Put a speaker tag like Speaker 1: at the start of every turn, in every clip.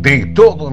Speaker 1: de todos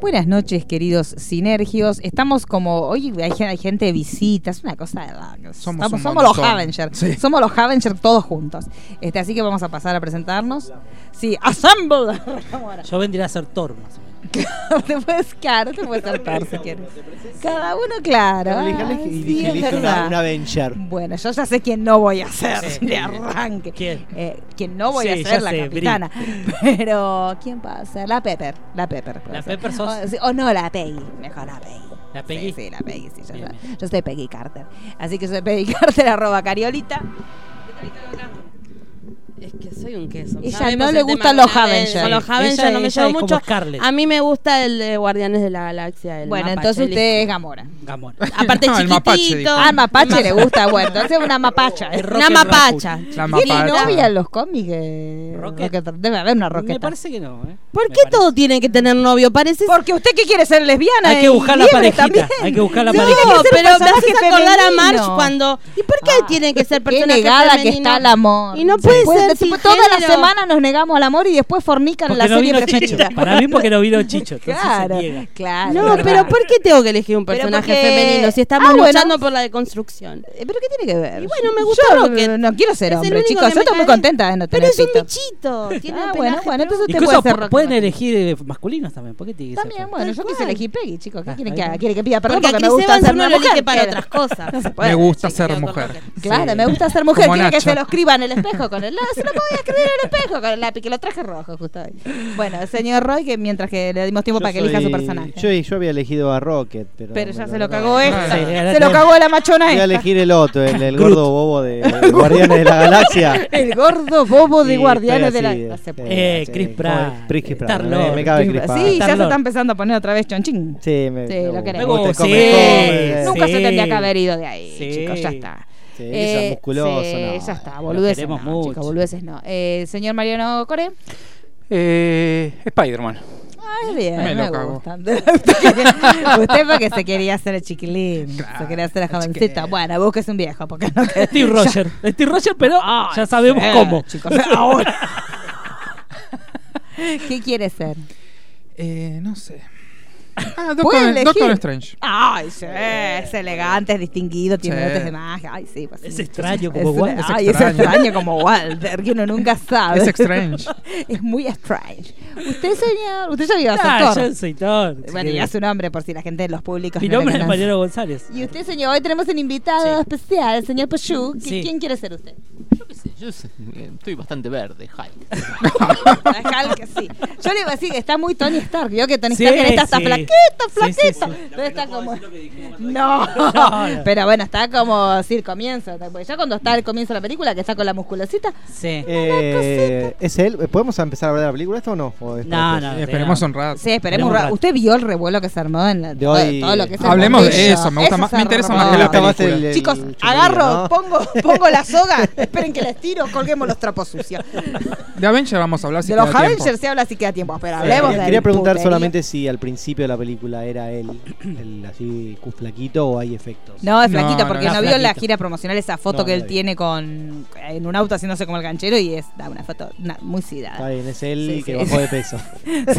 Speaker 2: Buenas noches, queridos sinergios. Estamos como. Hoy hay, hay gente de visita, es una cosa de. locos.
Speaker 3: Somos
Speaker 2: Estamos-
Speaker 3: un
Speaker 2: somos los
Speaker 3: montón.
Speaker 2: Avenger.
Speaker 3: Sí.
Speaker 2: Somos los Avenger todos juntos. Este, así que vamos a pasar a presentarnos. Sí, Assemble. Ahora,
Speaker 4: Yo vendría a ser Thor, más o menos.
Speaker 2: te puedes quedar, te puedes saltar si quieres. Cada uno, claro.
Speaker 5: Elige,
Speaker 2: Ah,
Speaker 5: elige,
Speaker 2: sí,
Speaker 5: y dije,
Speaker 2: es
Speaker 5: listo, una,
Speaker 2: verdad.
Speaker 5: una Avenger.
Speaker 2: Bueno, yo ya sé quién no voy a ser
Speaker 4: Sí.
Speaker 2: de arranque.
Speaker 4: ¿Quién?
Speaker 2: Eh, quien no voy
Speaker 4: Sí,
Speaker 2: a ser
Speaker 4: ya
Speaker 2: la
Speaker 4: sé, Bri.
Speaker 2: capitana. Pero, ¿quién va a ser? La Pepper. La Pepper. puede
Speaker 4: La
Speaker 2: ser.
Speaker 4: Pepper sos-
Speaker 2: O, sí, o no, la Peggy. Mejor la Peggy.
Speaker 4: ¿La Peggy?
Speaker 2: Sí, sí, la Peggy, sí. Yo,
Speaker 4: Bien,
Speaker 2: soy-
Speaker 4: bien.
Speaker 2: yo soy Peggy Carter. Así que soy Peggy Carter, arroba cariolita.
Speaker 6: Es que soy un queso.
Speaker 2: Ella
Speaker 6: Sabemos
Speaker 2: no le
Speaker 6: el tema
Speaker 2: gustan
Speaker 6: con
Speaker 2: los
Speaker 6: la
Speaker 2: Avengers.
Speaker 6: Avenger. Los
Speaker 4: Ella-
Speaker 6: Avengers no me
Speaker 4: ella
Speaker 6: llevo
Speaker 4: es como
Speaker 6: mucho.
Speaker 4: Scarlett.
Speaker 6: A mí me gusta el de Guardianes de la Galaxia. el
Speaker 2: bueno,
Speaker 6: mapache,
Speaker 2: entonces
Speaker 6: listo.
Speaker 2: usted es Gamora.
Speaker 4: Gamora.
Speaker 6: Aparte
Speaker 3: No, el
Speaker 6: chiquitito.
Speaker 3: mapache, dijo.
Speaker 2: Ah, mapache le gusta, bueno. Entonces una mapacha.
Speaker 4: El
Speaker 6: Una
Speaker 4: Rocket
Speaker 6: mapacha.
Speaker 4: Raccoon.
Speaker 3: La
Speaker 2: ¿Tiene
Speaker 3: mapacha.
Speaker 2: novia en los cómics? eh,
Speaker 4: Rocket.
Speaker 2: Rocket- Debe haber una roqueta.
Speaker 4: Me parece que no, ¿eh?
Speaker 6: ¿Por
Speaker 4: Me
Speaker 6: qué
Speaker 4: parece.
Speaker 6: todo tiene que tener novio? Parece
Speaker 2: Porque usted que quiere ser lesbiana.
Speaker 4: Hay que
Speaker 2: y
Speaker 4: buscar la
Speaker 2: libre
Speaker 4: parejita,
Speaker 2: también.
Speaker 4: hay que buscar la
Speaker 2: Sí,
Speaker 6: No,
Speaker 4: pareja.
Speaker 2: tiene que ser
Speaker 6: pero me haces
Speaker 2: personaje
Speaker 6: acordar a
Speaker 2: femenino.
Speaker 6: March cuando. ¿Y por qué
Speaker 2: Ah,
Speaker 6: tiene que ser
Speaker 2: Qué
Speaker 6: personaje
Speaker 2: negada que
Speaker 6: femenino?
Speaker 2: está el amor.
Speaker 6: Y no puede
Speaker 2: Pues,
Speaker 6: ser
Speaker 2: tipo,
Speaker 6: sin
Speaker 2: Toda la
Speaker 6: género.
Speaker 2: semana nos negamos al amor y después fornican
Speaker 4: Porque
Speaker 2: la
Speaker 4: no
Speaker 2: serie
Speaker 4: vino Chicho.
Speaker 2: preferida.
Speaker 4: Para mí porque no vino Chicho. Entonces
Speaker 2: claro,
Speaker 4: se niega.
Speaker 2: claro.
Speaker 6: No, pero ¿por qué tengo que elegir un
Speaker 2: Pero
Speaker 6: personaje
Speaker 2: porque-
Speaker 6: femenino si estamos
Speaker 2: Ah, bueno.
Speaker 6: luchando por la deconstrucción?
Speaker 2: Eh, ¿Pero qué tiene que ver?
Speaker 6: Y bueno, me gusta
Speaker 2: Yo
Speaker 6: Rocket.
Speaker 2: no quiero ser
Speaker 6: Es el
Speaker 2: hombre,
Speaker 6: único
Speaker 2: chicos.
Speaker 6: que
Speaker 2: Yo
Speaker 6: me
Speaker 2: estoy muy
Speaker 6: cae.
Speaker 2: contenta de no
Speaker 6: Pero
Speaker 2: tener
Speaker 6: es un
Speaker 2: pito.
Speaker 6: bichito. Tiene
Speaker 2: Ah,
Speaker 6: pelaje
Speaker 2: bueno, bueno,
Speaker 6: peludo.
Speaker 2: entonces usted puede
Speaker 4: Incluso
Speaker 2: ser
Speaker 4: pu-
Speaker 2: rock
Speaker 4: pueden
Speaker 2: band.
Speaker 4: elegir eh, masculinos también. ¿Por qué tiene que ser
Speaker 2: También,
Speaker 4: fe-
Speaker 2: bueno,
Speaker 6: Tal
Speaker 2: yo quise
Speaker 6: cual.
Speaker 2: elegir Peggy, chicos. ¿Qué
Speaker 4: Ah,
Speaker 2: quieren
Speaker 4: ahí
Speaker 2: que haga?
Speaker 4: va.
Speaker 2: ¿Quieren que pida perdón?
Speaker 6: Porque a
Speaker 2: Porque, me
Speaker 6: Chris
Speaker 2: gusta
Speaker 6: Evans
Speaker 2: ser
Speaker 6: uno
Speaker 2: una
Speaker 6: lo
Speaker 2: mujer.
Speaker 6: elige para
Speaker 2: pero-
Speaker 6: otras cosas.
Speaker 3: Me gusta ser
Speaker 6: con
Speaker 3: mujer.
Speaker 6: Rocket.
Speaker 2: Claro,
Speaker 4: Sí.
Speaker 2: me gusta ser mujer.
Speaker 3: Como
Speaker 2: Quiere que
Speaker 3: Nacho.
Speaker 2: se lo escriba en el espejo con el lápiz. No podía escribir en el espejo con el lápiz, que lo traje rojo justo hoy. Bueno, señor Roy, que mientras que le dimos tiempo
Speaker 5: Yo
Speaker 2: para que elija su
Speaker 5: soy-
Speaker 2: personaje.
Speaker 5: Yo, yo había elegido a Rocket, pero.
Speaker 2: Pero
Speaker 5: me
Speaker 2: ya se lo cagó
Speaker 5: robaron.
Speaker 2: esta.
Speaker 4: Sí, ahora
Speaker 2: se lo
Speaker 4: tenemos-
Speaker 2: cagó la machona
Speaker 5: Voy
Speaker 2: esta.
Speaker 5: a elegir el otro, el, el
Speaker 4: Groot.
Speaker 5: gordo bobo de, de Guardianes de la Galaxia.
Speaker 2: El gordo bobo de
Speaker 5: Sí, este,
Speaker 2: guardianes de
Speaker 5: estoy
Speaker 2: la.
Speaker 5: así,
Speaker 2: no se puede.
Speaker 4: Eh, Chris
Speaker 5: como
Speaker 4: Pratt,
Speaker 5: Chris Chris Pratt.
Speaker 4: Star-Lord,
Speaker 5: me, me cabe
Speaker 2: Sí,
Speaker 5: Chris Pratt.
Speaker 2: ya se
Speaker 4: Star-Lord.
Speaker 2: está empezando a poner otra vez chonchín.
Speaker 5: Sí, me,
Speaker 2: Sí, lo
Speaker 5: me
Speaker 2: queremos.
Speaker 5: gusta el
Speaker 4: Sí.
Speaker 5: come-come,
Speaker 4: Sí.
Speaker 2: Nunca se tendría que
Speaker 4: Sí.
Speaker 2: haber ido de ahí,
Speaker 4: Sí.
Speaker 2: chicos, ya está.
Speaker 5: Sí, esa
Speaker 2: Eh,
Speaker 5: musculosa,
Speaker 2: sí,
Speaker 5: no.
Speaker 2: ya está, boludeces no,
Speaker 4: queremos
Speaker 2: chicos,
Speaker 4: mucho.
Speaker 2: boludeces no. Eh, señor Mariano Core,
Speaker 7: Eh, Spider-Man.
Speaker 2: ah, bien,
Speaker 3: Me
Speaker 2: me,
Speaker 3: lo cago.
Speaker 2: gusta. Usted porque se quería hacer el chiquilín, se quería hacer el jovencito. Bueno, busques un viejo, porque no
Speaker 4: Steve Roger. Steve Roger, pero ya sabemos
Speaker 2: Eh,
Speaker 4: cómo.
Speaker 2: Chicos, ahora. ¿Qué quiere ser?
Speaker 3: Eh, no sé. Ah,
Speaker 2: Puede
Speaker 3: Doctor,
Speaker 2: elegir.
Speaker 3: Doctor Strange.
Speaker 2: Ay, sí, es elegante, es distinguido, tiene
Speaker 3: Sí.
Speaker 2: dotes de magia. Ay, sí, pues,
Speaker 4: Es
Speaker 2: sí.
Speaker 4: extraño
Speaker 2: Es
Speaker 4: como
Speaker 2: una-
Speaker 4: Wanda.
Speaker 2: Ay, es extraño como Walter, que uno nunca sabe.
Speaker 3: Es Strange.
Speaker 2: Es muy strange. Usted, señor, usted ya vio a su
Speaker 4: Ah,
Speaker 2: actor.
Speaker 4: yo soy Thor.
Speaker 2: Bueno, diga su nombre por si la gente de los públicos
Speaker 4: Mi
Speaker 2: no lo
Speaker 4: nombre es
Speaker 2: conoce.
Speaker 4: Mariano González.
Speaker 2: Y usted, señor, hoy tenemos un invitado
Speaker 4: Sí.
Speaker 2: especial, el señor Pachu. ¿Qui-
Speaker 4: Sí.
Speaker 2: ¿Quién quiere ser usted?
Speaker 8: Yo qué sé, yo sé, eh, estoy bastante verde, Hulk.
Speaker 2: Dejalo que sí. Yo le iba a decir que está muy Tony Stark. Vio que Tony
Speaker 4: Sí,
Speaker 2: Stark en esta está
Speaker 4: sí.
Speaker 2: flaquito,
Speaker 4: Sí, sí,
Speaker 2: flaquito.
Speaker 4: sí.
Speaker 2: Entonces está como. No, pero bueno, está como sí, el comienzo. Porque Ya cuando está el comienzo de la película, que está con la musculosita.
Speaker 4: Sí.
Speaker 5: Eh, ¿Es él? ¿Podemos empezar a hablar de la película esto o no? ¿O es para
Speaker 4: No,
Speaker 5: después?
Speaker 4: no.
Speaker 3: Esperemos
Speaker 4: no.
Speaker 3: un rato.
Speaker 2: Ah, Sí, esperemos un
Speaker 4: Esperemos un
Speaker 2: rato.
Speaker 4: rato.
Speaker 2: ¿Usted vio el revuelo que se armó en la-
Speaker 5: De
Speaker 2: todo,
Speaker 5: hoy-
Speaker 2: todo lo que es el
Speaker 3: Hablemos de
Speaker 2: mundillo?
Speaker 3: eso, me gusta más-
Speaker 2: se
Speaker 3: me interesa más
Speaker 2: armó.
Speaker 3: que la
Speaker 5: Me gusta más
Speaker 3: película.
Speaker 5: Ah, el- el
Speaker 2: Chicos,
Speaker 5: chupillo,
Speaker 2: agarro,
Speaker 5: ¿no?
Speaker 2: pongo, pongo la soga, esperen que les tiro, colguemos los trapos sucios.
Speaker 3: De Avenger vamos a hablar si
Speaker 2: de los
Speaker 3: queda tiempo.
Speaker 2: Avengers se habla si queda tiempo, pero hablemos
Speaker 5: Ah, quería,
Speaker 2: del
Speaker 5: quería preguntar
Speaker 2: puterío.
Speaker 5: solamente si al principio de la película era él el así flaquito o hay efectos.
Speaker 2: No, es
Speaker 3: No,
Speaker 2: flaquito,
Speaker 3: no,
Speaker 2: porque no,
Speaker 3: no,
Speaker 4: es
Speaker 2: vio en la
Speaker 4: flaquito.
Speaker 2: gira promocional esa foto
Speaker 5: No,
Speaker 2: que
Speaker 5: no
Speaker 2: él
Speaker 5: la vi.
Speaker 2: tiene con en un auto haciéndose como el ganchero y es da una foto na- muy
Speaker 5: Está
Speaker 2: sidada.
Speaker 5: bien, es él
Speaker 2: Sí,
Speaker 5: que
Speaker 2: sí.
Speaker 5: bajó de peso.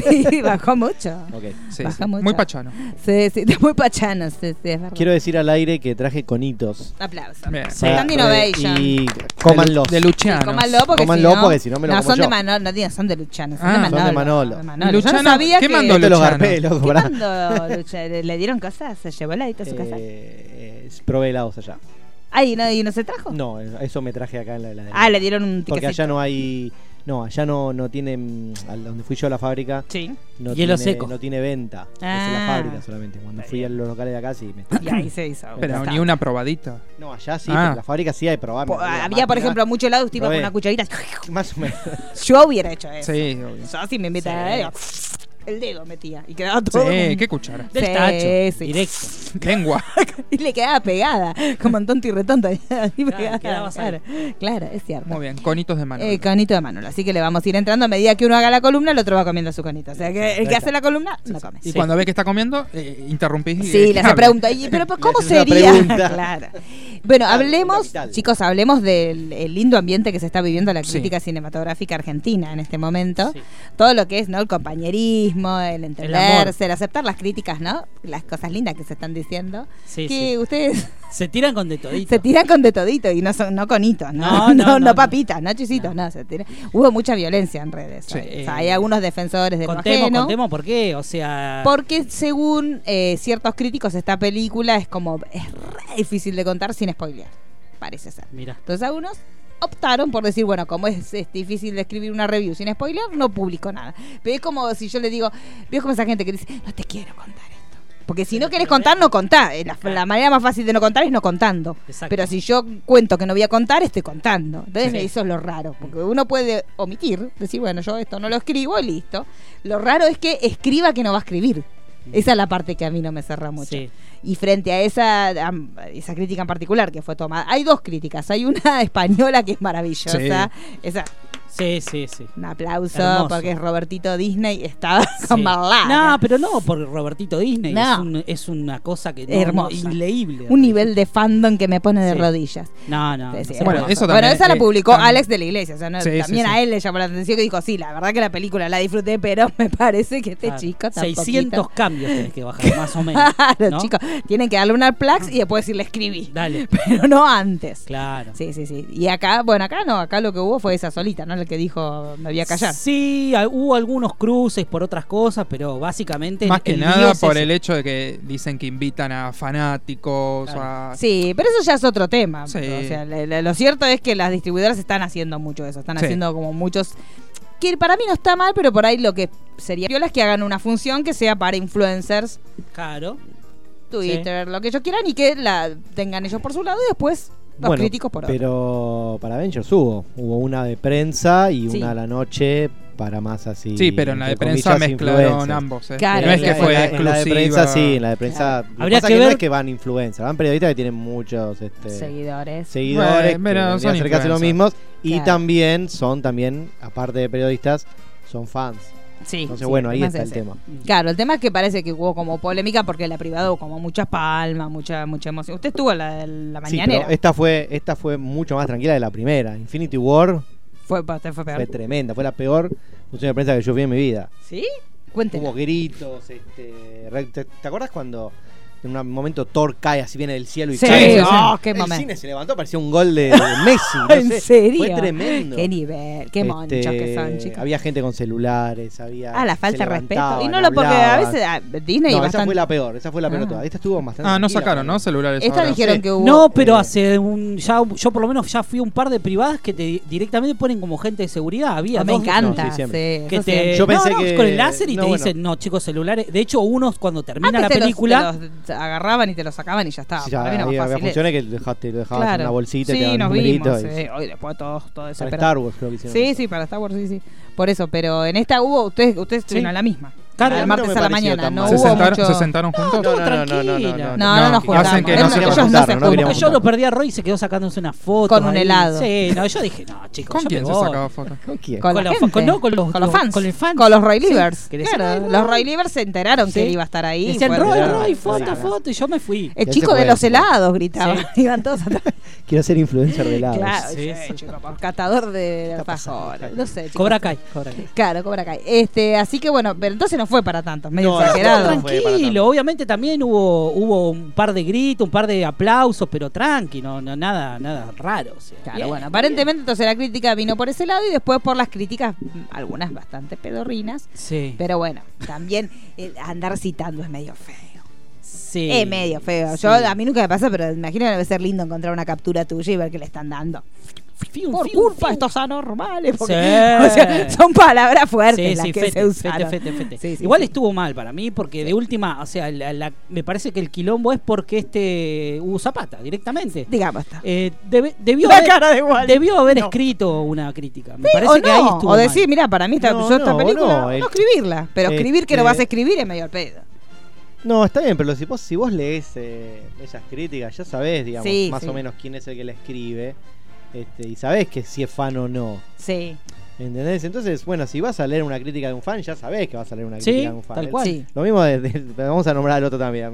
Speaker 2: Sí, bajó mucho.
Speaker 5: Ok.
Speaker 3: Sí,
Speaker 2: Baja
Speaker 3: sí.
Speaker 2: mucho.
Speaker 3: Muy pachano.
Speaker 2: Sí, sí, está muy pachano. Sí, sí, es verdad.
Speaker 5: Quiero decir al aire que traje conitos.
Speaker 2: Aplauso.
Speaker 3: Bien.
Speaker 4: Sí.
Speaker 5: Para-
Speaker 2: Stand Innovation.
Speaker 5: Y Ah, cómanlos.
Speaker 3: De
Speaker 2: Sí,
Speaker 3: Luciano.
Speaker 2: cómanlo porque
Speaker 5: Cómanlo
Speaker 2: si no,
Speaker 5: porque si no me lo
Speaker 2: no
Speaker 5: como
Speaker 2: son de
Speaker 5: yo.
Speaker 2: Manolo, no digan, son de Luchano, son
Speaker 3: Ah,
Speaker 2: de
Speaker 3: son
Speaker 2: Manolo.
Speaker 5: de Manolo.
Speaker 2: de
Speaker 3: ¿Y
Speaker 2: Yo no
Speaker 3: Luchano?
Speaker 2: sabía
Speaker 3: ¿Qué
Speaker 2: que
Speaker 3: mandó
Speaker 5: no te los
Speaker 3: Luciano.
Speaker 5: garpé, loco,
Speaker 2: ¿Qué
Speaker 5: pará.
Speaker 2: mandó Luchano? ¿Le dieron cosas? ¿Se llevó la edita a su casa?
Speaker 5: Eh, eh, probé helados allá.
Speaker 2: Ay, ¿no, ¿y no se trajo?
Speaker 5: No, eh, eso me traje acá en la heladera.
Speaker 2: Ah, le dieron un tiquecito.
Speaker 5: Porque allá no hay. No, allá no, no tienen. mm, al- Donde fui yo a la fábrica,
Speaker 2: Sí.
Speaker 5: no,
Speaker 4: Hielo
Speaker 5: tiene,
Speaker 4: seco.
Speaker 5: no tiene venta. Es en
Speaker 2: Ah.
Speaker 5: la fábrica solamente. Cuando fui a los locales de acá, sí. me-
Speaker 2: Y ahí se hizo.
Speaker 3: Pero
Speaker 2: Está.
Speaker 3: ni una probadita.
Speaker 5: No, allá sí,
Speaker 3: Ah.
Speaker 5: pero en la fábrica sí hay probar.
Speaker 2: Po- había, por ejemplo, mucho helado, usted iba con
Speaker 5: Probé.
Speaker 2: una cucharita.
Speaker 5: Más o menos.
Speaker 2: Yo hubiera hecho eso.
Speaker 3: Sí, obvio.
Speaker 2: Yo si me invitan a el dedo metía y quedaba todo.
Speaker 3: Sí,
Speaker 2: un-
Speaker 3: qué cuchara.
Speaker 4: Del
Speaker 2: Sí,
Speaker 4: tacho.
Speaker 2: sí.
Speaker 4: Directo.
Speaker 3: Lengua.
Speaker 2: Y le quedaba pegada, como en tonto y retonto. ahí pegada,
Speaker 4: quedabas ahí.
Speaker 2: claro, claro, es cierto.
Speaker 3: Muy bien, conitos de mano.
Speaker 2: Eh, canito de Manolo, así que le vamos a ir entrando a medida que uno haga la columna, el otro va comiendo su canito. O sea que el que hace la columna no come.
Speaker 3: Y cuando ve que está comiendo, eh, interrumpís. y-
Speaker 2: Sí,
Speaker 3: y
Speaker 2: le hace
Speaker 3: habla.
Speaker 2: pregunta. "Y, pero pues, ¿cómo
Speaker 5: haces una
Speaker 2: sería?
Speaker 5: pregunta.
Speaker 2: claro. Bueno, hablemos,
Speaker 5: vital.
Speaker 2: chicos, hablemos del el lindo ambiente que se está viviendo la
Speaker 3: Sí.
Speaker 2: crítica cinematográfica argentina en este momento.
Speaker 4: Sí.
Speaker 2: Todo lo que es, ¿no? El compañerismo, el
Speaker 4: amor.
Speaker 2: entenderse, el, aceptar las críticas, ¿no? Las cosas lindas que se están diciendo.
Speaker 4: Sí,
Speaker 2: que
Speaker 4: sí.
Speaker 2: ustedes
Speaker 4: Se tiran con de todito.
Speaker 2: se tiran con de todito y no son, no con hitos, ¿no?
Speaker 4: No,
Speaker 2: No,
Speaker 4: no,
Speaker 2: no,
Speaker 4: no, no.
Speaker 2: papitas, no chisitos, no. se tiran. Hubo mucha violencia en redes.
Speaker 3: Sí,
Speaker 2: hoy. O sea,
Speaker 4: eh,
Speaker 2: hay algunos defensores de
Speaker 4: contemos, contemos por qué. O sea.
Speaker 2: porque según eh, ciertos críticos, esta película es como. es re difícil de contar sin spoilear. Parece ser.
Speaker 4: Mira.
Speaker 2: Entonces algunos optaron por decir, bueno, como es, es difícil de escribir una review sin spoiler, no publico nada. Pero es como si yo le digo, veo como esa gente que dice, no te quiero contar esto. Porque si no querés contar, no contá. Eh, La, la manera más fácil de no contar es no contando.
Speaker 4: Exacto.
Speaker 2: Pero si yo cuento que no voy a contar, estoy contando. Entonces
Speaker 4: Sí.
Speaker 2: eso es lo raro. Porque uno puede omitir, decir, bueno, yo esto no lo escribo y listo. Lo raro es que escriba que no va a escribir. Esa es la parte que a mí no me cerra mucho.
Speaker 4: Sí.
Speaker 2: Y frente a esa, a esa crítica en particular que fue tomada, hay dos críticas. Hay una española que es maravillosa. Esa,
Speaker 4: Sí, sí, sí.
Speaker 2: un aplauso
Speaker 4: Hermoso.
Speaker 2: porque es Robertito Disney estaba
Speaker 4: Sí.
Speaker 2: con Marlana.
Speaker 4: No, pero no por Robertito Disney.
Speaker 2: No.
Speaker 4: Es, un- es una cosa que no,
Speaker 2: Hermosa.
Speaker 4: no, inleíble.
Speaker 2: un nivel de fandom que me pone de
Speaker 4: Sí.
Speaker 2: rodillas.
Speaker 4: No, no.
Speaker 2: Sí, sí,
Speaker 4: no se
Speaker 3: Bueno,
Speaker 2: hermoso.
Speaker 4: puede.
Speaker 3: eso
Speaker 2: Bueno,
Speaker 3: también,
Speaker 2: esa la
Speaker 3: eh,
Speaker 2: publicó
Speaker 3: también.
Speaker 2: Alex de la Iglesia. o sea, no-
Speaker 3: Sí, sí,
Speaker 2: también
Speaker 3: sí.
Speaker 2: a él le llamó la atención que dijo, sí, la verdad que la película la disfruté, pero me parece que este
Speaker 4: Claro.
Speaker 2: chico está
Speaker 4: 600 cambios tenés que bajar, más o menos.
Speaker 2: Claro,
Speaker 4: ¿no?
Speaker 2: chicos. Tienen que darle una plax y después decirle escribí.
Speaker 4: Dale.
Speaker 2: Pero no antes.
Speaker 4: Claro.
Speaker 2: Sí, sí, sí. Y acá, bueno, acá no, acá lo que hubo fue esa solita, ¿no? El que dijo, me voy a callar.
Speaker 4: Sí, ah, hubo algunos cruces por otras cosas, pero básicamente.
Speaker 3: Más que
Speaker 4: el lío
Speaker 3: nada
Speaker 4: es
Speaker 3: por
Speaker 4: ese.
Speaker 3: el hecho de que dicen que invitan a fanáticos, a...
Speaker 2: Sí, pero eso ya es otro tema.
Speaker 3: Sí.
Speaker 2: O sea, le- le- lo cierto es que las distribuidoras están haciendo mucho eso, están
Speaker 3: Sí.
Speaker 2: haciendo como muchos que para mí no está mal, pero por ahí lo que sería piola es que hagan una función que sea para influencers,
Speaker 4: Claro.
Speaker 2: Twitter, lo que ellos quieran y que la tengan ellos por su lado y después los
Speaker 5: Bueno,
Speaker 2: críticos por otro.
Speaker 5: Pero para Avengers hubo. Hubo una de prensa y
Speaker 2: Sí.
Speaker 5: una a la noche para más así.
Speaker 3: Sí, pero en la de
Speaker 5: entre
Speaker 3: prensa
Speaker 5: comillas,
Speaker 3: mezclaron
Speaker 5: influencers.
Speaker 3: ambos. eh.
Speaker 2: Claro,
Speaker 3: no es
Speaker 5: En
Speaker 3: que
Speaker 5: la-
Speaker 3: fue
Speaker 5: en la, en la de
Speaker 3: exclusiva.
Speaker 5: prensa sí, en la de prensa. lo
Speaker 4: Habría
Speaker 5: pasa
Speaker 4: que
Speaker 5: no
Speaker 4: ver-
Speaker 5: es que van influencers, van periodistas que tienen muchos este,
Speaker 2: Seguidores.
Speaker 5: seguidores.
Speaker 3: Bueno, pero
Speaker 5: que
Speaker 3: son
Speaker 5: vendrían cerca de los
Speaker 3: influencers.
Speaker 5: mismos. Y
Speaker 2: Claro.
Speaker 5: también son, también, aparte de periodistas, son fans.
Speaker 2: Sí.
Speaker 5: Entonces,
Speaker 2: sí,
Speaker 5: bueno, ahí
Speaker 2: más
Speaker 5: está el
Speaker 2: ese.
Speaker 5: tema.
Speaker 2: Claro, el tema es que parece que hubo como polémica porque la privada hubo como muchas palmas, mucha mucha emoción. Usted estuvo en la, en la
Speaker 5: Sí, pero
Speaker 2: mañanera.
Speaker 5: esta fue, esta fue mucho más tranquila de la primera. Infinity War
Speaker 2: fue, fue, fue peor.
Speaker 5: fue tremenda, fue la peor función de prensa que yo vi en mi vida.
Speaker 2: ¿Sí? Cuéntelo.
Speaker 5: Hubo gritos, este, re- ¿te, te acordás cuando en un momento Thor cae así viene del cielo y
Speaker 2: Sí,
Speaker 5: cae?
Speaker 3: sí,
Speaker 2: oh, qué
Speaker 5: el
Speaker 2: momento.
Speaker 5: cine se levantó, parecía un gol de, de Messi. no
Speaker 2: ¿En
Speaker 5: sé,
Speaker 2: serio?
Speaker 5: Fue tremendo.
Speaker 2: Qué nivel, qué monchos
Speaker 5: Este,
Speaker 2: que son, chicos.
Speaker 5: Había gente con celulares, había.
Speaker 2: ah, la
Speaker 5: se
Speaker 2: falta de respeto. Y
Speaker 5: levantaban,
Speaker 2: no lo porque a
Speaker 5: hablaban.
Speaker 2: veces ah, Disney
Speaker 5: No, esa
Speaker 2: bastante.
Speaker 5: fue la peor, esa fue la peor
Speaker 2: Ah.
Speaker 5: de todas. Esta estuvo bastante.
Speaker 3: Ah, no
Speaker 5: tranquila
Speaker 3: sacaron,
Speaker 5: para
Speaker 3: ¿no?
Speaker 5: mí.
Speaker 3: Celulares
Speaker 2: Esta
Speaker 3: ahora.
Speaker 2: dijeron
Speaker 5: sí.
Speaker 2: que hubo.
Speaker 4: No, pero
Speaker 5: eh,
Speaker 4: hace un. Ya, yo por lo menos ya fui a un par de privadas que te directamente ponen como gente de seguridad. Había
Speaker 2: Ah, me
Speaker 4: dos-
Speaker 2: encanta.
Speaker 5: no, sí, siempre.
Speaker 2: sí,
Speaker 4: Que
Speaker 2: eso
Speaker 4: te,
Speaker 2: siempre.
Speaker 5: Yo pensé
Speaker 4: no, no,
Speaker 5: que-
Speaker 4: con el láser y
Speaker 5: no,
Speaker 4: te
Speaker 5: bueno.
Speaker 4: dicen, no, chicos, celulares. De hecho, unos cuando termina
Speaker 2: Antes te los-
Speaker 4: la película.
Speaker 2: te los agarraban y te los sacaban y ya estaba.
Speaker 5: Sí, ya
Speaker 2: Ah, Para mí era más
Speaker 5: había, había
Speaker 2: fácil.
Speaker 5: funciones que dejaste, lo dejabas
Speaker 2: Claro.
Speaker 5: en una bolsita y te
Speaker 2: sí,
Speaker 5: daban
Speaker 2: nos
Speaker 5: un numerito
Speaker 2: vimos.
Speaker 5: y-
Speaker 2: sí. Hoy después todos todo
Speaker 5: Para
Speaker 2: desesperados.
Speaker 5: Star Wars creo que hicieron
Speaker 2: Sí,
Speaker 5: eso.
Speaker 2: sí, para Star Wars, sí, sí. Por eso, pero en esta hubo, ustedes, ustedes estuvieron a la misma.
Speaker 4: Claro,
Speaker 2: el
Speaker 4: a mí no
Speaker 2: martes
Speaker 5: me
Speaker 2: a la
Speaker 5: pareció
Speaker 2: mañana,
Speaker 5: tan
Speaker 2: no
Speaker 5: mal.
Speaker 3: ¿Se
Speaker 2: hubo
Speaker 3: sentaron,
Speaker 2: mucho...
Speaker 3: ¿Se sentaron juntos?
Speaker 4: No,
Speaker 5: No, no, no, no, no,
Speaker 4: tranquila.
Speaker 5: no,
Speaker 2: No, no,
Speaker 3: No,
Speaker 2: nos
Speaker 3: que
Speaker 2: juntamos.
Speaker 3: hacen que no
Speaker 2: Ellos
Speaker 3: se
Speaker 2: ellos
Speaker 5: juntaron,
Speaker 2: se
Speaker 5: no
Speaker 2: juntan.
Speaker 5: queríamos
Speaker 4: yo lo
Speaker 5: juntar.
Speaker 4: perdí a Roy y se quedó sacándose una foto.
Speaker 2: Con un helado.
Speaker 4: Sí, no, yo dije, no, chicos.
Speaker 3: ¿Con
Speaker 4: yo
Speaker 3: quién
Speaker 4: me
Speaker 3: se
Speaker 4: voy.
Speaker 3: sacaba fotos?
Speaker 5: ¿Con quién?
Speaker 2: eh, con,
Speaker 4: Con
Speaker 2: la
Speaker 4: los-
Speaker 2: gente.
Speaker 4: con- no, con los- los-
Speaker 2: fans.
Speaker 4: con el fan.
Speaker 2: Con los Roy Livers.
Speaker 4: Sí, que decían,
Speaker 2: claro,
Speaker 4: "Ay, Roy".
Speaker 2: los Roy Livers se enteraron que
Speaker 4: Sí.
Speaker 2: él iba a estar ahí.
Speaker 4: Decían,
Speaker 2: fueron.
Speaker 4: Roy,
Speaker 5: Claro,
Speaker 4: Roy,
Speaker 5: claro.
Speaker 4: foto, foto. Y yo me fui.
Speaker 2: El
Speaker 5: Ya
Speaker 2: chico
Speaker 5: se
Speaker 2: de
Speaker 5: fue,
Speaker 2: los
Speaker 5: se fue.
Speaker 2: helados gritaba. Iban todos atrás.
Speaker 5: Quiero ser influencer de helados.
Speaker 2: Claro,
Speaker 4: Sí,
Speaker 2: che,
Speaker 4: sí.
Speaker 2: chico, por catador de alfajores. No sé, chicos.
Speaker 4: Cobra Kai. Cobra Kai.
Speaker 2: Claro, Cobra Kai. Este, así que bueno, pero entonces no fue para tanto, medio
Speaker 5: No, no,
Speaker 2: exagerado.
Speaker 5: no, no, fue para
Speaker 4: Tranquilo,
Speaker 5: tanto.
Speaker 4: obviamente también hubo, hubo un par de gritos, un par de aplausos, pero tranqui, no, no nada, nada raro. o sea,
Speaker 2: Claro,
Speaker 4: bien.
Speaker 2: bueno, aparentemente entonces la crítica vino por ese lado y después por las críticas, mm, algunas bastante pedorrinas,
Speaker 4: Sí.
Speaker 2: pero bueno, también el andar citando es medio feo.
Speaker 4: sí.
Speaker 2: Es medio feo.
Speaker 4: Sí.
Speaker 2: Yo, a mí nunca me pasa, pero imagino que debe ser lindo encontrar una captura tuya y ver qué le están dando.
Speaker 4: fium,
Speaker 2: Por
Speaker 4: fium,
Speaker 2: culpa de
Speaker 4: fium.
Speaker 2: estos anormales. Porque,
Speaker 4: Sí.
Speaker 2: o sea, son palabras fuertes
Speaker 4: Sí,
Speaker 2: las
Speaker 4: sí,
Speaker 2: que
Speaker 4: fete,
Speaker 2: se usan.
Speaker 4: fete, fete, fete.
Speaker 2: Sí, sí,
Speaker 4: Igual
Speaker 2: sí.
Speaker 4: estuvo mal para mí porque de última, o sea, la- la- me parece que el quilombo es porque este Hugo Zapata directamente.
Speaker 2: Digamos, está.
Speaker 4: Eh, debe- debió,
Speaker 2: La
Speaker 4: haber,
Speaker 2: cara de Wally.
Speaker 4: debió haber escrito una crítica. Me
Speaker 2: o
Speaker 4: parece que ahí
Speaker 2: no,
Speaker 4: estuvo
Speaker 2: o
Speaker 4: mal.
Speaker 2: decir, mira, para mí esta,
Speaker 5: No,
Speaker 2: yo esta
Speaker 5: no,
Speaker 2: película,
Speaker 5: no,
Speaker 2: no,
Speaker 5: el-
Speaker 2: escribirla. Pero escribir que lo
Speaker 5: este-
Speaker 2: vas a escribir es medio al pedo.
Speaker 5: No, está bien, pero si vos, si vos lees eh, esas críticas, ya sabés, digamos,
Speaker 2: Sí,
Speaker 5: más
Speaker 2: sí.
Speaker 5: o menos quién es el que la escribe. Este, y sabés que si es fan o no.
Speaker 2: Sí,
Speaker 5: ¿Entendés? Entonces, bueno, si vas a leer una crítica de un fan, ya sabés que vas a leer una
Speaker 4: Sí,
Speaker 5: crítica de un fan.
Speaker 4: tal
Speaker 5: Es-
Speaker 4: cual.
Speaker 2: sí.
Speaker 5: Lo mismo, de- de- vamos a nombrar al otro también,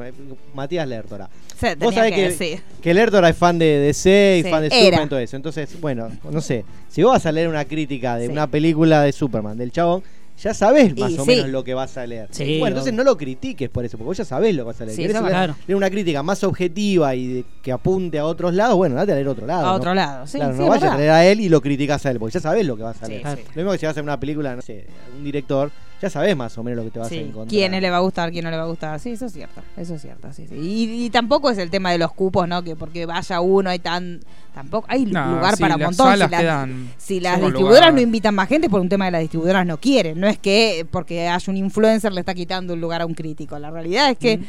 Speaker 5: Matías Lertora.
Speaker 2: O sea,
Speaker 5: Vos
Speaker 2: tenía
Speaker 5: sabés
Speaker 2: que
Speaker 5: que-
Speaker 2: decir.
Speaker 5: Que Lertora es fan de DC y
Speaker 2: Sí,
Speaker 5: fan de
Speaker 2: era.
Speaker 5: Superman y todo eso. Entonces, bueno, no sé. Si vos vas a leer una crítica de
Speaker 2: Sí.
Speaker 5: una película de Superman, del chabón, ya sabés más
Speaker 2: Y
Speaker 5: o
Speaker 2: sí.
Speaker 5: menos lo que vas a leer.
Speaker 4: Sí,
Speaker 5: bueno, entonces
Speaker 4: obvio.
Speaker 5: no lo critiques por eso, porque vos ya sabés lo que vas a leer.
Speaker 2: Sí,
Speaker 5: Querés
Speaker 2: eso es
Speaker 5: leer,
Speaker 4: verdad.
Speaker 5: leer una crítica más objetiva y de- que apunte a otros lados, bueno, date a leer otro lado.
Speaker 2: a
Speaker 5: ¿no?
Speaker 2: otro lado. Sí,
Speaker 5: Claro,
Speaker 2: sí,
Speaker 5: no
Speaker 2: es
Speaker 5: vayas a
Speaker 2: verdad.
Speaker 5: leer a él y lo criticas a él, porque ya sabés lo que vas a
Speaker 2: Sí,
Speaker 5: leer.
Speaker 2: sí.
Speaker 5: Lo mismo que si vas a hacer una película, no sé, un director, ya sabés más o menos lo que te vas a
Speaker 2: Sí,
Speaker 5: encontrar.
Speaker 2: quién le va a gustar, quién no le va a gustar. Sí, eso es cierto, eso es cierto. Sí, sí. Y, y tampoco es el tema de los cupos, ¿no? Que porque vaya uno hay tan tampoco hay
Speaker 3: No,
Speaker 2: lugar
Speaker 3: sí,
Speaker 2: para un
Speaker 3: las
Speaker 2: montón.
Speaker 3: salas
Speaker 2: si, las-
Speaker 3: quedan
Speaker 2: si las
Speaker 3: con
Speaker 2: distribuidoras
Speaker 3: lugar.
Speaker 2: no invitan más gente por un tema de las distribuidoras no quieren, no es que porque haya un influencer le está quitando un lugar a un crítico. La realidad es que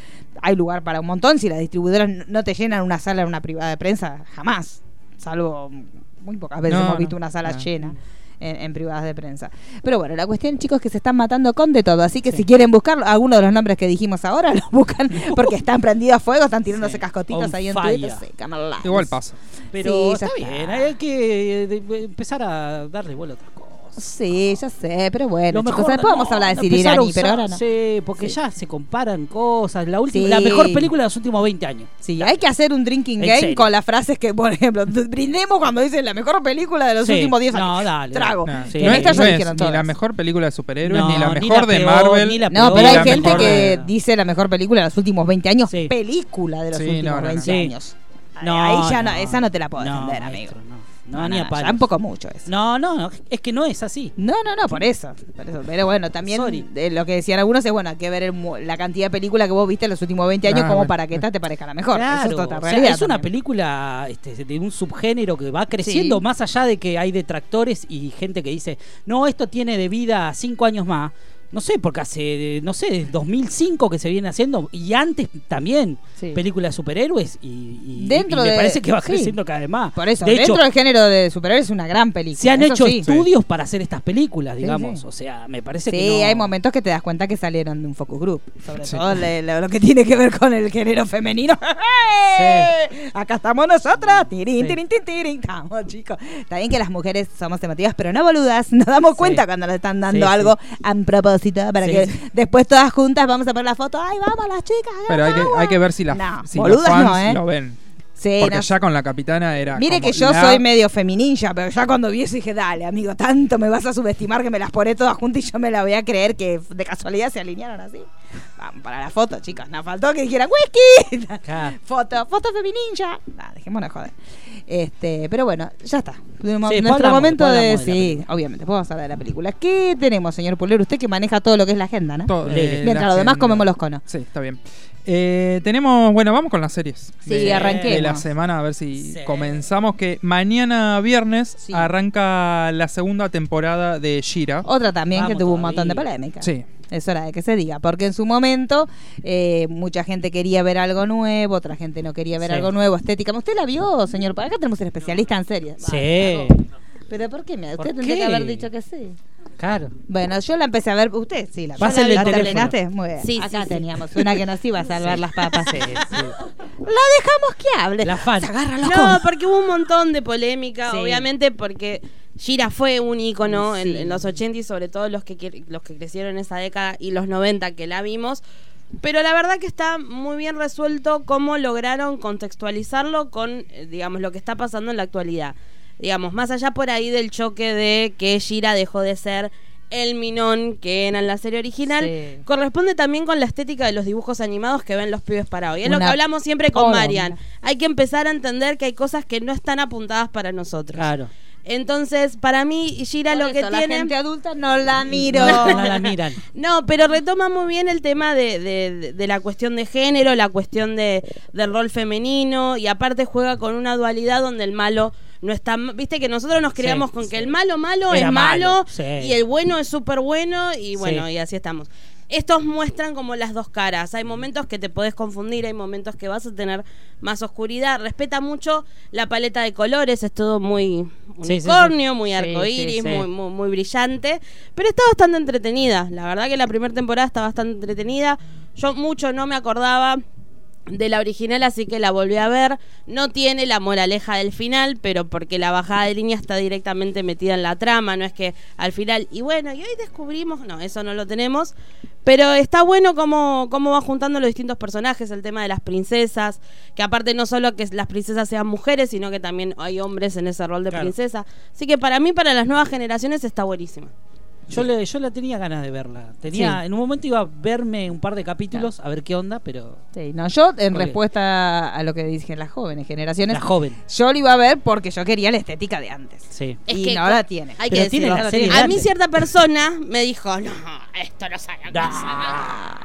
Speaker 2: hay lugar para un montón si las distribuidoras n- no te llenan una sala en una privada de prensa jamás, salvo muy pocas veces
Speaker 3: No,
Speaker 2: hemos
Speaker 3: no,
Speaker 2: visto una sala
Speaker 3: no.
Speaker 2: llena en, en privadas de prensa. Pero bueno, la cuestión, chicos, es que se están matando con de todo. Así que si quieren buscar alguno de los nombres que dijimos ahora, los buscan porque están prendidos a fuego, están tirándose
Speaker 4: Sí.
Speaker 2: cascotitos
Speaker 4: On
Speaker 2: ahí en
Speaker 4: fire.
Speaker 2: Twitter. sí, Canal Live.
Speaker 3: Igual pasa.
Speaker 4: Pero
Speaker 2: Sí, ya
Speaker 4: está
Speaker 2: está.
Speaker 4: bien, hay que eh, de- de- empezar a darle bola a otras cosas.
Speaker 2: Sí, ya sé, pero bueno,
Speaker 4: Lo
Speaker 2: chicos,
Speaker 4: mejor del
Speaker 2: después vamos a hablar de
Speaker 4: mundo, empezar
Speaker 2: Sirirani,
Speaker 4: a
Speaker 2: pero
Speaker 4: usar-
Speaker 2: ahora no. Sí.
Speaker 4: Sí, porque
Speaker 2: Sí.
Speaker 4: ya se comparan cosas. La, última, la
Speaker 2: Sí.
Speaker 4: mejor película de los últimos 20 años.
Speaker 2: hay que hacer un drinking
Speaker 4: En
Speaker 2: game
Speaker 4: serio.
Speaker 2: con las frases que, por ejemplo, brindemos cuando dicen la mejor película de los
Speaker 4: Sí.
Speaker 2: últimos 10 años.
Speaker 4: No, dale.
Speaker 2: Trago.
Speaker 3: No,
Speaker 4: Sí.
Speaker 2: En
Speaker 3: no es,
Speaker 2: esta ya
Speaker 3: no es
Speaker 2: dijeron
Speaker 3: ni la
Speaker 2: todas.
Speaker 3: mejor película de superhéroes, ni la
Speaker 4: No, ni
Speaker 3: mejor
Speaker 4: la
Speaker 3: de
Speaker 4: peor,
Speaker 3: Marvel.
Speaker 4: ni la
Speaker 2: No,
Speaker 4: peor.
Speaker 2: pero
Speaker 3: ni
Speaker 2: hay
Speaker 3: la
Speaker 2: gente
Speaker 3: mejor
Speaker 2: que
Speaker 3: de-
Speaker 2: dice la mejor película de los últimos 20 años,
Speaker 4: Sí.
Speaker 2: película de los
Speaker 3: Sí,
Speaker 2: últimos
Speaker 3: no, no,
Speaker 2: 20
Speaker 4: no.
Speaker 2: años. Ahí ya no, esa no te la puedo
Speaker 4: no,
Speaker 2: defender, amigo.
Speaker 4: maestro, No, no, ni a palos.
Speaker 2: Tampoco mucho eso.
Speaker 4: No, no, no, es que no es así.
Speaker 2: No, no, no, por eso. por eso. Pero bueno, también
Speaker 4: Sorry.
Speaker 2: eh, lo que decían algunos es, bueno, hay que ver el mu- la cantidad de películas que vos viste en los últimos 20 años
Speaker 3: Ah,
Speaker 2: como
Speaker 3: bueno.
Speaker 2: para que esta te parezca la mejor.
Speaker 4: Claro,
Speaker 2: Eso es otra
Speaker 4: o sea,
Speaker 2: realidad
Speaker 4: es una
Speaker 2: también.
Speaker 4: película este, de un subgénero que va creciendo
Speaker 2: Sí.
Speaker 4: más allá de que hay detractores y gente que dice, no, esto tiene de vida cinco años más. No sé, porque hace, no sé, 2005 que se viene haciendo y antes también
Speaker 2: Sí.
Speaker 4: películas de superhéroes y, y-
Speaker 2: Dentro
Speaker 4: y me
Speaker 2: de-
Speaker 4: parece que va
Speaker 2: sí.
Speaker 4: creciendo cada vez más.
Speaker 2: Por eso,
Speaker 4: de
Speaker 2: dentro
Speaker 4: hecho,
Speaker 2: del género de superhéroes es una gran película.
Speaker 4: se han
Speaker 2: eso
Speaker 4: hecho
Speaker 2: sí.
Speaker 4: estudios para hacer estas películas, digamos.
Speaker 2: sí.
Speaker 4: O sea, me parece
Speaker 2: Sí,
Speaker 4: que no-
Speaker 2: hay momentos que te das cuenta que salieron de un focus group. Sobre
Speaker 3: Sí.
Speaker 2: todo le- lo, lo que tiene que ver con el género femenino. ¡Eh! Acá estamos nosotras. Tirín,
Speaker 4: Sí.
Speaker 2: tirín, tin, tirín. Estamos, chicos. Está bien que las mujeres somos emotivas, pero no boludas. Nos damos
Speaker 4: Sí.
Speaker 2: cuenta cuando nos están dando
Speaker 4: Sí,
Speaker 2: algo a propósito para
Speaker 4: Sí,
Speaker 2: que
Speaker 4: sí.
Speaker 2: después todas juntas vamos a poner la foto. ¡Ay, vamos las chicas! hagan
Speaker 3: Pero hay que,
Speaker 2: agua!
Speaker 3: hay que ver si, las,
Speaker 2: No,
Speaker 3: si los
Speaker 2: boludas
Speaker 3: fans
Speaker 2: no, ¿eh?
Speaker 3: lo ven.
Speaker 2: Sí,
Speaker 3: Porque
Speaker 2: no,
Speaker 3: ya con la capitana era.
Speaker 2: Mire
Speaker 3: como
Speaker 2: que yo
Speaker 3: la-
Speaker 2: soy medio femininja, pero ya cuando vi eso dije, dale, amigo, tanto me vas a subestimar que me las pone todas juntas y yo me la voy a creer que de casualidad se alinearon así. Vamos para la foto, chicos. Nos faltó que dijeran, ¡Whisky!
Speaker 4: Claro.
Speaker 2: foto, foto femininja. Nah, dejémonos de joder. Este, pero bueno, ya está. Tuvimos
Speaker 4: Sí, después
Speaker 2: nuestro
Speaker 4: hablamos,
Speaker 2: momento
Speaker 4: después
Speaker 2: de.
Speaker 4: hablamos de la
Speaker 2: sí, obviamente, podemos hablar de la película. ¿Qué tenemos, señor Pulero? Usted que maneja todo lo que es la agenda, ¿no?
Speaker 3: Todo, eh,
Speaker 2: Mientras
Speaker 3: la
Speaker 2: los demás
Speaker 3: agenda.
Speaker 2: comemos los conos.
Speaker 3: Sí, está bien. Eh, tenemos, bueno, vamos con las series.
Speaker 2: Sí,
Speaker 3: de,
Speaker 2: arranquemos.
Speaker 3: de la semana, a ver si
Speaker 4: Sí.
Speaker 3: comenzamos. Que mañana viernes
Speaker 2: Sí.
Speaker 3: arranca la segunda temporada de Shira.
Speaker 2: Otra también que
Speaker 4: Vamos
Speaker 2: tuvo un
Speaker 4: todavía.
Speaker 2: montón de polémica.
Speaker 3: Sí.
Speaker 2: Es hora de que se diga, porque en su momento eh, mucha gente quería ver algo nuevo, otra gente no quería ver
Speaker 4: Sí.
Speaker 2: algo nuevo, estética. ¿Usted la vio, señor? Acá tenemos el especialista en series.
Speaker 4: Sí,
Speaker 2: ¿Pero por qué? me-
Speaker 4: ¿Por
Speaker 2: Usted tendría que
Speaker 4: qué?
Speaker 2: haber dicho que sí.
Speaker 4: claro.
Speaker 2: Bueno, yo la empecé a ver. ¿Usted? Sí, la
Speaker 4: Pásenle
Speaker 2: ¿La
Speaker 4: el teléfono.
Speaker 2: terminaste? Muy bien.
Speaker 6: Sí, sí,
Speaker 2: Acá
Speaker 6: sí.
Speaker 2: teníamos una que nos iba a salvar las papas.
Speaker 4: Sí, sí.
Speaker 2: La dejamos que hable.
Speaker 4: La fan.
Speaker 2: Se agarra los
Speaker 6: No,
Speaker 2: codos.
Speaker 6: porque hubo un montón de polémica,
Speaker 4: Sí.
Speaker 6: obviamente, porque Gira fue un ícono en,
Speaker 4: Sí.
Speaker 6: en los 80 y sobre todo los que, quier- los que crecieron en esa década y los 90 que la vimos. Pero la verdad que está muy bien resuelto cómo lograron contextualizarlo con, eh, digamos, lo que está pasando en la actualidad. Digamos, más allá por ahí del choque de que Gira dejó de ser el minón que era en la serie original,
Speaker 2: Sí.
Speaker 6: corresponde también con la estética de los dibujos animados que ven los pibes para hoy. Es lo
Speaker 2: Una
Speaker 6: que hablamos siempre con
Speaker 2: poronga.
Speaker 6: Marian hay que empezar a entender que hay cosas que no están apuntadas para nosotros.
Speaker 4: Claro.
Speaker 6: Entonces, para mí, Gira
Speaker 2: Por
Speaker 6: lo que
Speaker 2: eso, La
Speaker 6: tiene.
Speaker 2: gente adulta no la miro.
Speaker 4: No, no la miran.
Speaker 6: No, pero retoma muy bien el tema de, de- de- de la cuestión de género, la cuestión de, del rol femenino, y aparte juega con una dualidad donde el malo no está, viste que nosotros nos criamos
Speaker 4: Sí,
Speaker 6: con
Speaker 4: sí.
Speaker 6: que el malo malo
Speaker 4: Era
Speaker 6: es malo,
Speaker 4: malo, sí.
Speaker 6: y el bueno es súper bueno y bueno,
Speaker 4: Sí.
Speaker 6: y así estamos. Estos muestran como las dos caras. Hay momentos que te podés confundir, hay momentos que vas a tener más oscuridad. Respeta mucho la paleta de colores, es todo
Speaker 4: Sí,
Speaker 6: muy
Speaker 4: sí, sí.
Speaker 6: unicornio, muy
Speaker 4: Sí,
Speaker 6: arcoíris,
Speaker 4: sí, sí.
Speaker 6: Muy, muy, muy brillante. Pero está bastante entretenida. La verdad que la primera temporada está bastante entretenida. Yo mucho no me acordaba de la original, así que la volví a ver. No tiene la moraleja del final, pero porque la bajada de línea está directamente metida en la trama, no es que al final, y bueno, y hoy descubrimos, no, eso no lo tenemos, pero está bueno cómo, cómo va juntando los distintos personajes, el tema de las princesas, que aparte no solo que las princesas sean mujeres, sino que también hay hombres en ese rol de
Speaker 4: Claro.
Speaker 6: princesa. Así que para mí, para las nuevas generaciones, está buenísima.
Speaker 4: Yo, le, yo la tenía ganas de verla. Tenía,
Speaker 2: Sí.
Speaker 4: En un momento iba a verme un par de capítulos a ver qué onda, pero.
Speaker 2: Sí, no, yo en
Speaker 4: Ok.
Speaker 2: respuesta a lo que dicen las jóvenes generaciones,
Speaker 4: La joven.
Speaker 2: yo lo iba a ver porque yo quería la estética de antes.
Speaker 4: Sí.
Speaker 6: Es
Speaker 2: y
Speaker 6: que
Speaker 2: ahora
Speaker 6: co-
Speaker 2: tiene.
Speaker 6: Hay
Speaker 4: Pero
Speaker 6: que
Speaker 4: tiene
Speaker 6: decirlo.
Speaker 4: la serie
Speaker 6: A mí
Speaker 4: grande.
Speaker 6: cierta persona me dijo, no, esto no sale a
Speaker 2: Ah,
Speaker 6: casa".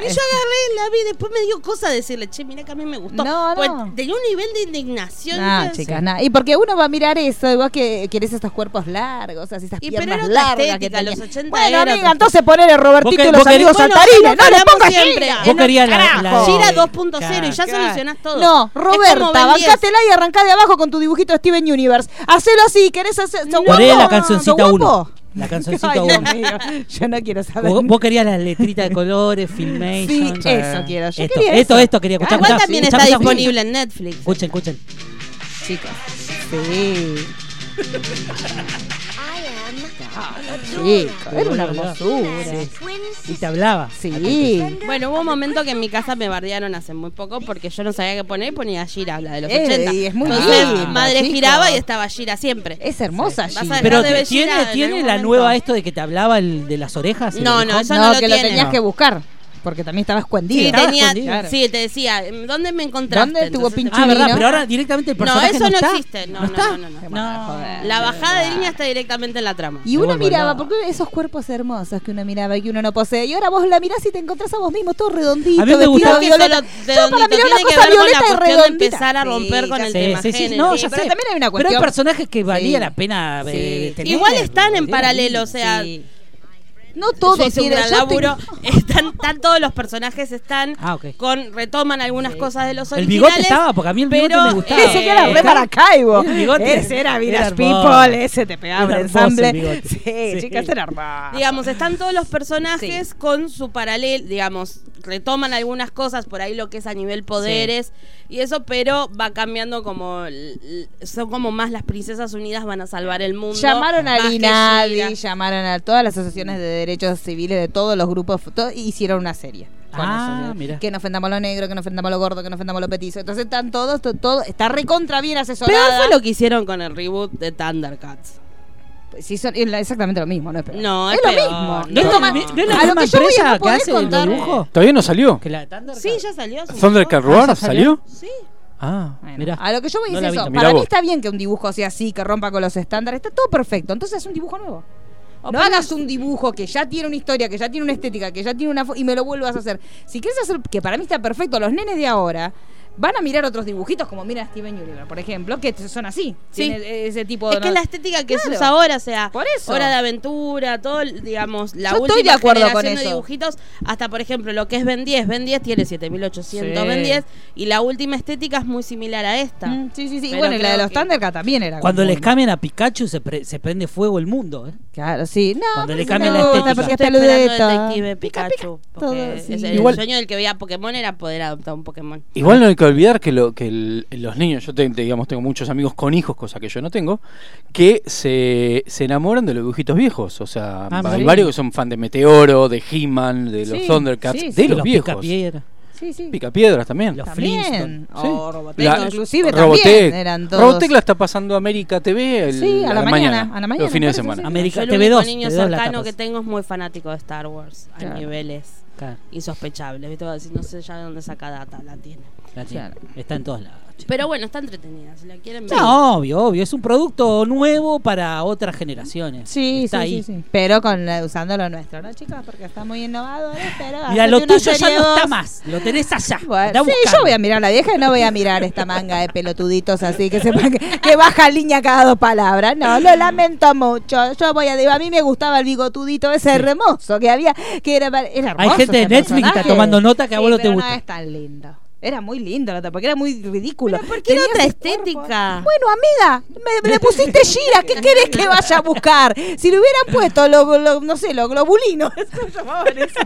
Speaker 6: Y yo agarré, la vi, después me dio cosa decirle, che, mira que a mí me gustó.
Speaker 2: No,
Speaker 6: Pues,
Speaker 2: no.
Speaker 6: tenía un nivel de indignación. pues,
Speaker 2: Nah,
Speaker 6: que-
Speaker 2: chicas, nah. Y porque uno va a mirar eso, y vos que querés esos cuerpos largos, así esas
Speaker 6: Y pero
Speaker 2: piernas
Speaker 6: era otra
Speaker 2: largas
Speaker 6: estética,
Speaker 2: que tenía.
Speaker 6: los 80
Speaker 2: Bueno,
Speaker 6: era
Speaker 2: amiga,
Speaker 6: otra
Speaker 2: entonces poner el Robertito
Speaker 4: Vos que-
Speaker 2: y los
Speaker 4: vos querés-
Speaker 2: amigos
Speaker 6: Bueno,
Speaker 2: saltarines.
Speaker 6: ya
Speaker 2: No, le
Speaker 6: nos hablamos
Speaker 2: pongas
Speaker 6: siempre.
Speaker 2: Gira.
Speaker 6: Ah,
Speaker 4: Vos
Speaker 6: no,
Speaker 4: querías la- la,
Speaker 6: Gira,
Speaker 4: joven.
Speaker 6: 2.0 y ya
Speaker 4: Claro.
Speaker 6: solucionás todo.
Speaker 2: No,
Speaker 6: Es como
Speaker 2: Roberta,
Speaker 6: Ben 10.
Speaker 2: bancátela y arrancá de abajo con tu dibujito de Steven Universe. Hacelo así, querés hacer. ¿sos guapo?
Speaker 4: Poné la
Speaker 2: ¿Sos
Speaker 4: cancioncita
Speaker 2: guapo?
Speaker 4: 1. La cancioncita
Speaker 2: Ay, Dios
Speaker 4: 1.
Speaker 2: mío, yo no quiero saber.
Speaker 4: Vos, vos querías las letritas de colores, filmation.
Speaker 2: Sí, eso quiero. Yo
Speaker 4: Esto,
Speaker 2: quería
Speaker 4: esto,
Speaker 2: eso.
Speaker 4: esto quería escuchar.
Speaker 2: Ah,
Speaker 6: Igual
Speaker 4: escuchá,
Speaker 6: también
Speaker 4: escuchá,
Speaker 6: está
Speaker 4: escuchá,
Speaker 6: disponible en Netflix.
Speaker 4: Escuchen, escuchen.
Speaker 2: Chicos. Sí. Chicos, era una hermosura.
Speaker 4: Y te hablaba.
Speaker 2: Sí.
Speaker 6: Bueno, hubo un momento que en mi casa me bardearon hace muy poco porque yo no sabía qué poner y ponía Gira, la de los
Speaker 2: Eh,
Speaker 6: 80.
Speaker 2: y es muy
Speaker 6: Entonces,
Speaker 2: linda, Eh,
Speaker 6: madre
Speaker 2: chico.
Speaker 6: giraba y estaba Gira siempre.
Speaker 2: Es hermosa,
Speaker 6: Vas a
Speaker 2: Gigi.
Speaker 6: dejar
Speaker 4: Pero
Speaker 6: de
Speaker 4: te-
Speaker 6: belleza
Speaker 4: tiene,
Speaker 6: en
Speaker 4: tiene
Speaker 6: algún
Speaker 4: la
Speaker 6: momento.
Speaker 4: nueva esto de que te hablaba el de las orejas. el
Speaker 6: No,
Speaker 4: orejón?
Speaker 6: no, eso
Speaker 2: no,
Speaker 6: no lo
Speaker 2: que lo
Speaker 6: tiene.
Speaker 2: tenías
Speaker 6: No.
Speaker 2: que buscar. Porque también estaba escondido.
Speaker 6: Sí,
Speaker 4: Estaba
Speaker 6: tenía,
Speaker 4: escondida.
Speaker 6: sí, te decía, ¿dónde me encontraste?
Speaker 2: ¿Dónde estuvo
Speaker 6: Entonces,
Speaker 2: pinche
Speaker 4: Ah, verdad,
Speaker 2: Chivino.
Speaker 4: pero ahora directamente el
Speaker 6: No,
Speaker 4: personaje
Speaker 6: eso no
Speaker 4: está.
Speaker 6: existe. No, no,
Speaker 4: está?
Speaker 6: no, no, no.
Speaker 2: No,
Speaker 6: te-
Speaker 2: joder.
Speaker 6: La bajada de línea está directamente en la trama.
Speaker 2: Y
Speaker 4: Me
Speaker 2: uno
Speaker 4: vuelvo
Speaker 2: miraba,
Speaker 4: loco.
Speaker 2: porque esos cuerpos hermosos que uno miraba y que uno no posee. Y ahora vos la mirás y te encontrás a vos mismo, todo redondito,
Speaker 4: A mí me
Speaker 2: vestido
Speaker 4: gustaba-
Speaker 2: de
Speaker 6: Creo que
Speaker 2: violeta.
Speaker 6: solo de
Speaker 2: Yo para
Speaker 6: dondito
Speaker 2: mirar una
Speaker 6: tiene que
Speaker 2: cosa
Speaker 6: ver con la
Speaker 2: violeta y
Speaker 6: cuestión de
Speaker 2: redondita.
Speaker 6: empezar a romper con el
Speaker 2: ya
Speaker 6: tema.
Speaker 2: sé.
Speaker 4: Sí, sí, sí,
Speaker 6: género,
Speaker 4: no,
Speaker 6: sí,
Speaker 4: ya
Speaker 2: pero
Speaker 4: sé.
Speaker 2: también hay una
Speaker 4: Pero
Speaker 2: cuestión-
Speaker 4: hay personajes que valía
Speaker 2: Sí.
Speaker 4: la pena eh,
Speaker 2: Sí.
Speaker 4: tener,
Speaker 6: Igual están en
Speaker 4: tener
Speaker 6: paralelo,
Speaker 4: ahí.
Speaker 6: o sea,
Speaker 2: Sí. No todo
Speaker 6: yo hice un
Speaker 2: tiene-
Speaker 6: gran
Speaker 2: yo
Speaker 6: laburo.
Speaker 2: tengo-
Speaker 6: Están, están todos los personajes están
Speaker 4: Ah, ok.
Speaker 6: con retoman algunas cosas de los
Speaker 4: El
Speaker 6: originales.
Speaker 4: bigote estaba, porque a mí el bigote
Speaker 6: pero,
Speaker 4: me gustaba.
Speaker 2: Ese que era
Speaker 6: eh,
Speaker 2: re Maracaibo.
Speaker 4: El bigote
Speaker 2: Ese era Village
Speaker 4: era hermoso.
Speaker 2: People, ese te pegaba
Speaker 4: Era
Speaker 2: el
Speaker 4: hermoso el
Speaker 2: ensamble.
Speaker 4: bigote.
Speaker 2: sí,
Speaker 4: Sí.
Speaker 2: chicas, era hermoso.
Speaker 6: Digamos, están todos los personajes con su paralelo, digamos, retoman algunas cosas por ahí lo que es a nivel poderes y eso, pero va cambiando como l- l- son como más las princesas unidas van a salvar el mundo.
Speaker 2: Llamaron
Speaker 6: más
Speaker 2: a
Speaker 6: que Gira.
Speaker 2: Linadi, llamaron a todas las asociaciones de derechos civiles de todos los grupos to- y hicieron una serie. con
Speaker 4: Ah,
Speaker 2: eso, de-
Speaker 4: mirá.
Speaker 2: Que no ofendamos a lo negro, que no ofendamos a lo gordo, que no ofendamos a lo petizo. Entonces están todos, to- todo, está recontra bien
Speaker 6: Pero
Speaker 2: asesorada.
Speaker 6: eso es lo que hicieron con el reboot de Thundercats.
Speaker 2: Sí, son- es la- exactamente lo mismo, ¿no? Es peor.
Speaker 6: No,
Speaker 2: es,
Speaker 6: es
Speaker 2: lo
Speaker 6: peor.
Speaker 2: mismo.
Speaker 4: ¿No es,
Speaker 6: No.
Speaker 4: la, mi- no es la
Speaker 2: A lo
Speaker 4: misma
Speaker 2: que yo voy es
Speaker 4: empresa
Speaker 2: no
Speaker 4: que
Speaker 2: podés
Speaker 4: hace los
Speaker 2: contar.
Speaker 4: dibujos?
Speaker 7: ¿Todavía no salió?
Speaker 4: Que la de Thundercat.
Speaker 6: Sí, ya salió. hace un
Speaker 7: ¿Thundercat
Speaker 6: montón.
Speaker 7: Roar
Speaker 4: ya salió?
Speaker 7: salió?
Speaker 6: Sí.
Speaker 7: Ah.
Speaker 2: Bueno,
Speaker 4: Mirá.
Speaker 2: a lo que yo voy
Speaker 4: No
Speaker 2: es
Speaker 4: la
Speaker 2: eso.
Speaker 4: vi,
Speaker 7: mirá
Speaker 2: Para mí
Speaker 7: vos.
Speaker 2: está bien que un dibujo sea así, que rompa con los estándares. Está todo perfecto. Entonces es un dibujo nuevo. No hagas un dibujo que ya tiene una historia, que ya tiene una estética, que ya tiene una... fo- y me lo vuelvas a hacer. Si quieres hacer... Que para mí está perfecto. Los nenes de ahora van a mirar otros dibujitos como miran a Steven Universe, por ejemplo, que son así.
Speaker 6: Sí.
Speaker 2: Tiene e-, ese tipo
Speaker 6: Es
Speaker 2: de...
Speaker 6: que es la estética que se
Speaker 2: Claro.
Speaker 6: usa ahora, o sea,
Speaker 2: Por eso.
Speaker 6: hora de aventura, todo, el- digamos, la
Speaker 2: Yo
Speaker 6: última
Speaker 2: estoy de acuerdo con
Speaker 6: generación de
Speaker 2: eso.
Speaker 6: dibujitos, hasta por ejemplo lo que es Ben 10, Ben 10 tiene 7800
Speaker 2: Sí.
Speaker 6: Ben 10 y la última estética es muy similar a esta.
Speaker 2: Mm, sí, sí, sí. Y
Speaker 6: Pero
Speaker 2: bueno, y la de
Speaker 6: creo
Speaker 2: los
Speaker 6: que-
Speaker 2: Thundercats también era...
Speaker 4: Cuando
Speaker 2: como
Speaker 4: les
Speaker 2: un-
Speaker 4: cambian a Pikachu se, pre- se prende fuego el mundo. ¿eh?
Speaker 2: Claro, sí. No,
Speaker 4: Cuando le
Speaker 2: pero
Speaker 4: cambian
Speaker 2: no,
Speaker 4: la estética.
Speaker 2: Porque es
Speaker 6: Estoy esperando
Speaker 2: peludeta.
Speaker 6: Detective
Speaker 2: Pica,
Speaker 6: Pikachu, porque
Speaker 2: todo, sí.
Speaker 6: es el
Speaker 7: Igual-
Speaker 6: sueño del que veía Pokémon era poder adoptar un Pokémon.
Speaker 7: Igual no hay que olvidar que, lo, que el- los niños, yo te- te- digamos, tengo muchos amigos con hijos, cosa que yo no tengo, que se, se enamoran de los dibujitos viejos. O sea,
Speaker 4: Ah,
Speaker 7: hay
Speaker 4: sí.
Speaker 7: varios que son fan de Meteoro, de He-Man, de los
Speaker 2: Sí,
Speaker 7: Thundercats,
Speaker 2: sí,
Speaker 7: de
Speaker 2: sí.
Speaker 7: los, viejos.
Speaker 4: Picapiedra.
Speaker 2: Sí, sí.
Speaker 7: Picapiedras también.
Speaker 4: Los
Speaker 2: También.
Speaker 4: Flintstones.
Speaker 7: Sí.
Speaker 2: O Robotech,
Speaker 7: La-
Speaker 2: inclusive
Speaker 7: Robotech.
Speaker 2: también eran todos.
Speaker 7: Robotech la está pasando América TV el-
Speaker 2: Sí, a la mañana, a la mañana,
Speaker 7: los fines
Speaker 2: por eso
Speaker 7: de semana.
Speaker 2: sí.
Speaker 6: Yo
Speaker 4: América
Speaker 6: el
Speaker 4: TV2.
Speaker 6: único niño
Speaker 4: TV2 la
Speaker 6: cercano
Speaker 4: tapas.
Speaker 6: que tengo es muy fanático de Star Wars a
Speaker 2: Claro.
Speaker 6: niveles
Speaker 4: Claro.
Speaker 6: insospechables, ¿viste? Voy a decir, no sé ya de dónde saca data, la tiene.
Speaker 4: la tiene.
Speaker 2: Claro.
Speaker 4: Está en todos lados. che.
Speaker 6: Pero bueno, está entretenida. Si la quieren ver.
Speaker 4: No, obvio, obvio. Es un producto nuevo para otras generaciones.
Speaker 2: Sí,
Speaker 4: Está
Speaker 2: sí,
Speaker 4: ahí.
Speaker 2: sí, sí. Pero con la- usando lo nuestro, ¿no, chicos? Porque está muy innovador. Pero
Speaker 4: Mira,
Speaker 2: hacete
Speaker 4: lo
Speaker 2: una
Speaker 4: tuyo ya
Speaker 2: serie
Speaker 4: no está
Speaker 2: vos.
Speaker 4: más. Lo tenés allá.
Speaker 2: Bueno,
Speaker 4: Andá
Speaker 2: sí,
Speaker 4: buscando.
Speaker 2: yo voy a mirar a la vieja y no voy a mirar esta manga de pelotuditos así que sepan que, que baja línea cada dos palabras. No, lo lamento mucho. Yo voy a digo, a mí me gustaba el bigotudito ese hermoso que había, que era, era hermoso.
Speaker 4: Hay gente de
Speaker 2: ese
Speaker 4: Netflix que está
Speaker 2: personaje.
Speaker 4: tomando nota que a vos
Speaker 2: Sí,
Speaker 4: no te
Speaker 2: pero
Speaker 4: gusta.
Speaker 2: No es tan lindo. Era muy lindo la otra, porque era muy ridículo.
Speaker 6: ¿Pero por qué era
Speaker 2: Tenía
Speaker 6: otra
Speaker 2: ese cuerpo.
Speaker 6: estética?
Speaker 2: Bueno, amiga, me, le pusiste gira, ¿qué querés que vaya a buscar? Si le hubieran puesto, lo, lo- no sé, los globulinos, eso llamaban eso.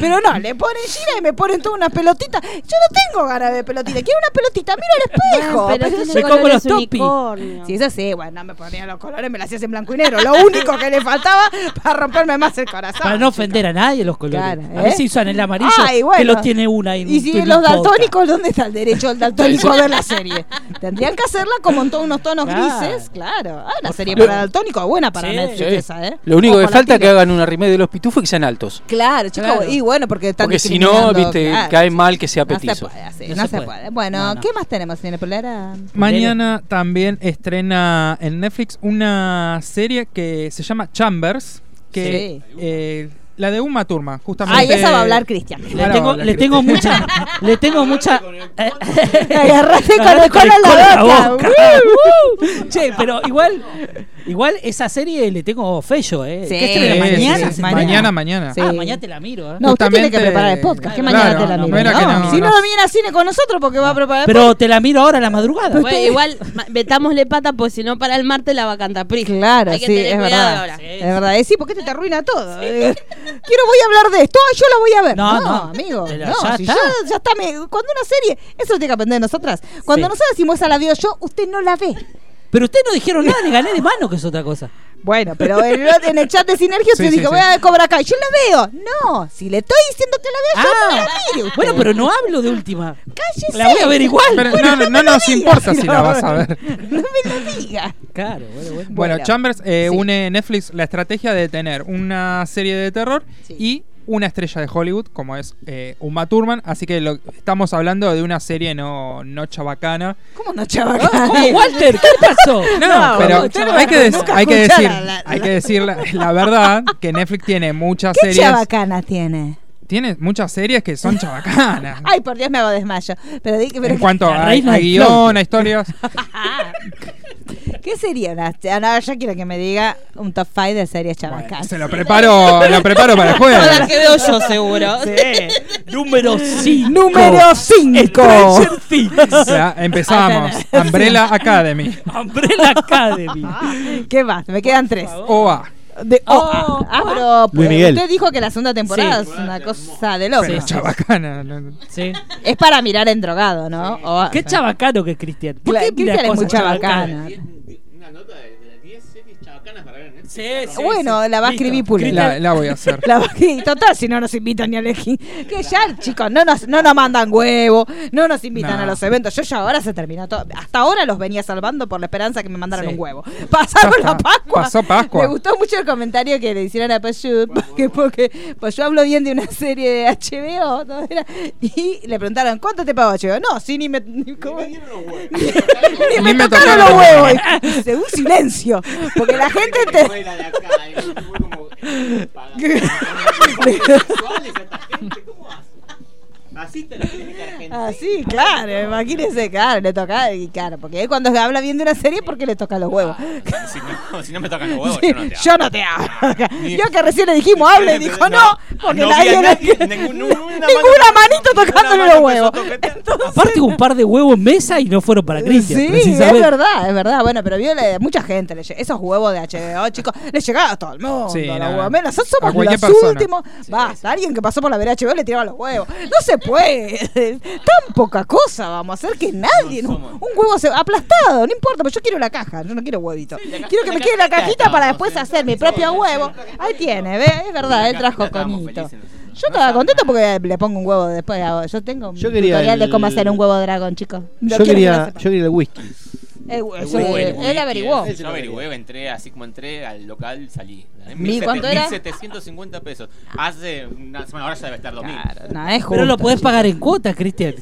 Speaker 2: Pero no, le ponen gira y me ponen todas unas pelotitas. Yo no tengo ganas de pelotita, quiero una pelotita, miro al espejo.
Speaker 6: Bueno, Ah, pero
Speaker 2: Pero-
Speaker 6: tiene
Speaker 4: Me como
Speaker 6: colores
Speaker 4: los topi.
Speaker 6: unicornio.
Speaker 2: si eso sí, bueno, me ponían los colores, me las hacías en blanco y negro. Lo único que le faltaba para romperme más el corazón.
Speaker 4: Para no
Speaker 2: chicos.
Speaker 4: ofender a nadie los colores.
Speaker 2: Claro,
Speaker 4: A ver
Speaker 2: ¿eh?
Speaker 4: si usan el amarillo,
Speaker 2: Ay, bueno.
Speaker 4: que los tiene una. en
Speaker 2: Y
Speaker 4: un
Speaker 2: si
Speaker 4: tulipota.
Speaker 2: los daltónicos, ¿dónde está el derecho del daltónico a ver la serie? Tendrían que hacerla como en todos unos tonos
Speaker 4: Claro.
Speaker 2: grises, claro. Ah, la serie
Speaker 7: favor.
Speaker 2: para daltónicos, buena para
Speaker 4: Sí.
Speaker 2: Netflix
Speaker 7: Sí.
Speaker 2: esa, ¿eh?
Speaker 7: Lo único
Speaker 2: O
Speaker 7: que
Speaker 2: por la
Speaker 7: falta es que
Speaker 2: tele.
Speaker 7: hagan una remake de los pitufos y que sean altos.
Speaker 2: Claro, chicos,
Speaker 4: Claro.
Speaker 2: y bueno, porque están
Speaker 7: Porque si no,
Speaker 2: discriminando,
Speaker 7: viste,
Speaker 2: claro.
Speaker 7: cae mal que sea
Speaker 2: No se
Speaker 7: petizo.
Speaker 2: puede, así,
Speaker 4: No
Speaker 2: no,
Speaker 4: se
Speaker 2: se,
Speaker 4: puede.
Speaker 2: puede. Bueno,
Speaker 4: No, no.
Speaker 2: ¿qué más tenemos, señora Polera?
Speaker 3: Mañana también estrena en Netflix una serie que se llama Chambers, que eh, la de Uma Turma, justamente.
Speaker 2: Ay, esa va a hablar Cristian.
Speaker 4: Le tengo,
Speaker 3: Ahora,
Speaker 4: le
Speaker 3: Cristian.
Speaker 4: tengo mucha. Le tengo mucha. eh,
Speaker 2: Agarraste con
Speaker 4: Agarrate
Speaker 2: el cola en la boca.
Speaker 4: Uh. che, pero igual. Igual esa serie le tengo fello, ¿eh?
Speaker 2: Sí.
Speaker 4: ¿Qué
Speaker 3: Sí,
Speaker 4: estrena
Speaker 2: Sí,
Speaker 4: mañana?
Speaker 3: sí,
Speaker 2: sí,
Speaker 3: mañana,
Speaker 2: mañana.
Speaker 3: mañana.
Speaker 2: Sí.
Speaker 4: Ah, mañana te la miro, ¿eh?
Speaker 2: No, usted tiene que
Speaker 3: Justamente-
Speaker 2: preparar el podcast. ¿Qué
Speaker 4: Claro,
Speaker 2: mañana te la
Speaker 4: no,
Speaker 2: mira?
Speaker 4: mira que
Speaker 3: no,
Speaker 2: si no,
Speaker 3: no.
Speaker 2: viene al cine con nosotros porque va a preparar el
Speaker 4: Pero te la miro ahora a la madrugada.
Speaker 6: Bueno, igual, ma- metámosle pata, pues si no, para el martes la va a cantar Pris.
Speaker 2: Claro,
Speaker 6: Hay que
Speaker 2: sí,
Speaker 6: tener
Speaker 2: es
Speaker 6: cuidado
Speaker 2: verdad.
Speaker 6: ahora.
Speaker 2: Es verdad, Eh, sí, porque te, te arruina todo. Eh, Quiero, voy a hablar de esto, ah, yo la voy a ver.
Speaker 4: No,
Speaker 2: No,
Speaker 4: no,
Speaker 2: amigo.
Speaker 4: pero
Speaker 2: no,
Speaker 4: ya
Speaker 2: si
Speaker 4: está.
Speaker 2: yo- ya está, me- cuando una serie, eso lo tiene que aprender nosotras. Cuando
Speaker 4: Sí.
Speaker 2: nosotros decimos esa la veo yo, usted no la ve.
Speaker 4: Pero ustedes no dijeron nada, le gané de mano, que es otra cosa.
Speaker 2: Bueno, pero en, en el chat de Sinergia
Speaker 3: Sí,
Speaker 2: se
Speaker 3: sí,
Speaker 2: dijo,
Speaker 3: sí.
Speaker 2: voy a ver Cobra Kai, yo la veo. No, si le estoy diciendo que la veo yo, no
Speaker 3: Ah.
Speaker 2: la mire usted.
Speaker 4: bueno, pero no hablo de última.
Speaker 2: Cállese.
Speaker 4: La voy a ver igual.
Speaker 3: Pero no, no, no nos importa si la vas a ver.
Speaker 2: No me lo diga.
Speaker 4: Claro, bueno, bueno.
Speaker 3: Bueno,
Speaker 2: Bueno,
Speaker 3: Chambers eh,
Speaker 2: sí.
Speaker 3: une Netflix la estrategia de tener una serie de terror
Speaker 2: Sí.
Speaker 3: y una estrella de Hollywood, como es eh, Uma Thurman. Así que lo- estamos hablando de una serie no, no chabacana.
Speaker 2: ¿Cómo no, chaval?
Speaker 3: Ah,
Speaker 4: ¿Cómo, Walter? ¿Qué pasó?
Speaker 3: No, pero
Speaker 2: boludo,
Speaker 3: hay,
Speaker 2: chabacana,
Speaker 3: que des-
Speaker 2: nunca
Speaker 3: hay que
Speaker 2: escuchá
Speaker 3: decir,
Speaker 2: la- la-
Speaker 3: hay que decir la, la verdad que Netflix tiene muchas
Speaker 2: ¿Qué
Speaker 3: series.
Speaker 2: chabacana tiene?
Speaker 3: Tiene muchas series que son chabacanas.
Speaker 2: Ay, por Dios, me hago desmayo. Pero, di- pero
Speaker 3: en cuanto
Speaker 4: La
Speaker 3: a,
Speaker 4: reina
Speaker 3: a
Speaker 4: del
Speaker 3: guión,
Speaker 4: flow.
Speaker 3: a historias.
Speaker 2: ¿Qué sería una.? ah, no, yo quiero que me diga un top 5 de series
Speaker 3: Bueno,
Speaker 2: chabacanas.
Speaker 3: se lo preparo, lo preparo para el jueves.
Speaker 6: Todas las que veo yo, seguro.
Speaker 4: Número 5.
Speaker 2: Número 5.
Speaker 4: Stranger Things.
Speaker 3: Ya, empezamos.
Speaker 2: Ahí tenés.
Speaker 3: Umbrella Academy.
Speaker 4: Umbrella Academy.
Speaker 2: ¿Qué más? Me quedan tres.
Speaker 3: OA.
Speaker 2: De OA. ah, pero
Speaker 5: Luis
Speaker 2: pues,
Speaker 5: Miguel.
Speaker 2: usted dijo que la segunda temporada
Speaker 4: Oh, Sí.
Speaker 2: es una cosa de loco.
Speaker 3: Pero chabacana. no-
Speaker 4: Sí.
Speaker 2: Es para mirar en drogado, ¿no? OA.
Speaker 4: Qué chabacano que es Cristian. ¿Por
Speaker 2: Claro,
Speaker 4: qué mira
Speaker 2: Ah. Cristian es
Speaker 4: cosas
Speaker 2: muy chabacana.
Speaker 8: Una nota de, de las 10 series chabacanas para ver en Netflix.
Speaker 4: Sí, sí,
Speaker 2: Bueno,
Speaker 4: sí.
Speaker 2: la va a
Speaker 4: Listo.
Speaker 2: escribir Pulero.
Speaker 3: La, la voy a hacer.
Speaker 2: La bajé. Total, si no nos invitan ni a elegir. Que ya, chicos, no nos, no nos mandan huevo, no nos invitan
Speaker 3: No.
Speaker 2: a los eventos. Yo ya ahora se terminó todo. Hasta ahora los venía salvando por la esperanza que me mandaran
Speaker 4: Sí.
Speaker 2: un huevo. Pasaron
Speaker 3: Ya
Speaker 2: la
Speaker 3: está.
Speaker 2: Pascua.
Speaker 3: Pasó Pascua.
Speaker 2: Me gustó mucho el comentario que le hicieron a Pashut, porque, porque pues yo hablo bien de una serie de HBO, ¿no? Era- y le preguntaron, ¿cuánto te pagó HBO? No, sí, ni me... Ni, ¿cómo? Ni me tocaron los huevos. Y- y- un silencio. Porque la gente te...
Speaker 8: Fuera de acá, eh, fue como, eh, pagando. Sexuales a esta gente, ¿cómo hacen? Así te la tenés que argentar.
Speaker 2: Ah, sí, claro, imagínese, claro, le toca, y claro, porque él cuando habla bien de una serie porque le toca los huevos.
Speaker 9: Si no, si no me tocan los huevos,
Speaker 2: Sí,
Speaker 9: yo no te
Speaker 2: yo no te hablo.
Speaker 9: Ni-
Speaker 2: Yo que recién le dijimos, hable, y dijo no, porque
Speaker 9: no vi a
Speaker 2: nadie,
Speaker 9: nadie,
Speaker 2: le-
Speaker 9: ningún-
Speaker 2: ninguna,
Speaker 9: ninguna
Speaker 2: manito
Speaker 9: mano-
Speaker 2: tocándole
Speaker 9: ninguna
Speaker 2: los
Speaker 9: mano
Speaker 2: huevos.
Speaker 9: empezó a tocar.
Speaker 2: Entonces-
Speaker 4: Aparte un par de huevos en mesa y no fueron para Cristian.
Speaker 2: Sí, es
Speaker 4: precisamente.
Speaker 2: verdad, es verdad. Bueno, pero vio la- mucha gente, le lle- esos huevos de HBO, chicos, le llegaba a todo el mundo.
Speaker 3: Sí,
Speaker 2: los
Speaker 3: no,
Speaker 2: huevos.
Speaker 3: no.
Speaker 2: Menos,
Speaker 3: A
Speaker 2: somos
Speaker 3: cualquier
Speaker 2: los
Speaker 3: persona.
Speaker 2: últimos. Basta, alguien que pasó por la vera HBO le tiraba los huevos. No se puede. Tan poca cosa vamos a hacer que nadie. un, un huevo se, aplastado, no importa, pero yo quiero la caja, yo no quiero huevito. quiero que me quede la cajita para después hacer mi propio huevo. Ahí tiene, ve, es verdad, él trajo conito. Yo estaba contento porque le pongo un huevo después. a- Yo tengo un
Speaker 5: Yo quería
Speaker 2: tutorial de cómo
Speaker 5: el-
Speaker 2: hacer un huevo dragón, chicos. No quiero que
Speaker 5: yo,
Speaker 2: lo
Speaker 5: quería,
Speaker 2: sepan.
Speaker 5: yo quería el whisky.
Speaker 2: Eh,
Speaker 3: Ah,
Speaker 2: eso,
Speaker 9: Google,
Speaker 2: eh,
Speaker 9: Wikipedia.
Speaker 2: él averiguó.
Speaker 5: Él se
Speaker 9: Yo
Speaker 5: lo
Speaker 9: averigué, eh, entré, así como entré al local, salí.
Speaker 2: Mi- ¿cuánto era?
Speaker 9: 1750 pesos. Hace una semana, ahora ya debe estar 2000.
Speaker 2: Claro, no, es
Speaker 4: Pero lo
Speaker 2: justo,
Speaker 4: podés
Speaker 2: chicos.
Speaker 4: pagar en cuotas, Cristian.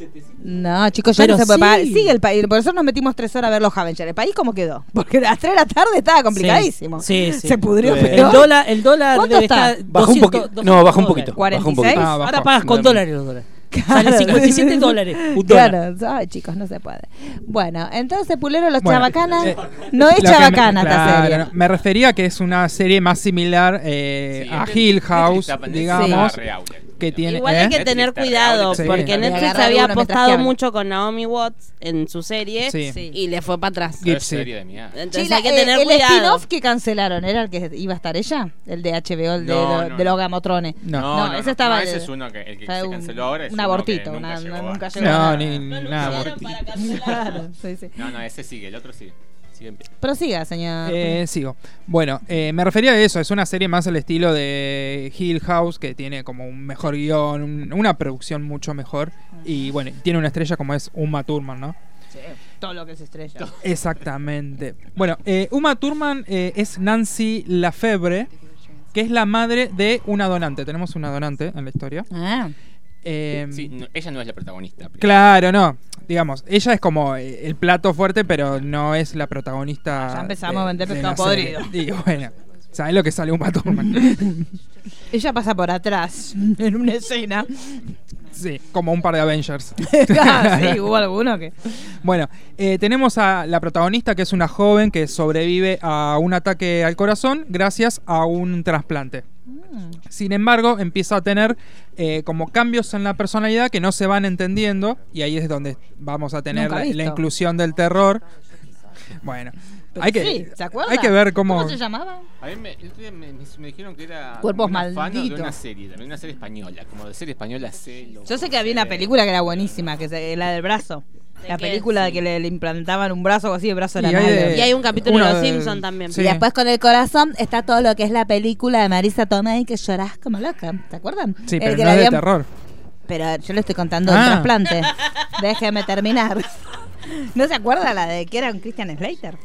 Speaker 2: No, chicos, ya
Speaker 4: Pero
Speaker 2: no se puede
Speaker 4: sí.
Speaker 2: pagar. Sigue el país. Por eso nos metimos tres horas a ver los Avengers. ¿El país cómo quedó? Porque a las tres de la tarde estaba complicadísimo.
Speaker 4: Sí, sí.
Speaker 2: Se pudrió,
Speaker 5: Sí.
Speaker 2: pero.
Speaker 4: El dólar, el dólar
Speaker 2: ¿Cuánto
Speaker 4: debe
Speaker 2: está?
Speaker 4: estar
Speaker 7: Bajó un
Speaker 4: 200,
Speaker 7: poquito.
Speaker 4: 200
Speaker 7: No, bajó un
Speaker 4: dólares.
Speaker 7: poquito. Bajó un
Speaker 2: 46.
Speaker 7: poquito.
Speaker 3: Ah,
Speaker 4: Ahora pagas con
Speaker 7: Dame.
Speaker 4: dólares los dólares.
Speaker 2: Claro.
Speaker 4: Sale 57 dólares. Un dólar.
Speaker 2: Claro, ay chicos, no se puede. Bueno, entonces Pulero los
Speaker 3: Bueno,
Speaker 2: chavacanas.
Speaker 3: eh,
Speaker 2: no es
Speaker 3: Lo que me-
Speaker 2: chavacana esta
Speaker 3: claro,
Speaker 2: serie.
Speaker 3: no, Me refería a que es una serie más similar eh,
Speaker 9: Sí,
Speaker 3: a
Speaker 9: Netflix-
Speaker 3: Hill
Speaker 9: Netflix
Speaker 3: House,
Speaker 9: está pendiente de
Speaker 3: digamos,
Speaker 9: agarre outlet,
Speaker 3: que
Speaker 9: digamos.
Speaker 3: tiene...
Speaker 6: Igual
Speaker 3: ¿eh?
Speaker 6: hay que
Speaker 9: Netflix
Speaker 6: tener
Speaker 9: está
Speaker 6: cuidado,
Speaker 9: grabando, sí.
Speaker 6: porque
Speaker 3: Sí.
Speaker 6: Netflix
Speaker 2: Agarrar
Speaker 6: había
Speaker 2: uno mientras que
Speaker 6: apostado
Speaker 2: hablan.
Speaker 6: mucho con Naomi Watts en su serie
Speaker 3: Sí.
Speaker 2: Sí.
Speaker 6: y le fue para atrás.
Speaker 9: Pero es
Speaker 3: Gipsy.
Speaker 9: serie de mierda.
Speaker 6: Entonces
Speaker 2: Sí, la-
Speaker 6: hay que
Speaker 2: eh,
Speaker 6: tener
Speaker 2: el
Speaker 6: cuidado.
Speaker 2: spin-off que cancelaron era el que iba a estar ella, el de HBO, el de,
Speaker 9: No,
Speaker 2: lo-
Speaker 9: no,
Speaker 2: de
Speaker 9: no.
Speaker 2: los gamotrones.
Speaker 3: No.
Speaker 9: No, no, no,
Speaker 2: ese estaba.
Speaker 9: no, ese
Speaker 2: el-
Speaker 9: es uno que, el que
Speaker 2: fue
Speaker 9: se
Speaker 2: un-
Speaker 9: canceló ahora. Es
Speaker 2: un
Speaker 9: uno que
Speaker 2: abortito,
Speaker 9: nunca
Speaker 2: una-
Speaker 9: llegó
Speaker 2: no-
Speaker 9: a-
Speaker 2: nunca llegó.
Speaker 3: No,
Speaker 2: Claro.
Speaker 3: ni
Speaker 6: No lo
Speaker 3: nada.
Speaker 6: hicieron para
Speaker 2: Claro,
Speaker 6: cancelar.
Speaker 2: sí, sí.
Speaker 9: No, no, ese sigue, el otro sigue. Sigue en pie.
Speaker 2: Prosiga, señor.
Speaker 3: Eh, sigo. Bueno, eh, me refería a eso. Es una serie más al estilo de Hill House, que tiene como un mejor guión, un- una producción mucho mejor. Y
Speaker 2: Ah.
Speaker 3: bueno, tiene una estrella como es Uma Thurman, ¿no?
Speaker 2: Sí, todo lo que es estrella.
Speaker 3: Exactamente. Bueno, eh, Uma Thurman eh, es Nancy Lafebre, que es la madre de una donante. Tenemos una donante en la historia.
Speaker 2: Ah,
Speaker 3: Eh,
Speaker 9: Sí, no, ella no es la protagonista. pero-
Speaker 3: Claro, no. Digamos, ella es como eh, el plato fuerte, pero no es la protagonista.
Speaker 2: Ah, Ya empezamos
Speaker 3: de-
Speaker 2: a vender
Speaker 3: de
Speaker 2: pescado
Speaker 3: la serie. Y bueno, ¿saben lo que sale Uma Thurman?
Speaker 2: ella pasa por atrás en una escena.
Speaker 3: sí, como un par de Avengers.
Speaker 2: Ah, sí, hubo alguno que.
Speaker 3: Bueno, eh, tenemos a la protagonista que es una joven que sobrevive a un ataque al corazón gracias a un trasplante.
Speaker 2: Mm.
Speaker 3: Sin embargo, empieza a tener eh, como cambios en la personalidad que no se van entendiendo y ahí es donde vamos a tener
Speaker 2: Nunca
Speaker 3: la,
Speaker 2: visto.
Speaker 3: la inclusión del terror. Bueno,
Speaker 2: Pero
Speaker 3: hay que,
Speaker 2: sí, ¿se acuerda?
Speaker 3: hay que ver cómo...
Speaker 2: se llamaba?
Speaker 9: A mí me, el otro día me, me- me dijeron que era
Speaker 2: Cuerpos
Speaker 9: como una fan
Speaker 2: malditos.
Speaker 9: de una serie, también una serie española, como de serie española celo.
Speaker 2: Yo sé que había una película que era buenísima, que se- la del brazo. La
Speaker 6: qué?
Speaker 2: película de que le, le implantaban un brazo o así, el brazo de la
Speaker 3: Y hay
Speaker 2: madre.
Speaker 3: de-
Speaker 6: Y hay un capítulo
Speaker 3: Uno
Speaker 6: de Los
Speaker 3: de-
Speaker 6: Simpson también.
Speaker 3: sí.
Speaker 2: Y después con el corazón está todo lo que es la película de Marisa Tomei que llorás como loca, ¿te acuerdan?
Speaker 3: Sí,
Speaker 2: El
Speaker 3: pero
Speaker 2: que
Speaker 3: no
Speaker 2: le
Speaker 3: es de
Speaker 2: habían-
Speaker 3: terror.
Speaker 2: Pero yo le estoy contando el
Speaker 3: Ah.
Speaker 2: trasplante. Déjeme terminar. ¿No se acuerda la de que era un Christian Slater?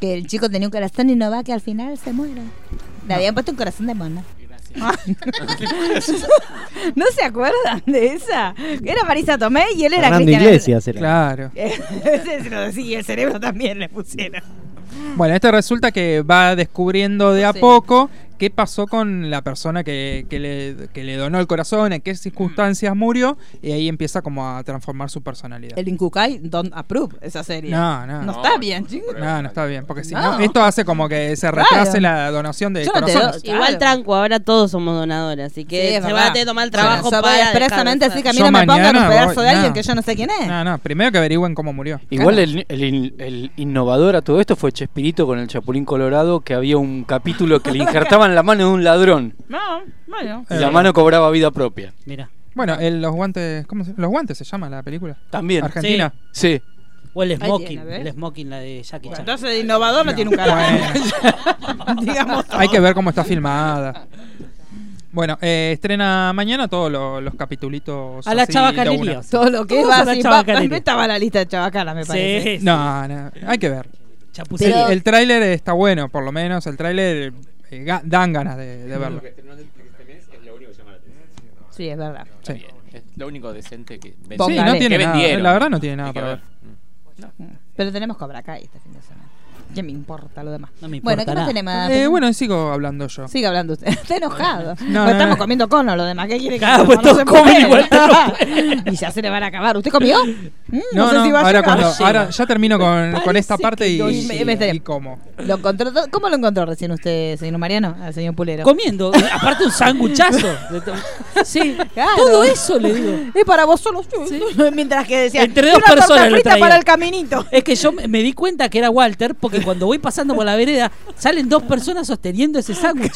Speaker 2: Que el chico tenía un corazón y no va que al final se muere. Le habían puesto un corazón de mona. ¿No se acuerdan de esa? Era Marisa Tomei y él era
Speaker 5: Fernando
Speaker 2: Christian
Speaker 5: Iglesias era.
Speaker 3: Claro.
Speaker 2: Ese se lo decía, y el cerebro también le pusieron.
Speaker 3: Bueno, esto resulta que va descubriendo de a
Speaker 2: Sí.
Speaker 3: poco qué pasó con la persona que, que le, que le donó el corazón, en qué circunstancias murió, y ahí empieza como a transformar su personalidad.
Speaker 2: Mm. El Incucay don't approve esa serie.
Speaker 3: No, no,
Speaker 2: No
Speaker 3: no.
Speaker 2: está bien, chicos.
Speaker 3: No, está bien, porque si
Speaker 2: No.
Speaker 3: no, esto hace como que se
Speaker 2: Claro.
Speaker 3: retrase la donación de
Speaker 2: Yo no te
Speaker 3: corazones.
Speaker 2: doy- Claro.
Speaker 6: Igual tranco, ahora todos somos donadores, así
Speaker 2: Sí,
Speaker 6: que
Speaker 2: es verdad.
Speaker 6: se van a tener que tomar el trabajo
Speaker 2: Yo no soy
Speaker 6: para
Speaker 2: expresamente,
Speaker 6: dejar de
Speaker 2: así que a mí
Speaker 3: Yo
Speaker 2: no me pongan un
Speaker 3: mañana
Speaker 2: pedazo
Speaker 3: voy-
Speaker 2: de alguien
Speaker 3: no.
Speaker 2: que yo no sé quién es.
Speaker 3: No, no, primero que averigüen cómo murió.
Speaker 7: Igual el, el- el innovador a todo esto fue Chespirito con el Chapulín Colorado, que había un capítulo que le injertaban la mano de un ladrón.
Speaker 2: No, bueno.
Speaker 7: y
Speaker 3: Eh.
Speaker 7: La mano cobraba vida propia.
Speaker 4: Mira.
Speaker 3: Bueno, el- los guantes, ¿cómo se, los guantes se llama la película.
Speaker 7: También.
Speaker 3: Argentina.
Speaker 7: Sí.
Speaker 4: O el
Speaker 2: tiene,
Speaker 4: smoking.
Speaker 2: a ver.
Speaker 4: el smoking, la de Jackie Chan.
Speaker 2: Entonces de innovador no, tiene un carajo. Digamos.
Speaker 3: Hay que ver cómo está filmada. Bueno, eh, estrena mañana todos los, los capitulitos.
Speaker 4: A la
Speaker 3: así de una.
Speaker 4: chavacanería.
Speaker 2: Todo lo que
Speaker 4: Todos
Speaker 2: va
Speaker 4: a la
Speaker 2: así, va,
Speaker 4: chabacanería.
Speaker 2: no estaba en la lista de chavacana, me parece.
Speaker 4: Sí,
Speaker 3: No, no, hay que ver.
Speaker 4: chapucería.
Speaker 3: el el tráiler está bueno, por lo menos. El tráiler eh, ga- dan ganas de, de verlo.
Speaker 9: Es lo único que llama la atención.
Speaker 2: Sí, es verdad.
Speaker 3: Sí.
Speaker 9: Bien, es lo único decente que
Speaker 3: Sí,
Speaker 2: Póngale.
Speaker 3: no tiene
Speaker 9: Que
Speaker 3: nada,
Speaker 9: vendieron.
Speaker 3: la verdad no tiene nada
Speaker 9: Hay que Mm.
Speaker 3: para ver.
Speaker 2: Pero tenemos Cobra Kai este fin de semana. ¿Qué me importa lo demás?
Speaker 4: No me
Speaker 2: bueno, ¿qué
Speaker 4: importa
Speaker 2: más
Speaker 4: nada.
Speaker 2: tenemos?
Speaker 3: Eh, bueno, sigo hablando yo.
Speaker 2: Sigue hablando usted. Está enojado.
Speaker 3: no,
Speaker 2: Pues estamos
Speaker 3: no.
Speaker 2: comiendo cono, lo demás. ¿Qué quiere que
Speaker 4: Claro,
Speaker 2: haga?
Speaker 4: pues
Speaker 2: No
Speaker 4: todos
Speaker 2: se
Speaker 4: comen
Speaker 2: puede.
Speaker 4: igual, no
Speaker 2: Y ya se le van a acabar. ¿Usted comió? Mm,
Speaker 3: No,
Speaker 2: sé
Speaker 3: no,
Speaker 2: si va a
Speaker 3: ahora,
Speaker 2: llegar.
Speaker 3: cuando, ahora ya termino con, con esta
Speaker 2: parece
Speaker 3: parte
Speaker 2: que
Speaker 3: y,
Speaker 2: no
Speaker 3: y-
Speaker 2: llega.
Speaker 3: y cómo.
Speaker 2: ¿Lo encontró, do- ¿Cómo lo encontró recién usted, señor Mariano? Al señor Pulero.
Speaker 4: Comiendo. eh, Aparte un sanguchazo. De to- sí.
Speaker 2: Claro.
Speaker 4: Todo eso le digo.
Speaker 2: Es para vos solo. Mientras que decía.
Speaker 4: Entre
Speaker 2: "Y
Speaker 4: dos
Speaker 2: una torta
Speaker 4: personas lo
Speaker 2: frita
Speaker 4: traía".
Speaker 2: para el caminito.
Speaker 4: Es que yo me me di cuenta que era Walter porque cuando voy pasando por la vereda salen dos personas sosteniendo ese sándwich.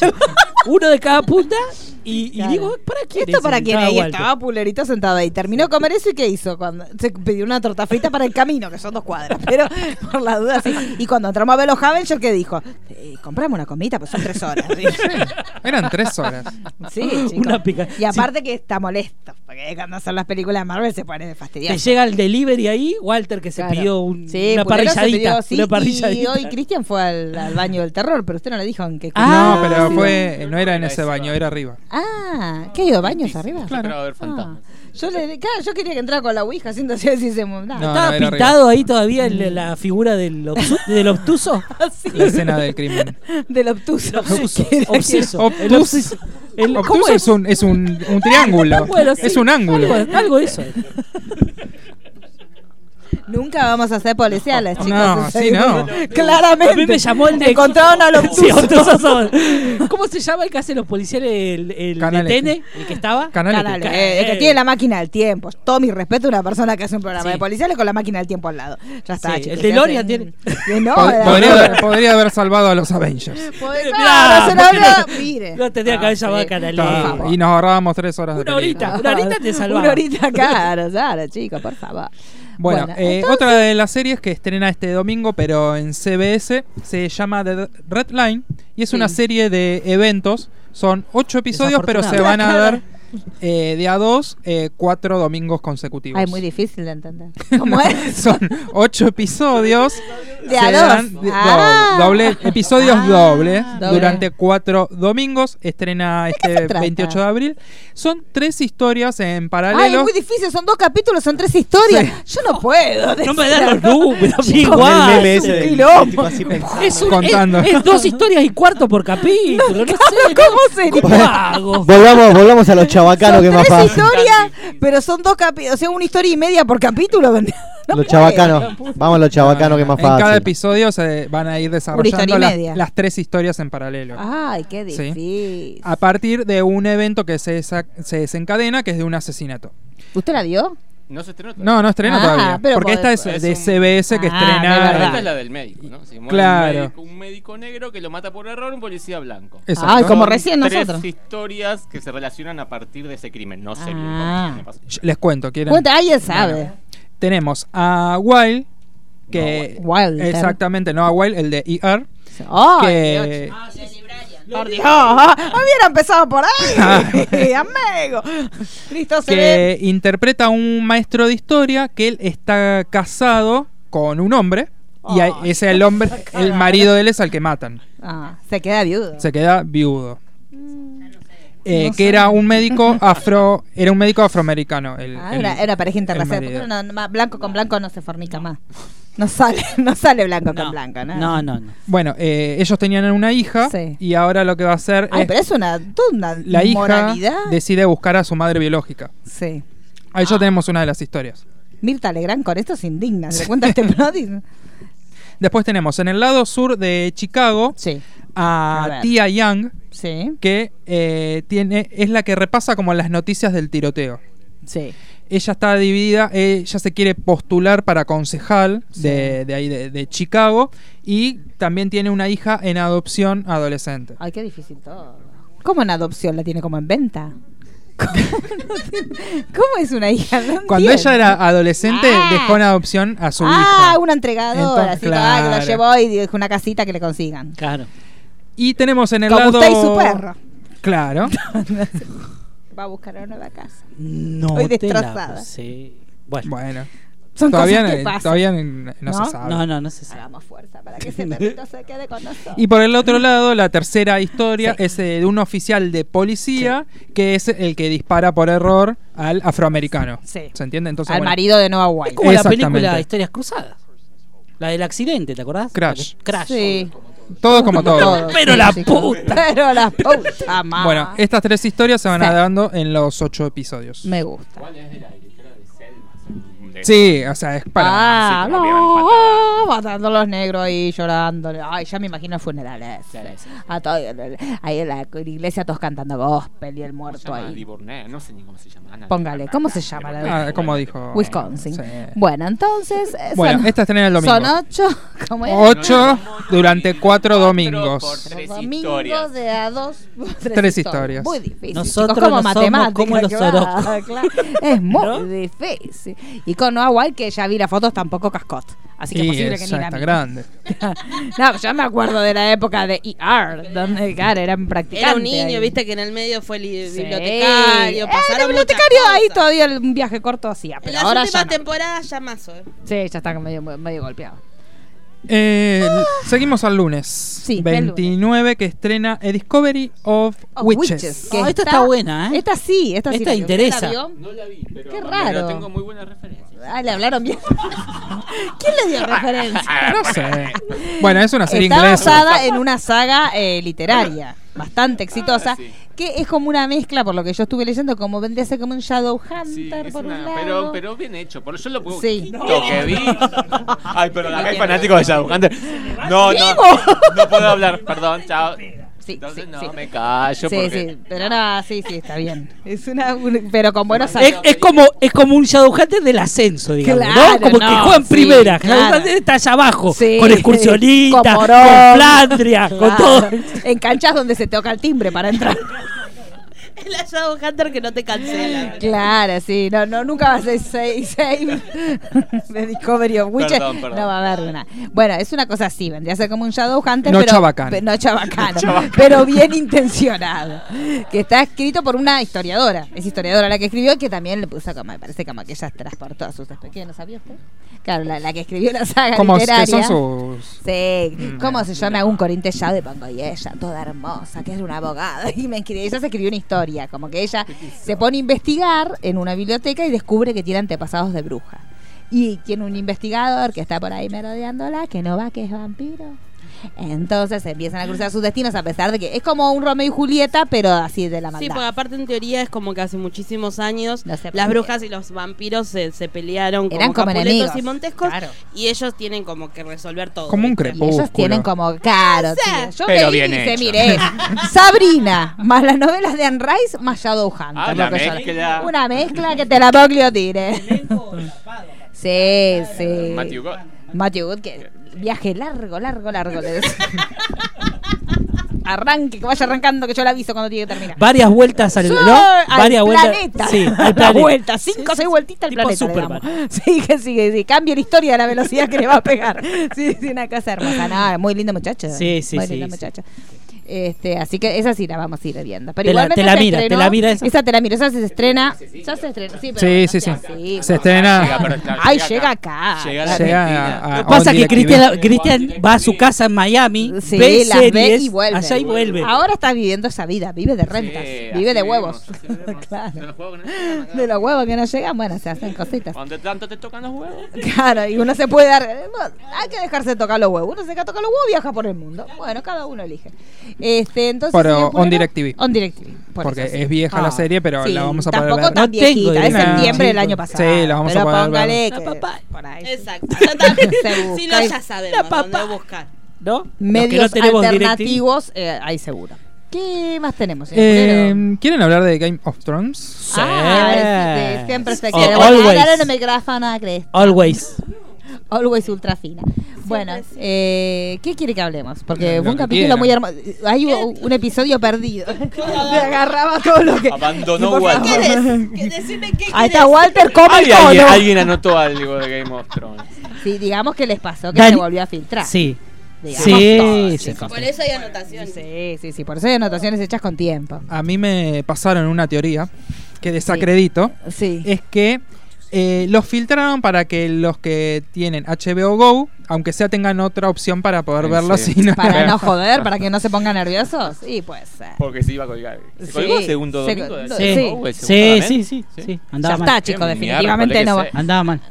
Speaker 4: Uno de cada punta Y, y
Speaker 2: Claro.
Speaker 4: digo, "Eh, ¿para quién?
Speaker 2: ¿Esto para
Speaker 4: Dicen,
Speaker 2: quién?
Speaker 4: cada
Speaker 2: Ahí
Speaker 4: vuelta.
Speaker 2: estaba Pulerito sentado ahí. Terminó de comer eso y ¿qué hizo? Cuando se pidió una torta frita para el camino, que son dos cuadras, pero por la duda sí. Y cuando entramos a ver los Havenger, ¿qué dijo? Eh, compramos una comida, pues son tres horas.
Speaker 3: Eh, Eran tres horas.
Speaker 2: Sí, chicos.
Speaker 4: Una pica-
Speaker 2: Y aparte que está molesto, porque cuando son las películas de Marvel se pone
Speaker 4: Te
Speaker 2: fastidioso.
Speaker 4: llega el delivery ahí, Walter, que se
Speaker 2: Claro.
Speaker 4: pidió un-
Speaker 2: Sí,
Speaker 4: una
Speaker 2: Pulero se
Speaker 4: parrilladita.
Speaker 2: pidió, sí,
Speaker 4: una
Speaker 2: Y
Speaker 4: parrilladita.
Speaker 2: hoy Cristian fue al, al baño del terror, pero usted no le dijo en qué.
Speaker 4: Ah,
Speaker 3: no, pero fue, no era en ese baño, era arriba.
Speaker 2: Ah, ¿qué ha ido? ¿Baños arriba?
Speaker 9: Claro. Pero a ver, fantasmas.
Speaker 2: Ah. yo, le, claro, yo quería que entrara con la Ouija haciendo así, así se mo- nada.
Speaker 3: No,
Speaker 4: Estaba
Speaker 3: no, era
Speaker 4: pintado ahí todavía
Speaker 2: Mm.
Speaker 4: el- la figura del, obsu- del obtuso.
Speaker 3: La escena del crimen.
Speaker 2: Del obtuso.
Speaker 4: Obsuso.
Speaker 2: Que-
Speaker 4: Obseso.
Speaker 3: Obtus-
Speaker 4: El obseso. El-
Speaker 3: Obtuso
Speaker 4: ¿cómo
Speaker 3: es un, es un, un triángulo.
Speaker 4: Bueno, sí.
Speaker 3: Es un ángulo.
Speaker 4: Algo, algo de eso.
Speaker 2: Nunca vamos a ser policiales, chicos.
Speaker 3: No,
Speaker 2: Eso
Speaker 3: sí,
Speaker 2: es-
Speaker 3: no.
Speaker 2: Claramente.
Speaker 4: A mí me llamó el de-
Speaker 2: Encontraron al obtuso.
Speaker 4: Sí, obtuso son. ¿Cómo se llama el que hace los policiales? El, el de
Speaker 3: Canales.
Speaker 4: Tene, el que estaba.
Speaker 3: Canales.
Speaker 2: Canales, eh, el que tiene la máquina del tiempo. Todo mi respeto a una persona que hace un programa
Speaker 4: Sí.
Speaker 2: de policiales con la máquina del tiempo al lado. Ya está,
Speaker 4: Sí,
Speaker 2: chicos,
Speaker 4: el
Speaker 2: se
Speaker 4: DeLorean
Speaker 2: hacen-
Speaker 3: Po-
Speaker 2: No, era-
Speaker 3: podría, haber, podría haber salvado a los Avengers.
Speaker 2: Podría-
Speaker 4: Eh,
Speaker 2: Claro, se lo
Speaker 4: mirá,
Speaker 2: habló- Mire. Ah,
Speaker 4: No tendría que haber llamado a Canales.
Speaker 3: Está, y nos ahorrábamos tres horas de
Speaker 4: Una
Speaker 3: película.
Speaker 4: horita, una horita te salvaba.
Speaker 2: Una horita, claro, claro, chicos, por favor.
Speaker 3: Bueno, eh,
Speaker 2: entonces-
Speaker 3: otra de las series que estrena este domingo, pero en CBS, se llama The Red Line y es una serie de eventos. Son ocho episodios, pero se van a dar eh, de a dos, eh, cuatro domingos consecutivos.
Speaker 2: Ay, muy difícil de entender. ¿Cómo es?
Speaker 3: Son ocho episodios.
Speaker 2: De a
Speaker 3: Se
Speaker 2: dos.
Speaker 3: dan de-
Speaker 2: Ah.
Speaker 3: do- doble- episodios
Speaker 2: Ah,
Speaker 3: dobles
Speaker 2: doble.
Speaker 3: durante cuatro domingos. Estrena este
Speaker 2: trata?
Speaker 3: 28 de abril. Son tres historias en
Speaker 2: Ay, es
Speaker 3: paralelo.
Speaker 2: muy difícil, son dos capítulos, son tres historias. Yo no puedo.
Speaker 4: No me dan los números,
Speaker 5: Con el
Speaker 4: igual.
Speaker 5: meme
Speaker 4: Es,
Speaker 5: ese
Speaker 2: un
Speaker 5: del-
Speaker 2: quilombo.
Speaker 5: tipo así pensando.
Speaker 4: un-
Speaker 3: Contando.
Speaker 4: es- es dos historias y cuarto por capítulo. No, sé,
Speaker 2: ¿Cómo sería?
Speaker 4: ¿cómo hago?
Speaker 5: Volvamos, volvamos a los
Speaker 2: Son
Speaker 5: chavacanos que es más
Speaker 2: tres
Speaker 5: fácil.
Speaker 2: historias, pero son dos capítulos, o sea, una historia y media por capítulo. No
Speaker 5: Los
Speaker 2: puede.
Speaker 5: chavacanos. Vamos a los chavacanos que es más
Speaker 3: en cada
Speaker 5: fácil.
Speaker 3: episodio se van a ir
Speaker 2: historia
Speaker 3: desarrollando
Speaker 2: y
Speaker 3: las,
Speaker 2: media. Ah.
Speaker 3: las tres historias en paralelo.
Speaker 2: Ay, qué
Speaker 3: Sí.
Speaker 2: difícil.
Speaker 4: Ah.
Speaker 3: A partir de un evento que se, desa- se desencadena, que es de un asesinato.
Speaker 2: ¿Usted la vio?
Speaker 9: No se estrenó todavía.
Speaker 3: No, no estrena
Speaker 2: Ah,
Speaker 3: todavía.
Speaker 2: pero
Speaker 3: Porque esta
Speaker 2: podés-
Speaker 3: es
Speaker 9: podés
Speaker 3: de
Speaker 9: un-
Speaker 3: CBS que
Speaker 2: Ah, de
Speaker 3: estrena.
Speaker 9: Esta
Speaker 2: verdad.
Speaker 9: es la del médico, ¿no? Se muere un
Speaker 3: Claro.
Speaker 9: médico- Un médico, negro que lo mata por error, un policía blanco.
Speaker 3: Exacto.
Speaker 2: Ay, como
Speaker 9: Son
Speaker 2: recién
Speaker 9: tres
Speaker 2: nosotros.
Speaker 9: historias que se relacionan a partir de ese crimen. No sé bien
Speaker 2: Ah.
Speaker 9: cómo me pasó.
Speaker 3: Yo- Les cuento, ¿quieren?
Speaker 2: Cuenta, alguien sabe.
Speaker 3: Tenemos a Wild,
Speaker 4: eh,
Speaker 3: que.
Speaker 2: No, Wild. Wilder.
Speaker 3: Exactamente, no a Wild, el de ER.
Speaker 2: Ay, Dios.
Speaker 3: que,
Speaker 2: por Dios. Hubiera empezado por ahí. Amigo. Listo, se ve.
Speaker 3: que interpreta a un maestro de historia que él está casado con un hombre. Y a-
Speaker 2: Ay,
Speaker 3: ese es el hombre, el marido de él es al que matan.
Speaker 2: Ah, se queda viudo.
Speaker 3: se queda viudo.
Speaker 2: Mm.
Speaker 3: Eh, que era un médico afro era un médico afroamericano el-
Speaker 2: Ah,
Speaker 3: el-
Speaker 2: era, era pareja interracial.
Speaker 3: el
Speaker 2: porque
Speaker 3: marido.
Speaker 2: no- no- blanco con blanco no se fornica más. No sale, no sale blanco con blanco, ¿no?
Speaker 4: no, no. no.
Speaker 3: bueno eh, ellos tenían una hija
Speaker 2: Sí.
Speaker 3: y ahora lo que va a hacer
Speaker 2: Ay,
Speaker 3: es
Speaker 2: pero es una, toda una
Speaker 3: eh, la hija
Speaker 2: moralidad.
Speaker 3: decide buscar a su madre biológica
Speaker 2: Sí. Ah.
Speaker 3: ahí ya tenemos una de las historias
Speaker 2: Mirta Legrand con esto se indigna. ¿Se cuenta este plot?
Speaker 3: después tenemos en el lado sur de Chicago
Speaker 2: Sí, A
Speaker 3: a
Speaker 2: ver.
Speaker 3: Tia Young
Speaker 2: sí,
Speaker 3: que eh, tiene es la que repasa como las noticias del tiroteo
Speaker 2: sí.
Speaker 3: ella está dividida, ella se quiere postular para concejal de, de ahí de, de Chicago y también tiene una hija en adopción adolescente.
Speaker 2: Ay, qué difícil todo. ¿Cómo en adopción? ¿La tiene como en venta? ¿Cómo, no tiene- cómo es una hija? No
Speaker 3: Cuando
Speaker 2: entiendo.
Speaker 3: ella era adolescente
Speaker 2: Ah.
Speaker 3: dejó en adopción a su
Speaker 2: ah,
Speaker 3: hija.
Speaker 2: una entregadora.
Speaker 3: Entonces,
Speaker 2: así, ah, que
Speaker 3: claro.
Speaker 2: lo llevó y dijo una casita que le consigan.
Speaker 4: Claro.
Speaker 3: Y tenemos en el
Speaker 2: Como
Speaker 3: lado
Speaker 2: usted y su perro.
Speaker 3: Claro.
Speaker 2: Va a buscar una nueva casa.
Speaker 4: No
Speaker 2: Estoy
Speaker 4: te la
Speaker 2: destrozada.
Speaker 4: posee. Bueno,
Speaker 3: Bueno,
Speaker 2: Son
Speaker 3: todavía,
Speaker 2: cosas que
Speaker 3: no-
Speaker 2: pasan.
Speaker 3: todavía no, no
Speaker 2: ¿No?
Speaker 3: se sabe.
Speaker 4: no, no, no se sabe.
Speaker 2: Hagamos fuerza para que ese perrito se quede con nosotros.
Speaker 3: Y por el otro lado, la tercera historia es eh, de un oficial de policía que es el que dispara por error al afroamericano.
Speaker 2: Sí.
Speaker 3: ¿Se entiende? Entonces,
Speaker 2: Al
Speaker 3: bueno,
Speaker 2: marido de Noah White.
Speaker 4: Es como la
Speaker 3: Exactamente.
Speaker 4: película Historias Cruzadas. La del accidente, ¿te acordás?
Speaker 3: Crash.
Speaker 4: La que- Crash.
Speaker 2: Sí.
Speaker 3: todo como todo.
Speaker 4: Pero
Speaker 2: sí,
Speaker 4: la
Speaker 2: chicos.
Speaker 4: puta.
Speaker 2: Pero la puta madre.
Speaker 3: Bueno, estas tres historias se van
Speaker 2: Ah. Sí.
Speaker 3: dando en los ocho episodios.
Speaker 2: me gusta.
Speaker 9: ¿Cuál es de la directora de Selma?
Speaker 3: Sí, o sea, es para.
Speaker 2: ah,
Speaker 9: sí, pero
Speaker 2: no,
Speaker 9: habían patadas.
Speaker 2: matando Ah, los negros ahí llorando. Ay, ya me imagino el funeral ese. A todo- ahí en la iglesia todos cantando gospel y el muerto
Speaker 9: llama?
Speaker 2: ahí.
Speaker 9: Liburné, no sé ni cómo se llama. Ana.
Speaker 2: Póngale, ¿cómo se llama la-
Speaker 3: Ah, como dijo.
Speaker 2: Wisconsin.
Speaker 3: Sí.
Speaker 2: Bueno, entonces. eh,
Speaker 3: Bueno,
Speaker 2: son-
Speaker 3: esta estrena el domingo.
Speaker 2: Son ocho. ¿Cómo es?
Speaker 3: Ocho durante cuatro domingos.
Speaker 9: Tres
Speaker 2: Domingos
Speaker 9: historias.
Speaker 2: de a dos. Tres,
Speaker 3: Tres historias.
Speaker 2: Muy difícil.
Speaker 4: Nosotros
Speaker 2: chicos, como
Speaker 4: no somos
Speaker 2: matemática.
Speaker 4: como los
Speaker 2: que va,
Speaker 4: Orozco.
Speaker 2: claro. Es muy
Speaker 4: ¿No?
Speaker 2: difícil. Y con Noah Wild, que ya vi las fotos, tampoco cascot. Así que
Speaker 3: Y
Speaker 2: posible
Speaker 3: esa
Speaker 2: que ni la
Speaker 3: está
Speaker 2: mire.
Speaker 3: grande.
Speaker 2: No, yo me acuerdo de la época de ER, donde claro, eran practicantes.
Speaker 6: Era un niño,
Speaker 2: ahí.
Speaker 6: viste que en el medio fue li-
Speaker 2: Sí.
Speaker 6: bibliotecario.
Speaker 2: Eh,
Speaker 6: pasaron
Speaker 2: el bibliotecario
Speaker 6: muchas
Speaker 2: ahí
Speaker 6: cosas.
Speaker 2: todavía el- un viaje corto hacía,
Speaker 6: En
Speaker 2: pero
Speaker 6: las
Speaker 2: ahora ya
Speaker 6: últimas
Speaker 2: no.
Speaker 6: temporadas ya mazo. eh.
Speaker 2: Sí, ya está medio, medio golpeado.
Speaker 3: Eh, seguimos al lunes.
Speaker 2: Ah.
Speaker 3: Sí,
Speaker 2: el lunes.
Speaker 3: 29 que estrena A Discovery of,
Speaker 2: Of
Speaker 3: Witches.
Speaker 2: que
Speaker 4: Ah, esta está buena, ¿eh?
Speaker 2: Esta sí, esta sí.
Speaker 4: Esta
Speaker 2: la vi.
Speaker 4: interesa.
Speaker 2: ¿La vio?
Speaker 9: No la vi, pero,
Speaker 2: Qué
Speaker 9: pero
Speaker 2: raro.
Speaker 9: tengo muy buena referencia.
Speaker 2: Ah, le hablaron bien. ¿Quién le dio referencia?
Speaker 4: Ah,
Speaker 3: No sé. Bueno, es una serie
Speaker 2: Está
Speaker 3: inglesa.
Speaker 2: basada en una saga eh, literaria
Speaker 9: Ah,
Speaker 2: bastante exitosa, que es como una mezcla, por lo que yo estuve leyendo, como vendría a ser como un Shadowhunter
Speaker 9: Sí, es
Speaker 2: por un
Speaker 9: una-
Speaker 2: lado.
Speaker 9: pero, pero bien hecho. Por eso lo puedo.
Speaker 2: Sí.
Speaker 9: Lo que vi. Ay, pero acá hay fanáticos de Shadowhunter. No, no. No puedo hablar. Perdón, chao.
Speaker 2: Sí,
Speaker 9: Entonces
Speaker 2: sí,
Speaker 9: no,
Speaker 2: sí.
Speaker 9: me callo.
Speaker 2: Sí,
Speaker 9: porque...
Speaker 2: sí, pero no, sí, sí, está bien. Es una, un- pero con buenos
Speaker 4: Es,
Speaker 2: actores.
Speaker 4: es como, es como un Shadowhunter del ascenso, digamos,
Speaker 2: Claro,
Speaker 4: ¿no? Como que
Speaker 2: no,
Speaker 4: juega en
Speaker 2: sí,
Speaker 4: primera.
Speaker 2: claro.
Speaker 4: Shadowhunter está allá abajo,
Speaker 2: Sí.
Speaker 4: con excursionista,
Speaker 2: Con
Speaker 4: con,
Speaker 2: Morón.
Speaker 4: Flandria, con todo.
Speaker 2: Claro. Ah, En canchas donde se toca el timbre para entrar.
Speaker 6: El hallado Hunter que no te cancela.
Speaker 2: Claro, sí, no, no, nunca va a ser save, save de Discovery of Witches.
Speaker 9: Perdón, perdón.
Speaker 2: No va a haber una. Bueno, es una cosa así, vendría a ser como un Shadowhunter,
Speaker 3: No
Speaker 2: pero,
Speaker 3: chabacano.
Speaker 2: pe- no chabacano, pero bien intencionado. Que está escrito por una historiadora. Es historiadora la que escribió, que también le puso como, me parece como que ella transportó a sus especies, ¿no sabía usted? Claro, la, la que escribió la saga
Speaker 3: Como
Speaker 2: literaria.
Speaker 3: que son sus.
Speaker 2: Sí,
Speaker 6: Mm.
Speaker 2: ¿cómo se llama? Un corintellado de Pango y ella, toda hermosa, que es una abogada. Y me escribe- ella se escribió una historia, como que ella se pone a investigar en una biblioteca y descubre que tiene antepasados de bruja. Y tiene un investigador que está por ahí merodeándola, que no va, que es vampiro. Entonces empiezan a cruzar sus destinos a pesar de que es como un Romeo y Julieta, pero así de la maldad.
Speaker 6: Sí, porque aparte en teoría es como que hace muchísimos años
Speaker 2: No se
Speaker 6: las
Speaker 2: pelean.
Speaker 6: brujas y los vampiros se, se pelearon
Speaker 2: Eran como
Speaker 6: Capuletos
Speaker 2: enemigos.
Speaker 6: y Montescos
Speaker 2: Claro.
Speaker 6: y ellos tienen como que resolver todo.
Speaker 3: Como un
Speaker 2: Y
Speaker 3: crepúsculo.
Speaker 2: ellos tienen como caro, tío. Yo
Speaker 9: Pero
Speaker 2: leí
Speaker 9: bien
Speaker 2: y dije,
Speaker 9: hecho.
Speaker 2: mire, Sabrina, más las novelas de Anne Rice, más Shadowhunter.
Speaker 9: Ah,
Speaker 2: lo
Speaker 9: la
Speaker 2: que yo-
Speaker 9: mezcla.
Speaker 2: Una mezcla que te la Poglio tire. Sí, sí.
Speaker 9: Matthew Gott.
Speaker 2: Matthew Good, que viaje largo, largo, largo. le decía. Arranque, que vaya arrancando, que yo le aviso cuando tiene que terminar.
Speaker 4: Varias vueltas al,
Speaker 2: Sol,
Speaker 4: ¿no?
Speaker 2: al
Speaker 4: Varias
Speaker 2: planeta.
Speaker 4: vueltas. Sí,
Speaker 2: Una
Speaker 4: al planeta.
Speaker 2: vuelta, cinco, seis vueltitas al
Speaker 4: Tipo
Speaker 2: planeta.
Speaker 4: Superman.
Speaker 2: digamos. Sí, que sí, que sí. Cambia la historia de la velocidad que le va a pegar. Sí, sí, una cosa hermosa. No, muy lindo muchacho.
Speaker 4: Sí, sí,
Speaker 2: Muy
Speaker 4: sí,
Speaker 2: lindo
Speaker 4: sí.
Speaker 2: muchacho. Este, así que esa sí la vamos a ir viendo. Pero
Speaker 4: Te la-
Speaker 2: igualmente
Speaker 4: te la
Speaker 2: se
Speaker 4: mira, te
Speaker 2: estrenó-
Speaker 4: la mira esa.
Speaker 2: te la mira, esa se estrena. Ya se estrena. Sí, pero
Speaker 3: Sí,
Speaker 2: bueno,
Speaker 3: sí,
Speaker 2: sea
Speaker 3: sí.
Speaker 2: así.
Speaker 3: Se estrena-
Speaker 9: Llega, pero claro,
Speaker 2: Ay,
Speaker 9: llega
Speaker 2: llega
Speaker 9: acá.
Speaker 2: acá.
Speaker 9: Llega a la
Speaker 3: Llega
Speaker 9: Argentina.
Speaker 3: a- a-
Speaker 4: Pasa que
Speaker 3: Directv.
Speaker 4: Cristian, Cristian va a su casa en Miami,
Speaker 2: Sí,
Speaker 4: ve
Speaker 2: las ve
Speaker 4: series,
Speaker 2: y vuelve.
Speaker 4: allá y vuelve.
Speaker 2: Ahora está viviendo esa vida, vive de rentas,
Speaker 9: Sí,
Speaker 2: vive
Speaker 9: así
Speaker 2: de
Speaker 9: vivimos,
Speaker 2: huevos.
Speaker 9: así vivimos.
Speaker 2: Claro.
Speaker 9: De los huevos que no llegan acá.
Speaker 2: De los huevos que no llegan, bueno, se hacen cositas.
Speaker 9: Donde tanto te tocan los huevos.
Speaker 2: Claro, y uno se puede dar. no, hay que dejarse tocar los huevos. Uno se deja tocar los huevos y viaja por el mundo. Bueno, cada uno elige. Este, entonces.
Speaker 3: Pero
Speaker 2: ¿sigue
Speaker 3: on
Speaker 2: pulero?
Speaker 3: DirecTV.
Speaker 2: On DirecTV. por
Speaker 3: Porque
Speaker 2: eso, Ah,
Speaker 3: es vieja la serie, pero la vamos a poder
Speaker 2: tampoco
Speaker 3: ver.
Speaker 2: tan
Speaker 4: No tengo
Speaker 2: viejita, es
Speaker 3: DirecTV.
Speaker 2: septiembre del
Speaker 4: Sí,
Speaker 2: año pasado.
Speaker 3: la vamos a
Speaker 2: pero
Speaker 3: poder ver.
Speaker 2: póngale
Speaker 4: La
Speaker 2: que-
Speaker 4: papá.
Speaker 2: por ahí.
Speaker 6: Exacto. Ya está.
Speaker 2: Se busca.
Speaker 6: si no, ya sabemos
Speaker 4: La papá.
Speaker 6: dónde buscar.
Speaker 4: ¿no? Los que no
Speaker 2: Medios
Speaker 4: tenemos DirecTV.
Speaker 2: alternativos, eh, ahí seguro. ¿Qué más tenemos? señor
Speaker 3: Eh,
Speaker 2: Pulero?
Speaker 3: ¿Quieren hablar de Game of Thrones?
Speaker 2: Ah, es- es- siempre se
Speaker 4: O-
Speaker 3: Oh,
Speaker 2: quiere.
Speaker 4: always.
Speaker 2: Ahora no me grafan a Cres.
Speaker 4: Always.
Speaker 2: Always ultra fina. Bueno, eh, ¿qué quiere que hablemos? Porque
Speaker 3: Lo
Speaker 2: fue un
Speaker 3: que
Speaker 2: capítulo
Speaker 3: quiera.
Speaker 2: muy hermoso. Hay un, un episodio perdido. Me agarraba todo lo que.
Speaker 9: Abandonó
Speaker 2: Por favor.
Speaker 6: ¿Qué des- qué- Decime qué
Speaker 2: Ahí
Speaker 6: querés.
Speaker 2: está Walter como el
Speaker 9: Ay, alguien,
Speaker 2: cono.
Speaker 9: alguien anotó algo de Game of Thrones.
Speaker 2: Sí, digamos que les pasó que
Speaker 4: Dani-
Speaker 2: se volvió a filtrar.
Speaker 4: Sí.
Speaker 2: Digamos todo,
Speaker 4: Sí, sí.
Speaker 2: chicos.
Speaker 6: Por eso hay anotaciones.
Speaker 2: Sí, sí, sí. Por eso hay anotaciones hechas con tiempo.
Speaker 3: A mí me pasaron una teoría que desacredito.
Speaker 2: Sí.
Speaker 3: es que eh, los filtraron para que los que tienen HBO Go, aunque sea tengan otra opción para poder
Speaker 9: Eh,
Speaker 3: verlo
Speaker 9: sí.
Speaker 3: si no-
Speaker 2: Para no joder, para que no se pongan nerviosos. Sí, pues. eh,
Speaker 9: Porque se iba a colgar. ¿Se
Speaker 2: Sí.
Speaker 9: colgó el segundo
Speaker 2: Se
Speaker 9: domingo?
Speaker 2: col-
Speaker 9: del
Speaker 2: sí.
Speaker 9: segundo, el segundo
Speaker 4: Sí, sí,
Speaker 9: también?
Speaker 4: sí, sí.
Speaker 2: Ya
Speaker 4: Andaba
Speaker 2: está,
Speaker 4: mal.
Speaker 2: chicos.
Speaker 9: Qué
Speaker 2: Definitivamente no,
Speaker 9: miércoles,
Speaker 2: va-
Speaker 9: eh.
Speaker 4: Andaba mal.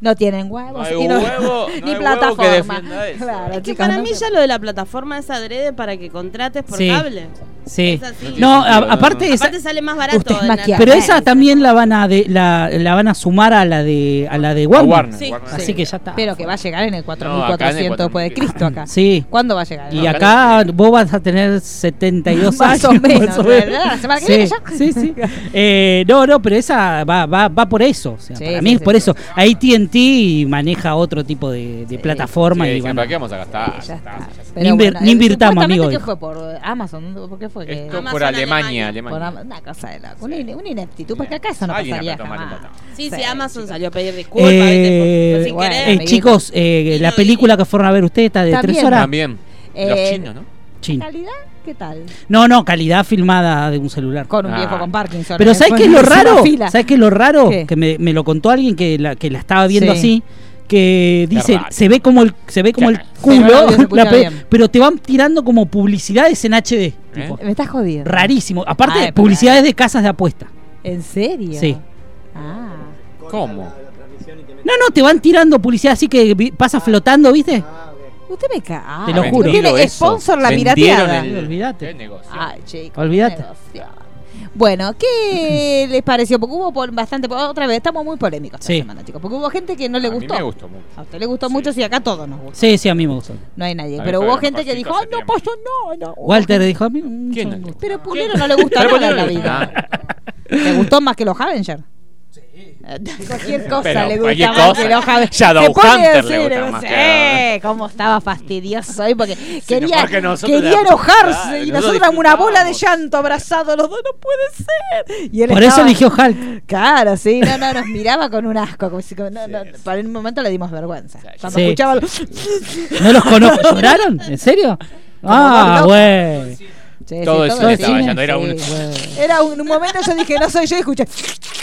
Speaker 2: no tienen huevos.
Speaker 9: No hay
Speaker 2: y no-
Speaker 9: huevo, no
Speaker 2: ni
Speaker 9: hay huevo que
Speaker 2: plataforma.
Speaker 9: defienda eso.
Speaker 2: claro,
Speaker 6: Es que
Speaker 2: chicos,
Speaker 6: para
Speaker 2: no
Speaker 6: mí
Speaker 2: se-
Speaker 6: ya lo de la plataforma es adrede para que contrates por
Speaker 4: Sí.
Speaker 6: cable.
Speaker 4: Sí.
Speaker 6: Es así.
Speaker 4: No, a-
Speaker 7: sentido,
Speaker 4: aparte esa-
Speaker 6: Aparte sale más barato.
Speaker 2: Usted es
Speaker 6: en la-
Speaker 2: maquiavel.
Speaker 4: pero esa también la van a de- la, la van a sumar a la de a la de Warner.
Speaker 9: Warner.
Speaker 6: Sí.
Speaker 9: Warner.
Speaker 4: Así que ya está.
Speaker 2: Pero que va a llegar en el
Speaker 9: acá en el
Speaker 2: 4400 después de Cristo acá.
Speaker 4: Sí.
Speaker 2: ¿Cuándo va a llegar?
Speaker 4: Y
Speaker 9: No,
Speaker 4: acá
Speaker 9: acá no.
Speaker 4: vos vas a tener 72
Speaker 2: Más o
Speaker 4: años.
Speaker 2: menos,
Speaker 4: más o
Speaker 2: ¿verdad?
Speaker 4: menos.
Speaker 2: La semana que
Speaker 4: Sí,
Speaker 2: viene ya.
Speaker 4: sí, sí. Eh, no, no, pero esa va, va, va por eso. O sea,
Speaker 2: Sí,
Speaker 4: para
Speaker 2: sí,
Speaker 4: mí es
Speaker 2: sí,
Speaker 4: por
Speaker 2: sí.
Speaker 4: eso. Ahí TNT maneja otro tipo de, de plataforma.
Speaker 9: Sí,
Speaker 4: y
Speaker 9: dicen,
Speaker 4: van a-
Speaker 9: ¿Para qué vamos a gastar?
Speaker 2: Ya está.
Speaker 4: Ni invir- ni
Speaker 2: eh, supuestamente,
Speaker 4: invirtamos, amigo,
Speaker 2: ¿Qué
Speaker 4: hijo.
Speaker 2: fue por Amazon? ¿Por qué fue que.?
Speaker 9: Esto
Speaker 6: Amazon,
Speaker 9: por Alemania,
Speaker 2: por
Speaker 9: Alemania.
Speaker 2: Am- una cosa de la una, ine- una ineptitud, porque acá eso no
Speaker 9: Alguien
Speaker 2: pasaría
Speaker 9: apretó mal el
Speaker 2: jamás.
Speaker 9: botón.
Speaker 6: Sí, sí, Amazon salió a pedir disculpas.
Speaker 4: Eh,
Speaker 6: ¿viste? Por- por sin
Speaker 2: bueno,
Speaker 6: querer.
Speaker 4: Eh, chicos, eh,
Speaker 6: Y
Speaker 4: la
Speaker 6: no-
Speaker 4: película que fueron a ver ustedes está de
Speaker 2: Está
Speaker 4: tres
Speaker 2: bien.
Speaker 4: horas.
Speaker 9: También.
Speaker 2: Eh,
Speaker 9: Los chinos, ¿no?
Speaker 4: Chino.
Speaker 2: ¿Calidad? ¿Qué tal?
Speaker 4: No, no, calidad filmada de un celular.
Speaker 2: Con un
Speaker 9: Ah.
Speaker 2: viejo con Parkinson.
Speaker 4: Pero
Speaker 2: eh,
Speaker 4: ¿sabes
Speaker 2: fue
Speaker 4: qué es lo
Speaker 2: encima
Speaker 4: raro?
Speaker 2: fila.
Speaker 4: ¿Sabes qué es lo raro?
Speaker 2: ¿Qué?
Speaker 4: Que me, me lo contó alguien que la, que la estaba viendo
Speaker 2: Sí.
Speaker 4: así. Que dice,
Speaker 9: raro.
Speaker 4: se ve como el, se ve como el
Speaker 2: Pero el
Speaker 4: culo,
Speaker 2: audio se escucha
Speaker 4: la pe-
Speaker 2: bien.
Speaker 4: pero te van tirando como publicidades en HD. tipo.
Speaker 2: Me estás jodiendo.
Speaker 4: Rarísimo. Aparte,
Speaker 2: Ay, pero-
Speaker 4: publicidades de casas de apuesta.
Speaker 2: ¿En serio?
Speaker 4: Sí.
Speaker 2: Ah.
Speaker 9: ¿Cómo?
Speaker 4: No, no, te van tirando publicidad así que vi- pasa flotando, ¿viste?
Speaker 2: Usted me cae.
Speaker 4: Te lo juro.
Speaker 2: Tiene
Speaker 9: Vendido Ah, eso.
Speaker 2: sponsor la Ah,
Speaker 9: Vendieron
Speaker 2: pirateada.
Speaker 9: el-
Speaker 4: Sí, olvídate.
Speaker 9: Qué negocio.
Speaker 2: Ay, chicos.
Speaker 4: Olvídate.
Speaker 2: negocio. Bueno, ¿qué les pareció? Porque hubo pol- bastante. po- Otra vez, estamos muy polémicos esta
Speaker 4: Sí.
Speaker 2: semana, chicos. Porque hubo gente que no le
Speaker 9: A mí
Speaker 2: gustó.
Speaker 9: me gustó mucho.
Speaker 2: A usted le gustó mucho, sí, acá todos nos gustó.
Speaker 4: Sí, sí, a mí me gustó.
Speaker 2: No hay nadie.
Speaker 9: A mí
Speaker 2: Pero
Speaker 9: fue
Speaker 2: hubo
Speaker 9: lo
Speaker 2: gente que
Speaker 9: mejorcito
Speaker 2: dijo,
Speaker 9: hace
Speaker 2: "Ah, no,
Speaker 9: tiempo".
Speaker 2: pasó, no, no.
Speaker 4: Walter dijo a mí. mm,
Speaker 9: ¿Quién
Speaker 4: son-
Speaker 9: no le
Speaker 2: Pero Pulero no le gusta
Speaker 9: Pero
Speaker 2: nada
Speaker 9: Pulero
Speaker 2: en la
Speaker 9: no le gusta
Speaker 2: vida. ¿Le gustó más que los Avenger? Sí. cualquier cosa
Speaker 9: Pero
Speaker 2: le
Speaker 9: cualquier
Speaker 2: gusta más
Speaker 9: cosa.
Speaker 2: que los Avenger.
Speaker 9: Shadow
Speaker 2: Se pone a
Speaker 9: Hunter le
Speaker 2: decir,
Speaker 9: gusta más
Speaker 2: sí,
Speaker 9: que-
Speaker 2: cómo estaba fastidioso hoy porque quería,
Speaker 9: porque nosotros
Speaker 2: quería
Speaker 9: la-
Speaker 2: enojarse
Speaker 9: Claro,
Speaker 2: y
Speaker 9: nosotros
Speaker 2: nosotros damos una bola de
Speaker 9: disfrutábamos.
Speaker 2: llanto abrazados los dos, no puede ser. Y él
Speaker 4: Por eso
Speaker 2: estaba-
Speaker 4: eligió Hulk.
Speaker 2: Claro, sí, no, no, nos miraba con un asco. Como si, como- no, no, para un momento le dimos vergüenza. Cuando
Speaker 4: Sí,
Speaker 2: escuchaba.
Speaker 4: No los conozco. ¿Lloraron? ¿En serio? Ah,
Speaker 2: Como
Speaker 4: güey.
Speaker 2: Sí, sí,
Speaker 9: Todo el
Speaker 4: cine
Speaker 2: el
Speaker 4: estaba
Speaker 2: cine,
Speaker 9: yendo, era un-
Speaker 2: Era un, un momento yo dije, no soy yo, y escuché.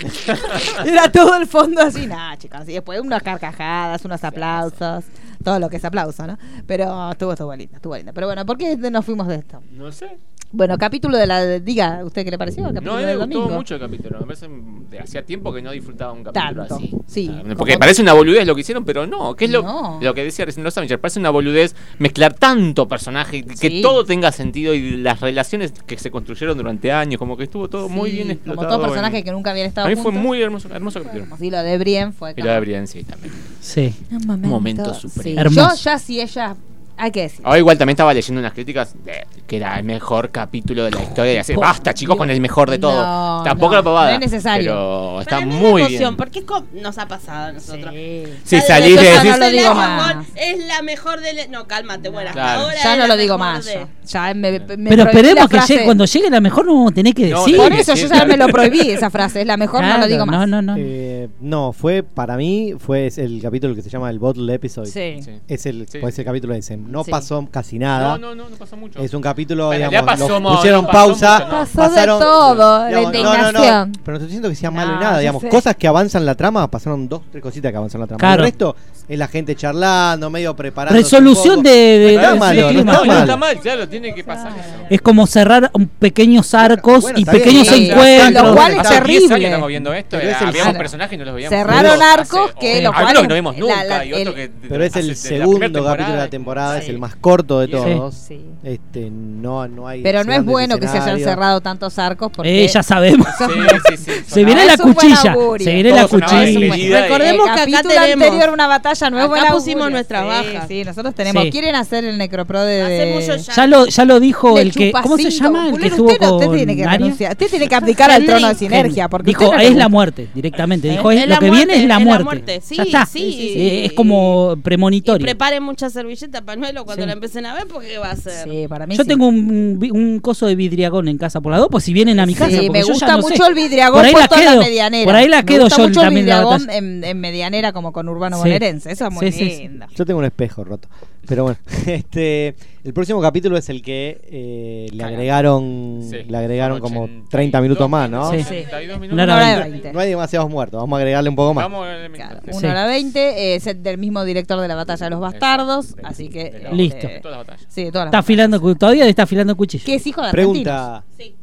Speaker 2: era todo el fondo así, nada, chicos. Y después unas carcajadas, unos aplausos, todo lo que es aplauso, ¿no? Pero estuvo, estuvo lindo, estuvo lindo. Pero bueno, ¿por qué nos fuimos de esto?
Speaker 9: No sé.
Speaker 2: Bueno, capítulo de la. Diga, ¿usted qué le pareció? Capítulo
Speaker 9: No, me
Speaker 2: del
Speaker 9: gustó
Speaker 2: domingo.
Speaker 9: mucho el capítulo. Me parece de hacía tiempo que no disfrutaba un capítulo
Speaker 2: Tanto.
Speaker 9: así.
Speaker 2: Sí.
Speaker 9: Ah,
Speaker 2: como-
Speaker 9: Porque parece una boludez lo que hicieron, pero no. ¿Qué es lo,
Speaker 2: No.
Speaker 9: lo que decía recién los Avengers? Parece una boludez mezclar tanto personaje, que
Speaker 2: Sí.
Speaker 9: todo tenga sentido y las relaciones que se construyeron durante años, como que estuvo todo muy
Speaker 2: sí,
Speaker 9: bien explotado.
Speaker 2: Como todos
Speaker 9: en-
Speaker 2: personajes que nunca habían estado
Speaker 9: A mí fue
Speaker 2: juntos.
Speaker 9: muy hermoso, hermoso capítulo.
Speaker 2: Sí, lo de Brienne fue.
Speaker 9: Y
Speaker 2: como-
Speaker 9: la de Brian, sí, también.
Speaker 4: Sí.
Speaker 2: Un momento,
Speaker 9: Momento
Speaker 2: sí.
Speaker 9: supremo.
Speaker 4: Hermoso.
Speaker 2: Yo ya sí, ella. Hay que decir.
Speaker 9: Ahora igual también estaba leyendo unas críticas de que era el mejor capítulo de la historia. Y así, basta, chicos, con el mejor de todo.
Speaker 2: No,
Speaker 9: Tampoco
Speaker 2: no,
Speaker 9: la pavada.
Speaker 2: no es necesario.
Speaker 9: Pero está
Speaker 6: Para mí es la
Speaker 9: muy
Speaker 6: emoción,
Speaker 9: bien.
Speaker 6: Porque co- nos ha pasado a nosotros.
Speaker 2: Eh,
Speaker 9: Si
Speaker 6: Sale
Speaker 9: salís
Speaker 2: de-
Speaker 9: de
Speaker 2: Yo
Speaker 9: decís,
Speaker 2: ya no lo digo
Speaker 6: Selena
Speaker 2: más.
Speaker 6: Gomez Es la mejor de... No, cálmate, bueno, hasta
Speaker 9: Claro.
Speaker 6: ahora
Speaker 2: Ya
Speaker 6: es
Speaker 2: no
Speaker 6: la
Speaker 2: lo digo
Speaker 6: mejor
Speaker 2: más.
Speaker 6: de-
Speaker 2: yo. Ya me, me- me
Speaker 4: Pero
Speaker 2: prohibí la
Speaker 4: esperemos que
Speaker 2: frase.
Speaker 4: llegue, cuando llegue la mejor no vamos a tener que
Speaker 9: No,
Speaker 4: decir.
Speaker 9: la-
Speaker 2: Por eso yo ya me lo prohibí esa frase. Es la mejor, no lo
Speaker 4: Claro,
Speaker 2: digo más.
Speaker 4: No, no, no.
Speaker 5: Eh, no, fue para mí, fue es el capítulo que se llama el Bottle Episode.
Speaker 2: Sí.
Speaker 9: Sí.
Speaker 5: Es el,
Speaker 9: Sí.
Speaker 5: pues, el capítulo ese. No
Speaker 2: Sí.
Speaker 5: pasó casi
Speaker 9: No,
Speaker 5: nada.
Speaker 9: no, no, no pasó mucho.
Speaker 5: Es un capítulo,
Speaker 9: Bueno, ya
Speaker 5: digamos,
Speaker 9: pasó
Speaker 5: lo
Speaker 9: mo-
Speaker 5: pusieron
Speaker 9: pasó
Speaker 5: pausa.
Speaker 9: mucho, ¿no?
Speaker 2: Pasó
Speaker 5: pasaron,
Speaker 2: de todo, la
Speaker 5: digamos, no, no, no,
Speaker 2: indignación.
Speaker 5: pero no estoy diciendo que sea malo
Speaker 2: No,
Speaker 5: ni nada,
Speaker 2: ya
Speaker 5: digamos.
Speaker 2: sé.
Speaker 5: Cosas que avanzan la trama, pasaron dos, tres cositas que avanzan la trama.
Speaker 4: Claro.
Speaker 5: El resto es la gente charlando, medio preparando.
Speaker 4: Resolución de, de-
Speaker 5: Está
Speaker 4: de-
Speaker 5: malo,
Speaker 4: de
Speaker 5: no
Speaker 4: clima.
Speaker 5: está
Speaker 9: no,
Speaker 5: mal.
Speaker 9: está mal, claro, tiene que pasar eso.
Speaker 4: Es como cerrar un- pequeños arcos
Speaker 5: Bueno,
Speaker 4: y
Speaker 5: está bien,
Speaker 4: pequeños
Speaker 2: sí,
Speaker 4: encuentros.
Speaker 2: lo cual es
Speaker 9: Hace
Speaker 5: Está
Speaker 9: 10 años
Speaker 2: terrible.
Speaker 9: estamos viendo esto,
Speaker 5: Pero
Speaker 9: era-
Speaker 5: es el-
Speaker 9: habíamos
Speaker 2: Claro.
Speaker 9: personajes y no los veíamos.
Speaker 2: Cerraron
Speaker 9: Hace-
Speaker 2: arcos que los
Speaker 9: o- algunos
Speaker 2: cuales-
Speaker 9: que no vimos nunca
Speaker 2: la- la-
Speaker 9: y otro
Speaker 2: el-
Speaker 9: que
Speaker 5: Pero es el
Speaker 9: hace de la primera
Speaker 5: segundo capítulo de la temporada, es el más corto de
Speaker 9: Sí.
Speaker 5: todos.
Speaker 2: Oh, Sí.
Speaker 5: Este, no, no hay.
Speaker 2: Pero no es
Speaker 5: grandes
Speaker 2: bueno que se hayan
Speaker 5: escenarios.
Speaker 2: cerrado tantos arcos porque
Speaker 4: Eh, ya sabemos.
Speaker 9: Sí, sí, sí.
Speaker 4: Se
Speaker 9: sonaba-
Speaker 4: viene la
Speaker 2: Es un buen
Speaker 4: cuchilla.
Speaker 2: augurio.
Speaker 4: Se viene la
Speaker 9: Todo sonaba
Speaker 4: cuchilla.
Speaker 9: de medida y-
Speaker 6: Recordemos que acá
Speaker 2: capítulo
Speaker 6: tenemos-
Speaker 2: anterior una batalla no es
Speaker 6: Acá
Speaker 2: buena
Speaker 6: pusimos nuestras
Speaker 2: sí,
Speaker 6: bajas.
Speaker 2: Sí, nosotros tenemos.
Speaker 4: Sí.
Speaker 2: ¿Quieren hacer el necropro de.?
Speaker 6: Hace mucho
Speaker 4: Ya lo, ya lo dijo
Speaker 2: Le
Speaker 4: el que.
Speaker 2: chupa
Speaker 4: ¿Cómo se
Speaker 2: cinco.
Speaker 4: llama? El que
Speaker 2: Pulero,
Speaker 4: estuvo
Speaker 2: usted, no- usted
Speaker 4: con
Speaker 2: tiene que
Speaker 4: Daria?
Speaker 2: renunciar. Usted tiene que abdicar al trono de sinergia. Porque
Speaker 4: Dijo,
Speaker 2: usted no le
Speaker 4: es la
Speaker 2: gusta".
Speaker 4: muerte, directamente.
Speaker 2: ¿Eh?
Speaker 4: Dijo,
Speaker 6: Es
Speaker 4: es lo
Speaker 6: la
Speaker 4: que
Speaker 6: muerte,
Speaker 4: viene es la
Speaker 6: es la
Speaker 4: muerte.
Speaker 6: muerte. Sí,
Speaker 4: ya está.
Speaker 6: sí, sí,
Speaker 4: Eh,
Speaker 6: sí.
Speaker 4: Es como premonitorio.
Speaker 6: Prepare mucha servilleta, pañuelo, cuando
Speaker 4: Sí.
Speaker 6: la empiecen a ver, porque va a ser...
Speaker 2: Sí, para mí
Speaker 4: Yo
Speaker 2: sí.
Speaker 4: tengo un, un- un coso de vidriagón en casa por la dos, pues si vienen a mi casa.
Speaker 2: Sí,
Speaker 4: porque
Speaker 2: me
Speaker 4: yo ya
Speaker 2: gusta
Speaker 4: no sé.
Speaker 2: mucho el vidriagón
Speaker 4: Por ahí la
Speaker 2: puesto en
Speaker 4: quedo.
Speaker 2: la medianera.
Speaker 4: Por ahí la
Speaker 2: Me
Speaker 4: quedo
Speaker 2: gusta
Speaker 4: yo
Speaker 2: mucho el
Speaker 4: también la
Speaker 2: vidriagón
Speaker 4: batalla.
Speaker 2: en, en medianera como con urbano
Speaker 4: Sí.
Speaker 2: bonaerense. Eso es muy
Speaker 4: Sí, sí, sí.
Speaker 2: lindo.
Speaker 5: Yo tengo un espejo roto. Pero bueno, este, el próximo capítulo es el que eh, le
Speaker 9: Cagando.
Speaker 5: agregaron,
Speaker 9: Sí.
Speaker 5: le agregaron
Speaker 9: Son
Speaker 5: como
Speaker 9: 82
Speaker 5: 30 minutos más, ¿no?
Speaker 4: Sí.
Speaker 9: 82 minutos.
Speaker 4: Una hora
Speaker 2: Una hora
Speaker 4: veinte.
Speaker 2: de veinte.
Speaker 5: No hay demasiados muertos, vamos a agregarle un poco más.
Speaker 9: Vamos a ver,
Speaker 2: Claro,
Speaker 9: sí.
Speaker 4: un-
Speaker 2: una
Speaker 4: Sí.
Speaker 2: hora 20, eh, set del mismo director de la Batalla de los Bastardos,
Speaker 9: Exacto.
Speaker 2: así que...
Speaker 9: De la-
Speaker 2: eh,
Speaker 4: Listo.
Speaker 9: de todas las batallas.
Speaker 2: Sí, de todas las
Speaker 4: Está afilando, cu- todavía está afilando cuchillo.
Speaker 2: Que es hijo de argentinos.
Speaker 5: Pregunta.
Speaker 6: Sí.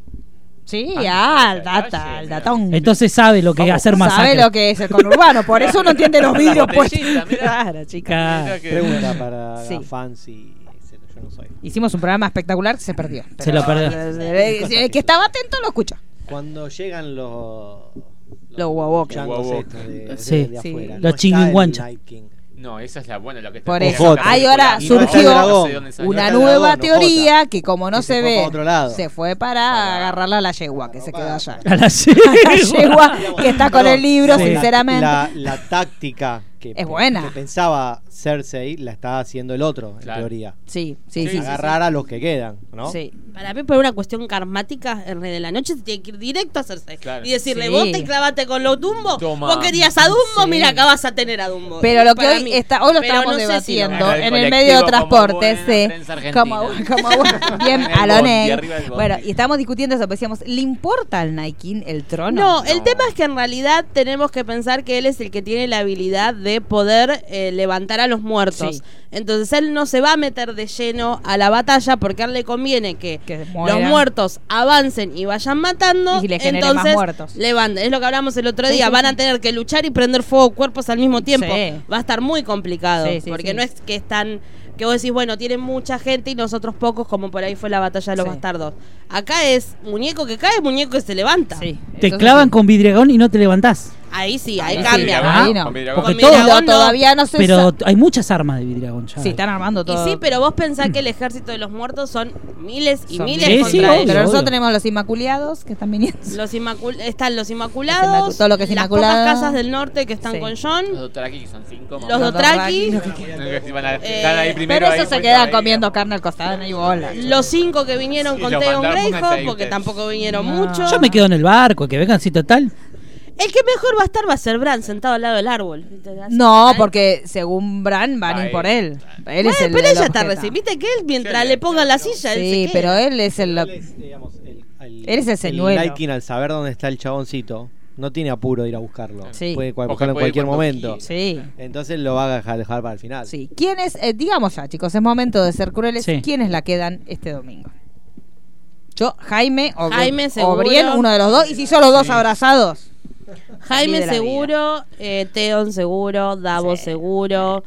Speaker 2: Sí,
Speaker 9: Ah,
Speaker 2: ah, el
Speaker 9: detalle,
Speaker 2: data, el
Speaker 9: mira.
Speaker 2: datón.
Speaker 4: Entonces sabe lo que
Speaker 9: Vamos.
Speaker 4: hacer más
Speaker 2: Sabe lo que es el conurbano, por eso no entiende los
Speaker 9: La
Speaker 2: vidrios puestos.
Speaker 9: botellita, mira.
Speaker 2: Claro, chica.
Speaker 9: Mira que-
Speaker 5: Pregunta para
Speaker 2: Sí.
Speaker 5: fans y etcétera. Yo yo no soy.
Speaker 2: Hicimos un programa espectacular que se perdió.
Speaker 4: Se lo perdió.
Speaker 2: Eh, eh, El que estaba atento lo escuchó.
Speaker 5: Cuando llegan los.
Speaker 2: Los guabocas.
Speaker 5: changos
Speaker 9: Guabocas.
Speaker 5: estos de- de-
Speaker 4: Sí.
Speaker 5: de
Speaker 2: Sí.
Speaker 5: afuera.
Speaker 2: Los
Speaker 5: No está
Speaker 4: chinguinguanchas.
Speaker 5: el Night King.
Speaker 9: No, esa es la buena, lo que
Speaker 2: Por
Speaker 9: te-
Speaker 2: eso.
Speaker 9: Ojo,
Speaker 2: Ahí
Speaker 9: película.
Speaker 2: ahora
Speaker 9: Y no está el
Speaker 2: surgió
Speaker 9: dragón. No sé dónde salió.
Speaker 2: Una
Speaker 5: está
Speaker 2: nueva
Speaker 5: dragón, no
Speaker 2: teoría que como no
Speaker 5: Que
Speaker 2: se,
Speaker 5: se fue
Speaker 2: ve,
Speaker 5: para otro lado.
Speaker 2: se fue para agarrarla a la yegua que se quedó allá.
Speaker 4: A
Speaker 2: La
Speaker 4: la yegua.
Speaker 2: yegua que está con el libro,
Speaker 5: Sí.
Speaker 2: sinceramente.
Speaker 5: La, la táctica que,
Speaker 2: Es buena.
Speaker 5: que pensaba Cersei la está haciendo el otro, en
Speaker 9: Claro.
Speaker 5: teoría.
Speaker 2: Sí, sí, sí. sí,
Speaker 5: Agarrar a los que quedan, ¿no?
Speaker 2: sí.
Speaker 6: Para mí, por una cuestión karmática, el rey de la noche se tiene que ir directo a hacerse.
Speaker 9: Claro.
Speaker 6: Y decirle,
Speaker 2: Sí.
Speaker 6: vos te clavaste con los Dumbo,
Speaker 9: Toma.
Speaker 6: vos querías a Dumbo,
Speaker 2: Sí.
Speaker 6: mira, acá vas a tener a Dumbo.
Speaker 2: Pero lo que
Speaker 6: Para
Speaker 2: hoy
Speaker 6: mí.
Speaker 2: está, hoy lo
Speaker 6: Pero
Speaker 2: estábamos
Speaker 6: no sé si lo-
Speaker 2: debatiendo
Speaker 9: lo-
Speaker 2: en
Speaker 9: El
Speaker 2: el medio de
Speaker 9: colectivo como
Speaker 2: transporte,
Speaker 9: buena prensa
Speaker 2: sí.
Speaker 9: argentina.
Speaker 2: Como, como buen- bien
Speaker 9: En el
Speaker 2: a lo
Speaker 9: bondi,
Speaker 2: Ney.
Speaker 9: arriba del bondi.
Speaker 2: Bueno, y estábamos discutiendo eso, pero decíamos, ¿le importa al Nike el trono?
Speaker 6: No,
Speaker 9: No.
Speaker 6: el tema es que en realidad tenemos que pensar que él es el que tiene la habilidad de poder eh, levantar a los muertos.
Speaker 2: Sí.
Speaker 6: Entonces él no se va a meter de lleno a la batalla porque a él le conviene que,
Speaker 2: Que
Speaker 6: los
Speaker 2: mueran.
Speaker 6: muertos avancen y vayan matando.
Speaker 2: Y le genere más
Speaker 6: entonces
Speaker 2: muertos.
Speaker 6: levantan. Es lo que hablamos el otro
Speaker 2: Sí,
Speaker 6: día.
Speaker 2: sí,
Speaker 6: Van a
Speaker 2: sí.
Speaker 6: tener que luchar y prender fuego cuerpos al mismo tiempo.
Speaker 2: Sí.
Speaker 6: Va a estar muy complicado
Speaker 2: Sí, sí,
Speaker 6: porque
Speaker 2: sí.
Speaker 6: no es que están que vos decís, bueno, tienen mucha gente y nosotros pocos, como por ahí fue la batalla de los
Speaker 2: Sí.
Speaker 6: bastardos. Acá es muñeco que cae, muñeco que se levanta.
Speaker 2: Sí,
Speaker 4: Te
Speaker 2: eso
Speaker 4: clavan
Speaker 2: sí.
Speaker 4: con vidriagón y no te levantás.
Speaker 6: Ahí sí,
Speaker 2: Ahí
Speaker 6: ahí
Speaker 2: sí,
Speaker 6: cambia.
Speaker 2: ahí no.
Speaker 9: ¿no?
Speaker 4: Porque
Speaker 6: Con
Speaker 4: todo-
Speaker 6: Miragón no.
Speaker 2: todavía no se
Speaker 4: Pero
Speaker 2: sa-
Speaker 4: hay muchas armas de vidriagón ya.
Speaker 2: Sí, están armando todo.
Speaker 6: Y sí, pero vos pensás que el ejército de los muertos son miles y
Speaker 2: Son
Speaker 6: miles
Speaker 4: miles.
Speaker 6: de
Speaker 4: Sí, sí, obvio,
Speaker 2: pero nosotros
Speaker 4: obvio.
Speaker 2: tenemos los inmaculeados que están viniendo.
Speaker 6: Los inmacul- están los
Speaker 2: Los
Speaker 6: inmaculados,
Speaker 2: inmacu- todo lo que es
Speaker 6: las
Speaker 2: inmaculado.
Speaker 6: pocas casas del norte que están
Speaker 2: Sí.
Speaker 6: con John,
Speaker 9: Los Dothraki, que son cinco.
Speaker 6: los
Speaker 9: mamá.
Speaker 2: Los
Speaker 6: Dothraki,
Speaker 9: Van a- están ahí primero
Speaker 2: eh, Pero
Speaker 9: ahí,
Speaker 2: eso se
Speaker 9: puesto
Speaker 2: queda
Speaker 9: ahí,
Speaker 2: comiendo
Speaker 9: digamos.
Speaker 2: carne al costado, no hay bola.
Speaker 6: los cinco que vinieron
Speaker 9: Sí,
Speaker 6: con
Speaker 9: los
Speaker 6: Theon
Speaker 9: mandamos hasta
Speaker 6: Greyjoy,
Speaker 9: ahí
Speaker 6: porque
Speaker 9: ustedes.
Speaker 6: tampoco vinieron
Speaker 2: No.
Speaker 6: mucho.
Speaker 4: Yo me quedo en el barco, que vengan así total.
Speaker 6: El que mejor va a estar va a ser Bran, sentado al lado del árbol.
Speaker 2: No, porque según Bran van a ir
Speaker 9: Ahí.
Speaker 2: por él. Él
Speaker 6: Bueno,
Speaker 2: es el
Speaker 6: pero
Speaker 2: del
Speaker 6: ella está
Speaker 2: objeto.
Speaker 6: recién. Viste que él, mientras
Speaker 9: Sí,
Speaker 6: le pongan la silla, él
Speaker 2: Sí,
Speaker 6: se
Speaker 2: pero
Speaker 6: queda.
Speaker 2: él es el.
Speaker 5: Él es, digamos, el, el-
Speaker 2: Eres el señuelo.
Speaker 5: Night King, al saber dónde está el chaboncito, no tiene apuro de ir a buscarlo.
Speaker 2: Sí.
Speaker 5: Puede cua-
Speaker 9: Porque
Speaker 5: buscarlo en
Speaker 9: puede ir
Speaker 5: cualquier
Speaker 9: cuando
Speaker 5: momento.
Speaker 9: quiera.
Speaker 2: Sí.
Speaker 5: Entonces lo va a dejar, dejar para el final.
Speaker 2: Sí. ¿Quién es, eh, digamos ya, chicos, es momento de ser crueles.
Speaker 4: Sí.
Speaker 2: ¿Quiénes la quedan este domingo? Yo, Jaime o,
Speaker 6: Jaime,
Speaker 2: Bri- o
Speaker 6: seguro.
Speaker 2: Brienne, uno de los dos. Y si son los dos abrazados,
Speaker 6: Jaime
Speaker 2: de la
Speaker 6: seguro, eh, Theon seguro, Davos seguro,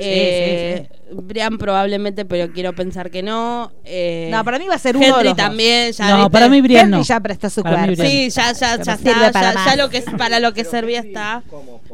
Speaker 6: eh, Brian probablemente, pero quiero pensar que no. eh,
Speaker 2: No, para mí va a ser uno
Speaker 6: Henry
Speaker 2: de los dos.
Speaker 6: también, ya
Speaker 4: No,
Speaker 6: viste.
Speaker 4: para mí Brian
Speaker 2: Henry
Speaker 4: no.
Speaker 2: ya prestó su
Speaker 4: Para mí
Speaker 2: cuerpo.
Speaker 4: Brian.
Speaker 6: Sí, ya, ya, ya
Speaker 2: No sirve
Speaker 6: está,
Speaker 2: para
Speaker 6: ya,
Speaker 2: más.
Speaker 6: ya lo que para lo que servía está.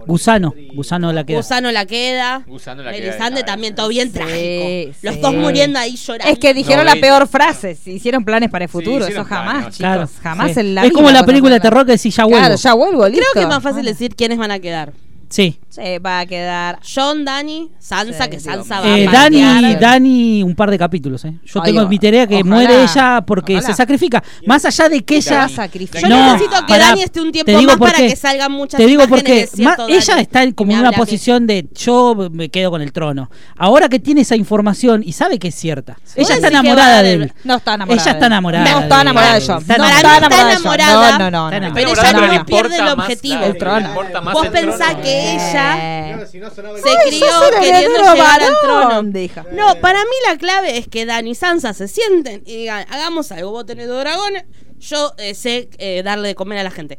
Speaker 4: Gusano, gusano la queda.
Speaker 6: Gusano la queda.
Speaker 9: Gusano la queda,
Speaker 6: Melisande
Speaker 9: está,
Speaker 6: también,
Speaker 9: eh.
Speaker 6: todo bien
Speaker 2: Sí,
Speaker 6: trágico. Los
Speaker 2: sí.
Speaker 6: dos muriendo ahí llorando.
Speaker 2: Es que dijeron la
Speaker 9: Novela.
Speaker 2: peor frase. si hicieron planes para el
Speaker 9: Sí,
Speaker 2: futuro. Eso
Speaker 9: hicieron
Speaker 2: jamás,
Speaker 9: planes,
Speaker 2: chicos.
Speaker 4: Claro,
Speaker 2: jamás
Speaker 4: sí.
Speaker 2: en la
Speaker 4: Es
Speaker 2: vida
Speaker 4: como la
Speaker 2: vas a
Speaker 4: película de
Speaker 2: hacer
Speaker 4: terror que decís ya vuelvo.
Speaker 2: Claro, ya vuelvo, listo.
Speaker 6: Creo que es más fácil
Speaker 2: Bueno.
Speaker 6: decir quiénes van a quedar.
Speaker 4: Sí.
Speaker 2: Se va a quedar.
Speaker 6: John, Dani, Sansa,
Speaker 2: Sí,
Speaker 6: que
Speaker 2: Dios
Speaker 6: Sansa va
Speaker 4: Eh,
Speaker 6: a
Speaker 4: Dani,
Speaker 6: patear.
Speaker 4: Dani, un par de capítulos. Eh. Yo
Speaker 2: Ay,
Speaker 4: tengo
Speaker 2: o-
Speaker 4: mi tarea que
Speaker 2: ojalá,
Speaker 4: muere ella porque
Speaker 2: ojalá.
Speaker 4: se sacrifica. Más allá de que ella.
Speaker 2: Se va a sacrificar.
Speaker 6: Yo
Speaker 4: No,
Speaker 6: necesito que
Speaker 4: pará,
Speaker 6: Dani esté un tiempo
Speaker 4: te digo
Speaker 6: más
Speaker 4: por
Speaker 6: para
Speaker 4: qué.
Speaker 6: que salgan muchas
Speaker 4: Te digo
Speaker 6: imágenes
Speaker 4: porque
Speaker 6: de cierto
Speaker 4: ma-
Speaker 6: Dani.
Speaker 4: ella está en- como
Speaker 6: Me
Speaker 4: en una
Speaker 6: habla a mí.
Speaker 4: posición de yo me quedo con el trono. Ahora que tiene esa información y sabe que es cierta, ella
Speaker 6: Vos
Speaker 4: está
Speaker 6: decís que va
Speaker 4: enamorada
Speaker 6: a
Speaker 4: de
Speaker 6: haber-
Speaker 4: él.
Speaker 2: No está enamorada.
Speaker 4: Ella está
Speaker 2: de-
Speaker 4: enamorada
Speaker 2: No
Speaker 4: de-
Speaker 2: está enamorada de
Speaker 4: está
Speaker 2: John. No
Speaker 4: enamorada.
Speaker 2: está enamorada de
Speaker 6: enamorada.
Speaker 2: John. No, no, no,
Speaker 4: Está
Speaker 2: no.
Speaker 4: enamorada.
Speaker 6: Pero
Speaker 9: Estoy
Speaker 6: ella
Speaker 9: enamorado,
Speaker 6: no
Speaker 9: pero le
Speaker 6: pierde el
Speaker 9: importa más
Speaker 6: objetivo.
Speaker 9: la-
Speaker 2: El trono.
Speaker 9: le importa más
Speaker 6: Vos
Speaker 9: el trono.
Speaker 6: pensás que ella
Speaker 2: Eh.
Speaker 5: Si no sonaba el-
Speaker 6: se crió
Speaker 2: sos el
Speaker 6: queriendo
Speaker 2: heredero
Speaker 6: llegar al
Speaker 2: varón,
Speaker 6: trono.
Speaker 2: dijo.
Speaker 6: No, para mí la clave es que Dani y Sansa se sienten y digan, hagamos algo, vos tenés dos dragones, yo eh, sé eh, darle de comer a la gente.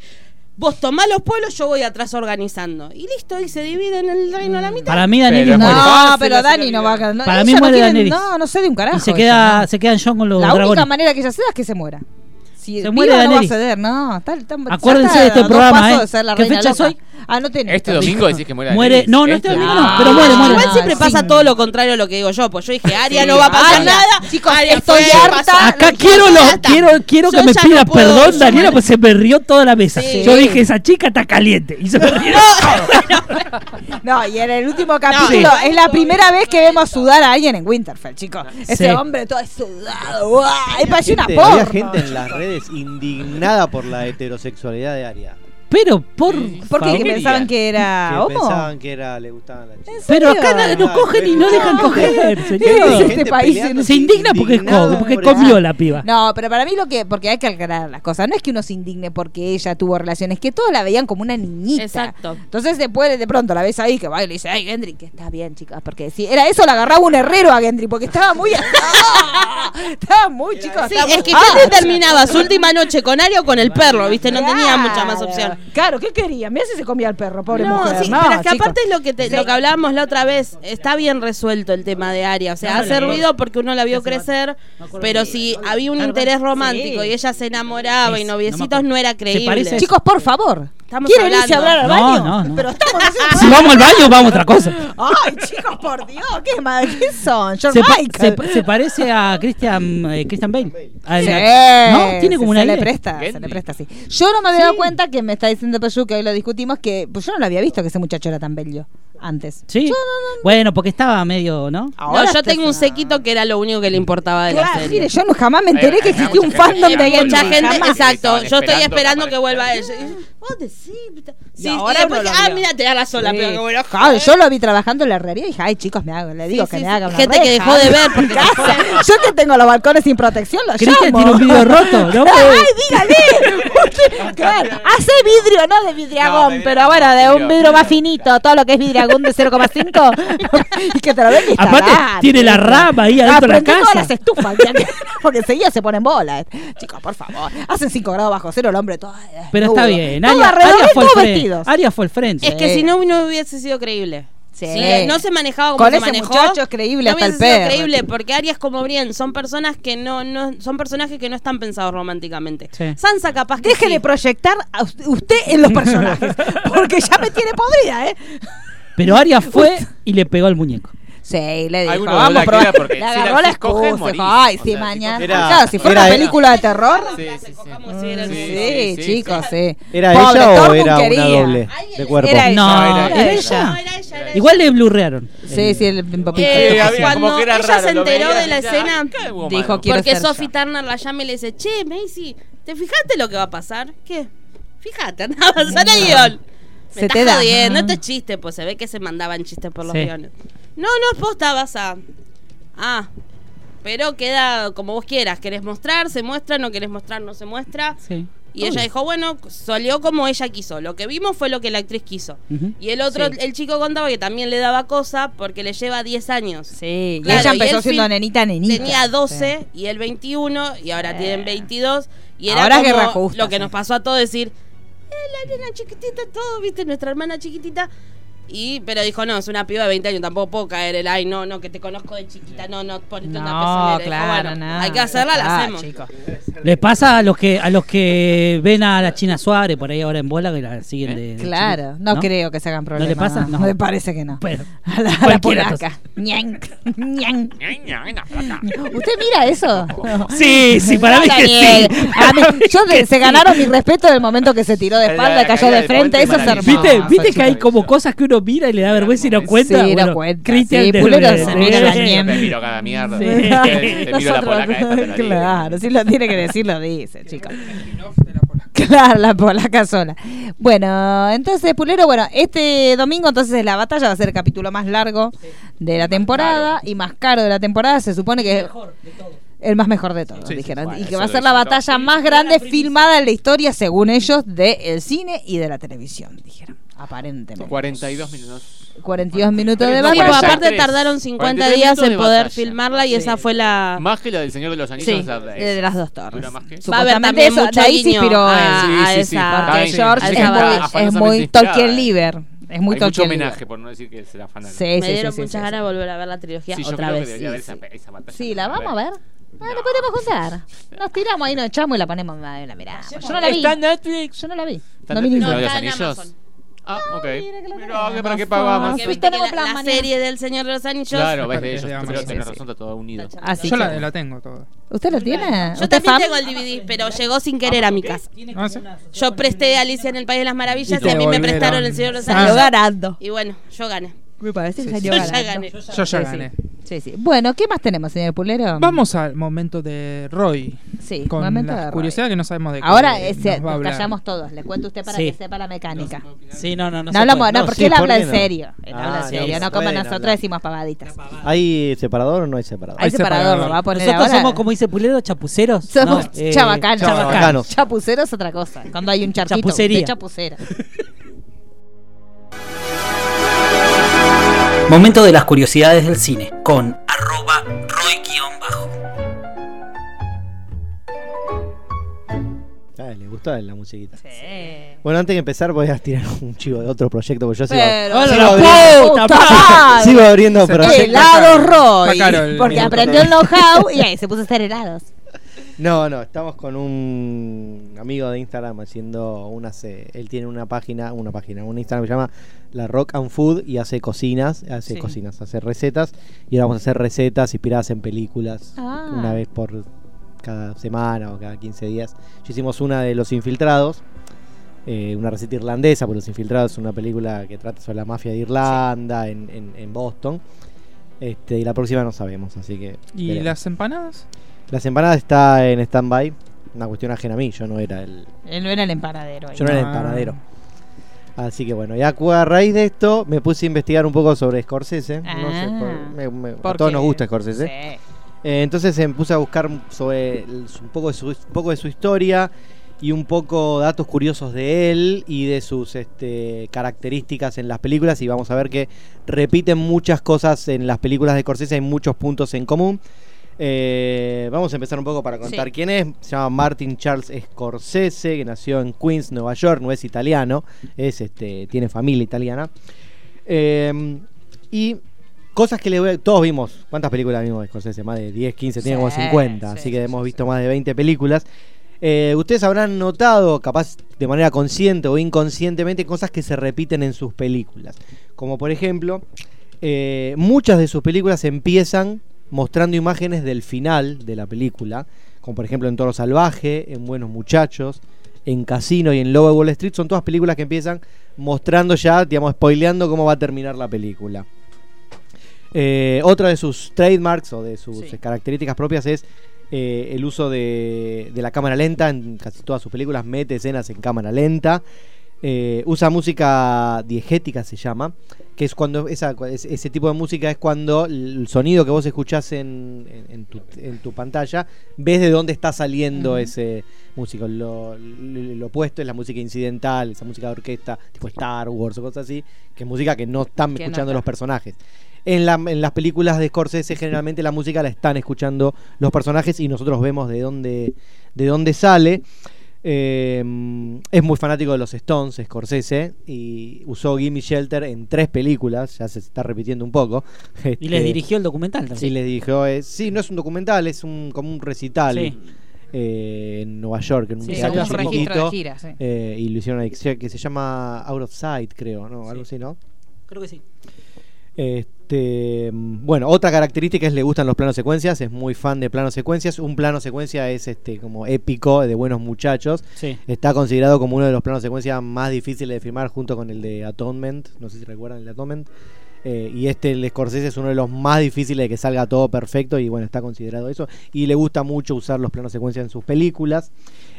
Speaker 6: Vos tomá los pueblos, yo voy atrás organizando. Y listo, y se dividen el reino a la mitad.
Speaker 4: Para mí, Daniel
Speaker 9: Pero
Speaker 4: es
Speaker 9: es
Speaker 4: muere.
Speaker 2: No,
Speaker 9: fácil
Speaker 2: pero
Speaker 9: hacer
Speaker 2: Dani
Speaker 9: la
Speaker 2: no
Speaker 9: vida.
Speaker 2: va a quedar. no,
Speaker 4: Para mí
Speaker 2: ella
Speaker 4: muere
Speaker 2: no, quiere-
Speaker 4: Daenerys.
Speaker 2: no, no sé de un carajo.
Speaker 4: Y se
Speaker 2: ella,
Speaker 4: queda,
Speaker 2: no.
Speaker 4: se quedan John con los
Speaker 2: La única
Speaker 4: dragones.
Speaker 2: manera que ella sea es que se muera. Si
Speaker 4: Se
Speaker 2: viva
Speaker 4: muere
Speaker 2: no va a
Speaker 4: Daenerys.
Speaker 2: ceder, no. Está, está- ya
Speaker 4: Acuérdense
Speaker 2: está
Speaker 4: de este
Speaker 2: a dos
Speaker 4: programa,
Speaker 2: pasos
Speaker 4: ¿eh?
Speaker 2: de ser la
Speaker 4: ¿Qué
Speaker 2: reina
Speaker 4: fecha
Speaker 2: loca.
Speaker 4: soy?
Speaker 2: Ah, no tenés.
Speaker 9: Este domingo decís que muere
Speaker 4: Muere,
Speaker 9: Daenerys.
Speaker 4: no, no
Speaker 9: Este
Speaker 4: este domingo no,
Speaker 2: domingo.
Speaker 4: pero Ah, muere, muere.
Speaker 6: Ah, Igual siempre
Speaker 2: sí.
Speaker 6: pasa todo lo contrario a lo que digo yo, pues yo dije, Aria no va a pasar
Speaker 2: Aria,
Speaker 6: nada.
Speaker 2: chicos,
Speaker 6: Aria
Speaker 2: estoy
Speaker 6: fue,
Speaker 2: harta.
Speaker 6: pasó.
Speaker 4: Acá
Speaker 6: Yo
Speaker 4: quiero,
Speaker 6: ya
Speaker 4: lo-
Speaker 6: está.
Speaker 4: quiero, quiero
Speaker 6: Yo
Speaker 4: que me
Speaker 6: ya no
Speaker 4: pidas
Speaker 6: puedo,
Speaker 4: perdón,
Speaker 6: yo
Speaker 4: Daniela,
Speaker 6: ya-
Speaker 4: pues se me rió toda la mesa.
Speaker 6: Sí.
Speaker 4: Yo dije, esa chica está caliente. Y se me rió.
Speaker 2: No, y en el último capítulo
Speaker 6: sí.
Speaker 2: es la primera vez que vemos sudar a alguien en Winterfell, chicos.
Speaker 4: Sí.
Speaker 2: Ese hombre todo es sudado. ¡guau! Él parecía una
Speaker 5: Gente-
Speaker 2: porra.
Speaker 5: Había gente en las redes indignada por la heterosexualidad de Aria.
Speaker 4: Pero
Speaker 2: ¿Por
Speaker 4: por.
Speaker 2: qué?
Speaker 4: favor.
Speaker 2: ¿Que
Speaker 9: Familia.
Speaker 2: pensaban que
Speaker 5: Que
Speaker 2: era homo?
Speaker 5: pensaban que era, le gustaban las chicas.
Speaker 4: Pero
Speaker 2: serio?
Speaker 4: acá na- no
Speaker 5: Ah,
Speaker 4: cogen y no
Speaker 5: pero-
Speaker 4: dejan coger,
Speaker 2: Dios.
Speaker 4: señor.
Speaker 2: Este país
Speaker 5: peleándose
Speaker 4: Se indigna porque, co-
Speaker 5: indignada
Speaker 4: porque
Speaker 5: por eso.
Speaker 4: comió la piba.
Speaker 2: No, pero para mí lo que, porque hay que aclarar las cosas, no es que uno se indigne porque ella tuvo relaciones, que todos la veían como una niñita.
Speaker 6: Exacto.
Speaker 2: Entonces después de pronto la ves ahí que va y le dice, ay Gendry, que estás bien, chicas, porque si era eso la agarraba un herrero a Gendry, porque estaba muy estaba muy chicos.
Speaker 6: Sí,
Speaker 2: estaba
Speaker 6: es
Speaker 2: muy-
Speaker 6: que
Speaker 2: Ah,
Speaker 6: Henry terminaba su última noche con Aria o con el perro, ¿viste? No tenía
Speaker 2: Claro.
Speaker 6: mucha más opción.
Speaker 10: Claro, ¿qué quería? Mira si se comía al perro, pobre
Speaker 6: no,
Speaker 10: mujer.
Speaker 6: sí,
Speaker 10: no,
Speaker 6: pero es que
Speaker 10: chicos.
Speaker 6: aparte es lo que, te- lo que hablábamos la otra vez. Está bien resuelto el tema de Aria. O sea,
Speaker 10: No,
Speaker 6: hace
Speaker 10: no, no.
Speaker 6: ruido porque uno la vio crecer, pero si había un interés romántico
Speaker 10: Sí.
Speaker 6: y ella se enamoraba y noviecitos, no era creíble.
Speaker 4: parece-
Speaker 2: Chicos, por favor.
Speaker 6: Estamos
Speaker 2: ¿Quieren irse a hablar
Speaker 6: hablando.
Speaker 2: al
Speaker 4: No,
Speaker 2: baño?
Speaker 4: no, no.
Speaker 2: Pero estamos haciendo-
Speaker 4: Si vamos al baño, vamos a otra cosa.
Speaker 2: Ay, chicos, por Dios, ¿qué, ma- qué son? George
Speaker 4: Se, pa-
Speaker 2: Michael.
Speaker 4: se- se parece a Christian, eh, Christian Bale. A-
Speaker 2: Sí.
Speaker 4: ¿No? Tiene como
Speaker 2: se,
Speaker 4: una
Speaker 2: se le
Speaker 4: aire.
Speaker 2: presta, se le presta así. Yo no me había dado cuenta que me está diciendo Peyu que hoy lo discutimos que pues yo no lo había visto que ese muchacho era tan bello antes.
Speaker 4: Sí.
Speaker 2: Yo no, no-
Speaker 4: Bueno, porque estaba medio, ¿no?
Speaker 6: No, yo
Speaker 2: este
Speaker 6: tengo un
Speaker 2: es una-
Speaker 6: sequito que era lo único que le importaba de la
Speaker 2: Claro,
Speaker 6: serie.
Speaker 2: Ah, mire, yo no jamás me enteré
Speaker 9: Hay-
Speaker 2: que
Speaker 9: hay
Speaker 2: existía un
Speaker 9: mucha
Speaker 2: fandom
Speaker 9: gente
Speaker 2: de
Speaker 9: que
Speaker 2: Game
Speaker 6: mucha
Speaker 9: Estaban
Speaker 2: Boy,
Speaker 6: gente,
Speaker 2: jamás.
Speaker 6: exacto. Yo estoy
Speaker 9: esperando
Speaker 6: esperando
Speaker 9: que
Speaker 6: que vuelva ella. Vos decís. Sí,
Speaker 10: ahora
Speaker 6: y después,
Speaker 10: no lo
Speaker 6: ah,
Speaker 10: veo.
Speaker 6: mira, te da la sola,
Speaker 2: Sí.
Speaker 6: pero que bueno.
Speaker 2: Claro, yo lo vi trabajando en la herrería y dije, ay chicos, me hago, le digo
Speaker 6: Sí,
Speaker 2: que
Speaker 6: sí,
Speaker 2: me
Speaker 6: sí.
Speaker 2: haga una
Speaker 6: Gente que
Speaker 2: reja.
Speaker 6: dejó de ver porque
Speaker 2: Casa. Yo que tengo los balcones sin protección, lo
Speaker 4: Cristian
Speaker 2: llamo.
Speaker 4: tiene un vidrio roto, ¿no? pues.
Speaker 2: ¡Ay, dígale! Usted- claro, hace vidrio, no de vidriagón,
Speaker 9: No, de vidrio,
Speaker 2: pero bueno, de un
Speaker 9: vidrio.
Speaker 2: vidrio más finito, todo lo que es vidriagón de 0,5. y que te lo ven
Speaker 4: Aparte, tiene la rama ahí adentro de la
Speaker 2: Aprendí todas
Speaker 4: casa.
Speaker 2: las estufas, ¿entendés? porque enseguida se ponen bolas. Chicos, por favor, hacen 5 grados bajo cero el hombre todo.
Speaker 4: Pero
Speaker 2: desnudo.
Speaker 4: está bien.
Speaker 2: Todo
Speaker 4: Aria,
Speaker 2: alrededor,
Speaker 4: Aria fue al
Speaker 2: todos
Speaker 4: frente.
Speaker 2: vestidos.
Speaker 4: Aria fue al frente.
Speaker 6: Es que si no, no hubiese sido creíble.
Speaker 2: Sí.
Speaker 6: Si no se manejaba como
Speaker 2: Con
Speaker 6: se
Speaker 2: ese
Speaker 6: manejó,
Speaker 2: muchacho es creíble
Speaker 6: no
Speaker 2: hasta el
Speaker 6: hubiese sido
Speaker 2: perro,
Speaker 6: creíble porque Arias como Brienne son personas que no, no son personajes que no están pensados románticamente.
Speaker 4: Sí.
Speaker 6: Sansa capaz que
Speaker 2: Deje
Speaker 6: sí.
Speaker 2: de proyectar a us- usted en los personajes, porque ya me tiene podrida, ¿eh?
Speaker 4: Pero Aria fue y le pegó al muñeco.
Speaker 2: Sí, le dijo,
Speaker 9: Alguno
Speaker 2: vamos
Speaker 9: la
Speaker 2: a probar.
Speaker 9: quiere porque
Speaker 2: Le
Speaker 9: si
Speaker 2: agarró
Speaker 9: la-
Speaker 2: la
Speaker 9: si coges,
Speaker 2: excusa.
Speaker 9: morís.
Speaker 2: dijo, Ay,
Speaker 9: O
Speaker 2: sí,
Speaker 9: sea,
Speaker 2: mañana.
Speaker 5: era-
Speaker 2: claro, si fuera
Speaker 5: era
Speaker 2: una
Speaker 5: él.
Speaker 2: película de terror.
Speaker 9: Sí, sí, sí.
Speaker 6: Como si
Speaker 2: Sí,
Speaker 6: era-
Speaker 9: Sí,
Speaker 2: sí,
Speaker 9: sí,
Speaker 2: chicos, sí.
Speaker 5: ¿Era
Speaker 2: Pobre,
Speaker 5: ella o
Speaker 2: Tormund
Speaker 5: era
Speaker 2: quería.
Speaker 5: una doble de cuerpo?
Speaker 2: Era ella.
Speaker 4: No,
Speaker 9: era
Speaker 4: era
Speaker 6: No,
Speaker 4: ella.
Speaker 6: era ella, era
Speaker 4: Igual le blurrearon.
Speaker 2: Sí, sí, el papito.
Speaker 6: Eh,
Speaker 9: Sí, había
Speaker 6: cuando
Speaker 9: como que era
Speaker 6: ella
Speaker 9: raro,
Speaker 6: se
Speaker 9: lo
Speaker 6: enteró
Speaker 9: veías
Speaker 6: de la
Speaker 9: y decía, "Ah,
Speaker 6: escena,
Speaker 9: "Qué woman".
Speaker 2: dijo, quiero
Speaker 6: Porque
Speaker 2: ser
Speaker 6: Sophie
Speaker 2: yo".
Speaker 6: Turner la llama y le dice, che, Macy, ¿te fijaste lo que va a pasar? ¿Qué? Fíjate, anda a avanzar el guión. Me
Speaker 2: Se
Speaker 6: estás
Speaker 2: te da.
Speaker 6: jodiendo, este es chiste, pues se ve que se mandaban chistes por los
Speaker 4: Sí.
Speaker 6: guiones. No, no, vos estabas a... Ah, pero queda como vos quieras, querés mostrar, se muestra, no querés mostrar, no se muestra.
Speaker 4: Sí.
Speaker 6: Y ella dijo, bueno, salió como ella quiso. Lo que vimos fue lo que la actriz quiso.
Speaker 4: Ujú.
Speaker 6: Y el otro,
Speaker 2: Sí.
Speaker 6: el chico contaba que también le daba cosa porque le lleva 10 años.
Speaker 2: Sí, y
Speaker 6: Claro,
Speaker 2: ella
Speaker 6: y
Speaker 2: empezó
Speaker 6: él
Speaker 2: siendo
Speaker 6: fin-
Speaker 2: nenita, nenita.
Speaker 6: Tenía
Speaker 2: Sí.
Speaker 6: 12 y él 21 y ahora tienen 22. Y era
Speaker 2: Eh. Ahora es
Speaker 6: como
Speaker 2: guerra justa,
Speaker 6: lo que
Speaker 2: sí.
Speaker 6: nos pasó a todos decir, "Eh, la nena chiquitita, todo, viste, nuestra hermana chiquitita. Y, pero dijo, no, es una piba de 20 años, tampoco puedo caer el, ay, no, no, que te conozco de chiquita, no, no, ponete una
Speaker 2: No,
Speaker 6: pezonera. Dijo,
Speaker 2: claro,
Speaker 6: bueno,
Speaker 2: nada.
Speaker 6: hay que hacerla, la
Speaker 2: Ah,
Speaker 6: hacemos.
Speaker 2: chicos.
Speaker 4: Le pasa a los que a los que ven a la China Suárez por ahí ahora en bola que la siguen de, de
Speaker 2: Claro,
Speaker 4: chiquita,
Speaker 2: no, creo que se hagan
Speaker 4: le
Speaker 2: problemas.
Speaker 4: pasa?
Speaker 2: No,
Speaker 4: No.
Speaker 2: me parece que no.
Speaker 4: Pero,
Speaker 2: a la, a la
Speaker 4: cualquiera,
Speaker 2: polaca. Ñan, ñan. ¿Usted mira eso? No.
Speaker 4: Sí, sí, para mí que sí.
Speaker 2: Daniel, a mí- yo de- se ganaron mi respeto del momento que se tiró de
Speaker 9: La-
Speaker 2: espalda
Speaker 9: la
Speaker 2: y cayó
Speaker 9: caída
Speaker 2: de
Speaker 9: del
Speaker 2: frente. Eso
Speaker 9: puente
Speaker 2: es hermoso.
Speaker 9: maravillosa.
Speaker 4: ¿Viste, viste que
Speaker 2: chicos.
Speaker 4: hay como cosas que uno mira y le da vergüenza y no cuenta?
Speaker 2: Sí, no
Speaker 4: Bueno,
Speaker 2: cuenta,
Speaker 4: Cristian
Speaker 2: sí,
Speaker 4: de-
Speaker 2: Pulero
Speaker 4: de-
Speaker 2: se
Speaker 4: de-
Speaker 2: mira
Speaker 4: de-
Speaker 2: ñem.
Speaker 9: Me miro cada mierda.
Speaker 4: Sí.
Speaker 9: Te, te miro la
Speaker 2: Nosotros-
Speaker 9: polaca esta, te la digo.
Speaker 2: Claro, si lo tiene que decir, lo dice, chicos. Claro, la polaca sola. Bueno, entonces, Pulero, bueno, este domingo entonces la batalla va a ser el capítulo más largo de la temporada y más caro de la temporada. Se supone que es el más mejor de todos,
Speaker 9: Sí, sí,
Speaker 2: dijeron.
Speaker 9: bueno,
Speaker 2: y que
Speaker 9: eso
Speaker 2: va a
Speaker 9: lo
Speaker 2: ser la
Speaker 9: dicen todos.
Speaker 2: batalla más grande filmada en la historia, según ellos, del cine y de la televisión, dijeron. Aparentemente.
Speaker 9: 42 minutos.
Speaker 2: 42 minutos de
Speaker 9: Pero no,
Speaker 6: Sí, porque
Speaker 2: batalla.
Speaker 9: cuarenta y
Speaker 6: aparte
Speaker 9: tres.
Speaker 6: tardaron 50
Speaker 9: Cuarenta y tres
Speaker 6: días en
Speaker 9: minutos de
Speaker 6: poder
Speaker 9: batalla.
Speaker 6: filmarla y esa fue
Speaker 2: Ah.
Speaker 6: la...
Speaker 9: Más que la del Señor de los Anillos.
Speaker 6: Sí,
Speaker 9: la de-
Speaker 2: eh,
Speaker 6: de las dos torres.
Speaker 9: Dura más que-
Speaker 6: Va a haber
Speaker 2: Supuestamente
Speaker 6: también
Speaker 2: eso,
Speaker 6: mucho
Speaker 2: de ahí se
Speaker 6: guiño
Speaker 2: inspiró
Speaker 6: a,
Speaker 9: él.
Speaker 6: a
Speaker 9: Sí, sí, sí,
Speaker 6: esa...
Speaker 9: está
Speaker 2: Porque
Speaker 9: bien.
Speaker 2: George
Speaker 9: Sí,
Speaker 2: es
Speaker 9: está
Speaker 2: muy, es
Speaker 9: afanosamente
Speaker 2: muy
Speaker 9: inspirada,
Speaker 2: Tolkien
Speaker 9: eh.
Speaker 2: Lieber. Es muy
Speaker 9: Hay mucho
Speaker 2: Tolkien
Speaker 9: homenaje,
Speaker 2: Lieber.
Speaker 9: por no decir que se la fan
Speaker 2: Sí,
Speaker 6: Me
Speaker 2: sí,
Speaker 6: dieron
Speaker 2: sí, sí,
Speaker 6: muchas
Speaker 2: sí,
Speaker 6: ganas de volver a ver la trilogía
Speaker 9: Sí, yo
Speaker 6: otra
Speaker 9: creo
Speaker 6: vez.
Speaker 9: que
Speaker 6: sí,
Speaker 9: debería haber
Speaker 6: sí.
Speaker 9: esa, esa batalla.
Speaker 2: Sí, la vamos a ver. Ah,
Speaker 9: No.
Speaker 2: la podemos juntar. Nos tiramos ahí, nos echamos y la ponemos en la mirada. Yo no la vi.
Speaker 9: Está en Netflix.
Speaker 2: Yo no la vi.
Speaker 9: ¿Está
Speaker 2: No
Speaker 9: en
Speaker 2: vi
Speaker 9: Netflix?
Speaker 2: ninguna.
Speaker 9: ¿La de los
Speaker 6: está en
Speaker 9: Anillos?
Speaker 6: Amazon.
Speaker 9: Ah, ok.
Speaker 2: mira que lo
Speaker 9: Mira,
Speaker 2: tenemos.
Speaker 9: ¿qué- ¿para qué pagamos?
Speaker 6: Porque
Speaker 2: Sí,
Speaker 6: viste que
Speaker 2: tenemos
Speaker 6: la,
Speaker 2: plan
Speaker 6: la
Speaker 2: mañana.
Speaker 6: serie del Señor de los Anillos.
Speaker 9: Claro,
Speaker 3: Aparte
Speaker 9: ves de ellos.
Speaker 3: de
Speaker 9: Pero
Speaker 3: Amazon.
Speaker 9: tenés
Speaker 2: Sí,
Speaker 9: razón, está todo unido.
Speaker 2: Así
Speaker 3: Yo la,
Speaker 2: que-
Speaker 3: la tengo toda.
Speaker 2: ¿Usted lo tiene?
Speaker 6: Yo
Speaker 2: ¿Usted
Speaker 6: también
Speaker 2: fan? Ah,
Speaker 6: tengo el DVD, pero llegó sin querer a mi casa.
Speaker 3: Ah, ¿sí?
Speaker 6: Yo presté a Alicia en el País de las Maravillas
Speaker 3: Y
Speaker 6: y a mí me
Speaker 3: devolvieron.
Speaker 6: prestaron el Señor de los
Speaker 3: Ah.
Speaker 2: Salió
Speaker 6: Anillos.
Speaker 2: ganando.
Speaker 6: Y bueno, yo gané.
Speaker 2: Me parece que
Speaker 3: Sí, sí.
Speaker 2: salió
Speaker 6: Yo ya
Speaker 2: ganando.
Speaker 6: gané.
Speaker 3: Yo ya
Speaker 2: Sí,
Speaker 3: gané.
Speaker 2: Sí. Sí, sí. Bueno, ¿qué más tenemos, señor Pulero?
Speaker 3: Vamos al momento de Roy.
Speaker 2: Sí,
Speaker 3: Con
Speaker 2: momento
Speaker 3: la
Speaker 2: de Roy.
Speaker 3: curiosidad que no sabemos de qué
Speaker 2: Ahora eh, se-
Speaker 3: nos va a
Speaker 2: nos
Speaker 3: hablar.
Speaker 2: callamos todos. Le cuento a usted para
Speaker 4: Sí.
Speaker 2: que sepa la mecánica. No,
Speaker 4: Sí, no, no, no. se
Speaker 2: hablamos,
Speaker 4: puede.
Speaker 2: no,
Speaker 5: No,
Speaker 2: porque
Speaker 5: sí,
Speaker 2: él
Speaker 5: ¿por
Speaker 2: habla
Speaker 5: qué
Speaker 2: en
Speaker 5: no?
Speaker 2: serio. Él
Speaker 5: Ah,
Speaker 2: habla en
Speaker 5: no,
Speaker 2: serio, no,
Speaker 5: no
Speaker 2: como
Speaker 5: pueden
Speaker 2: nosotros
Speaker 5: hablar.
Speaker 2: decimos pavaditas.
Speaker 5: ¿Hay separador o no hay separador?
Speaker 2: Hay
Speaker 3: Hay
Speaker 2: separador,
Speaker 3: separador.
Speaker 2: lo va a poner
Speaker 4: Nosotros
Speaker 2: ahora.
Speaker 4: somos, como dice Pulero, chapuceros.
Speaker 2: Somos
Speaker 4: No, eh,
Speaker 2: chabacanos.
Speaker 5: chabacanos.
Speaker 2: Chapucero es otra cosa. Cuando hay un charquito
Speaker 4: Chapucería.
Speaker 2: de chapucera.
Speaker 10: Momento de las curiosidades del cine con
Speaker 5: Ah, le gusta. gustaba la musiquita.
Speaker 2: Sí.
Speaker 5: Bueno, antes de empezar voy a tirar un chivo de otro proyecto porque yo sigo,
Speaker 2: Pero-
Speaker 5: sigo
Speaker 2: ¡Hola,
Speaker 5: abriendo,
Speaker 2: puta madre!
Speaker 5: sigo abriendo proyectos.
Speaker 2: Helado Roy. porque
Speaker 5: Mira,
Speaker 2: aprendió el know-how y ahí se puso a hacer helados.
Speaker 5: No, no, estamos con un amigo de Instagram haciendo unas. eh, él tiene una página, una página, un Instagram que se llama La Rock and Food y hace cocinas, hace
Speaker 2: Sí.
Speaker 5: cocinas, hace recetas. Y ahora vamos a hacer recetas inspiradas en películas
Speaker 2: Ah.
Speaker 5: una vez por cada semana o cada 15 días. Ya hicimos una de Los Infiltrados, eh, una receta irlandesa, porque Los Infiltrados es una película que trata sobre la mafia de Irlanda, en, en- en Boston. Este, y la próxima no sabemos, así que.
Speaker 3: ¿Y
Speaker 5: veremos.
Speaker 3: las empanadas?
Speaker 5: Las empanadas está en stand-by. Una cuestión ajena a mí, yo no era el,
Speaker 2: Él no era el empanadero. ahí.
Speaker 5: yo no era el
Speaker 3: Ah.
Speaker 5: panadero. Así que bueno, y a, cu- a raíz de esto me puse a investigar un poco sobre Scorsese. No sé,
Speaker 2: Ah.
Speaker 5: por- me- me- a
Speaker 2: ¿Por
Speaker 5: todos
Speaker 2: qué?
Speaker 5: nos gusta Scorsese. Eh, entonces eh, me puse a buscar sobre el- un, poco de su, un poco de su historia y un poco datos curiosos de él y de sus este, características en las películas. Y vamos a ver que repiten muchas cosas en las películas de Scorsese, hay muchos puntos en común. Eh, vamos a empezar un poco para contar
Speaker 2: Sí.
Speaker 5: quién es. Se llama Martin Charles Scorsese, que nació en Queens, Nueva York, no es italiano, es este, tiene familia italiana. Eh, y cosas que le voy a- todos vimos, ¿cuántas películas vimos de Scorsese? Más de 10, 15, tiene
Speaker 2: Sí,
Speaker 5: como 50,
Speaker 2: sí,
Speaker 5: así que hemos visto más de 20 películas. Eh, ustedes habrán notado, capaz de manera consciente o inconscientemente, cosas que se repiten en sus películas. Como por ejemplo, eh, muchas de sus películas empiezan mostrando imágenes del final de la película, como por ejemplo en Toro Salvaje, en Buenos Muchachos, en Casino y en Lobo de Wall Street, son todas películas que empiezan mostrando ya, digamos, spoileando cómo va a terminar la película. Eh, otra de sus trademarks o de sus eh,
Speaker 2: Sí.
Speaker 5: características propias es eh, el uso de, de la cámara lenta. En casi todas sus películas mete escenas en cámara lenta. Eh, usa música diegética, se llama. Que es cuando esa, es- ese tipo de música es cuando el sonido que vos escuchás en, en- en tu, en tu pantalla ves de dónde está saliendo
Speaker 2: Ujú.
Speaker 5: ese músico. Lo, lo- lo opuesto es la música incidental, esa música de orquesta, tipo Star Wars o cosas así, que es música que no están
Speaker 2: Que no
Speaker 5: escuchando
Speaker 2: está.
Speaker 5: los personajes. En, la- en las películas de Scorsese generalmente la música la están escuchando los personajes y nosotros vemos de dónde, de dónde sale. Eh, es muy fanático de los Stones, Scorsese, y usó Gimme Shelter en tres películas, ya se está repitiendo un poco.
Speaker 4: Y les
Speaker 5: Este,
Speaker 4: dirigió el documental
Speaker 5: Sí,
Speaker 4: también.
Speaker 5: les dirigió. eh, sí, no es un documental, es un, como un recital
Speaker 4: Sí.
Speaker 5: eh, en Nueva York, en un
Speaker 2: Sí, como
Speaker 5: teatro
Speaker 2: un
Speaker 5: chiquitito,
Speaker 2: registro de gira, sí.
Speaker 5: eh, y lo hicieron ahí, que se llama Out of Sight, creo, ¿no? Algo así, ¿no?
Speaker 4: Creo que sí.
Speaker 5: Este, mm, bueno, otra característica es le gustan los planos secuencias, es muy fan de planos secuencias. Un plano secuencia es este como épico de buenos muchachos.
Speaker 4: Sí.
Speaker 5: Está considerado como uno de los planos secuencia más difíciles de filmar junto con el de Atonement, no sé si recuerdan el de Atonement. Eh, y este, el de Scorsese, es uno de los más difíciles de que salga todo perfecto y bueno, está considerado eso. Y le gusta mucho usar los planos secuencia en sus películas.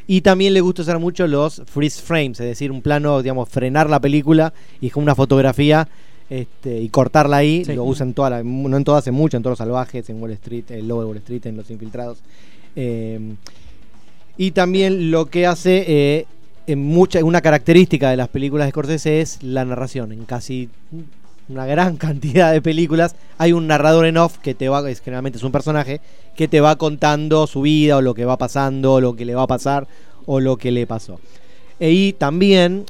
Speaker 5: Y también le gusta usar mucho los freeze frames, es decir, un plano, digamos, frenar la película y con una fotografía este, y cortarla ahí.
Speaker 4: Sí.
Speaker 5: Lo usan toda la- no en todas, en muchas, en Toros Salvajes, en Wall Street, el logo de Wall Street, en Los Infiltrados. Eh, y también lo que hace, eh, en mucha, una característica de las películas de Scorsese es la narración. En casi una gran cantidad de películas hay un narrador en off que te va, es, generalmente es un personaje, que te va contando su vida o lo que va pasando, o lo que le va a pasar o lo que le pasó. E- Y también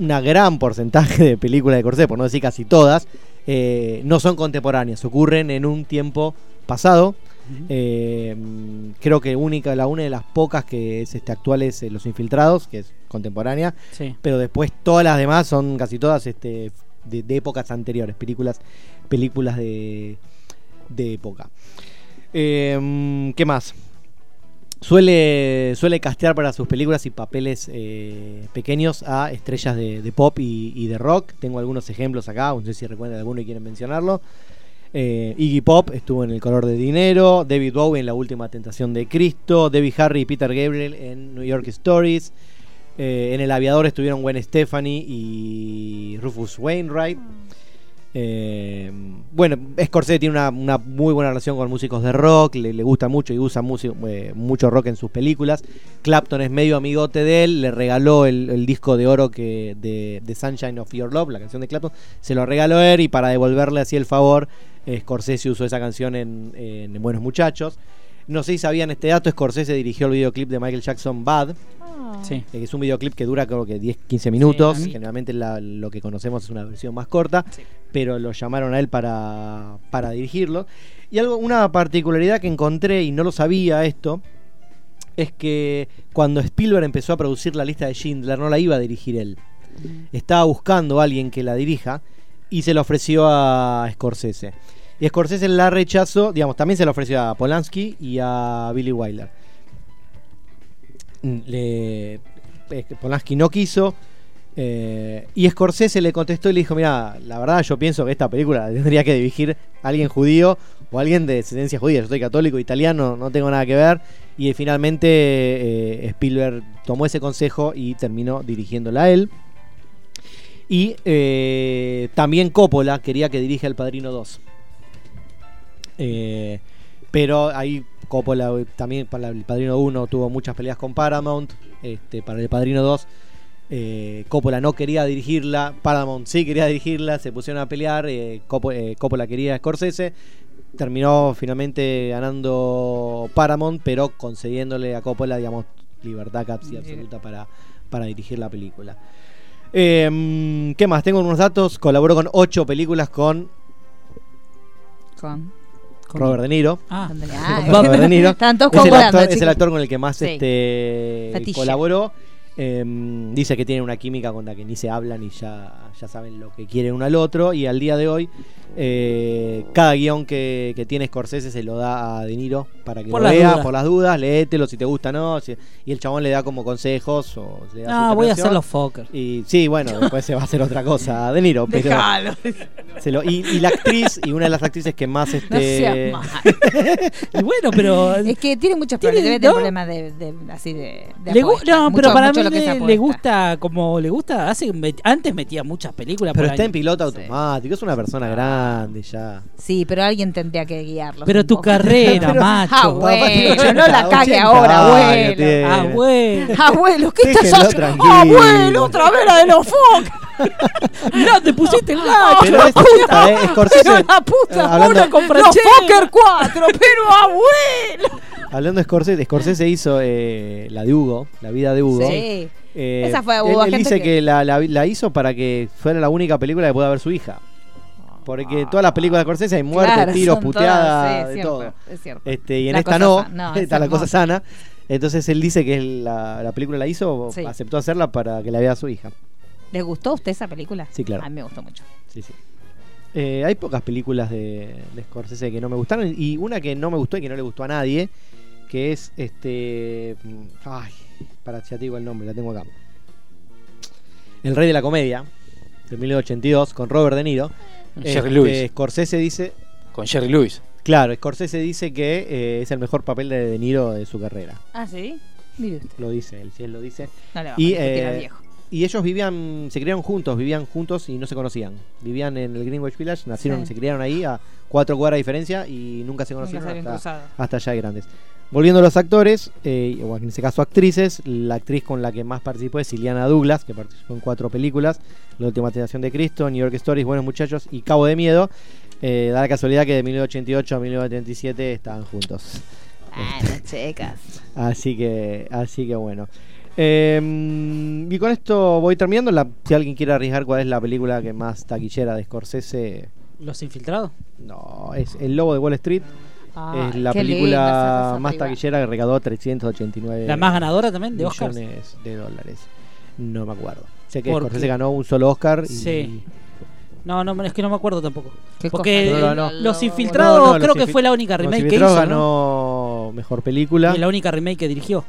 Speaker 5: una gran porcentaje de películas de Scorsese, por no decir casi todas, eh, no son contemporáneas, ocurren en un tiempo pasado, eh, mm, creo que única, la una de las pocas que es este, actual es eh, Los Infiltrados, que es contemporánea,
Speaker 4: Sí.
Speaker 5: pero después todas las demás son casi todas este, de, de épocas anteriores, películas, películas de, de época. Eh, mm, ¿Qué más? Suele, suele castear para sus películas y papeles eh, pequeños a estrellas de, de pop y, y de rock. Tengo algunos ejemplos acá, no sé si recuerdan alguno y quieren mencionarlo. Eh, Iggy Pop estuvo en El color de dinero, David Bowie en La última tentación de Cristo, Debbie Harry y Peter Gabriel en New York Stories, eh, en El aviador estuvieron Gwen Stefani y Rufus Wainwright. Eh, bueno, Scorsese tiene una, una muy buena relación con músicos de rock, le, le gusta mucho y usa musi- eh, mucho rock en sus películas. Clapton es medio amigote de él, le regaló el, el disco de oro que de, de Sunshine of Your Love, la canción de Clapton, se lo regaló él y para devolverle así el favor, eh, Scorsese usó esa canción en, en Buenos Muchachos. No sé si sabían este dato, Scorsese dirigió el videoclip de Michael Jackson Bad,
Speaker 4: Sí.
Speaker 5: eh, que es un videoclip que dura creo que 10, 15 minutos.
Speaker 4: a mí-
Speaker 5: Generalmente la- lo que conocemos es una versión más corta, pero lo llamaron a él para, para dirigirlo. Y algo, una particularidad que encontré, y no lo sabía esto, es que cuando Spielberg empezó a producir la lista de Schindler, no la iba a dirigir él.
Speaker 4: Mm.
Speaker 5: Estaba buscando a alguien que la dirija y se la ofreció a Scorsese. Y Scorsese la rechazó, digamos, también se la ofreció a Polanski y a Billy Wilder. Mm, le- eh, Polanski no quiso. eh, y Scorsese le contestó y le dijo: Mira, la verdad, yo pienso que esta película la tendría que dirigir alguien judío o alguien de descendencia judía. Yo soy católico, italiano, no tengo nada que ver. Y eh, finalmente eh, Spielberg tomó ese consejo y terminó dirigiéndola a él. Y eh, también Coppola quería que dirija El Padrino 2. Eh, pero ahí Coppola eh, también para El Padrino 1 tuvo muchas peleas con Paramount. Este, para El Padrino 2 eh, Coppola no quería dirigirla, Paramount sí quería dirigirla, se pusieron a pelear, eh, Coppo- eh, Coppola quería a Scorsese, terminó finalmente ganando Paramount, pero concediéndole a Coppola, digamos, libertad casi absoluta para, para dirigir la película. Eh, ¿Qué más? Tengo unos datos, colaboró con ocho películas con
Speaker 2: Con.
Speaker 5: Robert De Niro.
Speaker 4: Ah,
Speaker 2: con-
Speaker 5: Robert De Niro.
Speaker 2: Están todos
Speaker 5: es, el
Speaker 2: concordando,
Speaker 5: actor, es el
Speaker 2: chicos.
Speaker 5: actor con el que más
Speaker 2: Sí.
Speaker 5: este,
Speaker 2: Fetiche.
Speaker 5: colaboró. Eh, dice que tienen una química con la que ni se hablan y ya, ya saben lo que quieren uno al otro. Y al día de hoy, eh, cada guión que, que tiene Scorsese se lo da a De Niro para que
Speaker 4: Por
Speaker 5: lo
Speaker 4: las
Speaker 5: vea
Speaker 4: dudas.
Speaker 5: por las dudas, léetelo si te gusta o no. si- y el chabón le da como consejos. O le da
Speaker 4: Ah,
Speaker 5: su
Speaker 4: voy a
Speaker 5: interpretación.
Speaker 4: hacer los fuckers.
Speaker 5: Y sí, bueno, después se va a hacer otra cosa a De Niro. Pero
Speaker 2: Dejalo.
Speaker 5: se lo- y, y la actriz, y una de las actrices que más este,
Speaker 2: No seas mal.
Speaker 4: Y bueno, pero.
Speaker 2: Es que tiene muchos problemas. Debe
Speaker 4: Tiene,
Speaker 2: tener
Speaker 4: ¿no?
Speaker 2: problemas de, de- así de. de
Speaker 4: le gu-
Speaker 2: apuesta.
Speaker 4: no,
Speaker 2: Mucho-
Speaker 4: pero para
Speaker 2: mucho
Speaker 4: mí
Speaker 2: lo que es
Speaker 4: le,
Speaker 2: apuesta.
Speaker 4: le gusta, como le gusta, hace, met- antes metía muchas películas
Speaker 5: Pero
Speaker 4: por
Speaker 5: está en
Speaker 4: año.
Speaker 5: piloto automático, es una
Speaker 2: Ah.
Speaker 5: persona grande ya.
Speaker 2: Sí, pero alguien tendría que guiarlo.
Speaker 4: Pero tu carrera, macho.
Speaker 2: Ah, bueno, no la cague ahora, abuelo.
Speaker 5: Ah,
Speaker 4: Ah, bueno.
Speaker 2: Abuelo, ¿qué estás
Speaker 5: Déjenlo
Speaker 2: haciendo?
Speaker 5: tranquilo.
Speaker 2: Abuelo, Ah, otra vez la de los Ah, Fox.
Speaker 4: Mirá, te pusiste el gacho.
Speaker 5: Pero es puta, eh, Scorsese.
Speaker 2: Pero la
Speaker 5: eh,
Speaker 2: puta,
Speaker 5: hablando-
Speaker 2: una con Los
Speaker 4: Francesca.
Speaker 2: Fokker 4, pero abuelo.
Speaker 5: Hablando de Scorsese, Scorsese hizo eh, la de Hugo, la vida de Hugo.
Speaker 2: Sí.
Speaker 5: Eh,
Speaker 2: Esa fue de
Speaker 5: él-
Speaker 2: Hugo,
Speaker 5: Él,
Speaker 2: gente
Speaker 5: dice que,
Speaker 2: que
Speaker 5: la, la- la hizo para que fuera la única película que pueda ver su hija. Porque todas las películas de Scorsese hay muerte,
Speaker 2: Ah. Claro,
Speaker 5: tiros,
Speaker 2: son
Speaker 5: puteadas,
Speaker 2: todas, sí,
Speaker 5: de
Speaker 2: es
Speaker 5: todo.
Speaker 2: cierto, Es cierto.
Speaker 5: Este, y en
Speaker 2: La
Speaker 5: esta
Speaker 2: cosa
Speaker 5: no,
Speaker 2: sana, no, es
Speaker 5: está la cosa
Speaker 2: hermoso.
Speaker 5: sana. Entonces él dice que es la, la película la hizo,
Speaker 2: Sí.
Speaker 5: aceptó hacerla para que la vea su hija.
Speaker 2: ¿Les gustó a usted esa película?
Speaker 5: Sí, claro.
Speaker 2: A mí me gustó mucho.
Speaker 5: Sí, sí. Eh, hay pocas películas de, de Scorsese que no me gustaron y una que no me gustó y que no le gustó a nadie, que es este... mm, Ay, para, ya te digo el nombre, la tengo acá. El Rey de la Comedia, de 1982, con Robert De Niro.
Speaker 7: Mm, Jerry
Speaker 5: Este,
Speaker 7: Lewis.
Speaker 5: Scorsese dice...
Speaker 7: Con Jerry Lewis.
Speaker 5: Claro, Scorsese dice que eh, es el mejor papel de De Niro de su carrera.
Speaker 2: Ah, sí. Mire usted.
Speaker 5: Lo dice él, si él lo dice.
Speaker 2: No le va
Speaker 5: Y,
Speaker 2: a discutir al
Speaker 5: eh,
Speaker 2: viejo.
Speaker 5: Y ellos vivían, se criaron juntos, vivían juntos y no se conocían. Vivían en el Greenwich Village, nacieron,
Speaker 2: Sí.
Speaker 5: se criaron ahí a cuatro cuadras de diferencia y nunca se
Speaker 2: Nunca
Speaker 5: conocieron
Speaker 2: se habían
Speaker 5: hasta,
Speaker 2: cruzado.
Speaker 5: hasta ya de grandes. Volviendo a los actores, eh, o en este caso actrices, la actriz con la que más participó es Ileana Douglas, que participó en cuatro películas, La Última Tentación de Cristo, New York Stories, Buenos Muchachos y Cabo de Miedo. Eh, da la casualidad que de 1988 a 1987 estaban juntos.
Speaker 2: Bueno, chicas.
Speaker 5: Así que, así que bueno. Eh, y con esto voy terminando. La- si alguien quiere arriesgar cuál es la película que más taquillera de Scorsese,
Speaker 4: ¿Los infiltrados?
Speaker 5: no, es El Lobo de Wall Street.
Speaker 2: Ay,
Speaker 5: es la
Speaker 2: Ah, qué linda
Speaker 5: película
Speaker 2: esa
Speaker 5: más
Speaker 2: película.
Speaker 5: taquillera que recaudó 389
Speaker 4: ¿La más ganadora también de Oscar?
Speaker 5: Eh, millones de dólares. No me acuerdo. Sé que
Speaker 4: ¿Por
Speaker 5: Scorsese
Speaker 4: qué?
Speaker 5: ganó un solo Oscar. y-
Speaker 4: Sí. No, no, es que no me acuerdo tampoco.
Speaker 2: Qué
Speaker 4: Porque
Speaker 5: cosa. No, no,
Speaker 2: no.
Speaker 4: Los
Speaker 5: No,
Speaker 4: Infiltrados
Speaker 5: no, Los
Speaker 4: creo que
Speaker 5: Infil-
Speaker 4: fue la única
Speaker 5: Los
Speaker 4: remake que
Speaker 5: Infiltrados
Speaker 4: hizo, ¿no?
Speaker 5: ganó mejor película.
Speaker 4: Y la única remake que dirigió.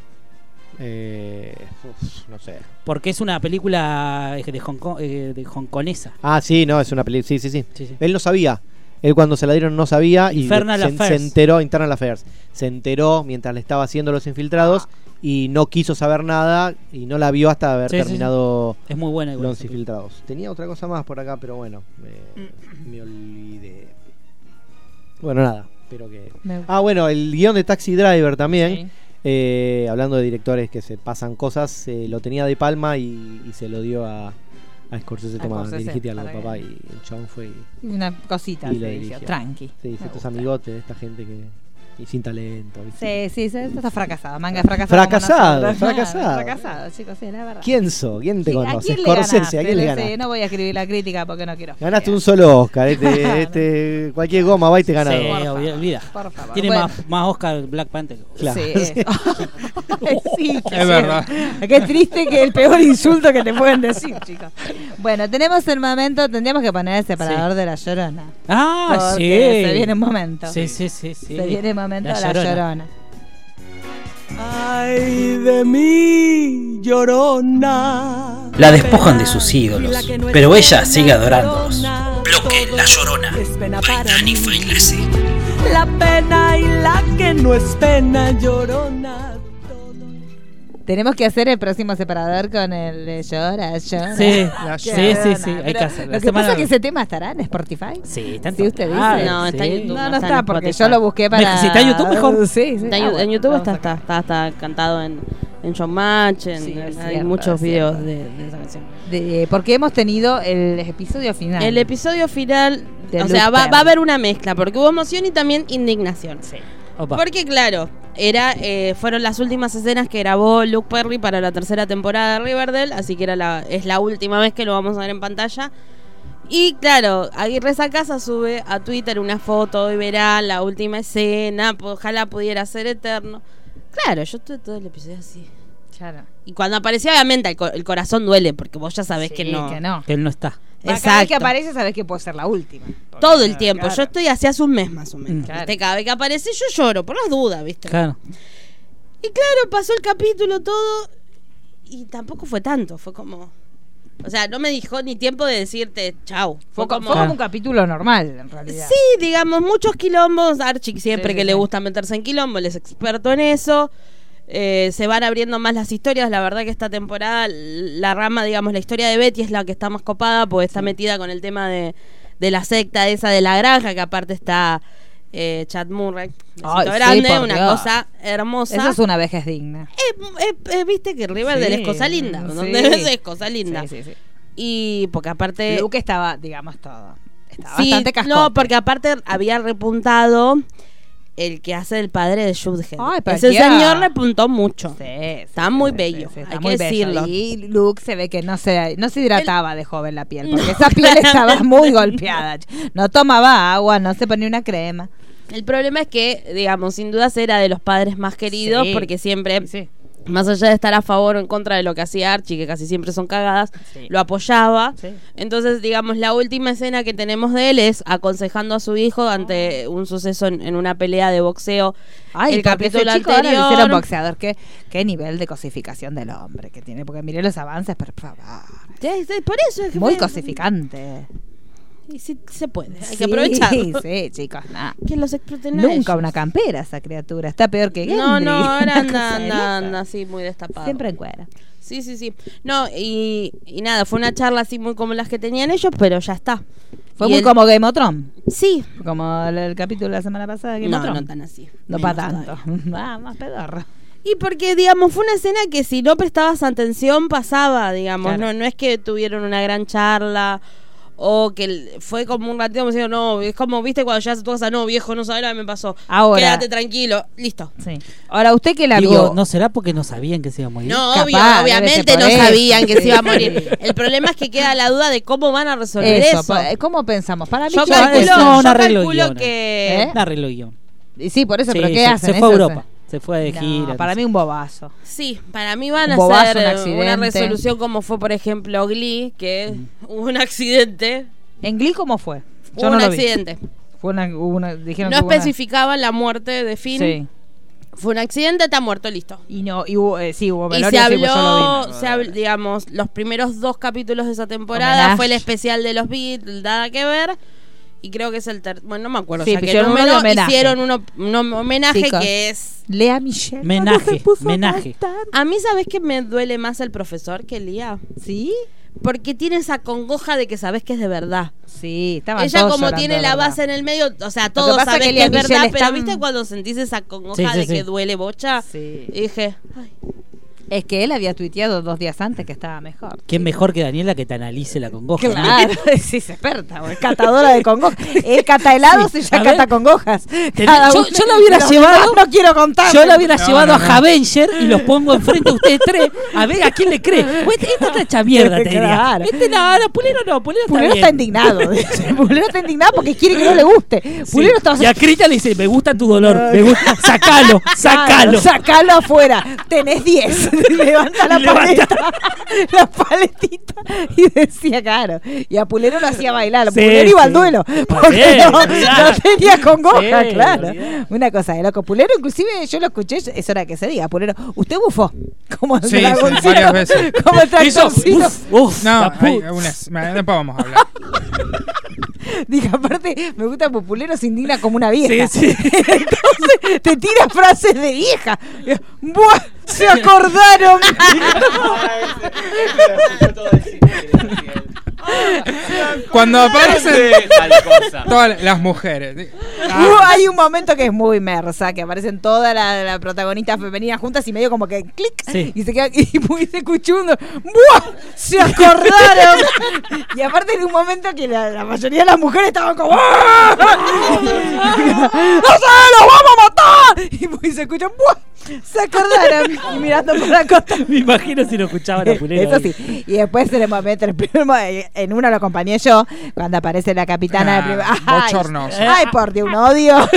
Speaker 5: Eh, uf, no sé.
Speaker 4: Porque es una película eh, de, Hong Kong, eh, de hongkonesa.
Speaker 5: Ah, sí, no, es una película. Sí, sí, sí.
Speaker 4: Sí, sí.
Speaker 5: Él no sabía. Él cuando se la dieron no sabía y
Speaker 4: Infernal
Speaker 5: se, se
Speaker 4: Affairs.
Speaker 5: enteró, Internal Affairs, se enteró mientras le estaba haciendo los infiltrados y no quiso saber nada y no la vio hasta haber
Speaker 4: Ah. Sí, sí, sí.
Speaker 5: terminado
Speaker 4: Es muy
Speaker 2: Ah,
Speaker 4: buena igual.
Speaker 5: los
Speaker 4: esa película.
Speaker 5: infiltrados. Tenía otra cosa más por acá, pero bueno, me,
Speaker 2: Mm.
Speaker 5: me olvidé. Bueno, nada, pero que...
Speaker 2: Me-
Speaker 5: Ah, bueno, el guión de Taxi Driver también.
Speaker 2: Sí.
Speaker 5: Eh, hablando de directores que se pasan cosas, eh, lo tenía de palma y, y se lo dio a, a Scorsese.
Speaker 2: A
Speaker 5: Toma,
Speaker 2: Scorsese,
Speaker 5: dirigite algo,
Speaker 2: para que-
Speaker 5: papá. Y el chabón fue y
Speaker 2: Una cosita,
Speaker 5: Y
Speaker 2: se
Speaker 5: la
Speaker 2: dirigió.
Speaker 5: dirigió.
Speaker 2: Tranqui.
Speaker 5: se
Speaker 2: Me
Speaker 5: hizo estos
Speaker 2: gusta.
Speaker 5: amigotes de esta gente que. Y sin talento. ¿viste?
Speaker 2: Sí, sí, sí, esto está fracasado, manga fracasada.
Speaker 5: Fracasado, fracasado.
Speaker 2: Fracasado, chicos, sí, la verdad.
Speaker 5: ¿Quién sos? ¿Quién te
Speaker 2: Sí, ¿A
Speaker 5: conoce?
Speaker 2: quién le
Speaker 5: Scorsese, ¿a quién
Speaker 2: ganaste?
Speaker 5: le
Speaker 2: Sí,
Speaker 5: ganaste?
Speaker 2: no voy a escribir la crítica porque no quiero.
Speaker 5: Ganaste un solo Oscar. Este, este, cualquier goma va y te gana
Speaker 4: Sí,
Speaker 5: dos.
Speaker 4: obvia- olvida.
Speaker 2: Por favor.
Speaker 4: Tiene
Speaker 2: Bueno.
Speaker 4: más, más Oscar Black Panther.
Speaker 5: Claro.
Speaker 2: Sí. Sí, qué
Speaker 3: Es verdad.
Speaker 2: cierto. Qué triste que el peor insulto que te pueden decir, chicos. Bueno, tenemos el momento, tendríamos que poner el separador de la llorona.
Speaker 4: Ah, sí.
Speaker 2: Porque se viene un momento.
Speaker 4: Sí, sí, sí, sí.
Speaker 2: Se viene el momento
Speaker 4: La
Speaker 2: de la llorona.
Speaker 4: Llorona.
Speaker 11: Ay de mí, llorona.
Speaker 10: La despojan de sus ídolos, pero ella sigue adorándolos.
Speaker 11: Bloque La Llorona. Es pena para mí. La pena y la que no es pena, llorona.
Speaker 2: Tenemos que hacer el próximo separador con el de llora, llora.
Speaker 4: Sí,
Speaker 2: La
Speaker 4: sí,
Speaker 2: llorona.
Speaker 4: sí, sí, hay
Speaker 2: Ah, Pero
Speaker 4: que hacerlo.
Speaker 2: Lo que
Speaker 4: La
Speaker 2: pasa
Speaker 4: semana-
Speaker 2: es que ese tema estará en Spotify.
Speaker 4: Sí, está en
Speaker 2: Si usted
Speaker 4: todas.
Speaker 2: dice.
Speaker 6: No, está en
Speaker 4: Sí.
Speaker 6: YouTube.
Speaker 2: No, no
Speaker 6: en
Speaker 2: está, porque
Speaker 6: Spotify.
Speaker 2: yo lo busqué para.
Speaker 4: Si está en YouTube, mejor.
Speaker 2: Sí, sí.
Speaker 6: Está
Speaker 2: Ah,
Speaker 6: en,
Speaker 2: bueno,
Speaker 6: en YouTube
Speaker 2: vamos
Speaker 6: está,
Speaker 2: a-
Speaker 6: está, está, está cantado en, en Showmatch, en,
Speaker 2: Sí, es
Speaker 6: hay
Speaker 2: cierto,
Speaker 6: muchos
Speaker 2: es
Speaker 6: videos
Speaker 2: cierto.
Speaker 6: de, de esa canción.
Speaker 2: de- porque hemos tenido el episodio final.
Speaker 6: El episodio final,
Speaker 2: De
Speaker 6: o sea, va,
Speaker 2: Looper.
Speaker 6: va a haber una mezcla, porque hubo emoción y también indignación.
Speaker 4: Opa.
Speaker 6: Porque claro, era eh, fueron las últimas escenas que grabó Luke Perry para la tercera temporada de Riverdale, así que era la, es la última vez que lo vamos a ver en pantalla. Y claro, Aguirre Sacasa sube a Twitter una foto y verá la última escena, po- ojalá pudiera ser eterno. Claro, yo estuve todo el episodio así.
Speaker 2: Claro.
Speaker 6: Y cuando aparecía obviamente el, co- el corazón duele, porque vos ya sabés
Speaker 2: Sí,
Speaker 6: que no.
Speaker 2: Que no.
Speaker 4: Que él no está.
Speaker 2: Exacto. Cada vez que
Speaker 6: Exacto.
Speaker 2: aparece, sabes que puede ser la última.
Speaker 6: Todo el tiempo.
Speaker 2: Claro.
Speaker 6: Yo estoy hace hace un mes más o menos.
Speaker 2: Mm. Claro.
Speaker 6: ¿viste? Cada vez que aparece yo lloro, por las dudas, ¿viste?
Speaker 4: Claro.
Speaker 6: Y claro, pasó el capítulo todo y tampoco fue tanto, fue como... O sea, no me dijo ni tiempo de decirte chau.
Speaker 2: Fue,
Speaker 6: Fue
Speaker 2: co- fue como,
Speaker 6: como...
Speaker 2: un capítulo normal, en realidad.
Speaker 6: Sí, digamos, muchos quilombos. Archie siempre
Speaker 2: Sí, sí,
Speaker 6: que le
Speaker 2: sí.
Speaker 6: gusta meterse en quilombo, él es experto en eso. Eh, se van abriendo más las historias. La verdad que esta temporada, la rama, digamos, la historia de Betty es la que está más copada, porque está metida con el tema de, de la secta esa de la granja, que aparte está eh, Chad Murray. besito
Speaker 2: Ay, sí,
Speaker 6: grande,
Speaker 2: por
Speaker 6: una
Speaker 2: Dios.
Speaker 6: cosa hermosa.
Speaker 2: Eso es una vejez digna.
Speaker 6: Eh, eh, Viste que Riverdale
Speaker 2: Sí,
Speaker 6: es cosa linda.
Speaker 2: sí.
Speaker 6: Donde ves es cosa linda.
Speaker 2: Sí, sí, sí.
Speaker 6: Y porque aparte.
Speaker 2: Luke estaba, digamos, todo. Estaba
Speaker 6: Sí,
Speaker 2: bastante cascote.
Speaker 6: No, porque aparte había repuntado el que hace el padre de Judgen.
Speaker 2: Ay, pero
Speaker 6: Ese
Speaker 2: ya.
Speaker 6: señor repuntó mucho.
Speaker 2: Sí, sí,
Speaker 6: Está
Speaker 2: sí,
Speaker 6: muy
Speaker 2: sí,
Speaker 6: bello,
Speaker 2: sí,
Speaker 6: hay que decirlo.
Speaker 2: Y Luke se ve que no se, no se hidrataba de joven la piel, porque
Speaker 6: No,
Speaker 2: esa piel estaba
Speaker 6: claramente
Speaker 2: muy
Speaker 6: no.
Speaker 2: golpeada. No tomaba agua, no se ponía una crema.
Speaker 6: El problema es que, digamos, sin dudas era de los padres más queridos
Speaker 2: Sí.
Speaker 6: porque siempre,
Speaker 2: Sí.
Speaker 6: más allá de estar a favor o en contra de lo que hacía Archie, que casi siempre son cagadas,
Speaker 2: Sí.
Speaker 6: lo apoyaba.
Speaker 2: Sí.
Speaker 6: Entonces, digamos, la última escena que tenemos de él es aconsejando a su hijo ante un suceso en, en una pelea de boxeo.
Speaker 2: Ay,
Speaker 6: el
Speaker 2: porque ese
Speaker 6: capítulo
Speaker 2: chico ahora lo
Speaker 6: anterior.
Speaker 2: hicieron boxeador. ¿Qué, qué nivel de cosificación del hombre que tiene, porque miré los avances, por favor.
Speaker 6: Sí, sí, por eso es que
Speaker 2: Muy
Speaker 6: fue-
Speaker 2: cosificante.
Speaker 6: Y sí, se puede, hay
Speaker 2: Sí,
Speaker 6: que aprovechar.
Speaker 2: Sí, chicos, nada.
Speaker 6: Que los exploten a
Speaker 2: Nunca
Speaker 6: ellos.
Speaker 2: una campera esa criatura. Está peor que
Speaker 6: No,
Speaker 2: Gendry.
Speaker 6: no,
Speaker 2: Una
Speaker 6: ahora
Speaker 2: cosa
Speaker 6: anda,
Speaker 2: de
Speaker 6: anda,
Speaker 2: loco.
Speaker 6: anda así muy destapado.
Speaker 2: Siempre en cuera.
Speaker 6: Sí, sí, sí. No, y, y nada, fue una charla así muy como las que tenían ellos, pero ya está.
Speaker 2: Fue
Speaker 6: Y
Speaker 2: muy
Speaker 6: el-
Speaker 2: como Game of Thrones.
Speaker 6: Sí.
Speaker 2: Como el, el capítulo de la semana pasada de Game
Speaker 6: No,
Speaker 2: of Thrones.
Speaker 6: no tan así.
Speaker 2: No
Speaker 6: Menos
Speaker 2: para
Speaker 6: todavía.
Speaker 2: tanto. Ah, más pedorro.
Speaker 6: Y porque, digamos, fue una escena que si no prestabas atención pasaba, digamos.
Speaker 2: Claro.
Speaker 6: No, no es que tuvieron una gran charla o que el- fue como un ratito como diciendo, no, es como, viste, cuando llegas a tu casa, no, viejo, no sabes lo que me pasó.
Speaker 2: Ahora.
Speaker 6: Quédate tranquilo. Listo.
Speaker 2: Sí. Ahora, usted que la
Speaker 4: Digo,
Speaker 2: vio.
Speaker 4: ¿no será porque no sabían que se iba a morir?
Speaker 6: No,
Speaker 2: Capaz,
Speaker 6: obvio,
Speaker 2: debe
Speaker 6: obviamente
Speaker 2: ser
Speaker 6: no
Speaker 2: por eso.
Speaker 6: sabían que se iba a morir.
Speaker 2: Sí.
Speaker 6: El problema es que queda la duda de cómo van a resolver
Speaker 2: eso,
Speaker 6: eso.
Speaker 2: pa- ¿Cómo pensamos? Para mí,
Speaker 6: Yo
Speaker 2: yo-
Speaker 6: calculo,
Speaker 4: eso no
Speaker 6: yo
Speaker 4: arreglo
Speaker 6: calculo
Speaker 4: guión.
Speaker 6: que
Speaker 2: ¿Eh?
Speaker 4: Un arreglo guión.
Speaker 2: Y Sí, por eso,
Speaker 4: Sí,
Speaker 2: pero ¿qué
Speaker 4: se,
Speaker 2: hacen?
Speaker 4: se fue a
Speaker 2: Eso
Speaker 4: Europa.
Speaker 2: se-
Speaker 4: Se fue de
Speaker 2: No,
Speaker 4: gira. no
Speaker 2: para
Speaker 4: sé.
Speaker 2: mí un bobazo.
Speaker 6: sí, para mí van a
Speaker 2: Un bobazo, un
Speaker 6: hacer eh,
Speaker 2: accidente. Mm.
Speaker 6: una resolución como fue por ejemplo Glee, que hubo un accidente,
Speaker 2: ¿En Glee cómo fue?
Speaker 6: hubo un accidente.
Speaker 2: Fue una, hubo una- dijeron
Speaker 6: No
Speaker 2: que hubo una-
Speaker 6: especificaban la muerte de Finn.
Speaker 2: Sí.
Speaker 6: Fue un accidente, está muerto, listo.
Speaker 2: Y no, y hubo, eh, sí, hubo
Speaker 6: Y
Speaker 2: velorio,
Speaker 6: se
Speaker 2: sí, pues yo lo
Speaker 6: habló,
Speaker 2: vi.
Speaker 6: se habl- digamos, los primeros dos capítulos de esa temporada
Speaker 2: Homenaje.
Speaker 6: fue el especial de los Beatles, nada que ver. Y creo que es el tercer, bueno, no me acuerdo,
Speaker 2: Sí,
Speaker 6: ya que
Speaker 2: hicieron uno de
Speaker 6: número,
Speaker 2: homenaje.
Speaker 6: hicieron uno- un hom- homenaje
Speaker 2: Chicos.
Speaker 6: que es...
Speaker 2: Lea Michelle.
Speaker 4: Menaje,
Speaker 2: cuando se puso a
Speaker 4: menaje.
Speaker 2: cantar.
Speaker 6: A mí, ¿sabes que me duele más el profesor que Lía?
Speaker 2: ¿Sí?
Speaker 6: Porque tiene esa congoja de que sabes que es de verdad.
Speaker 2: Sí, estaba
Speaker 6: Ella como tiene la base en el medio, o sea, todos
Speaker 2: pasa
Speaker 6: saben
Speaker 2: es que
Speaker 6: que,
Speaker 2: Lía
Speaker 6: es verdad,
Speaker 2: Michele
Speaker 6: pero
Speaker 2: está-
Speaker 6: viste cuando sentís esa congoja
Speaker 4: Sí, sí,
Speaker 6: de
Speaker 4: sí.
Speaker 6: que duele bocha.
Speaker 2: Sí.
Speaker 6: Y dije, ay,
Speaker 2: Es que él había tuiteado dos días antes que estaba mejor.
Speaker 4: ¿Quién mejor que Daniela que te analice la congoja? no?
Speaker 2: Claro, sí, es experta, o es catadora de congojas. El cata helado
Speaker 4: Sí,
Speaker 2: se llama
Speaker 4: a ver.
Speaker 2: cata congojas.
Speaker 4: Ten-
Speaker 2: Cada
Speaker 4: yo,
Speaker 2: uno-
Speaker 4: yo la hubiera
Speaker 2: Los
Speaker 4: llevado.
Speaker 2: demás No quiero contar.
Speaker 4: Yo la hubiera
Speaker 2: No,
Speaker 4: llevado
Speaker 2: no,
Speaker 4: a
Speaker 2: no.
Speaker 4: Javenger y los pongo enfrente a ustedes tres. A ver a quién le cree. Pues Esta está hecha mierda, te diría.
Speaker 2: Claro.
Speaker 4: Este no, no, Pulero no, Pulero está
Speaker 2: Pulero
Speaker 4: bien.
Speaker 2: está indignado. dice. Pulero está indignado porque quiere que no le guste. Pulero está
Speaker 4: Y a Crita le dice, me gusta tu dolor, me gusta, sacalo,
Speaker 2: Claro,
Speaker 4: sacalo.
Speaker 2: sacalo afuera. Tenés 10. Levanta la
Speaker 4: Y levanta.
Speaker 2: paleta. La paletita. Y decía, claro. Y a Pulero lo hacía bailar. A
Speaker 4: Sí,
Speaker 2: Pulero iba al
Speaker 4: sí.
Speaker 2: duelo. Porque
Speaker 4: bien,
Speaker 2: no,
Speaker 4: claro.
Speaker 2: no tenía congoja,
Speaker 4: Sí,
Speaker 2: claro.
Speaker 4: olvidá.
Speaker 2: Una cosa de loco. Pulero, inclusive, yo lo escuché. Es hora que se diga. Pulero, usted bufó. Como el
Speaker 3: Sí, sí,
Speaker 2: dragoncito,
Speaker 3: varias veces.
Speaker 2: Como el
Speaker 4: Hizo,
Speaker 2: tractorcito.
Speaker 4: uf, uf,
Speaker 3: No,
Speaker 4: la
Speaker 3: hay
Speaker 4: puta.
Speaker 3: unas- me- después vamos a hablar.
Speaker 2: Dije, aparte, me gusta porque Pulero se indigna como una vieja.
Speaker 4: Sí, sí.
Speaker 2: Entonces te tira frases de vieja. ¡Buah! ¡Se acordaron!
Speaker 3: Cuando aparecen
Speaker 9: Tal cosa.
Speaker 2: Ah,
Speaker 3: todas las mujeres.
Speaker 2: Uh, hay un momento que es muy mersa, que aparecen todas las las protagonistas femeninas juntas y medio como que clic
Speaker 4: Sí.
Speaker 2: y se quedan y muy se escuchando. ¡Buah! ¡Se acordaron! y aparte en un momento que la, la mayoría de las mujeres estaban como ¡Ah! ¡No sé! ¡Los vamos a matar! Y muy se escuchan ¡Buah! ¡Se acordaron! y mirando por la costa.
Speaker 4: Me imagino si lo escuchaban
Speaker 6: Eh,
Speaker 4: a Pulero.
Speaker 2: Eso sí. Y después se le mete el primo. eh, En uno lo acompañé yo. Cuando aparece la capitana
Speaker 3: Ah,
Speaker 2: del primer- ¡Ay!
Speaker 3: bochornoso.
Speaker 2: Ay, por Dios, un odio.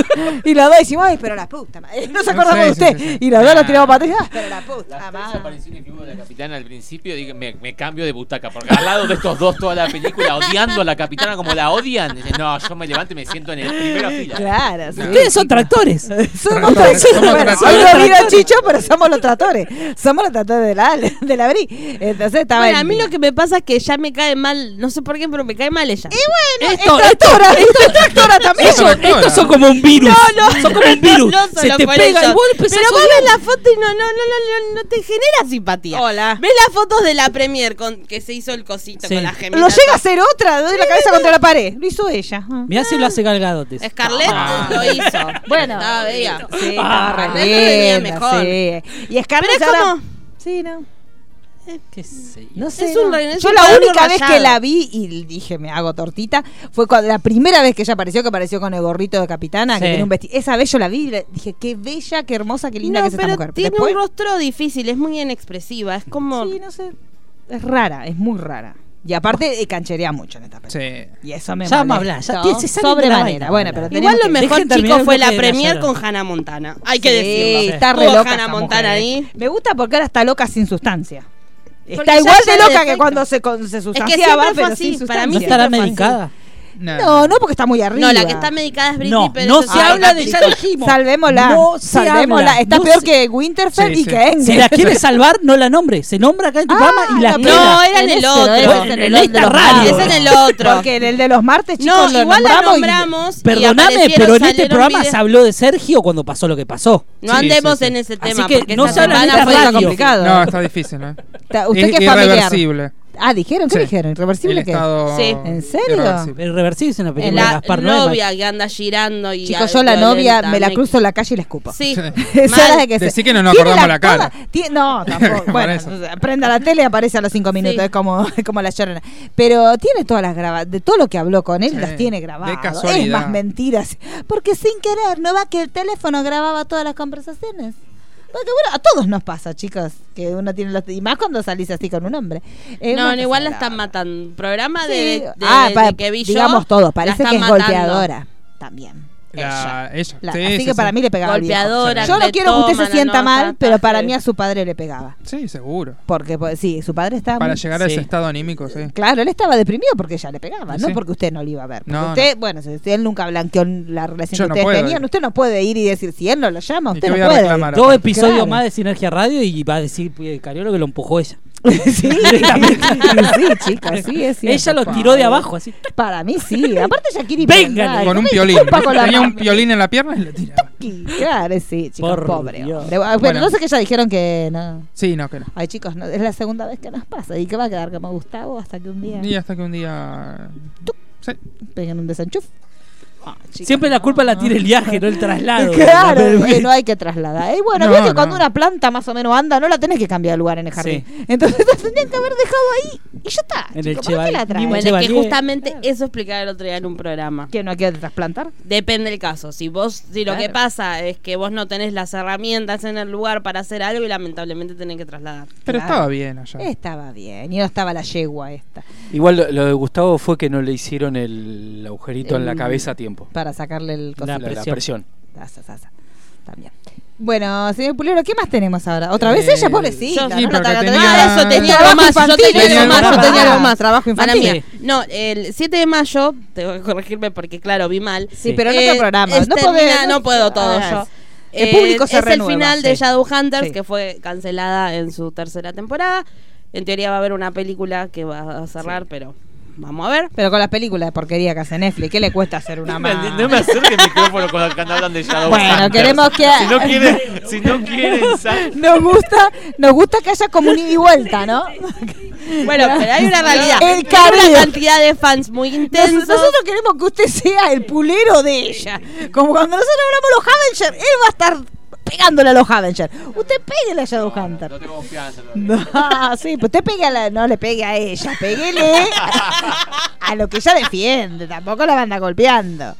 Speaker 2: Y los dos decimos, ay, pero la puta madre. No se acordamos
Speaker 3: Sí, sí,
Speaker 2: de usted.
Speaker 3: sí, sí.
Speaker 2: Y los dos
Speaker 3: Ah.
Speaker 2: lo tiramos para atrás. "Ah, Pero la puta
Speaker 9: Las tres
Speaker 2: madre.
Speaker 9: apariciones que hubo de la capitana al principio, dije, me, me cambio de butaca, porque al lado de estos dos toda la película, odiando a la capitana como la odian, dije, no, yo me levanto y me siento en el primera fila.
Speaker 2: Claro, sí.
Speaker 4: Ustedes son tractores.
Speaker 2: Somos
Speaker 3: Tractores,
Speaker 2: tractores.
Speaker 3: somos
Speaker 2: Bueno,
Speaker 3: tractores.
Speaker 2: hoy no vino Chicho, pero somos los tractores. Somos los tractores de la, de la BRI. Entonces estaba.
Speaker 6: Bueno, a
Speaker 2: el-
Speaker 6: mí lo que me pasa es que ya me cae mal, no sé por qué, pero me cae mal ella.
Speaker 2: Bueno,
Speaker 4: Esto-
Speaker 2: es tractora, es tractora también.
Speaker 4: Eso- estos son como un virus. son como un virus.
Speaker 6: No
Speaker 4: Se
Speaker 6: solo
Speaker 4: te
Speaker 6: con
Speaker 4: pega
Speaker 6: eso.
Speaker 4: y vos empezás
Speaker 6: Pero
Speaker 4: a
Speaker 6: vos
Speaker 4: odiar.
Speaker 6: ves la foto y no, no, no, no, no, no te genera simpatía.
Speaker 2: Hola.
Speaker 6: Ves las fotos de la premier con que se hizo el cosito
Speaker 4: Sí.
Speaker 6: con las
Speaker 2: Lo
Speaker 6: gemitas.
Speaker 2: llega a hacer otra, doy la cabeza contra la pared. Lo hizo ella. Ah.
Speaker 4: Mirá si lo hace Galgadotes.
Speaker 6: Scarlett
Speaker 3: Ah.
Speaker 6: lo hizo. Ah,
Speaker 2: Bueno,
Speaker 6: Estaba bella.
Speaker 2: Sí, estaba re
Speaker 6: Scarlett lo tenía
Speaker 2: linda,
Speaker 6: mejor.
Speaker 2: sí. Y Scarlett
Speaker 6: Pero es
Speaker 2: ahora-
Speaker 6: como-
Speaker 2: Sí, no.
Speaker 4: ¿Qué sé yo?
Speaker 2: No sé.
Speaker 6: Es un
Speaker 2: no.
Speaker 6: re- es
Speaker 2: Yo
Speaker 6: un
Speaker 2: la
Speaker 6: cuaderno
Speaker 2: única vez
Speaker 6: rayado.
Speaker 2: que la vi y dije, me hago tortita, fue cuando la primera vez que ella apareció, que apareció con el gorrito de capitana, que
Speaker 4: Sí.
Speaker 2: tenía un vestido. Esa vez yo la vi y le dije, qué bella, qué hermosa, qué linda
Speaker 6: no,
Speaker 2: que es esta
Speaker 6: pero
Speaker 2: mujer.
Speaker 6: tiene
Speaker 2: Después-
Speaker 6: un rostro difícil, es muy inexpresiva, es como
Speaker 2: Sí, no sé. Es rara, es muy rara. Y aparte, eh, cancherea mucho en esta película.
Speaker 3: Ah, Sí.
Speaker 2: Y eso me
Speaker 4: Ya,
Speaker 2: molesta.
Speaker 4: habla, ya. Tiene- se salen de la vaina,
Speaker 2: Sobremanera. Bueno,
Speaker 4: habla.
Speaker 2: pero
Speaker 6: Igual lo
Speaker 2: tenemos que-
Speaker 6: mejor,
Speaker 4: Dejen terminar
Speaker 6: chicos,
Speaker 4: el
Speaker 6: fue
Speaker 4: bloque
Speaker 6: la
Speaker 4: de
Speaker 6: premier
Speaker 4: Nayaron.
Speaker 6: con Hannah Montana. Hay que
Speaker 2: Sí,
Speaker 6: decirlo.
Speaker 2: está re
Speaker 6: Tuvo
Speaker 2: loca
Speaker 6: Hannah
Speaker 2: esta
Speaker 6: Montana
Speaker 2: mujer,
Speaker 6: ahí.
Speaker 2: eh. Me gusta porque ahora está loca sin sustancia.
Speaker 6: Porque
Speaker 2: Está
Speaker 6: ya
Speaker 2: igual
Speaker 6: se
Speaker 2: de loca que
Speaker 6: defecto.
Speaker 2: cuando se, con- se
Speaker 6: siempre
Speaker 2: sustanciaba,
Speaker 6: fue
Speaker 2: pero
Speaker 6: así,
Speaker 2: sin
Speaker 6: para mí
Speaker 4: ¿No
Speaker 2: sustancia.
Speaker 4: estará medicada?
Speaker 2: No, no, porque está muy arriba.
Speaker 6: No, la que está medicada es Britney,
Speaker 4: No,
Speaker 6: pero
Speaker 4: no
Speaker 6: eso
Speaker 4: se
Speaker 6: sí.
Speaker 4: habla
Speaker 6: Ah,
Speaker 4: de
Speaker 6: sí.
Speaker 4: ya dijimos.
Speaker 2: Salvémosla.
Speaker 4: No se
Speaker 2: Salvémosla.
Speaker 4: habla.
Speaker 2: Está
Speaker 4: No
Speaker 2: peor
Speaker 4: se-
Speaker 2: que Winterfell
Speaker 3: Sí,
Speaker 2: y
Speaker 3: sí.
Speaker 2: que Engel.
Speaker 4: Si la quiere salvar, no la nombre. Se nombra acá en tu
Speaker 2: Ah,
Speaker 4: programa y la
Speaker 2: no,
Speaker 4: pega.
Speaker 6: No, era en el
Speaker 2: Ese,
Speaker 6: otro.
Speaker 2: ese,
Speaker 4: en el
Speaker 2: de los
Speaker 4: Insta Radio.
Speaker 2: magos.
Speaker 6: Es en el otro.
Speaker 2: Porque en el de los martes,
Speaker 6: No,
Speaker 2: chicos, lo
Speaker 6: igual la
Speaker 2: nombramos y-
Speaker 6: nombramos. y
Speaker 4: Perdóname,
Speaker 6: aparecieron,
Speaker 4: pero en este
Speaker 6: salieron
Speaker 4: programa
Speaker 6: videos.
Speaker 4: se habló de Sergio cuando pasó lo que pasó.
Speaker 6: No
Speaker 3: Sí,
Speaker 6: andemos
Speaker 3: sí, sí.
Speaker 6: en ese
Speaker 4: Así
Speaker 6: tema.
Speaker 4: que
Speaker 6: porque
Speaker 4: no
Speaker 6: esta
Speaker 4: se habla
Speaker 6: semana
Speaker 4: en esta
Speaker 6: fue
Speaker 4: radio.
Speaker 2: complicado.
Speaker 3: No, está difícil, ¿eh?
Speaker 2: Ta- Usted
Speaker 3: Ir-
Speaker 2: que es familiar.
Speaker 3: irreversible.
Speaker 2: Ah, dijeron, ¿qué
Speaker 3: Sí.
Speaker 2: dijeron?
Speaker 3: El
Speaker 2: ¿Irreversible qué?
Speaker 3: estado
Speaker 6: Sí.
Speaker 2: ¿En serio?
Speaker 3: irreversible.
Speaker 4: El reversible es una película de
Speaker 6: La
Speaker 4: Gaspar Noé,
Speaker 6: novia que anda girando y.
Speaker 2: Chicos, yo la novia me la cruzo
Speaker 6: cruzó
Speaker 2: en la calle y la escupo.
Speaker 6: Sí.
Speaker 2: Esa
Speaker 6: Mal.
Speaker 2: es la que se-
Speaker 3: Decí que no nos
Speaker 2: Tiene
Speaker 3: acordamos la cara.
Speaker 2: toda- ti- no, tampoco.
Speaker 3: Por
Speaker 2: bueno,
Speaker 3: eso.
Speaker 2: prenda la tele y aparece a los cinco minutos,
Speaker 6: Sí.
Speaker 2: es como, es como la llorona. Pero tiene todas las grabadas, de todo lo que habló con él,
Speaker 3: Sí,
Speaker 2: las tiene
Speaker 3: de
Speaker 2: grabadas. Es
Speaker 3: casualidad.
Speaker 2: más mentiras. Porque sin querer, no va que el teléfono grababa todas las conversaciones. Porque bueno, a todos nos pasa, chicos, que uno tiene los... Y más cuando salís así con un hombre. Es
Speaker 6: No,
Speaker 2: una
Speaker 6: no, igual
Speaker 2: cosa
Speaker 6: la están
Speaker 2: brava.
Speaker 6: matando. Programa de,
Speaker 2: Sí.
Speaker 6: de-
Speaker 2: Ah,
Speaker 6: de-
Speaker 2: pa-
Speaker 6: de que vi yo.
Speaker 2: digamos todo,
Speaker 6: la
Speaker 2: parece
Speaker 6: están
Speaker 2: que es
Speaker 6: matando.
Speaker 2: golpeadora también.
Speaker 3: La- ella.
Speaker 2: La-
Speaker 3: Sí,
Speaker 2: así
Speaker 3: sí,
Speaker 2: que
Speaker 3: sí.
Speaker 2: para mí le pegaba al viejo.
Speaker 6: Golpeadora.
Speaker 2: Yo no
Speaker 6: le
Speaker 2: quiero que usted
Speaker 6: toman,
Speaker 2: se sienta
Speaker 6: anotan,
Speaker 2: mal, pero para
Speaker 6: atajes.
Speaker 2: mí a su padre le pegaba.
Speaker 3: Sí, seguro.
Speaker 2: Porque pues, sí, su padre estaba.
Speaker 3: Para
Speaker 2: muy-
Speaker 3: llegar a
Speaker 4: Sí.
Speaker 3: ese estado anímico, sí.
Speaker 2: Claro, él estaba deprimido porque ella le pegaba, no
Speaker 3: Sí.
Speaker 2: porque usted no lo iba a ver. Porque
Speaker 3: No,
Speaker 2: usted, bueno, si usted- él nunca blanqueó la relación
Speaker 3: Yo
Speaker 2: que
Speaker 3: no
Speaker 2: ustedes
Speaker 3: puedo
Speaker 2: tenían.
Speaker 3: ir.
Speaker 2: Usted no puede ir y decir, si él no lo llama,
Speaker 3: Ni
Speaker 2: usted
Speaker 3: te voy
Speaker 2: no
Speaker 3: a
Speaker 2: puede.
Speaker 3: reclamar.
Speaker 4: Dos episodios
Speaker 2: Claro.
Speaker 4: más de Sinergia Radio y va a decir eh, Cariolo que lo empujó ella.
Speaker 2: sí, sí, chicos, sí, es cierto.
Speaker 4: ella lo tiró de abajo así.
Speaker 2: Para mí sí. Aparte, Shakiri.
Speaker 4: Vengan,
Speaker 2: Ay,
Speaker 3: Con
Speaker 2: no
Speaker 3: un
Speaker 2: me
Speaker 3: piolín.
Speaker 2: disculpa con la
Speaker 3: Tenía un
Speaker 2: mami.
Speaker 3: piolín en la pierna y lo tiraba.
Speaker 2: Y, Claro, sí, chicos,
Speaker 4: Por
Speaker 2: pobre.
Speaker 4: Dios.
Speaker 2: hombre. Bueno,
Speaker 3: Bueno.
Speaker 2: entonces que ya dijeron que no.
Speaker 3: Sí, no, que no.
Speaker 2: Ay, chicos, no, es la segunda vez que nos pasa. ¿Y qué va a quedar como Gustavo hasta que un día
Speaker 3: Y hasta que un día. Sí.
Speaker 2: peguen un desenchufe?
Speaker 4: Siempre la culpa la tiene el viaje, no el traslado.
Speaker 2: Ah. Claro,
Speaker 4: La-
Speaker 2: que no hay que trasladar. Y bueno,
Speaker 4: No,
Speaker 2: viste
Speaker 4: no.
Speaker 2: cuando una planta más o menos anda, no la tenés que cambiar de lugar en el jardín. Entonces la tendrían que haber dejado ahí y ya está.
Speaker 4: En el
Speaker 2: chico, ¿Para qué
Speaker 4: Cheval-
Speaker 2: la traen?
Speaker 4: Ni
Speaker 6: Bueno,
Speaker 4: un
Speaker 6: es que
Speaker 4: Chevalier.
Speaker 6: justamente eso explicaba el otro día en un programa.
Speaker 2: ¿Que no hay que trasplantar?
Speaker 6: Depende del caso. Si vos, si lo
Speaker 2: Claro.
Speaker 6: que pasa es que vos no tenés las herramientas en el lugar para hacer algo y lamentablemente tenés que trasladar.
Speaker 3: Pero estaba bien allá.
Speaker 2: Estaba bien, y no estaba la yegua esta
Speaker 7: Igual lo, lo de Gustavo fue que no le hicieron el agujerito en la
Speaker 2: El-
Speaker 7: cabeza a tiempo.
Speaker 2: para sacarle el
Speaker 7: La,
Speaker 2: cosito.
Speaker 7: la presión.
Speaker 2: Asa, asa, asa. También. Bueno, señor Pulero, ¿qué más tenemos ahora? ¿Otra vez ella? Pobrecita.
Speaker 6: Yo-
Speaker 2: no
Speaker 6: Sí,
Speaker 2: la
Speaker 6: pero que
Speaker 2: ataca-
Speaker 6: tenía-
Speaker 2: Ah, eso tenía algo más. Yo
Speaker 6: Trabajo
Speaker 2: tenía algo
Speaker 6: infantil,
Speaker 2: más. Yo
Speaker 6: trabajo
Speaker 2: tenía algo
Speaker 6: infantil.
Speaker 2: más. Trabajo
Speaker 6: Para
Speaker 2: infantil.
Speaker 6: mí, no, el 7 de mayo, tengo que corregirme porque claro, vi mal. Eh,
Speaker 2: Sí, pero en otro programa.
Speaker 6: es
Speaker 2: No
Speaker 6: termina-
Speaker 2: podés-
Speaker 6: no puedo todo
Speaker 2: Ah,
Speaker 6: yo. Eh,
Speaker 2: el público se
Speaker 6: es
Speaker 2: renueva,
Speaker 6: el final
Speaker 2: sí.
Speaker 6: de Shadowhunters
Speaker 2: Sí.
Speaker 6: que fue cancelada en su tercera temporada. En teoría va a haber una película que va a cerrar, pero vamos a ver.
Speaker 2: Pero con las películas de porquería que hace Netflix, ¿qué le cuesta hacer una
Speaker 9: me-
Speaker 2: más?
Speaker 9: no me acerquen el micrófono cuando, cuando hablan de Shadow
Speaker 2: Bueno,
Speaker 9: Hunters.
Speaker 2: queremos que-
Speaker 9: Si no quieren, si no quieren sa-
Speaker 2: Nos gusta, nos gusta que haya como un ida y vuelta, ¿no?
Speaker 6: Bueno, pero hay una realidad.
Speaker 2: El
Speaker 6: hay
Speaker 2: Caribe.
Speaker 6: una cantidad de fans muy
Speaker 2: Nos-
Speaker 6: intensos.
Speaker 2: nosotros queremos que usted sea el pulero de ella. Como cuando nosotros hablamos los Avenger, él va a estar pegándole a los Avenger. Usted pégale a Shadowhunter.
Speaker 9: No tengo confianza.
Speaker 2: No, sí, pues usted pegue a la- no le pegue a ella, pégale a lo que ella defiende, tampoco la van a golpeando.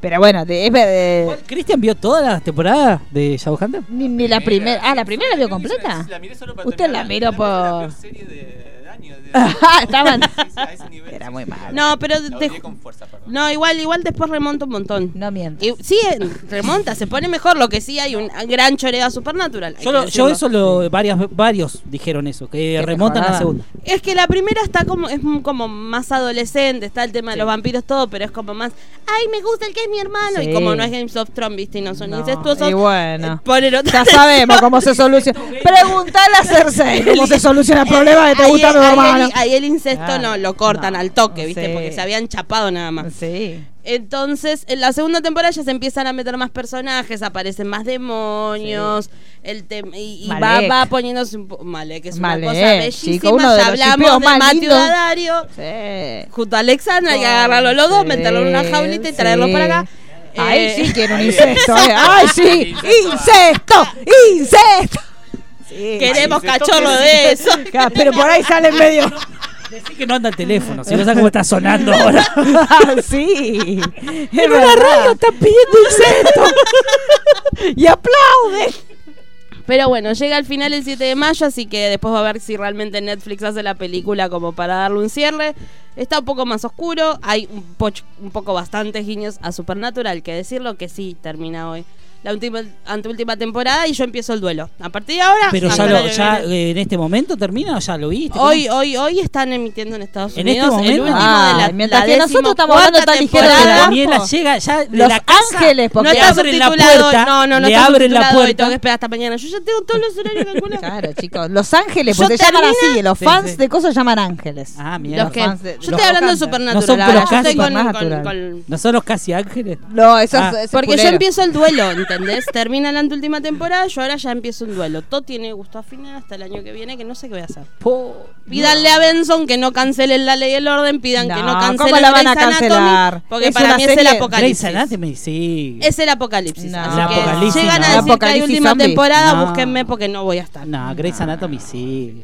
Speaker 2: Pero bueno, de- es ver- de-
Speaker 4: ¿Cristian vio todas las temporadas de Shadowhunter?
Speaker 2: ni, ni la primera. Ah, la primera la vio completa.
Speaker 9: La miré solo para
Speaker 2: Usted la miró
Speaker 9: terminar.
Speaker 2: por.
Speaker 9: La peor serie de- de años, de-
Speaker 2: Ah, Estaban.
Speaker 9: Sí, sí, a ese nivel,
Speaker 2: Era
Speaker 9: sí,
Speaker 2: muy
Speaker 9: sí,
Speaker 2: mal.
Speaker 9: la-
Speaker 6: No, pero
Speaker 9: la
Speaker 6: te-
Speaker 9: odié con fuerza, perdón.
Speaker 6: No, igual, igual después remonta un montón.
Speaker 2: No mientas.
Speaker 6: Y- sí, eh, remonta, se pone mejor. Lo que sí hay un gran choreo a Supernatural. hay
Speaker 4: Yo,
Speaker 6: que
Speaker 4: lo- yo
Speaker 6: decirlo.
Speaker 4: eso lo. Varias, varios dijeron eso, que
Speaker 2: Que
Speaker 4: remontan a la
Speaker 2: mejoraban.
Speaker 4: segunda.
Speaker 6: Es que la primera está como es m- como más adolescente, está el tema de los vampiros todo, pero es como más, ay, me gusta el que es mi hermano
Speaker 2: Sí.
Speaker 6: y como no es Games of Thrones, viste, y no son
Speaker 2: No,
Speaker 6: incestuosos.
Speaker 2: y bueno.
Speaker 6: eh, ponen otra
Speaker 2: Ya sabemos cómo se soluciona. Preguntale a Cersei cómo se soluciona el problema que te
Speaker 6: Ahí
Speaker 2: gusta
Speaker 6: el-
Speaker 2: mi
Speaker 6: ahí el-
Speaker 2: hermano.
Speaker 6: Ahí, el incesto no lo cortan
Speaker 2: No,
Speaker 6: al toque, viste,
Speaker 2: sí.
Speaker 6: porque se habían chapado nada más.
Speaker 2: Sí.
Speaker 6: Entonces, en la segunda temporada ya se empiezan a meter más personajes, aparecen más demonios, el tem- y, y va,
Speaker 2: Malek.
Speaker 6: va poniéndose un poco Malek, es
Speaker 2: Malek,
Speaker 6: una cosa
Speaker 2: chico,
Speaker 6: bellísima,
Speaker 2: uno de
Speaker 6: ya
Speaker 2: los
Speaker 6: hablamos
Speaker 2: shipeos
Speaker 6: de
Speaker 2: más
Speaker 6: Matthew
Speaker 2: lindos.
Speaker 6: Daddario,
Speaker 2: Sí.
Speaker 6: junto a Alexandra, hay que agarrarlo los dos, meterlo en una jaulita y traerlo
Speaker 2: sí.
Speaker 6: para acá.
Speaker 2: Ahí
Speaker 6: Eh,
Speaker 2: sí tiene un incesto, eh. Ay, sí, incesto, incesto. Sí.
Speaker 6: Queremos
Speaker 9: Ay, se
Speaker 6: cachorro
Speaker 9: toca-
Speaker 6: de eso.
Speaker 2: Claro, Pero por ahí sale en medio.
Speaker 4: Decí que no anda el teléfono, si no sabes cómo está sonando ahora.
Speaker 2: Ah, sí. En
Speaker 4: una radio
Speaker 2: están pidiendo incesto. y aplauden.
Speaker 6: Pero bueno, llega al final el 7 de mayo, así que después va a ver si realmente Netflix hace la película como para darle un cierre. Está un poco más oscuro, hay un, poch- un poco bastantes guiños a Supernatural, que decirlo que sí termina hoy. La última, anteúltima temporada y yo empiezo el duelo. A partir de ahora.
Speaker 4: Pero ya,
Speaker 6: hasta el
Speaker 4: lo,
Speaker 6: año que
Speaker 4: ya
Speaker 6: viene.
Speaker 4: eh, en este momento termina o ya lo viste.
Speaker 6: Hoy, hoy, hoy están emitiendo en Estados
Speaker 4: En este
Speaker 6: Unidos el
Speaker 4: momento.
Speaker 6: último
Speaker 2: Ah,
Speaker 6: de la,
Speaker 2: mientras
Speaker 6: la
Speaker 2: que nosotros estamos hablando tan ligero
Speaker 4: Pero
Speaker 6: decimocuarta
Speaker 2: de
Speaker 4: la
Speaker 2: la-
Speaker 6: temporada.
Speaker 4: Daniela llega ya de
Speaker 2: Los
Speaker 4: la casa,
Speaker 2: Ángeles, porque-
Speaker 6: No
Speaker 4: le
Speaker 6: está
Speaker 4: abren la
Speaker 6: subtitulado,
Speaker 4: puerta,
Speaker 6: no, no, no
Speaker 4: le
Speaker 6: está
Speaker 4: abren la
Speaker 6: subtitulado y tengo que
Speaker 4: puerta.
Speaker 6: esperar hasta mañana. Yo ya tengo todos los horarios calculados.
Speaker 2: Claro, chicos. Los ángeles,
Speaker 6: Yo
Speaker 2: porque se llaman
Speaker 6: terminé-
Speaker 2: así. Los
Speaker 4: Sí,
Speaker 2: fans
Speaker 4: sí.
Speaker 2: de cosas llaman ángeles.
Speaker 4: Ah, mierda.
Speaker 6: Los que-
Speaker 2: fans de-
Speaker 6: yo
Speaker 2: los
Speaker 6: estoy hablando de
Speaker 2: Wakanda.
Speaker 4: No
Speaker 6: Supernatural.
Speaker 4: son
Speaker 6: ahora, yo
Speaker 4: casi
Speaker 6: estoy con-
Speaker 2: Supernatural.
Speaker 6: con- con-
Speaker 4: ¿No son los casi ángeles?
Speaker 2: No, eso
Speaker 4: Ah,
Speaker 2: es. ese
Speaker 6: Porque yo
Speaker 2: pulero.
Speaker 6: empiezo el duelo, ¿entendés? Termina la anteúltima temporada, yo ahora ya empiezo un duelo. Todo tiene gusto a final hasta el año que viene, que no sé qué voy a hacer. Pídanle a Benson que no cancelen la ley y el orden, pidan que
Speaker 2: No,
Speaker 6: no
Speaker 2: ¿cómo
Speaker 6: cancelen
Speaker 2: la van a
Speaker 6: Grey's Anatomy,
Speaker 2: cancelar?
Speaker 6: porque
Speaker 2: Es una
Speaker 6: para mí es el
Speaker 2: serie-
Speaker 4: Grey's
Speaker 6: apocalipsis.
Speaker 4: Anatomy, sí.
Speaker 6: Es el apocalipsis.
Speaker 2: No.
Speaker 6: así
Speaker 4: El
Speaker 6: que
Speaker 4: apocalipsis,
Speaker 6: llegan
Speaker 4: no.
Speaker 6: a decir que hay
Speaker 2: Apocalipsis
Speaker 6: última
Speaker 2: zombie.
Speaker 6: temporada,
Speaker 4: No.
Speaker 6: búsquenme porque no voy a estar.
Speaker 4: No,
Speaker 2: Ah.
Speaker 4: Grey's Anatomy sí.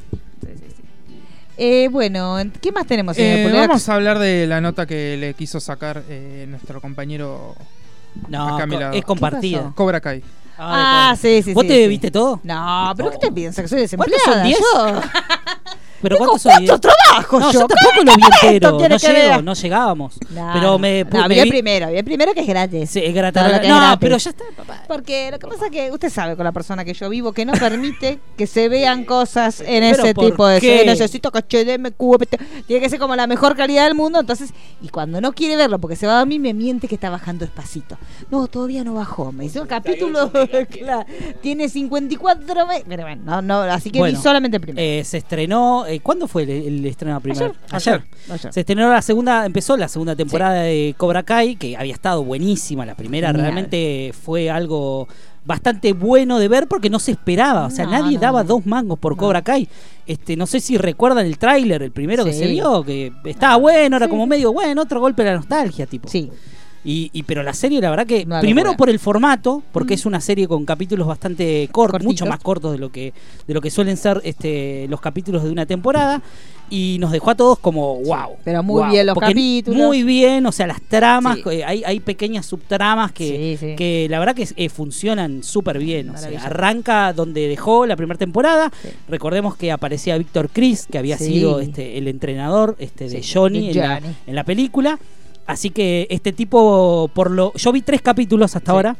Speaker 2: Eh, bueno, ent- ¿qué más tenemos, señor
Speaker 3: Eh,
Speaker 2: Pulero?
Speaker 3: vamos a hablar de la nota que le quiso sacar eh, nuestro compañero
Speaker 4: No,
Speaker 3: Acá a mi
Speaker 4: co-
Speaker 3: lado.
Speaker 4: es
Speaker 2: ¿Qué
Speaker 4: compartida.
Speaker 2: pasó?
Speaker 3: Cobra Kai.
Speaker 2: Ah, sí, sí.
Speaker 4: ¿Vos
Speaker 2: sí,
Speaker 4: te
Speaker 2: sí.
Speaker 4: viste todo?
Speaker 2: No, pero ¿qué te piensas? Que soy desempleada.
Speaker 4: ¿Cuántos son, diez?
Speaker 2: Yo.
Speaker 4: ¿Pero
Speaker 2: Tengo
Speaker 4: cuántos
Speaker 2: cuatro
Speaker 4: son?
Speaker 2: trabajos
Speaker 4: No,
Speaker 2: yo.
Speaker 4: yo tampoco lo vi
Speaker 2: esto
Speaker 4: entero.
Speaker 2: tiene
Speaker 4: No
Speaker 2: que
Speaker 4: llego,
Speaker 2: ver?
Speaker 4: no llegábamos.
Speaker 2: No,
Speaker 4: Pero me.
Speaker 2: No,
Speaker 4: me
Speaker 2: vi el
Speaker 4: vi-
Speaker 2: primero, vi el primero que es gratis.
Speaker 4: Sí, es gratis.
Speaker 2: Todo lo que es
Speaker 4: No,
Speaker 2: gratis.
Speaker 4: pero ya está, papá.
Speaker 2: Porque lo que pasa es que usted sabe con la persona que yo vivo que no permite que se vean cosas en
Speaker 4: Eh, ¿Pero
Speaker 2: ese
Speaker 4: por
Speaker 2: tipo de
Speaker 4: qué?
Speaker 2: series. Necesito que HDMI, QVT, tiene que ser como la mejor calidad del mundo. Entonces, y cuando no quiere verlo porque se va a dormir, me miente que está bajando despacito. No, todavía no bajó. Me hizo un capítulo. claro, tiene 54 meses. Pero bueno, no, no, así que
Speaker 4: Bueno,
Speaker 2: vi solamente el primero.
Speaker 4: Eh, se estrenó. eh, ¿Cuándo fue el, el estreno primero?
Speaker 2: Ayer.
Speaker 4: Se estrenó la segunda, empezó la segunda temporada de Cobra Kai, que había estado buenísima la primera,
Speaker 2: Genial.
Speaker 4: realmente fue algo bastante bueno de ver porque no se esperaba, o sea,
Speaker 2: No,
Speaker 4: nadie
Speaker 2: no,
Speaker 4: daba
Speaker 2: no.
Speaker 4: dos mangos por Cobra Kai. Este, no sé si recuerdan el tráiler, el primero que
Speaker 2: Sí.
Speaker 4: se vio, que estaba bueno, era como medio bueno, otro golpe de la nostalgia, tipo.
Speaker 2: Sí.
Speaker 4: Y, y- pero la serie, la verdad que,
Speaker 2: Una
Speaker 4: primero
Speaker 2: locura. Mm.
Speaker 4: por el formato, porque es una serie con capítulos bastante cortos, mucho
Speaker 2: Cortitos.
Speaker 4: más cortos de lo que, de lo que suelen ser este, los capítulos de una temporada, y nos dejó a todos como wow.
Speaker 2: Pero muy
Speaker 4: wow".
Speaker 2: bien los
Speaker 4: Porque
Speaker 2: capítulos.
Speaker 4: Muy bien, o sea, las tramas,
Speaker 2: Sí.
Speaker 4: eh, hay, hay pequeñas subtramas que,
Speaker 2: Sí, sí.
Speaker 4: que la verdad que eh, funcionan súper bien. O sea,
Speaker 2: Maravilloso.
Speaker 4: arranca donde dejó la primera temporada. Recordemos que aparecía Víctor Cris, que había
Speaker 2: Sí.
Speaker 4: sido este, el entrenador este, de
Speaker 2: Sí, de
Speaker 4: Johnny, en la-
Speaker 2: Johnny.
Speaker 4: en la película. Así que este tipo, por lo. Yo vi tres capítulos hasta ahora.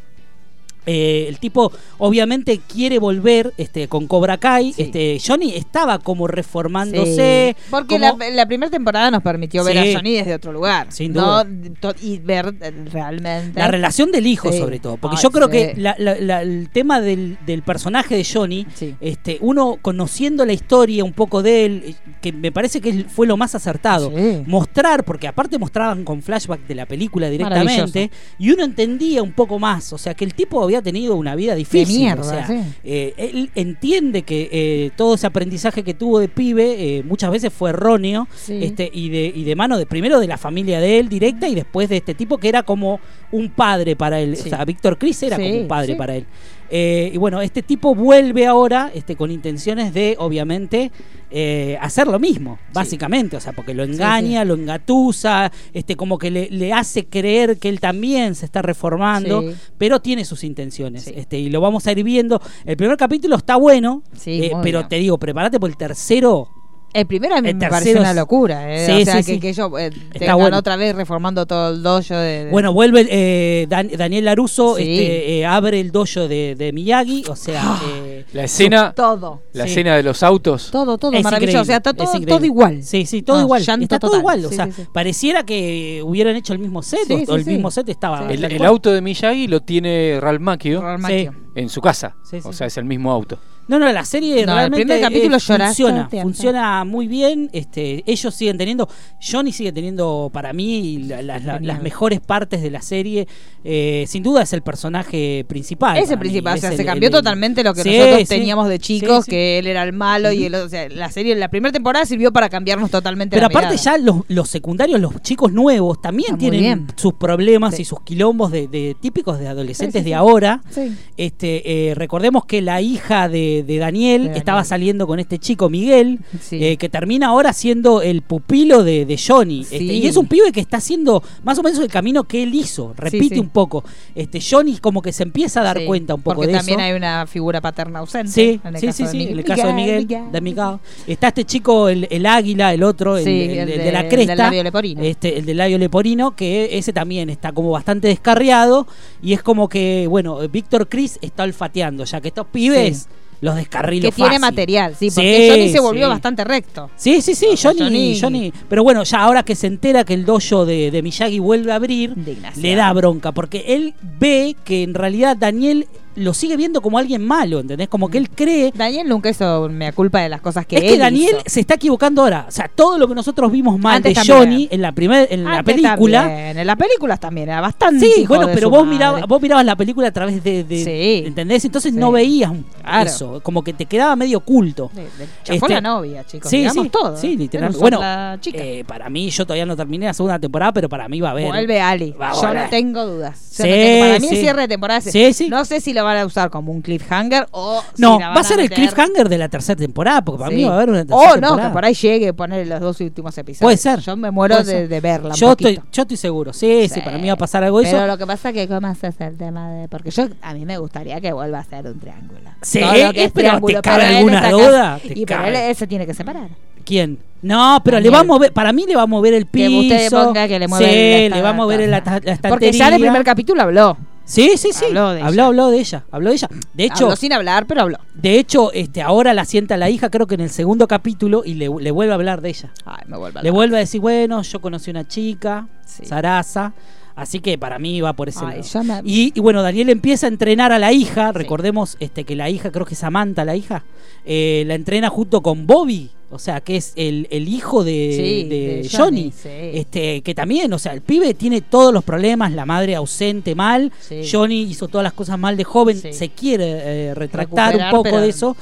Speaker 4: Eh, el tipo obviamente quiere volver este, con Cobra Kai. Este, Johnny estaba como reformándose.
Speaker 2: Sí, Porque
Speaker 4: como-
Speaker 2: la, la primera temporada nos permitió ver
Speaker 4: Sí.
Speaker 2: a Johnny desde otro lugar.
Speaker 4: Sin
Speaker 2: No, to- y ver eh, realmente.
Speaker 4: La relación del hijo,
Speaker 2: Sí.
Speaker 4: sobre todo. Porque
Speaker 2: Ay,
Speaker 4: yo creo
Speaker 2: sí.
Speaker 4: que la- la- la- el tema del, del personaje de Johnny, este, uno conociendo la historia un poco de él, eh, que me parece que es- fue lo más acertado. Mostrar, porque aparte mostraban con flashback de la película directamente, y uno entendía un poco más. O sea, que el tipo había tenido una vida difícil.
Speaker 2: mierda,
Speaker 4: o sea,
Speaker 2: sí.
Speaker 4: eh, él entiende que eh, todo ese aprendizaje que tuvo de pibe eh, muchas veces fue erróneo
Speaker 2: Sí.
Speaker 4: este, y, de, y de mano de primero de la familia de él directa y después de este tipo que era como un padre para él.
Speaker 2: Sí.
Speaker 4: O sea, Víctor Cris era
Speaker 2: Sí,
Speaker 4: como un padre
Speaker 2: sí.
Speaker 4: para él. Eh, y bueno, este tipo vuelve ahora este, con intenciones de, obviamente, eh, hacer lo mismo, básicamente. O sea, porque lo engaña, lo engatusa, este, como que le, le hace creer que él también se está reformando,
Speaker 2: Sí.
Speaker 4: pero tiene sus intenciones. Este, y lo vamos a ir viendo. El primer capítulo está bueno,
Speaker 2: Sí,
Speaker 4: eh,
Speaker 2: muy
Speaker 4: pero
Speaker 2: bien.
Speaker 4: te digo, prepárate por el tercero.
Speaker 2: El primero a mí
Speaker 4: El
Speaker 2: me
Speaker 4: tercero
Speaker 2: pareció una
Speaker 4: es-
Speaker 2: locura. eh.
Speaker 4: Sí,
Speaker 2: o sea,
Speaker 4: sí,
Speaker 2: que,
Speaker 4: sí.
Speaker 2: que ellos eh,
Speaker 4: Está
Speaker 2: tengan
Speaker 4: bueno.
Speaker 2: otra vez reformando todo el dojo. De, de-
Speaker 4: Bueno, vuelve eh, Dan- Daniel Laruso,
Speaker 2: Sí. ¡Ah!
Speaker 4: este, eh, abre el dojo de, de Miyagi, o sea, eh,
Speaker 7: La escena,
Speaker 2: todo.
Speaker 7: la
Speaker 4: Sí.
Speaker 7: escena de los autos.
Speaker 2: Todo, todo,
Speaker 4: Es
Speaker 2: maravilloso. O sea, está
Speaker 4: increíble, es
Speaker 2: todo,
Speaker 4: increíble.
Speaker 2: todo igual.
Speaker 4: Sí, sí, todo
Speaker 2: No,
Speaker 4: igual.
Speaker 2: llanto
Speaker 4: Está todo
Speaker 2: total.
Speaker 4: igual. O
Speaker 2: Sí,
Speaker 4: sea,
Speaker 2: sí, sí.
Speaker 4: pareciera que hubieran hecho el mismo set.
Speaker 2: Sí,
Speaker 4: o- o
Speaker 2: sí,
Speaker 4: el
Speaker 2: sí.
Speaker 4: mismo set estaba.
Speaker 7: El,
Speaker 4: tal
Speaker 7: el
Speaker 4: cual.
Speaker 7: auto de Miyagi lo tiene Ralph Macchio
Speaker 2: Ralph
Speaker 4: Sí.
Speaker 2: Macchio.
Speaker 7: en su casa.
Speaker 4: Sí, sí.
Speaker 7: O sea, es el mismo auto.
Speaker 4: No, no, la serie
Speaker 2: No, el
Speaker 4: realmente eh,
Speaker 2: primer capítulo lloraste,
Speaker 4: funciona,
Speaker 2: te amo.
Speaker 4: funciona muy bien. Este, ellos siguen teniendo, Johnny sigue teniendo para mí la- la- la- las mejores partes de la serie. Eh, sin duda es el personaje principal.
Speaker 2: Es el
Speaker 4: para mí,
Speaker 2: principal, o
Speaker 4: es
Speaker 2: sea,
Speaker 4: el-
Speaker 2: se
Speaker 4: el-
Speaker 2: cambió
Speaker 4: el-
Speaker 2: totalmente lo que
Speaker 4: Sí,
Speaker 2: nosotros
Speaker 4: sí.
Speaker 2: teníamos de
Speaker 4: Sí,
Speaker 2: chicos,
Speaker 4: sí.
Speaker 2: que él era el malo y el, o sea, la serie, la primera temporada sirvió para cambiarnos totalmente
Speaker 4: Pero
Speaker 2: la
Speaker 4: aparte
Speaker 2: mirada.
Speaker 4: ya los, los secundarios, los chicos nuevos, también
Speaker 2: Está muy
Speaker 4: tienen
Speaker 2: bien.
Speaker 4: sus problemas
Speaker 2: Sí.
Speaker 4: y sus quilombos de, de- típicos de adolescentes
Speaker 2: Sí, sí,
Speaker 4: de
Speaker 2: sí.
Speaker 4: ahora.
Speaker 2: Sí.
Speaker 4: Este, eh, recordemos que la hija de, de Daniel,
Speaker 2: Daniel.
Speaker 4: estaba saliendo con este chico Miguel,
Speaker 2: Sí.
Speaker 4: eh, que termina ahora siendo el pupilo de, de Johnny. Este,
Speaker 2: Sí.
Speaker 4: y es un pibe que está haciendo más o menos el camino que él hizo. Repite
Speaker 2: sí.
Speaker 4: un poco. Este, Johnny como que se empieza a dar
Speaker 2: Sí,
Speaker 4: cuenta un poco
Speaker 2: porque
Speaker 4: de
Speaker 2: también
Speaker 4: eso.
Speaker 2: hay una figura paterna ausente.
Speaker 4: Sí,
Speaker 2: en el
Speaker 4: sí,
Speaker 2: caso
Speaker 4: sí,
Speaker 2: de
Speaker 4: sí,
Speaker 2: Miguel.
Speaker 4: en el caso de Miguel, de Miguel. Está este chico, el, el águila, el otro, el,
Speaker 2: Sí,
Speaker 4: el-
Speaker 2: el
Speaker 4: el de,
Speaker 2: de-
Speaker 4: la
Speaker 2: el del
Speaker 4: cresta.
Speaker 2: labio leporino.
Speaker 4: Este, el del labio leporino, que ese también está como bastante descarriado. Y es como que, bueno, Víctor Cris está olfateando, ya que estos pibes
Speaker 2: Sí.
Speaker 4: los descarrilos
Speaker 2: Que tiene material, sí, porque Johnny se volvió bastante recto.
Speaker 4: Sí, sí, sí,
Speaker 2: O sea,
Speaker 4: Johnny,
Speaker 2: Johnny-
Speaker 4: Johnny. Pero bueno, ya ahora que se entera que el dojo de, de Miyagi vuelve a abrir,
Speaker 2: Desgraciado.
Speaker 4: le da bronca, porque él ve que en realidad Daniel lo sigue viendo como alguien malo, ¿entendés? Como que él cree
Speaker 2: Daniel nunca hizo mea culpa de las cosas que
Speaker 4: es
Speaker 2: él
Speaker 4: que Daniel
Speaker 2: hizo.
Speaker 4: se está equivocando ahora. O sea, todo lo que nosotros vimos mal
Speaker 2: Antes
Speaker 4: de
Speaker 2: también.
Speaker 4: Johnny en la primer, en la
Speaker 2: Antes
Speaker 4: película.
Speaker 2: también, En las películas también era bastante.
Speaker 4: Sí,
Speaker 2: hijo
Speaker 4: bueno,
Speaker 2: de
Speaker 4: pero
Speaker 2: su
Speaker 4: vos
Speaker 2: madre.
Speaker 4: mirabas, vos mirabas la película a través de. de-
Speaker 2: Sí.
Speaker 4: ¿Entendés? Entonces
Speaker 2: Sí.
Speaker 4: no veías un-
Speaker 2: Claro.
Speaker 4: eso. Como que te quedaba medio oculto.
Speaker 2: De- de- chafó
Speaker 4: Este-
Speaker 2: la novia, chicos. digamos todo.
Speaker 4: Sí, literalmente.
Speaker 2: Pero
Speaker 4: Bueno,
Speaker 2: la chica.
Speaker 4: eh, para mí, yo todavía no terminé la segunda temporada, pero para mí va a haber.
Speaker 2: Vuelve Ali.
Speaker 4: Va a
Speaker 2: Yo
Speaker 4: volver.
Speaker 2: no tengo dudas. Yo
Speaker 4: Sí,
Speaker 2: no tengo- para mí
Speaker 4: sí.
Speaker 2: el cierre de temporada es-
Speaker 4: Sí, sí.
Speaker 2: No sé si lo van a usar como un cliffhanger o. si
Speaker 4: No,
Speaker 2: la
Speaker 4: va
Speaker 2: van
Speaker 4: a Oh, ser el
Speaker 2: meter-
Speaker 4: cliffhanger de la tercera temporada, porque para
Speaker 2: Sí.
Speaker 4: mí va a haber una
Speaker 2: O
Speaker 4: tercera temporada.
Speaker 2: no, que por ahí llegue a poner los dos últimos episodios.
Speaker 4: Puede ser.
Speaker 2: Yo me muero
Speaker 4: Puede
Speaker 2: de,
Speaker 4: ser.
Speaker 2: de verla. un
Speaker 4: Yo estoy,
Speaker 2: poquito.
Speaker 4: yo estoy seguro. Sí, sí, para mí va a pasar algo de eso.
Speaker 2: Pero lo que pasa es que cómo haces el tema de. Porque yo a mí me gustaría que vuelva a ser un triángulo.
Speaker 4: Sí,
Speaker 2: Todo lo que
Speaker 4: eh,
Speaker 2: es
Speaker 4: pero
Speaker 2: triángulo,
Speaker 4: te cabe
Speaker 2: él
Speaker 4: alguna
Speaker 2: está acá-
Speaker 4: duda, te
Speaker 2: Y pero
Speaker 4: cabe.
Speaker 2: él, él se tiene que separar.
Speaker 4: ¿Quién? No, pero le va a
Speaker 2: Daniel.
Speaker 4: mover, para mí le va a mover el
Speaker 2: Que
Speaker 4: piso.
Speaker 2: usted ponga que le mueva
Speaker 4: sí,
Speaker 2: el- la
Speaker 4: le va a mover la, ta-
Speaker 2: estatua.
Speaker 4: la estantería.
Speaker 2: Porque ya en el primer capítulo habló.
Speaker 4: Sí, sí, sí. Habló,
Speaker 2: Habló de
Speaker 4: habló,
Speaker 2: ella.
Speaker 4: de ella. Habló de ella. De hecho,
Speaker 2: habló sin hablar, pero habló.
Speaker 4: de hecho, este, ahora la sienta la hija, creo que en el segundo capítulo, y le, le vuelve a hablar de ella.
Speaker 2: Ay, me vuelve a
Speaker 4: Le
Speaker 2: loca.
Speaker 4: vuelve a decir, bueno, yo conocí una chica,
Speaker 2: Sí.
Speaker 4: Sarasa. Así que para mí va por ese
Speaker 2: Ay,
Speaker 4: lado.
Speaker 2: ya me-
Speaker 4: Y, y bueno, Daniel empieza a entrenar a la hija. Recordemos este, que la hija, creo que es Samantha, la hija, eh, la entrena junto con Bobby, O sea, que es el, el hijo de,
Speaker 2: Sí,
Speaker 4: de
Speaker 2: de
Speaker 4: Johnny.
Speaker 2: Johnny, sí.
Speaker 4: este, que también, o sea, el pibe tiene todos los problemas, la madre ausente mal,
Speaker 2: Sí.
Speaker 4: Johnny hizo todas las cosas mal de joven,
Speaker 2: Sí.
Speaker 4: se quiere eh, retractar
Speaker 2: Recuperar,
Speaker 4: un poco
Speaker 2: pero-
Speaker 4: de eso,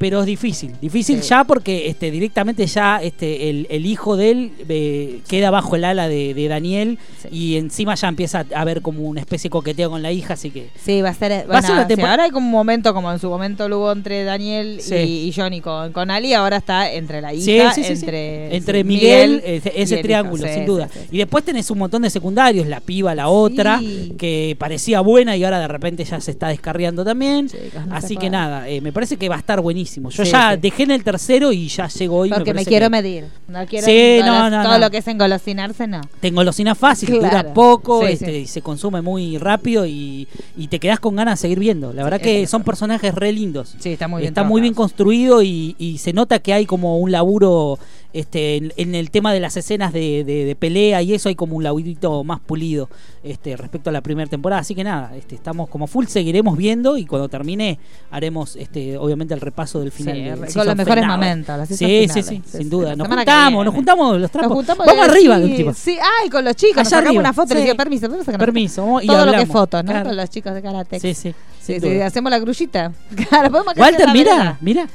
Speaker 4: pero es difícil, difícil
Speaker 2: Sí.
Speaker 4: ya porque este, directamente ya este, el, el hijo de él eh, queda bajo el ala de, de Daniel y encima ya empieza a haber como una especie de coqueteo con la hija, así que...
Speaker 2: Sí, va a ser.
Speaker 4: Va a ser una
Speaker 2: una
Speaker 4: tempo-
Speaker 2: Ahora hay como un momento, como en su momento lo hubo entre Daniel y-
Speaker 4: Sí.
Speaker 2: y, Johnny con, con Ali, ahora está entre la
Speaker 4: Sí,
Speaker 2: e hija,
Speaker 4: sí, sí, sí.
Speaker 2: entre,
Speaker 4: Entre
Speaker 2: sí,
Speaker 4: Miguel, ese-
Speaker 2: y el
Speaker 4: ese
Speaker 2: hijo.
Speaker 4: triángulo,
Speaker 2: Sí,
Speaker 4: sin
Speaker 2: sí,
Speaker 4: duda.
Speaker 2: sí.
Speaker 4: Y después tenés un montón de secundarios, la piba, la otra,
Speaker 2: Sí.
Speaker 4: que parecía buena y ahora de repente ya se está descarriando también. Así que
Speaker 2: cual.
Speaker 4: nada, eh, me parece que va a estar buenísimo. Yo
Speaker 2: Sí,
Speaker 4: ya
Speaker 2: sí.
Speaker 4: dejé en el tercero y ya llegó hoy.
Speaker 2: Porque me,
Speaker 4: parece
Speaker 2: quiero
Speaker 4: que
Speaker 2: medir. No quiero
Speaker 4: Sí, no,
Speaker 2: engolas-
Speaker 4: no,
Speaker 2: todo
Speaker 4: no.
Speaker 2: lo que es engolosinarse, no.
Speaker 4: Tengo locina fácil,
Speaker 2: Claro.
Speaker 4: dura poco,
Speaker 2: Sí,
Speaker 4: este,
Speaker 2: sí.
Speaker 4: y se consume muy rápido y, y te quedás con ganas de seguir viendo. La verdad
Speaker 2: Sí, es
Speaker 4: que
Speaker 2: cierto.
Speaker 4: son personajes re lindos.
Speaker 2: Sí, está muy bien.
Speaker 4: Está muy bien construido y, y se nota que hay como un laburo este, en, en el tema de las escenas de, de- de pelea y eso hay como un laburito más pulido este, respecto a la primera temporada. Así que nada, este, estamos como full, seguiremos viendo y cuando termine haremos este, obviamente el repaso del final.
Speaker 2: Sí,
Speaker 4: del
Speaker 2: con
Speaker 4: season
Speaker 2: los mejores
Speaker 4: finale.
Speaker 2: momentos, las
Speaker 4: Sí,
Speaker 2: season
Speaker 4: sí, sí,
Speaker 2: finales. Sí,
Speaker 4: sin
Speaker 2: sí,
Speaker 4: duda.
Speaker 2: la
Speaker 4: Nos
Speaker 2: semana que
Speaker 4: juntamos,
Speaker 2: viene.
Speaker 4: nos juntamos los
Speaker 2: Nos
Speaker 4: trapos.
Speaker 2: juntamos
Speaker 4: Vamos
Speaker 2: y-
Speaker 4: arriba
Speaker 2: sí,
Speaker 4: de última.
Speaker 2: Sí, ay, con los chicos.
Speaker 4: Allá
Speaker 2: Nos sacamos
Speaker 4: arriba,
Speaker 2: una foto y le
Speaker 4: sí.
Speaker 2: digo, permiso, permiso. que nos-
Speaker 4: Permiso, vamos y
Speaker 2: Todo lo que es
Speaker 4: hablamos.
Speaker 2: fotos, ¿no?
Speaker 4: Claro.
Speaker 2: Todos los chicos de karate.
Speaker 4: Sí, sí,
Speaker 2: Sí,
Speaker 4: sin
Speaker 2: sí,
Speaker 4: duda.
Speaker 2: hacemos la grullita. Claro, podemos crecer
Speaker 4: Walter,
Speaker 2: la
Speaker 4: mira,
Speaker 2: vereda.
Speaker 4: mira.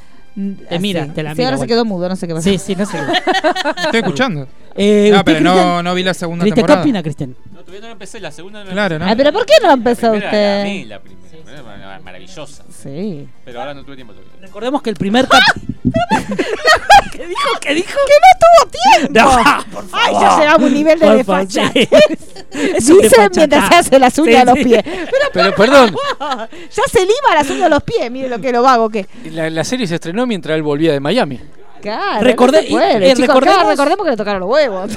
Speaker 4: Te
Speaker 2: Así.
Speaker 4: mira, te la mira.
Speaker 2: Sí, ahora se
Speaker 4: Walter.
Speaker 2: quedó mudo, no sé qué pasó.
Speaker 4: Sí, sí, no sé.
Speaker 3: Estoy escuchando.
Speaker 4: Eh,
Speaker 3: no,
Speaker 4: ¿usted,
Speaker 3: pero no,
Speaker 4: Cristian?
Speaker 3: no vi la segunda
Speaker 4: Cristian, ¿Qué
Speaker 3: temporada.
Speaker 4: opina, Cristian?
Speaker 9: No, todavía no la empecé, la segunda no la
Speaker 3: Claro,
Speaker 9: empecé.
Speaker 3: ¿no?
Speaker 2: Ay, Ah, pero ¿por qué no empezó
Speaker 9: La primera era
Speaker 2: usted?
Speaker 9: A mí, la primera. Era Maravillosa.
Speaker 2: Sí.
Speaker 9: Pero ahora no tuve tiempo todavía.
Speaker 4: Recordemos que el primer
Speaker 2: Ah,
Speaker 4: capítulo. ¿Qué dijo? ¿Qué dijo?
Speaker 2: ¡Que no tuvo tiempo!
Speaker 4: por favor.
Speaker 2: Ay, ya llegamos a un nivel de
Speaker 4: Por favor,
Speaker 2: desfachatez.
Speaker 4: sí. Es un
Speaker 2: Dicen
Speaker 4: desfachatá.
Speaker 2: mientras se hace las uñas
Speaker 4: Sí,
Speaker 2: a los
Speaker 4: sí.
Speaker 2: pies. Pero
Speaker 7: Pero perdón,
Speaker 2: ya se lima las uñas a los pies, mire lo que lo vago que.
Speaker 7: la, la serie se estrenó mientras él volvía de Miami.
Speaker 2: Claro, no
Speaker 4: Recordé-
Speaker 2: se puede,
Speaker 4: eh,
Speaker 2: chicos,
Speaker 4: recordemos-
Speaker 2: acá recordemos que le tocaron los huevos.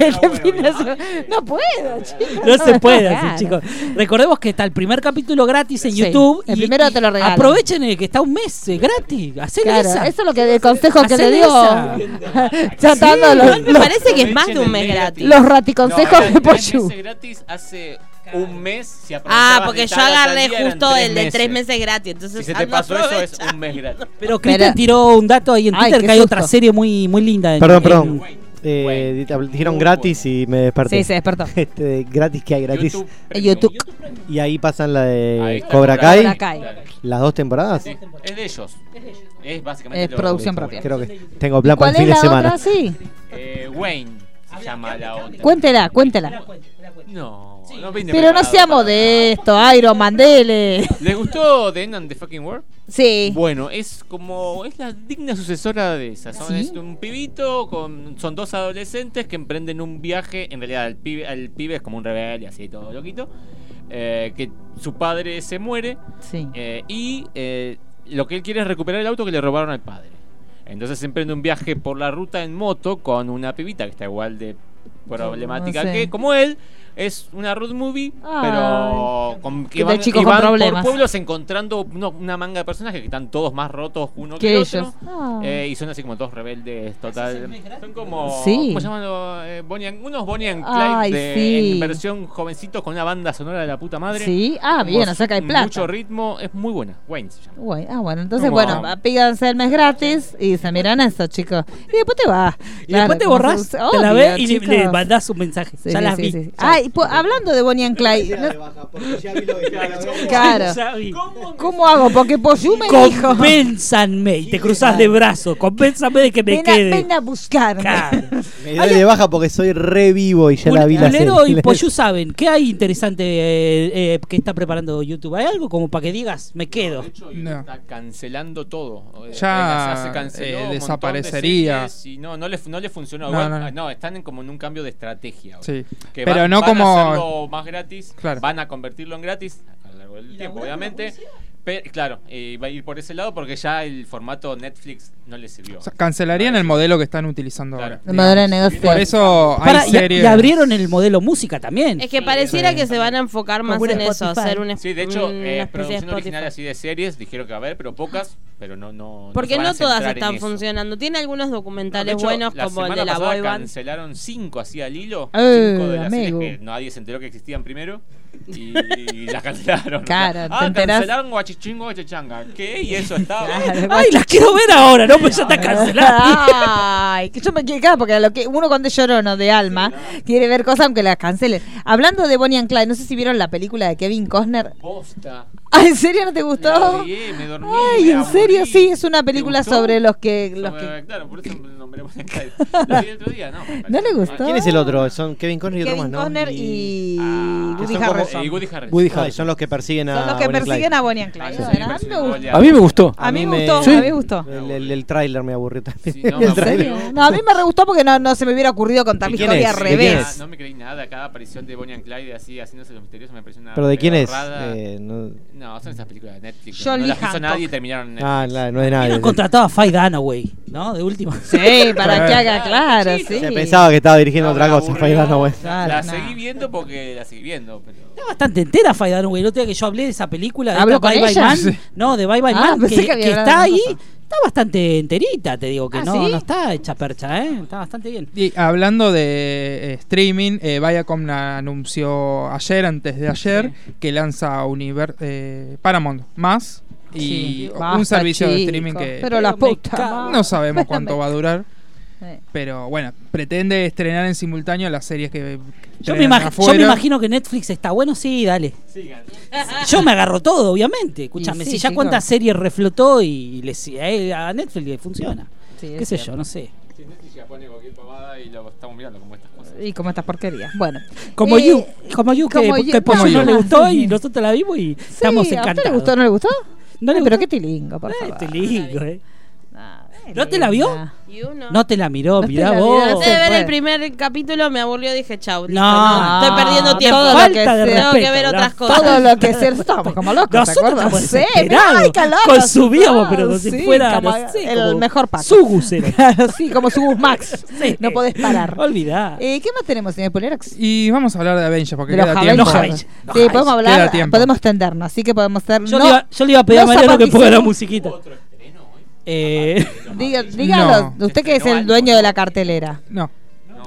Speaker 2: En el fin de semana. no puedo, chicos.
Speaker 4: No se puede
Speaker 2: claro.
Speaker 4: así, chicos. Recordemos que está el primer capítulo gratis en
Speaker 2: Sí,
Speaker 4: YouTube.
Speaker 2: el primero te lo regalan.
Speaker 4: Aprovechen el que está un mes eh, gratis. Hacen
Speaker 2: Claro,
Speaker 4: esa.
Speaker 2: eso es lo que el consejo que le
Speaker 4: Hacele
Speaker 2: dio.
Speaker 4: esa.
Speaker 2: Ya está dando los,
Speaker 6: Me
Speaker 2: los-
Speaker 6: parece que es más de un mes gratis.
Speaker 2: los raticonsejos
Speaker 9: era
Speaker 2: de
Speaker 9: tres
Speaker 2: Pochu.
Speaker 9: meses gratis hace un mes. Si
Speaker 6: Ah,
Speaker 9: aprovechabas
Speaker 6: porque
Speaker 9: de
Speaker 6: yo
Speaker 9: tal a tal
Speaker 6: agarré
Speaker 9: día, eran
Speaker 6: justo el de tres meses gratis.
Speaker 9: Si
Speaker 6: Entonces,
Speaker 9: se te
Speaker 6: anda,
Speaker 9: pasó eso, es
Speaker 6: aprovecha.
Speaker 9: un mes gratis.
Speaker 4: Pero Cristian
Speaker 2: Pero-
Speaker 4: tiró un dato ahí en
Speaker 2: Ay,
Speaker 4: Twitter
Speaker 2: qué
Speaker 4: que hay
Speaker 2: susto.
Speaker 4: otra serie muy, muy linda. en-
Speaker 5: Perdón,
Speaker 4: en-
Speaker 5: perdón. Eh, di- habl- dijeron gratis y me desperté.
Speaker 2: Sí, se despertó.
Speaker 5: Este, gratis que hay gratis.
Speaker 9: YouTube.
Speaker 2: En Eh, YouTube.
Speaker 5: Y ahí pasan la
Speaker 9: Ahí
Speaker 5: de
Speaker 9: está,
Speaker 5: Cobra Kai.
Speaker 2: Cobra Kai.
Speaker 5: Las dos temporadas.
Speaker 9: Sí, es de ellos. Es básicamente.
Speaker 2: Es
Speaker 9: lo-
Speaker 2: producción
Speaker 9: lo-
Speaker 2: propia.
Speaker 5: Creo que tengo plan para
Speaker 2: ¿Cuál
Speaker 5: el
Speaker 2: es
Speaker 5: fin de
Speaker 2: la
Speaker 5: semana.
Speaker 2: otra? Sí.
Speaker 9: Eh, Wayne se llama la otra.
Speaker 2: Cuéntela, cuéntela.
Speaker 9: No, no vine
Speaker 2: Pero no
Speaker 9: preparado
Speaker 2: seamos
Speaker 9: para nada.
Speaker 2: de esto, Iron Mandele.
Speaker 9: ¿Les gustó The End and the Fucking World?
Speaker 2: Sí.
Speaker 9: Bueno, es como. Es la digna sucesora de esa. Son
Speaker 2: ¿Sí?
Speaker 9: es un pibito, con, son dos adolescentes que emprenden un viaje. En realidad, el pibe, el pibe es como un rebelde, así todo loquito. eh, que su padre se muere
Speaker 2: Sí.
Speaker 9: eh, y eh, lo que él quiere es recuperar el auto que le robaron al padre. Entonces emprende un viaje por la ruta en moto con una pibita que está igual de problemática
Speaker 2: No sé.
Speaker 9: que como él. Es una road movie,
Speaker 2: Ay.
Speaker 9: pero con, que
Speaker 2: De
Speaker 9: van,
Speaker 2: chicos
Speaker 9: que
Speaker 2: con
Speaker 9: van
Speaker 2: problemas.
Speaker 9: por pueblos encontrando uno- una manga de personajes que están todos más rotos uno que,
Speaker 2: Que
Speaker 9: el
Speaker 2: ellos.
Speaker 9: otro.
Speaker 2: Ah.
Speaker 9: Eh, y son así como dos rebeldes total. Son como.
Speaker 2: Sí.
Speaker 9: ¿Cómo se llaman? los, eh, Bonnie and- unos Bonnie and
Speaker 2: Ay,
Speaker 9: Clyde de-
Speaker 2: sí.
Speaker 9: en versión jovencitos con una banda sonora de la puta madre.
Speaker 2: Sí. Ah,
Speaker 9: Como
Speaker 2: bien, o sea que hay plata.
Speaker 9: Mucho ritmo, es muy buena. Wayne se llama.
Speaker 2: Bueno, ah, bueno, entonces,
Speaker 9: Como-
Speaker 2: bueno, pídanse el mes gratis y se miran eso, chicos. Y después te vas.
Speaker 4: Y después te borrás, te la ves y le, le mandás un mensaje.
Speaker 2: Sí,
Speaker 4: ya
Speaker 2: sí,
Speaker 4: las
Speaker 2: sí,
Speaker 4: vi.
Speaker 2: sí, sí. Ah, y po- hablando de Bonnie and Clyde, ¿no? Claro.
Speaker 4: Ya vi.
Speaker 2: ¿cómo hago? Porque Poyu me dijo:
Speaker 4: Compénsanme y te cruzás de brazo. Compénsame de que me
Speaker 2: ven, a,
Speaker 4: quede.
Speaker 2: ven a buscarme.
Speaker 4: Claro.
Speaker 5: Me doy de baja porque soy re vivo y ya la vi la
Speaker 4: Pulero
Speaker 5: serie.
Speaker 4: y Poyu saben, ¿qué hay interesante eh, eh, que está preparando YouTube? ¿Hay algo como para que digas, me quedo?
Speaker 9: De hecho,
Speaker 3: No.
Speaker 9: está cancelando todo. Eh,
Speaker 3: Ya,
Speaker 9: se canceló
Speaker 3: eh,
Speaker 9: un montón de
Speaker 3: desaparecería.
Speaker 9: series y no, no le, no le funcionó.
Speaker 3: No,
Speaker 9: Igual,
Speaker 3: no.
Speaker 9: ah, no, están en como en un cambio de estrategia. ahora.
Speaker 3: Sí.
Speaker 9: que
Speaker 3: Pero
Speaker 9: van-
Speaker 3: no
Speaker 9: van
Speaker 3: como.
Speaker 9: a hacerlo más gratis,
Speaker 3: Claro.
Speaker 9: van a convertirlo en gratis a lo largo del tiempo, obviamente. Pero, claro, eh, va a ir por ese lado porque ya el formato Netflix no le sirvió.
Speaker 3: O sea, cancelarían el modelo que están utilizando
Speaker 9: Claro.
Speaker 3: ahora.
Speaker 2: El modelo de negocio.
Speaker 3: Por eso hay
Speaker 4: Para, y,
Speaker 3: series.
Speaker 4: y abrieron el modelo música también.
Speaker 6: Es que pareciera que se van a enfocar más
Speaker 4: Como un
Speaker 6: en eso,
Speaker 4: Spotify.
Speaker 6: hacer un
Speaker 9: Sí, de
Speaker 2: Mm,
Speaker 9: hecho,
Speaker 6: una
Speaker 9: eh,
Speaker 6: especie de
Speaker 9: producción
Speaker 6: Spotify.
Speaker 9: original así de series, dijeron que va a haber, pero pocas, pero no. no
Speaker 6: Porque
Speaker 9: se van a
Speaker 6: no todas
Speaker 9: centrar en
Speaker 6: están
Speaker 9: eso.
Speaker 6: funcionando. Tiene algunos
Speaker 9: No, de
Speaker 6: documentales
Speaker 9: hecho,
Speaker 6: buenos
Speaker 9: la
Speaker 6: como el
Speaker 9: semana
Speaker 6: de la
Speaker 9: pasada
Speaker 6: boy band.
Speaker 9: cancelaron cinco así al hilo.
Speaker 2: Eh,
Speaker 9: cinco de las
Speaker 2: amigo.
Speaker 9: series que nadie se enteró que existían primero. Y, y la cancelaron.
Speaker 2: Claro, te
Speaker 9: ah,
Speaker 2: enterás.
Speaker 9: cancelaron Guachichingo Guachichanga. ¿Qué? Y eso estaba.
Speaker 4: Ay, las quiero ver ahora, ¿no? Pues ya está cancelada.
Speaker 2: Ay, que yo me quedé acá porque a lo que uno cuando es llorono de alma quiere ver cosas aunque las cancelen. Hablando de Bonnie and Clyde, no sé si vieron la película de Kevin Costner.
Speaker 9: Posta.
Speaker 2: Ah, ¿En serio no te gustó?
Speaker 9: odié, me dormí,
Speaker 2: Ay,
Speaker 9: me
Speaker 2: ¿en serio?
Speaker 9: aburrí.
Speaker 2: Sí, es una película
Speaker 9: gustó?
Speaker 2: sobre los que los que
Speaker 9: Sobre- Claro, por eso me nombré Bonnie and Clyde. Lo vi el otro día, ¿no?
Speaker 2: ¿No le gustó?
Speaker 5: ¿Quién es el otro? Son Kevin Conner y otro más,
Speaker 2: Kevin
Speaker 5: ¿no?
Speaker 2: Costner y
Speaker 9: Ah,
Speaker 5: que
Speaker 2: Woody
Speaker 5: son como- eh,
Speaker 2: Harrelson.
Speaker 9: Y eh, Woody Harrelson.
Speaker 5: Woody Harrelson. Son los que persiguen a.
Speaker 2: Son los que
Speaker 5: Bonnie and
Speaker 2: persiguen
Speaker 5: Clyde.
Speaker 2: a Bonnie and Clyde.
Speaker 9: Ah, sí,
Speaker 2: Bueno,
Speaker 9: me
Speaker 2: a mí me
Speaker 9: pareció
Speaker 2: gustó.
Speaker 9: goleada.
Speaker 7: A mí me gustó.
Speaker 2: A mí me
Speaker 5: me-
Speaker 2: gustó,
Speaker 7: Sí.
Speaker 2: a mí me gustó.
Speaker 5: El, el, el tráiler me aburrió también.
Speaker 9: Sí, no,
Speaker 5: el
Speaker 9: me
Speaker 5: tráiler.
Speaker 9: aburrió.
Speaker 2: No, a mí me re gustó porque no, no se me hubiera ocurrido contar la
Speaker 5: ¿De quién
Speaker 2: historia al
Speaker 5: es? ¿De quién
Speaker 2: revés.
Speaker 5: es?
Speaker 9: Ah, No me creí nada. Cada aparición de Bonnie and Clyde así haciéndose los misteriosos me pareció una.
Speaker 5: ¿Pero de quién es?
Speaker 9: pedorrada.
Speaker 5: Eh, no,
Speaker 9: No, son esas películas de Netflix.
Speaker 2: Jolie
Speaker 9: no las hizo
Speaker 2: Hancock.
Speaker 9: nadie y terminaron en Netflix.
Speaker 5: ah, la- no es de nadie.
Speaker 4: Hubieran contratado a Faye Dunaway, ¿no? De última.
Speaker 2: Sí, para que haga claro, sí.
Speaker 5: Se pensaba que estaba dirigiendo
Speaker 9: No,
Speaker 5: otra
Speaker 9: me
Speaker 5: cosa.
Speaker 9: aburrió.
Speaker 5: Faye Dunaway.
Speaker 2: Claro,
Speaker 9: la
Speaker 2: no.
Speaker 9: seguí viendo porque la seguí viendo. Pero...
Speaker 4: Está bastante entera Faye Dunaway. El otro día que yo hablé de esa película de
Speaker 2: ¿Hablo
Speaker 4: esta
Speaker 2: con
Speaker 4: Bye Bye
Speaker 2: ella?
Speaker 4: Man.
Speaker 2: Sí.
Speaker 4: No, de Bye Bye
Speaker 2: Ah,
Speaker 4: Man,
Speaker 2: pensé
Speaker 4: que,
Speaker 2: que había
Speaker 4: que
Speaker 2: hablado
Speaker 4: está
Speaker 2: de
Speaker 4: ahí.
Speaker 2: otra
Speaker 4: Está bastante enterita, te digo que
Speaker 2: ¿Ah,
Speaker 4: no,
Speaker 2: sí?
Speaker 4: no está hecha percha, ¿eh? Está bastante bien.
Speaker 3: Y hablando de eh, streaming, eh, Viacom anunció ayer, antes de ayer, que lanza Univer eh, Paramount más y
Speaker 2: Sí,
Speaker 3: un
Speaker 2: basta,
Speaker 3: servicio de
Speaker 2: chicos.
Speaker 3: streaming que
Speaker 2: Pero la
Speaker 4: Pero me
Speaker 2: puta.
Speaker 4: cago.
Speaker 2: madre.
Speaker 3: no sabemos cuánto
Speaker 2: Espérame.
Speaker 3: va a durar.
Speaker 2: Eh.
Speaker 3: Pero bueno, pretende estrenar en simultáneo las series que. que
Speaker 4: Yo me,
Speaker 3: estrenan
Speaker 4: imag- yo
Speaker 3: afuera.
Speaker 4: me imagino que Netflix está bueno, sí, dale. Yo me agarro todo, obviamente. Escúchame,
Speaker 2: Y sí,
Speaker 4: si ya
Speaker 2: chicos.
Speaker 4: cuántas series reflotó y le, si- a él- a Netflix le funciona.
Speaker 2: Sí,
Speaker 4: ¿Qué
Speaker 2: es
Speaker 4: sé
Speaker 2: cierto.
Speaker 4: yo? No sé.
Speaker 9: Sí, Netflix ya pone cualquier pavada y lo estamos mirando como estas cosas.
Speaker 2: Y como estas porquerías. Bueno.
Speaker 4: Como
Speaker 2: eh,
Speaker 4: You, como You, que,
Speaker 2: como
Speaker 4: que
Speaker 2: You-
Speaker 4: el Pozo
Speaker 2: no,
Speaker 4: no,
Speaker 2: no,
Speaker 4: le gustó
Speaker 2: sí.
Speaker 4: y nosotros la vimos y
Speaker 2: sí,
Speaker 4: estamos
Speaker 2: ¿a usted
Speaker 4: encantados.
Speaker 2: le gustó o no le gustó?
Speaker 4: ¿No le
Speaker 2: Ay, Pero
Speaker 4: gustó?
Speaker 2: qué tilingo, por
Speaker 4: Eh,
Speaker 2: favor.
Speaker 4: te ligo, eh.
Speaker 2: Ah,
Speaker 4: ¿No te la vio?
Speaker 6: Y uno.
Speaker 4: No te la miró,
Speaker 2: No te
Speaker 4: mirá
Speaker 2: la
Speaker 4: vos.
Speaker 6: Traté
Speaker 2: Sí,
Speaker 6: de ver
Speaker 2: bueno.
Speaker 6: el primer capítulo, me aburrió, dije chau. listo,
Speaker 4: No,
Speaker 6: estoy perdiendo
Speaker 4: no,
Speaker 6: tiempo.
Speaker 2: todo lo que
Speaker 4: Falta de
Speaker 2: sea.
Speaker 6: Tengo que
Speaker 4: respeto,
Speaker 6: ver otras
Speaker 4: ¿verdad?
Speaker 6: cosas.
Speaker 2: Todo lo que ser estamos como locos, ¿te
Speaker 4: Nosotros
Speaker 2: acuerdas?
Speaker 4: estamos
Speaker 2: Sí,
Speaker 4: desesperados.
Speaker 2: mirá, qué locos,
Speaker 4: Consumíamos,
Speaker 2: claro,
Speaker 4: pero si
Speaker 2: sí,
Speaker 4: fuera
Speaker 2: como
Speaker 4: no sé,
Speaker 2: el
Speaker 4: como
Speaker 2: mejor pack.
Speaker 4: Sugus era.
Speaker 2: Claro, sí, como Subus Max.
Speaker 4: Sí.
Speaker 2: No podés parar.
Speaker 4: Olvidá.
Speaker 2: Eh, ¿Qué más tenemos, señor Polerox?
Speaker 3: Y vamos a hablar de Avengers porque
Speaker 2: De los
Speaker 3: queda
Speaker 2: Avengers.
Speaker 3: tiempo.
Speaker 4: Los Avengers. Los
Speaker 2: Sí, podemos
Speaker 4: Avengers.
Speaker 3: Queda
Speaker 2: hablar,
Speaker 3: tiempo.
Speaker 2: podemos tendernos, así que podemos ser.
Speaker 4: Yo,
Speaker 2: no-
Speaker 4: le iba, yo le iba a pedir a
Speaker 2: no
Speaker 4: Mariano que ponga la
Speaker 2: zapaticemos.
Speaker 4: musiquita. Eh,
Speaker 2: Diga- dígalo,
Speaker 3: No.
Speaker 2: usted que es el dueño de la cartelera.
Speaker 3: No.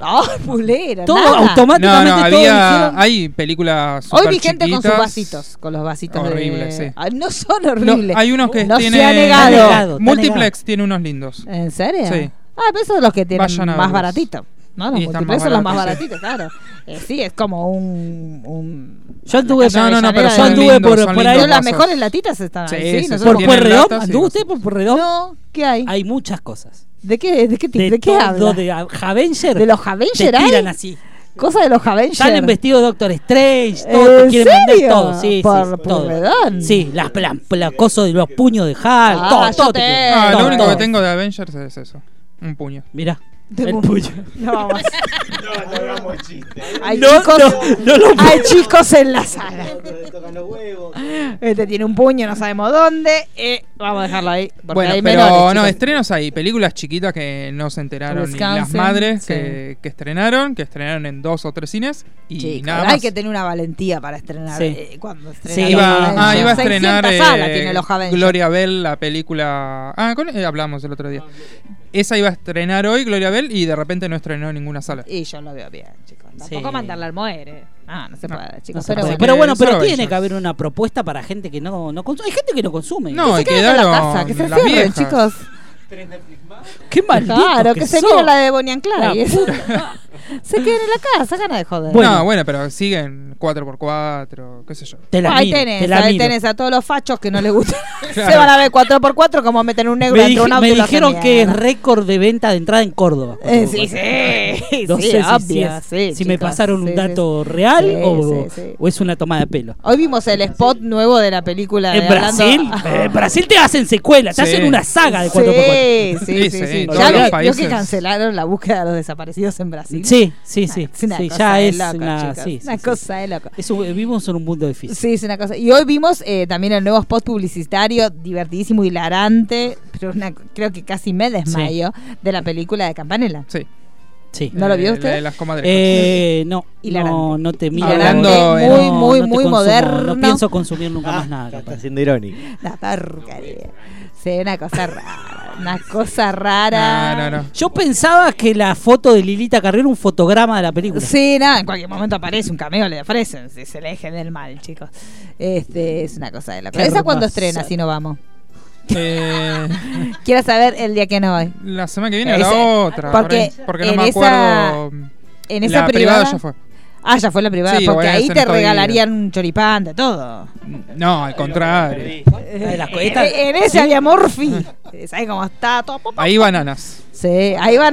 Speaker 2: Ah, pulera.
Speaker 4: todo
Speaker 2: nada.
Speaker 3: No,
Speaker 4: automáticamente
Speaker 3: no,
Speaker 4: todo
Speaker 3: había.
Speaker 4: dijeron-
Speaker 3: Hay películas.
Speaker 2: Hoy
Speaker 3: super
Speaker 2: vi gente con sus
Speaker 3: chiquitas.
Speaker 2: vasitos, con los vasitos de-
Speaker 3: Horribles, sí.
Speaker 2: Ah, no son
Speaker 3: No,
Speaker 2: horribles.
Speaker 3: hay unos que
Speaker 2: no
Speaker 3: tienen.
Speaker 2: se ha
Speaker 4: Está
Speaker 2: negado.
Speaker 4: negado.
Speaker 3: Multiplex tiene unos lindos.
Speaker 2: ¿En serio?
Speaker 3: Sí.
Speaker 2: Ah, pero esos son los que tienen
Speaker 3: Vayan a
Speaker 2: más
Speaker 3: verlos.
Speaker 2: baratito. No, los
Speaker 3: Y están
Speaker 2: multiplex
Speaker 3: más
Speaker 2: son los más
Speaker 3: baratos, sí.
Speaker 2: baratitos, claro. Eh, sí, es como un. un
Speaker 4: Yo anduve,
Speaker 2: Acá
Speaker 3: No, no, no,
Speaker 2: Avellaneda
Speaker 3: pero
Speaker 2: de-
Speaker 4: yo
Speaker 3: son
Speaker 4: anduve
Speaker 3: lindos,
Speaker 4: por-
Speaker 3: son
Speaker 4: por ahí.
Speaker 3: lindos
Speaker 2: Pero las
Speaker 3: vasos.
Speaker 2: mejores latitas están ahí.
Speaker 3: Sí,
Speaker 2: Sí,
Speaker 3: sí,
Speaker 2: nosotros
Speaker 4: por
Speaker 3: tienen
Speaker 4: Puerredón.
Speaker 3: latas y
Speaker 4: ¿Anduvo
Speaker 3: vasos.
Speaker 4: usted por Puerredón?
Speaker 2: No, ¿qué hay?
Speaker 4: Hay muchas cosas.
Speaker 2: ¿De qué, de qué, ti-
Speaker 4: De,
Speaker 2: de qué
Speaker 4: todo,
Speaker 2: habla?
Speaker 4: De a- Avenger.
Speaker 2: ¿De los Avenger
Speaker 4: Te
Speaker 2: hay?
Speaker 4: tiran así.
Speaker 2: Cosa de los Avengers.
Speaker 4: Salen vestidos de Doctor Strange, todo, te
Speaker 2: ¿En
Speaker 4: quieren vender
Speaker 2: serio?
Speaker 4: todo. Sí,
Speaker 2: Por-
Speaker 4: sí,
Speaker 2: por
Speaker 4: todo.
Speaker 2: Redón.
Speaker 4: Sí, las la, la cosa de los puños de Hulk,
Speaker 2: Ah,
Speaker 4: todo,
Speaker 2: yo
Speaker 4: todo te
Speaker 2: te-
Speaker 4: quieren,
Speaker 3: Ah,
Speaker 4: todo,
Speaker 3: lo único
Speaker 4: todo.
Speaker 3: que tengo de Avengers es eso: un puño.
Speaker 4: Mirá,
Speaker 2: De
Speaker 4: el
Speaker 2: mu-
Speaker 4: puño.
Speaker 2: No, vamos. Hay,
Speaker 4: No,
Speaker 2: chicos,
Speaker 4: no, no lo
Speaker 2: hay chicos en la sala. Este tiene un puño, no sabemos dónde. Eh, vamos a dejarlo ahí. Porque
Speaker 3: bueno,
Speaker 2: hay
Speaker 3: pero
Speaker 2: menores,
Speaker 3: no,
Speaker 2: chicos.
Speaker 3: estrenos hay, películas chiquitas que no se enteraron ni las
Speaker 2: Wisconsin,
Speaker 3: madres
Speaker 2: sí.
Speaker 3: que, que estrenaron, que estrenaron en dos o tres cines y
Speaker 2: Chicos,
Speaker 3: nada más.
Speaker 2: hay que tener una valentía para estrenar.
Speaker 4: Sí.
Speaker 2: eh, cuando estrena
Speaker 4: Sí,
Speaker 2: los Avengers.
Speaker 3: iba, ah, iba a
Speaker 2: 600
Speaker 3: estrenar
Speaker 2: salas
Speaker 3: eh,
Speaker 2: tiene los Avengers.
Speaker 3: Gloria Bell, la película... Ah, con, eh, hablamos el otro día. Esa iba a estrenar hoy, Gloria Bell, y de repente no estrenó en ninguna sala.
Speaker 2: Y yo lo veo bien, chicos. Tampoco
Speaker 4: Sí.
Speaker 2: mandarla al muere. Ah, no se
Speaker 3: No,
Speaker 2: puede, chicos.
Speaker 4: No se
Speaker 2: pero
Speaker 4: puede.
Speaker 2: bueno.
Speaker 4: pero bueno,
Speaker 3: Solo
Speaker 4: pero tiene
Speaker 3: Avengers.
Speaker 4: que haber una propuesta para gente que no, no consume. Hay gente que no consume.
Speaker 3: No, y
Speaker 2: se queden en
Speaker 3: quedaron
Speaker 2: la casa, que se
Speaker 3: las
Speaker 2: cierren,
Speaker 3: viejas.
Speaker 2: chicos.
Speaker 4: qué maldito.
Speaker 2: Claro, que, se
Speaker 4: sos.
Speaker 2: viene la de Bonnie and Clyde.
Speaker 4: La puta.
Speaker 2: se queden en la casa, gana de joder.
Speaker 4: Bueno.
Speaker 3: No, bueno, pero siguen 4x4, qué sé yo.
Speaker 4: Te la
Speaker 2: ahí
Speaker 4: miro,
Speaker 2: tenés,
Speaker 4: te la
Speaker 2: ahí
Speaker 4: miro.
Speaker 2: tenés a todos los fachos que no les gusta. Se
Speaker 3: Claro.
Speaker 2: van a ver 4x4 como meten un negro
Speaker 4: Me,
Speaker 2: dentro de
Speaker 4: dij-
Speaker 2: un auto
Speaker 4: me
Speaker 2: y lo hacen
Speaker 4: dijeron que es
Speaker 2: mierda.
Speaker 4: récord de venta de entrada en Córdoba.
Speaker 2: Eh, sí, sí,
Speaker 4: No
Speaker 2: sí,
Speaker 4: sé si-
Speaker 2: obvio,
Speaker 4: si,
Speaker 2: sí,
Speaker 4: si me
Speaker 2: chicos,
Speaker 4: pasaron
Speaker 2: sí,
Speaker 4: un
Speaker 2: sí.
Speaker 4: dato real
Speaker 2: Sí,
Speaker 4: o,
Speaker 2: sí, sí.
Speaker 4: o es una toma de pelo.
Speaker 2: Hoy vimos el spot nuevo de la película.
Speaker 4: En
Speaker 2: de hablando-
Speaker 4: Brasil, eh, en Brasil te hacen secuela, te
Speaker 3: Sí.
Speaker 4: hacen una saga de 4x4.
Speaker 2: Sí, sí, sí,
Speaker 3: Sí,
Speaker 2: sí,
Speaker 3: sí,
Speaker 2: Ya vi,
Speaker 3: todos los
Speaker 2: vio que
Speaker 3: países.
Speaker 2: cancelaron la búsqueda de los desaparecidos en Brasil.
Speaker 4: Sí, sí, sí.
Speaker 2: Es una
Speaker 4: sí,
Speaker 2: cosa
Speaker 4: ya
Speaker 2: de
Speaker 4: es
Speaker 2: loco,
Speaker 4: una,
Speaker 2: chicos,
Speaker 4: sí, sí,
Speaker 2: una
Speaker 4: sí.
Speaker 2: cosa de loco.
Speaker 4: Es un- vivimos en un mundo difícil.
Speaker 2: Sí, es una cosa. Y hoy vimos eh, también el nuevo spot publicitario, divertidísimo, hilarante, pero una- creo que casi me desmayo, de la película de Campanella.
Speaker 3: Sí.
Speaker 4: Sí.
Speaker 2: ¿No lo vio
Speaker 3: la
Speaker 2: usted?
Speaker 3: de las comadrejas.
Speaker 4: Eh, no,
Speaker 2: Hilarante.
Speaker 4: no, no te miro.
Speaker 3: Hablando
Speaker 4: no,
Speaker 3: en-
Speaker 4: no,
Speaker 2: muy,
Speaker 4: no te
Speaker 2: muy
Speaker 4: consumo,
Speaker 2: moderno.
Speaker 4: No pienso consumir nunca más
Speaker 5: Ya
Speaker 4: nada.
Speaker 5: Está siendo irónico.
Speaker 2: La porquería. Sí, una cosa rara. Una cosa rara.
Speaker 4: Yo pensaba que la foto de Lilita Carrión era un fotograma de la película.
Speaker 2: Sí, nada, en cualquier momento aparece un cameo, le ofrecen. si Es el eje del mal, chicos. Este, es una cosa de la
Speaker 3: Qué
Speaker 2: ¿Esa cuándo
Speaker 3: hermosa.
Speaker 2: estrena si no vamos?
Speaker 3: Eh,
Speaker 2: Quiero saber el día que no voy.
Speaker 3: la semana que viene o
Speaker 2: Ese-
Speaker 3: la otra. por
Speaker 2: porque
Speaker 3: ahí, porque no
Speaker 2: en
Speaker 3: me
Speaker 2: esa-
Speaker 3: acuerdo.
Speaker 2: En esa
Speaker 3: la
Speaker 2: privada,
Speaker 3: privada ya fue.
Speaker 2: Ah, ya fue la privada,
Speaker 3: Sí,
Speaker 2: porque
Speaker 3: voy a
Speaker 2: ahí
Speaker 3: hacer
Speaker 2: te
Speaker 3: todo el día.
Speaker 2: regalarían un choripán de todo.
Speaker 3: No, al contrario.
Speaker 2: Eh,
Speaker 4: las cuetas.
Speaker 2: En ese había Morphy. ¿Sabes cómo está? Todo pop, pop.
Speaker 3: Ahí bananas.
Speaker 2: Sí, ahí van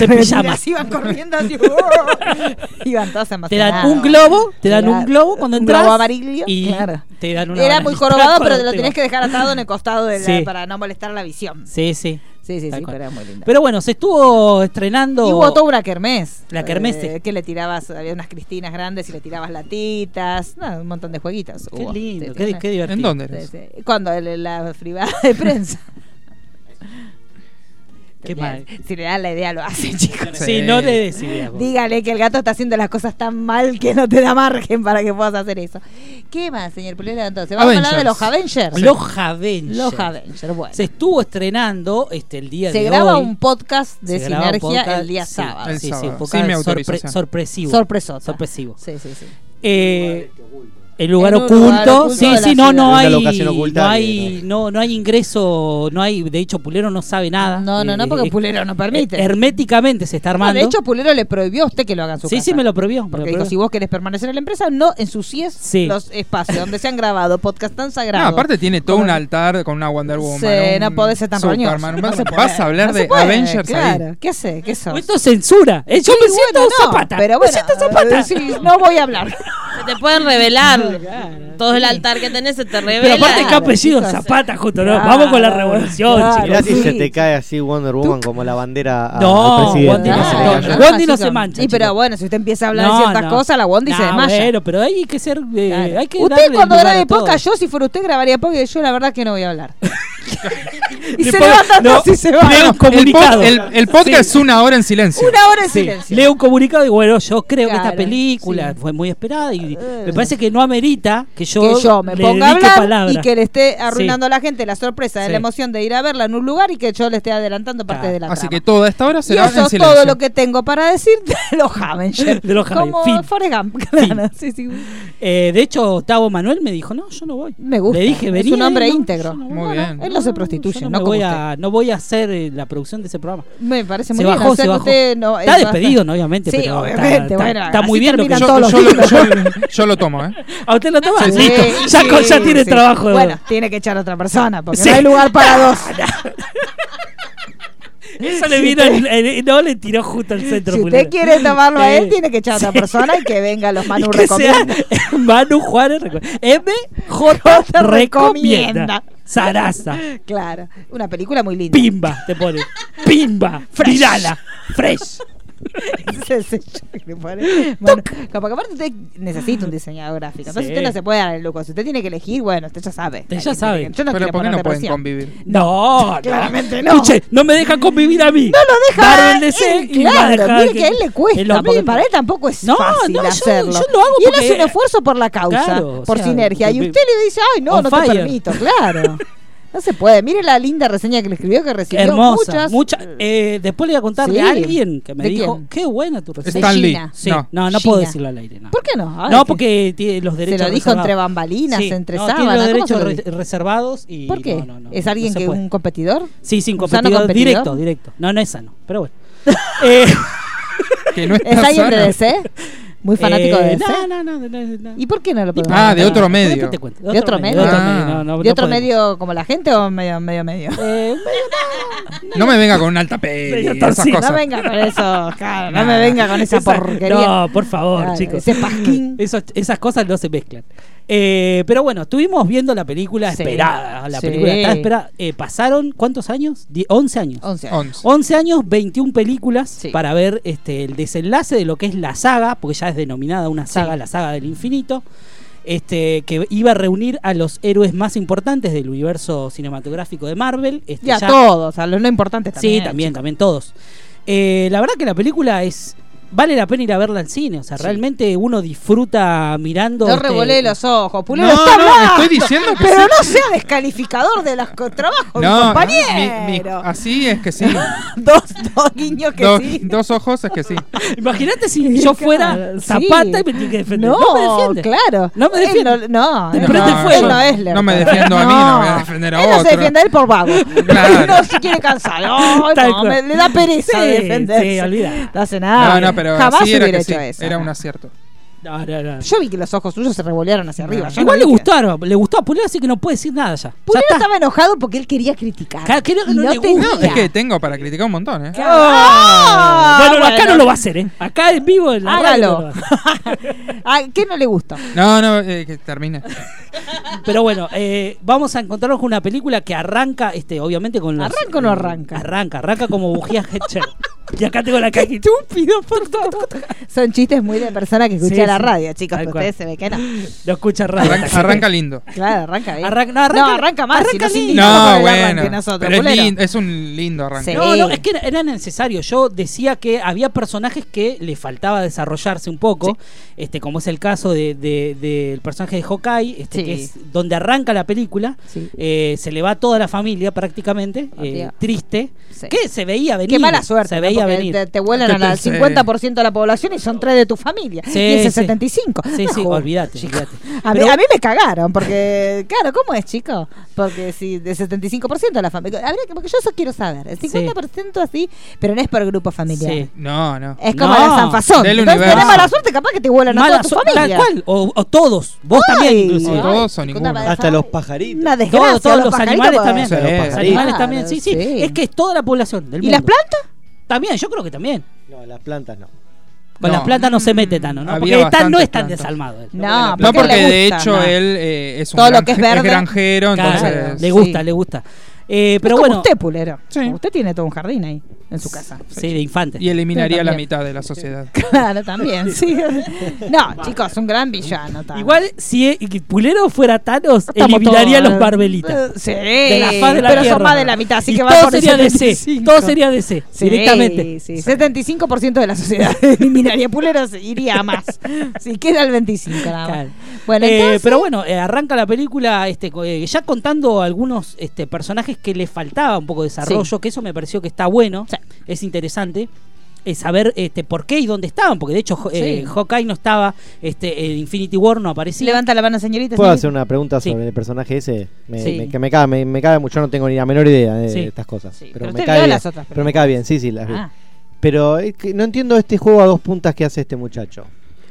Speaker 4: en pijama.
Speaker 2: Iban corriendo así. ¡Oh! iban todas
Speaker 4: Te dan
Speaker 2: emocionadas.
Speaker 4: un globo, te dan un
Speaker 2: Claro.
Speaker 4: globo cuando
Speaker 2: Un
Speaker 4: entras.
Speaker 2: globo amarillo,
Speaker 4: Y
Speaker 2: claro.
Speaker 4: te dan una
Speaker 2: Era
Speaker 4: banana.
Speaker 2: muy jorobado, pero
Speaker 4: Cuando
Speaker 2: te lo
Speaker 4: te
Speaker 2: tenés
Speaker 4: vas.
Speaker 2: que dejar atado en el costado de la-
Speaker 4: Sí.
Speaker 2: para no molestar la visión.
Speaker 4: Sí, sí.
Speaker 2: Sí, sí,
Speaker 4: Tal
Speaker 2: sí,
Speaker 4: cual.
Speaker 2: pero era muy lindo.
Speaker 4: Pero bueno, se estuvo estrenando.
Speaker 2: Y hubo toda una kermés.
Speaker 4: La kermés,
Speaker 2: Eh, que le tirabas, había unas cristinas grandes y le tirabas latitas. nada, un montón de jueguitos.
Speaker 4: Qué
Speaker 2: hubo.
Speaker 4: lindo,
Speaker 2: Sí,
Speaker 4: qué,
Speaker 2: sí,
Speaker 4: qué divertido.
Speaker 3: ¿En dónde
Speaker 2: sí,
Speaker 3: eres?
Speaker 2: sí. Cuando el- la privada de prensa.
Speaker 4: Qué mal.
Speaker 2: Si le dan la idea, lo hacen, chicos.
Speaker 4: Sí, no le des ideas, vos.
Speaker 2: Dígale que el gato está haciendo las cosas tan mal que no te da margen para que puedas hacer eso. ¿Qué más, señor Pulera? Entonces, vamos a hablar de los Avengers.
Speaker 4: Los Avengers.
Speaker 2: Los Avengers, bueno.
Speaker 4: Se estuvo estrenando este, el día
Speaker 2: Se
Speaker 4: de hoy.
Speaker 2: graba un podcast de
Speaker 4: Se graba un
Speaker 2: Sinergia
Speaker 4: podcast,
Speaker 2: el día
Speaker 4: sí,
Speaker 2: sábado.
Speaker 4: Sí, sí,
Speaker 3: sábado.
Speaker 4: un podcast
Speaker 3: Sin mi
Speaker 4: sorpre-
Speaker 3: autorización.
Speaker 4: sorpresivo.
Speaker 2: Sorpresota.
Speaker 4: Sorpresivo.
Speaker 2: Sí, sí, sí.
Speaker 4: Eh, el lugar
Speaker 2: En un
Speaker 4: oculto.
Speaker 2: lugar oculto
Speaker 4: sí,
Speaker 2: de la
Speaker 4: sí, no, no
Speaker 5: ciudad.
Speaker 4: hay,
Speaker 5: Una locación oculta
Speaker 4: no
Speaker 5: que
Speaker 4: hay, no, no hay ingreso, no hay, de hecho Pulero no sabe nada.
Speaker 2: No, no, no, porque
Speaker 4: Eh,
Speaker 2: Pulero no permite.
Speaker 4: eh, Herméticamente se está
Speaker 2: No,
Speaker 4: armando.
Speaker 2: de hecho, Pulero le prohibió a usted que lo haga en su
Speaker 4: sí,
Speaker 2: casa.
Speaker 4: sí, me lo prohibió. me lo
Speaker 2: Porque dijo,
Speaker 4: prohibió.
Speaker 2: si vos querés permanecer en la empresa, no ensucies
Speaker 4: Sí.
Speaker 2: los espacios donde se han grabado podcast tan
Speaker 3: No,
Speaker 2: sagrados.
Speaker 3: aparte tiene todo un
Speaker 2: Como-
Speaker 3: altar con una Wonder Woman.
Speaker 2: Sí,
Speaker 3: un
Speaker 2: no podés ser tan
Speaker 3: Superman,
Speaker 2: roñoso. No
Speaker 3: un Batman.
Speaker 2: se puede.
Speaker 3: Vas a hablar
Speaker 2: No se
Speaker 3: de
Speaker 2: puede,
Speaker 3: Avengers
Speaker 2: claro.
Speaker 3: ahí.
Speaker 2: ¿Qué hace? ¿Qué sos?
Speaker 4: Esto es censura. Eh, yo
Speaker 2: Sí,
Speaker 4: me siento
Speaker 2: bueno, no,
Speaker 4: zapata.
Speaker 2: Pero
Speaker 4: me
Speaker 2: bueno,
Speaker 4: siento zapata.
Speaker 2: eh, sí, no voy a hablar.
Speaker 6: Se te pueden revelar. Todo el altar que tenés se te
Speaker 4: Pero
Speaker 6: revela.
Speaker 4: aparte que
Speaker 2: Claro,
Speaker 4: apellido
Speaker 2: chicos.
Speaker 4: Zapata justo, ¿no?
Speaker 2: Claro,
Speaker 4: Vamos con la revolución,
Speaker 2: claro.
Speaker 4: chicos.
Speaker 5: Mirá si
Speaker 2: sí.
Speaker 5: se te cae así Wonder Woman como la bandera a-
Speaker 4: No,
Speaker 5: al presidente.
Speaker 4: Wonder
Speaker 5: no se le
Speaker 4: Woman
Speaker 5: cayó.
Speaker 4: no. Wandy se
Speaker 2: chicos.
Speaker 4: mancha,
Speaker 2: Y pero
Speaker 4: chicos.
Speaker 2: bueno, si usted empieza a hablar de ciertas
Speaker 4: no.
Speaker 2: cosas, la Bondi se
Speaker 4: No,
Speaker 2: desmaya.
Speaker 4: Bueno, pero hay que ser. eh,
Speaker 2: Claro.
Speaker 4: hay que
Speaker 2: usted
Speaker 4: darle
Speaker 2: cuando
Speaker 4: lugar a
Speaker 2: grabe
Speaker 4: todo.
Speaker 2: podcast, yo si fuera usted grabaría podcast, yo la verdad que no voy a hablar. y
Speaker 4: Le
Speaker 2: se
Speaker 4: pongo-
Speaker 2: levanta
Speaker 4: no,
Speaker 2: así se va.
Speaker 4: Leo,
Speaker 3: No,
Speaker 4: un
Speaker 3: el
Speaker 4: comunicado.
Speaker 3: pod- El, el podcast es una hora en silencio.
Speaker 2: Una hora de
Speaker 4: Sí,
Speaker 2: silencio.
Speaker 4: leo un comunicado y bueno, yo creo que
Speaker 2: Claro,
Speaker 4: esta película
Speaker 2: sí. Eh.
Speaker 4: fue muy esperada y me parece que no amerita que yo,
Speaker 2: que yo me
Speaker 4: le
Speaker 2: ponga a
Speaker 4: dedique
Speaker 2: hablar
Speaker 4: palabra.
Speaker 2: y que le esté arruinando a la gente la sorpresa de
Speaker 4: Sí.
Speaker 2: la emoción de ir a verla en un lugar y que yo le esté adelantando parte
Speaker 4: Claro.
Speaker 2: de la
Speaker 3: Así
Speaker 2: trama.
Speaker 3: que toda esta hora
Speaker 2: y
Speaker 3: será
Speaker 2: eso
Speaker 3: en
Speaker 2: es
Speaker 3: silencio.
Speaker 2: todo lo que tengo para decir de los Avengers.
Speaker 4: De los Avengers,
Speaker 2: Como
Speaker 4: fin.
Speaker 2: Forrest Gump, claro. Sí, sí.
Speaker 4: Eh, de hecho, Tavo Manuel me dijo, no, yo no voy.
Speaker 2: Me gusta.
Speaker 4: Le dije,
Speaker 2: es
Speaker 4: vení.
Speaker 2: un hombre
Speaker 4: no,
Speaker 2: íntegro.
Speaker 4: yo no voy".
Speaker 3: Muy bien.
Speaker 2: Él no se
Speaker 4: yo
Speaker 2: prostituye,
Speaker 4: me
Speaker 2: no, como
Speaker 4: voy
Speaker 2: usted.
Speaker 4: a, no voy a hacer eh, la producción de ese programa.
Speaker 2: Me parece muy
Speaker 4: Se
Speaker 2: bien.
Speaker 4: bajó,
Speaker 2: o sea
Speaker 4: se
Speaker 2: que
Speaker 4: bajó.
Speaker 2: usted no-
Speaker 4: Está
Speaker 2: él va a-
Speaker 4: despedido, ¿no? obviamente.
Speaker 2: Sí,
Speaker 4: pero está-
Speaker 2: obviamente,
Speaker 4: Está,
Speaker 2: bueno,
Speaker 4: está muy
Speaker 2: así
Speaker 4: bien lo que
Speaker 2: terminan
Speaker 4: yo.
Speaker 2: todos los
Speaker 3: yo, lo,
Speaker 2: libros.
Speaker 3: yo- yo lo tomo, ¿eh?
Speaker 4: ¿A Ah, usted lo toma?
Speaker 3: Sí, sí.
Speaker 4: Listo.
Speaker 2: Sí,
Speaker 4: ya, con- ya
Speaker 2: sí,
Speaker 4: tiene
Speaker 2: sí.
Speaker 4: trabajo.
Speaker 2: Bueno, tiene que echar a otra persona porque
Speaker 4: Sí.
Speaker 2: no hay lugar para dos.
Speaker 4: Eso le vino el- el- no le tiró justo al centro.
Speaker 2: Si
Speaker 4: Pulero.
Speaker 2: usted quiere tomarlo a él,
Speaker 4: Eh,
Speaker 2: tiene que echar a otra
Speaker 4: sí.
Speaker 2: persona y que venga los
Speaker 4: Y
Speaker 2: Manu
Speaker 4: que sea
Speaker 2: recomienda.
Speaker 4: Manu Juárez recomienda. M J recomienda.
Speaker 2: recomienda.
Speaker 4: Sarasa.
Speaker 2: Claro, una película muy linda.
Speaker 4: Pimba, te pone. Pimba.
Speaker 2: Fresh.
Speaker 4: Tirala. Fresh.
Speaker 2: Ese es el shock que pone. Bueno, capaz que aparte usted necesita un diseñador gráfico. Entonces
Speaker 4: Sí.
Speaker 2: usted no se puede dar el lujo. Si usted tiene que elegir, bueno, usted ya sabe.
Speaker 4: Usted ya
Speaker 2: A quién
Speaker 4: sabe.
Speaker 2: tiene que- Yo no
Speaker 3: Pero
Speaker 2: quiero
Speaker 3: ¿por qué no
Speaker 2: ponerte
Speaker 3: pueden
Speaker 2: presión.
Speaker 3: convivir?
Speaker 4: No, no.
Speaker 2: Claramente no.
Speaker 4: Escuche, no me deja convivir a mí. No
Speaker 2: lo deja
Speaker 4: Darme el
Speaker 2: él,
Speaker 4: deseo y va a
Speaker 2: claro,
Speaker 4: dejar
Speaker 2: mire que a él le
Speaker 4: es lo
Speaker 2: cuesta, porque
Speaker 4: mismo.
Speaker 2: para él tampoco es
Speaker 4: No,
Speaker 2: fácil
Speaker 4: no, yo-
Speaker 2: hacerlo.
Speaker 4: yo lo hago
Speaker 2: y él
Speaker 4: porque-
Speaker 2: hace un esfuerzo por la causa,
Speaker 4: Claro, o
Speaker 2: por
Speaker 4: sea,
Speaker 2: sinergia. Y
Speaker 4: porque-
Speaker 2: usted le dice, ay, no,
Speaker 4: on
Speaker 2: no te
Speaker 4: fire.
Speaker 2: permito, claro. No se puede. Mire la linda reseña que le escribió, que
Speaker 4: Qué
Speaker 2: recibió
Speaker 4: hermosa.
Speaker 2: muchas.
Speaker 4: mucha- eh, después le voy a contar
Speaker 2: Sí.
Speaker 4: de alguien que me
Speaker 2: ¿De
Speaker 4: dijo,
Speaker 2: quién?
Speaker 4: qué buena tu reseña.
Speaker 3: Stan Lee.
Speaker 2: Gina.
Speaker 4: Sí,
Speaker 3: No.
Speaker 4: no, no, puedo
Speaker 2: Gina.
Speaker 4: decirlo al aire. No.
Speaker 2: ¿por qué no? Ahora
Speaker 4: no,
Speaker 2: que-
Speaker 4: porque tiene los derechos
Speaker 2: lo dijo entre
Speaker 4: reservados.
Speaker 2: bambalinas, entre
Speaker 4: no, tiene
Speaker 2: sábanas, ¿cómo
Speaker 4: los
Speaker 2: se lo
Speaker 4: derechos re- reservados y
Speaker 2: ¿Por qué?
Speaker 4: no, no, no,
Speaker 2: ¿Es
Speaker 4: no
Speaker 2: alguien
Speaker 4: se
Speaker 2: que
Speaker 4: puede.
Speaker 2: un competidor?
Speaker 4: Sí, sin
Speaker 2: ¿Un sano
Speaker 4: competidor,
Speaker 2: competidor?
Speaker 4: Directo, directo. No, no es sano, pero bueno. Eh,
Speaker 3: Que no está
Speaker 2: ¿Es alguien de
Speaker 3: sano.
Speaker 2: DC? ¿Muy fanático de
Speaker 4: eh,
Speaker 2: DC?
Speaker 4: No, no, no. no, no.
Speaker 2: ¿Y por qué no lo podemos
Speaker 3: Ah,
Speaker 2: ver?
Speaker 3: de otro
Speaker 4: no,
Speaker 3: medio.
Speaker 4: después te cuento.
Speaker 2: ¿De otro medio?
Speaker 4: De otro
Speaker 3: Ah.
Speaker 4: medio, no, no,
Speaker 2: ¿De
Speaker 4: no
Speaker 2: otro
Speaker 4: podemos.
Speaker 2: medio como la gente o medio, medio, medio?
Speaker 4: Eh, medio-
Speaker 3: No me venga con un alta peli
Speaker 4: Medio
Speaker 3: y esas
Speaker 4: torcido.
Speaker 3: cosas.
Speaker 2: No venga con eso, claro, no
Speaker 3: Nah.
Speaker 2: me venga con esa,
Speaker 4: Esa-
Speaker 2: porquería.
Speaker 4: No, por favor,
Speaker 2: Claro,
Speaker 4: chicos.
Speaker 2: ese pasquín.
Speaker 4: Eso- esas cosas no se mezclan. Eh, pero bueno, estuvimos viendo la película
Speaker 2: Sí.
Speaker 4: esperada. La
Speaker 2: Sí.
Speaker 4: película estaba esperada. Eh, ¿Pasaron cuántos años? Die- 11 años.
Speaker 2: 11 años.
Speaker 3: Once.
Speaker 4: 11 años, 21 películas
Speaker 2: Sí.
Speaker 4: para ver este, el desenlace de lo que es la saga, porque ya es denominada una saga,
Speaker 2: Sí.
Speaker 4: la saga del infinito, este, que iba a reunir a los héroes más importantes del universo cinematográfico de Marvel. Este,
Speaker 2: Y a
Speaker 4: ya-
Speaker 2: todos, a los no importantes también.
Speaker 4: Sí, también, también todos. Eh, la verdad que la película es vale la pena ir a verla al cine. O sea, realmente uno disfruta mirando.
Speaker 2: No
Speaker 4: este,
Speaker 2: revolé los ojos, Pulero.
Speaker 4: No,
Speaker 2: está
Speaker 4: no,
Speaker 2: hablando.
Speaker 4: estoy diciendo que
Speaker 2: Pero
Speaker 4: sí.
Speaker 2: no sea descalificador de los co- trabajos, mi
Speaker 3: No,
Speaker 2: compañero.
Speaker 3: mi- mi- así es que sí.
Speaker 2: dos, dos guiños que
Speaker 3: dos,
Speaker 2: sí.
Speaker 3: dos ojos es que sí.
Speaker 4: Imagínate si yo fuera
Speaker 2: Claro,
Speaker 4: Zapata
Speaker 2: sí.
Speaker 4: y me tiene que defender.
Speaker 2: No,
Speaker 4: No, me defiende.
Speaker 2: claro.
Speaker 4: No me
Speaker 2: Él
Speaker 4: defiende.
Speaker 2: No,
Speaker 4: Te
Speaker 2: no,
Speaker 4: prende
Speaker 2: no,
Speaker 4: el fuego.
Speaker 2: él no es
Speaker 3: No me
Speaker 2: Lerner.
Speaker 3: defiendo a mí, no voy a defender a
Speaker 2: Él no se
Speaker 3: otro.
Speaker 2: defiende a él por vago.
Speaker 3: Claro.
Speaker 2: No se quiere cansar. No,
Speaker 4: Tal
Speaker 2: no,
Speaker 4: cual.
Speaker 2: me- le da pereza
Speaker 4: Sí,
Speaker 2: defenderse.
Speaker 4: sí, olvidá.
Speaker 2: No hace
Speaker 3: No,
Speaker 2: nada.
Speaker 3: no, pero
Speaker 2: Ah, Jamás
Speaker 3: así era
Speaker 2: hubiera
Speaker 3: que
Speaker 2: hecho
Speaker 3: sí.
Speaker 2: eso.
Speaker 3: Era un acierto.
Speaker 4: No, no, no.
Speaker 2: Yo vi que los ojos suyos se revolearon hacia arriba. yo
Speaker 4: Igual
Speaker 2: lo
Speaker 4: le
Speaker 2: vi que-
Speaker 4: gustaron, le gustó a Pulero, así que no puede decir nada ya. Ya
Speaker 2: Pulero
Speaker 4: está.
Speaker 2: estaba enojado porque él quería criticar.
Speaker 4: Claro, creo que
Speaker 2: Y
Speaker 4: no
Speaker 2: no
Speaker 4: le gusta.
Speaker 2: tenía.
Speaker 3: No, es que tengo para criticar un montón, ¿eh?
Speaker 2: Ah,
Speaker 4: bueno, no, acá
Speaker 2: bueno.
Speaker 4: no lo va a hacer, ¿eh? Acá en vivo. En la radio no lo
Speaker 2: Hágalo.
Speaker 4: va a hacer.
Speaker 2: ¿A qué no le gustó?
Speaker 3: No, no, eh, que termine.
Speaker 4: Pero bueno, eh, vamos a encontrarnos con una película que arranca, este, obviamente con los.
Speaker 2: ¿Arranca o no arranca?
Speaker 4: Arranca, arranca como bujía Hetcher. y acá tengo la caja. Estúpido, por favor.
Speaker 2: Son chistes muy de persona que escucha
Speaker 4: Sí,
Speaker 2: la
Speaker 4: sí.
Speaker 2: radio, chicos.
Speaker 4: Tal
Speaker 2: pero
Speaker 4: cual.
Speaker 2: ustedes se ve que no.
Speaker 4: Lo escucha radio.
Speaker 3: Arranca, arranca lindo.
Speaker 2: Claro, arranca bien.
Speaker 4: Arranca- no, arranca-
Speaker 2: no, arranca más. si
Speaker 4: arranca
Speaker 2: nos
Speaker 4: lindo.
Speaker 2: indignamos
Speaker 3: No,
Speaker 2: por el arranque
Speaker 3: bueno.
Speaker 2: nosotros,
Speaker 3: pero es,
Speaker 2: Pulero.
Speaker 3: lindo, es un lindo arranque.
Speaker 2: Sí.
Speaker 4: No, no, es que era, era necesario. Yo decía que había personajes que le faltaba desarrollarse un poco, este, como es el caso del de, del personaje de Hawkeye, este,
Speaker 2: Sí.
Speaker 4: que es donde arranca la película.
Speaker 2: Sí.
Speaker 4: Eh, se le va toda la familia prácticamente, eh,
Speaker 2: Patia.
Speaker 4: triste.
Speaker 2: Sí.
Speaker 4: Que se veía venir.
Speaker 2: Qué mala suerte.
Speaker 4: Se
Speaker 2: ¿no?
Speaker 4: veía
Speaker 2: Porque
Speaker 4: venir.
Speaker 2: Te, te vuelan al
Speaker 3: Sí.
Speaker 2: 50% de la población y son tres de tu familia.
Speaker 4: Sí,
Speaker 2: y ese
Speaker 4: sí.
Speaker 2: 75.
Speaker 4: Sí,
Speaker 2: No,
Speaker 4: sí,
Speaker 2: jo-
Speaker 4: olvídate,
Speaker 2: chico.
Speaker 4: olvídate.
Speaker 2: A mí,
Speaker 4: Pero-
Speaker 2: a mí me cagaron, porque, claro, ¿cómo es, chico? Porque si de 75% de la familia. Habría que, porque yo eso quiero saber. El 50% así, pero no es por grupo familiar.
Speaker 4: Sí.
Speaker 3: No, no.
Speaker 2: Es como
Speaker 4: No,
Speaker 2: la Sanfazón.
Speaker 3: del
Speaker 2: Entonces
Speaker 3: universo.
Speaker 2: tenés mala suerte, capaz que te vuelan a toda
Speaker 4: Mala
Speaker 2: tu
Speaker 4: su- Tal
Speaker 2: familia.
Speaker 4: cual. O, o todos. Vos también,
Speaker 2: Ay,
Speaker 4: inclusive.
Speaker 3: O todos o
Speaker 2: ay,
Speaker 3: ninguno.
Speaker 2: puta
Speaker 5: Hasta
Speaker 2: madre.
Speaker 5: los pajaritos.
Speaker 2: Una desgracia.
Speaker 4: Todos, todos los,
Speaker 2: pajaritos,
Speaker 4: animales
Speaker 2: porque-
Speaker 4: también.
Speaker 3: Sí.
Speaker 4: Los animales
Speaker 2: Claro,
Speaker 4: también, sí, sí,
Speaker 2: sí.
Speaker 4: Es que es toda la población del
Speaker 2: ¿Y
Speaker 4: mundo.
Speaker 2: las plantas?
Speaker 4: También, yo creo que también.
Speaker 5: No, las plantas no.
Speaker 4: Con
Speaker 3: No.
Speaker 4: las plantas no se mete Tano, ¿no?
Speaker 3: Había
Speaker 4: Porque Tano no
Speaker 3: bastantes
Speaker 4: es tan
Speaker 3: plantas.
Speaker 4: desalmado. él.
Speaker 2: No,
Speaker 3: No, porque
Speaker 2: le
Speaker 3: de
Speaker 2: gusta,
Speaker 3: hecho
Speaker 2: no.
Speaker 3: él eh, es un
Speaker 2: Todo lo que es
Speaker 3: granje-
Speaker 2: verde.
Speaker 3: granjero,
Speaker 4: Claro,
Speaker 3: entonces.
Speaker 4: le gusta,
Speaker 2: sí.
Speaker 4: le gusta. Eh,
Speaker 2: Pero
Speaker 4: pero
Speaker 2: es como
Speaker 4: bueno,
Speaker 2: usted, Pulero.
Speaker 3: Sí.
Speaker 2: Usted tiene todo un jardín ahí, en su casa.
Speaker 4: sí, de infante.
Speaker 3: Y eliminaría la
Speaker 2: También.
Speaker 3: mitad de la sociedad.
Speaker 2: Claro, también, sí. No, chicos, un gran villano. Thanos.
Speaker 4: Igual si eh, que Pulero fuera Thanos,
Speaker 2: Estamos
Speaker 4: eliminaría
Speaker 2: todos-
Speaker 4: los Marvelitas.
Speaker 2: Eh, Sí,
Speaker 4: De la faz de la
Speaker 2: pero
Speaker 4: tierra.
Speaker 2: son más de la mitad, así
Speaker 4: Y
Speaker 2: que va
Speaker 4: todo
Speaker 2: por el
Speaker 4: sería DC.
Speaker 2: 75.
Speaker 4: Todo sería DC,
Speaker 2: Sí,
Speaker 4: directamente.
Speaker 2: sí, 75% de la sociedad eliminaría Pulero, se iría a más. Si queda el 25 nada más.
Speaker 4: Claro.
Speaker 2: Bueno,
Speaker 4: Eh,
Speaker 2: entonces,
Speaker 4: pero bueno, eh, arranca la película este, co- eh, ya contando algunos este, personajes que le faltaba un poco de desarrollo, que eso me pareció que está bueno,
Speaker 2: Sí.
Speaker 4: es interesante. eh, saber este, por qué y dónde estaban, porque de hecho jo- eh,
Speaker 2: Sí.
Speaker 4: Hawkeye no estaba, este, en Infinity War no
Speaker 2: si
Speaker 4: aparecía.
Speaker 2: levanta la mano, señorita.
Speaker 5: ¿Puedo
Speaker 2: señorita.
Speaker 5: hacer una pregunta
Speaker 4: Sí.
Speaker 5: sobre el personaje ese? Me-
Speaker 4: Sí.
Speaker 5: me- que me cabe, me, me cabe mucho, yo no tengo ni la menor idea de
Speaker 4: Sí.
Speaker 5: estas cosas.
Speaker 2: Sí, pero
Speaker 5: Pero, me
Speaker 2: usted
Speaker 5: cae
Speaker 2: vio
Speaker 5: bien.
Speaker 2: las otras
Speaker 5: pero me cae bien, sí, sí, las vi.
Speaker 2: Ah,
Speaker 5: Pero es que no entiendo este juego a dos puntas que hace este muchacho.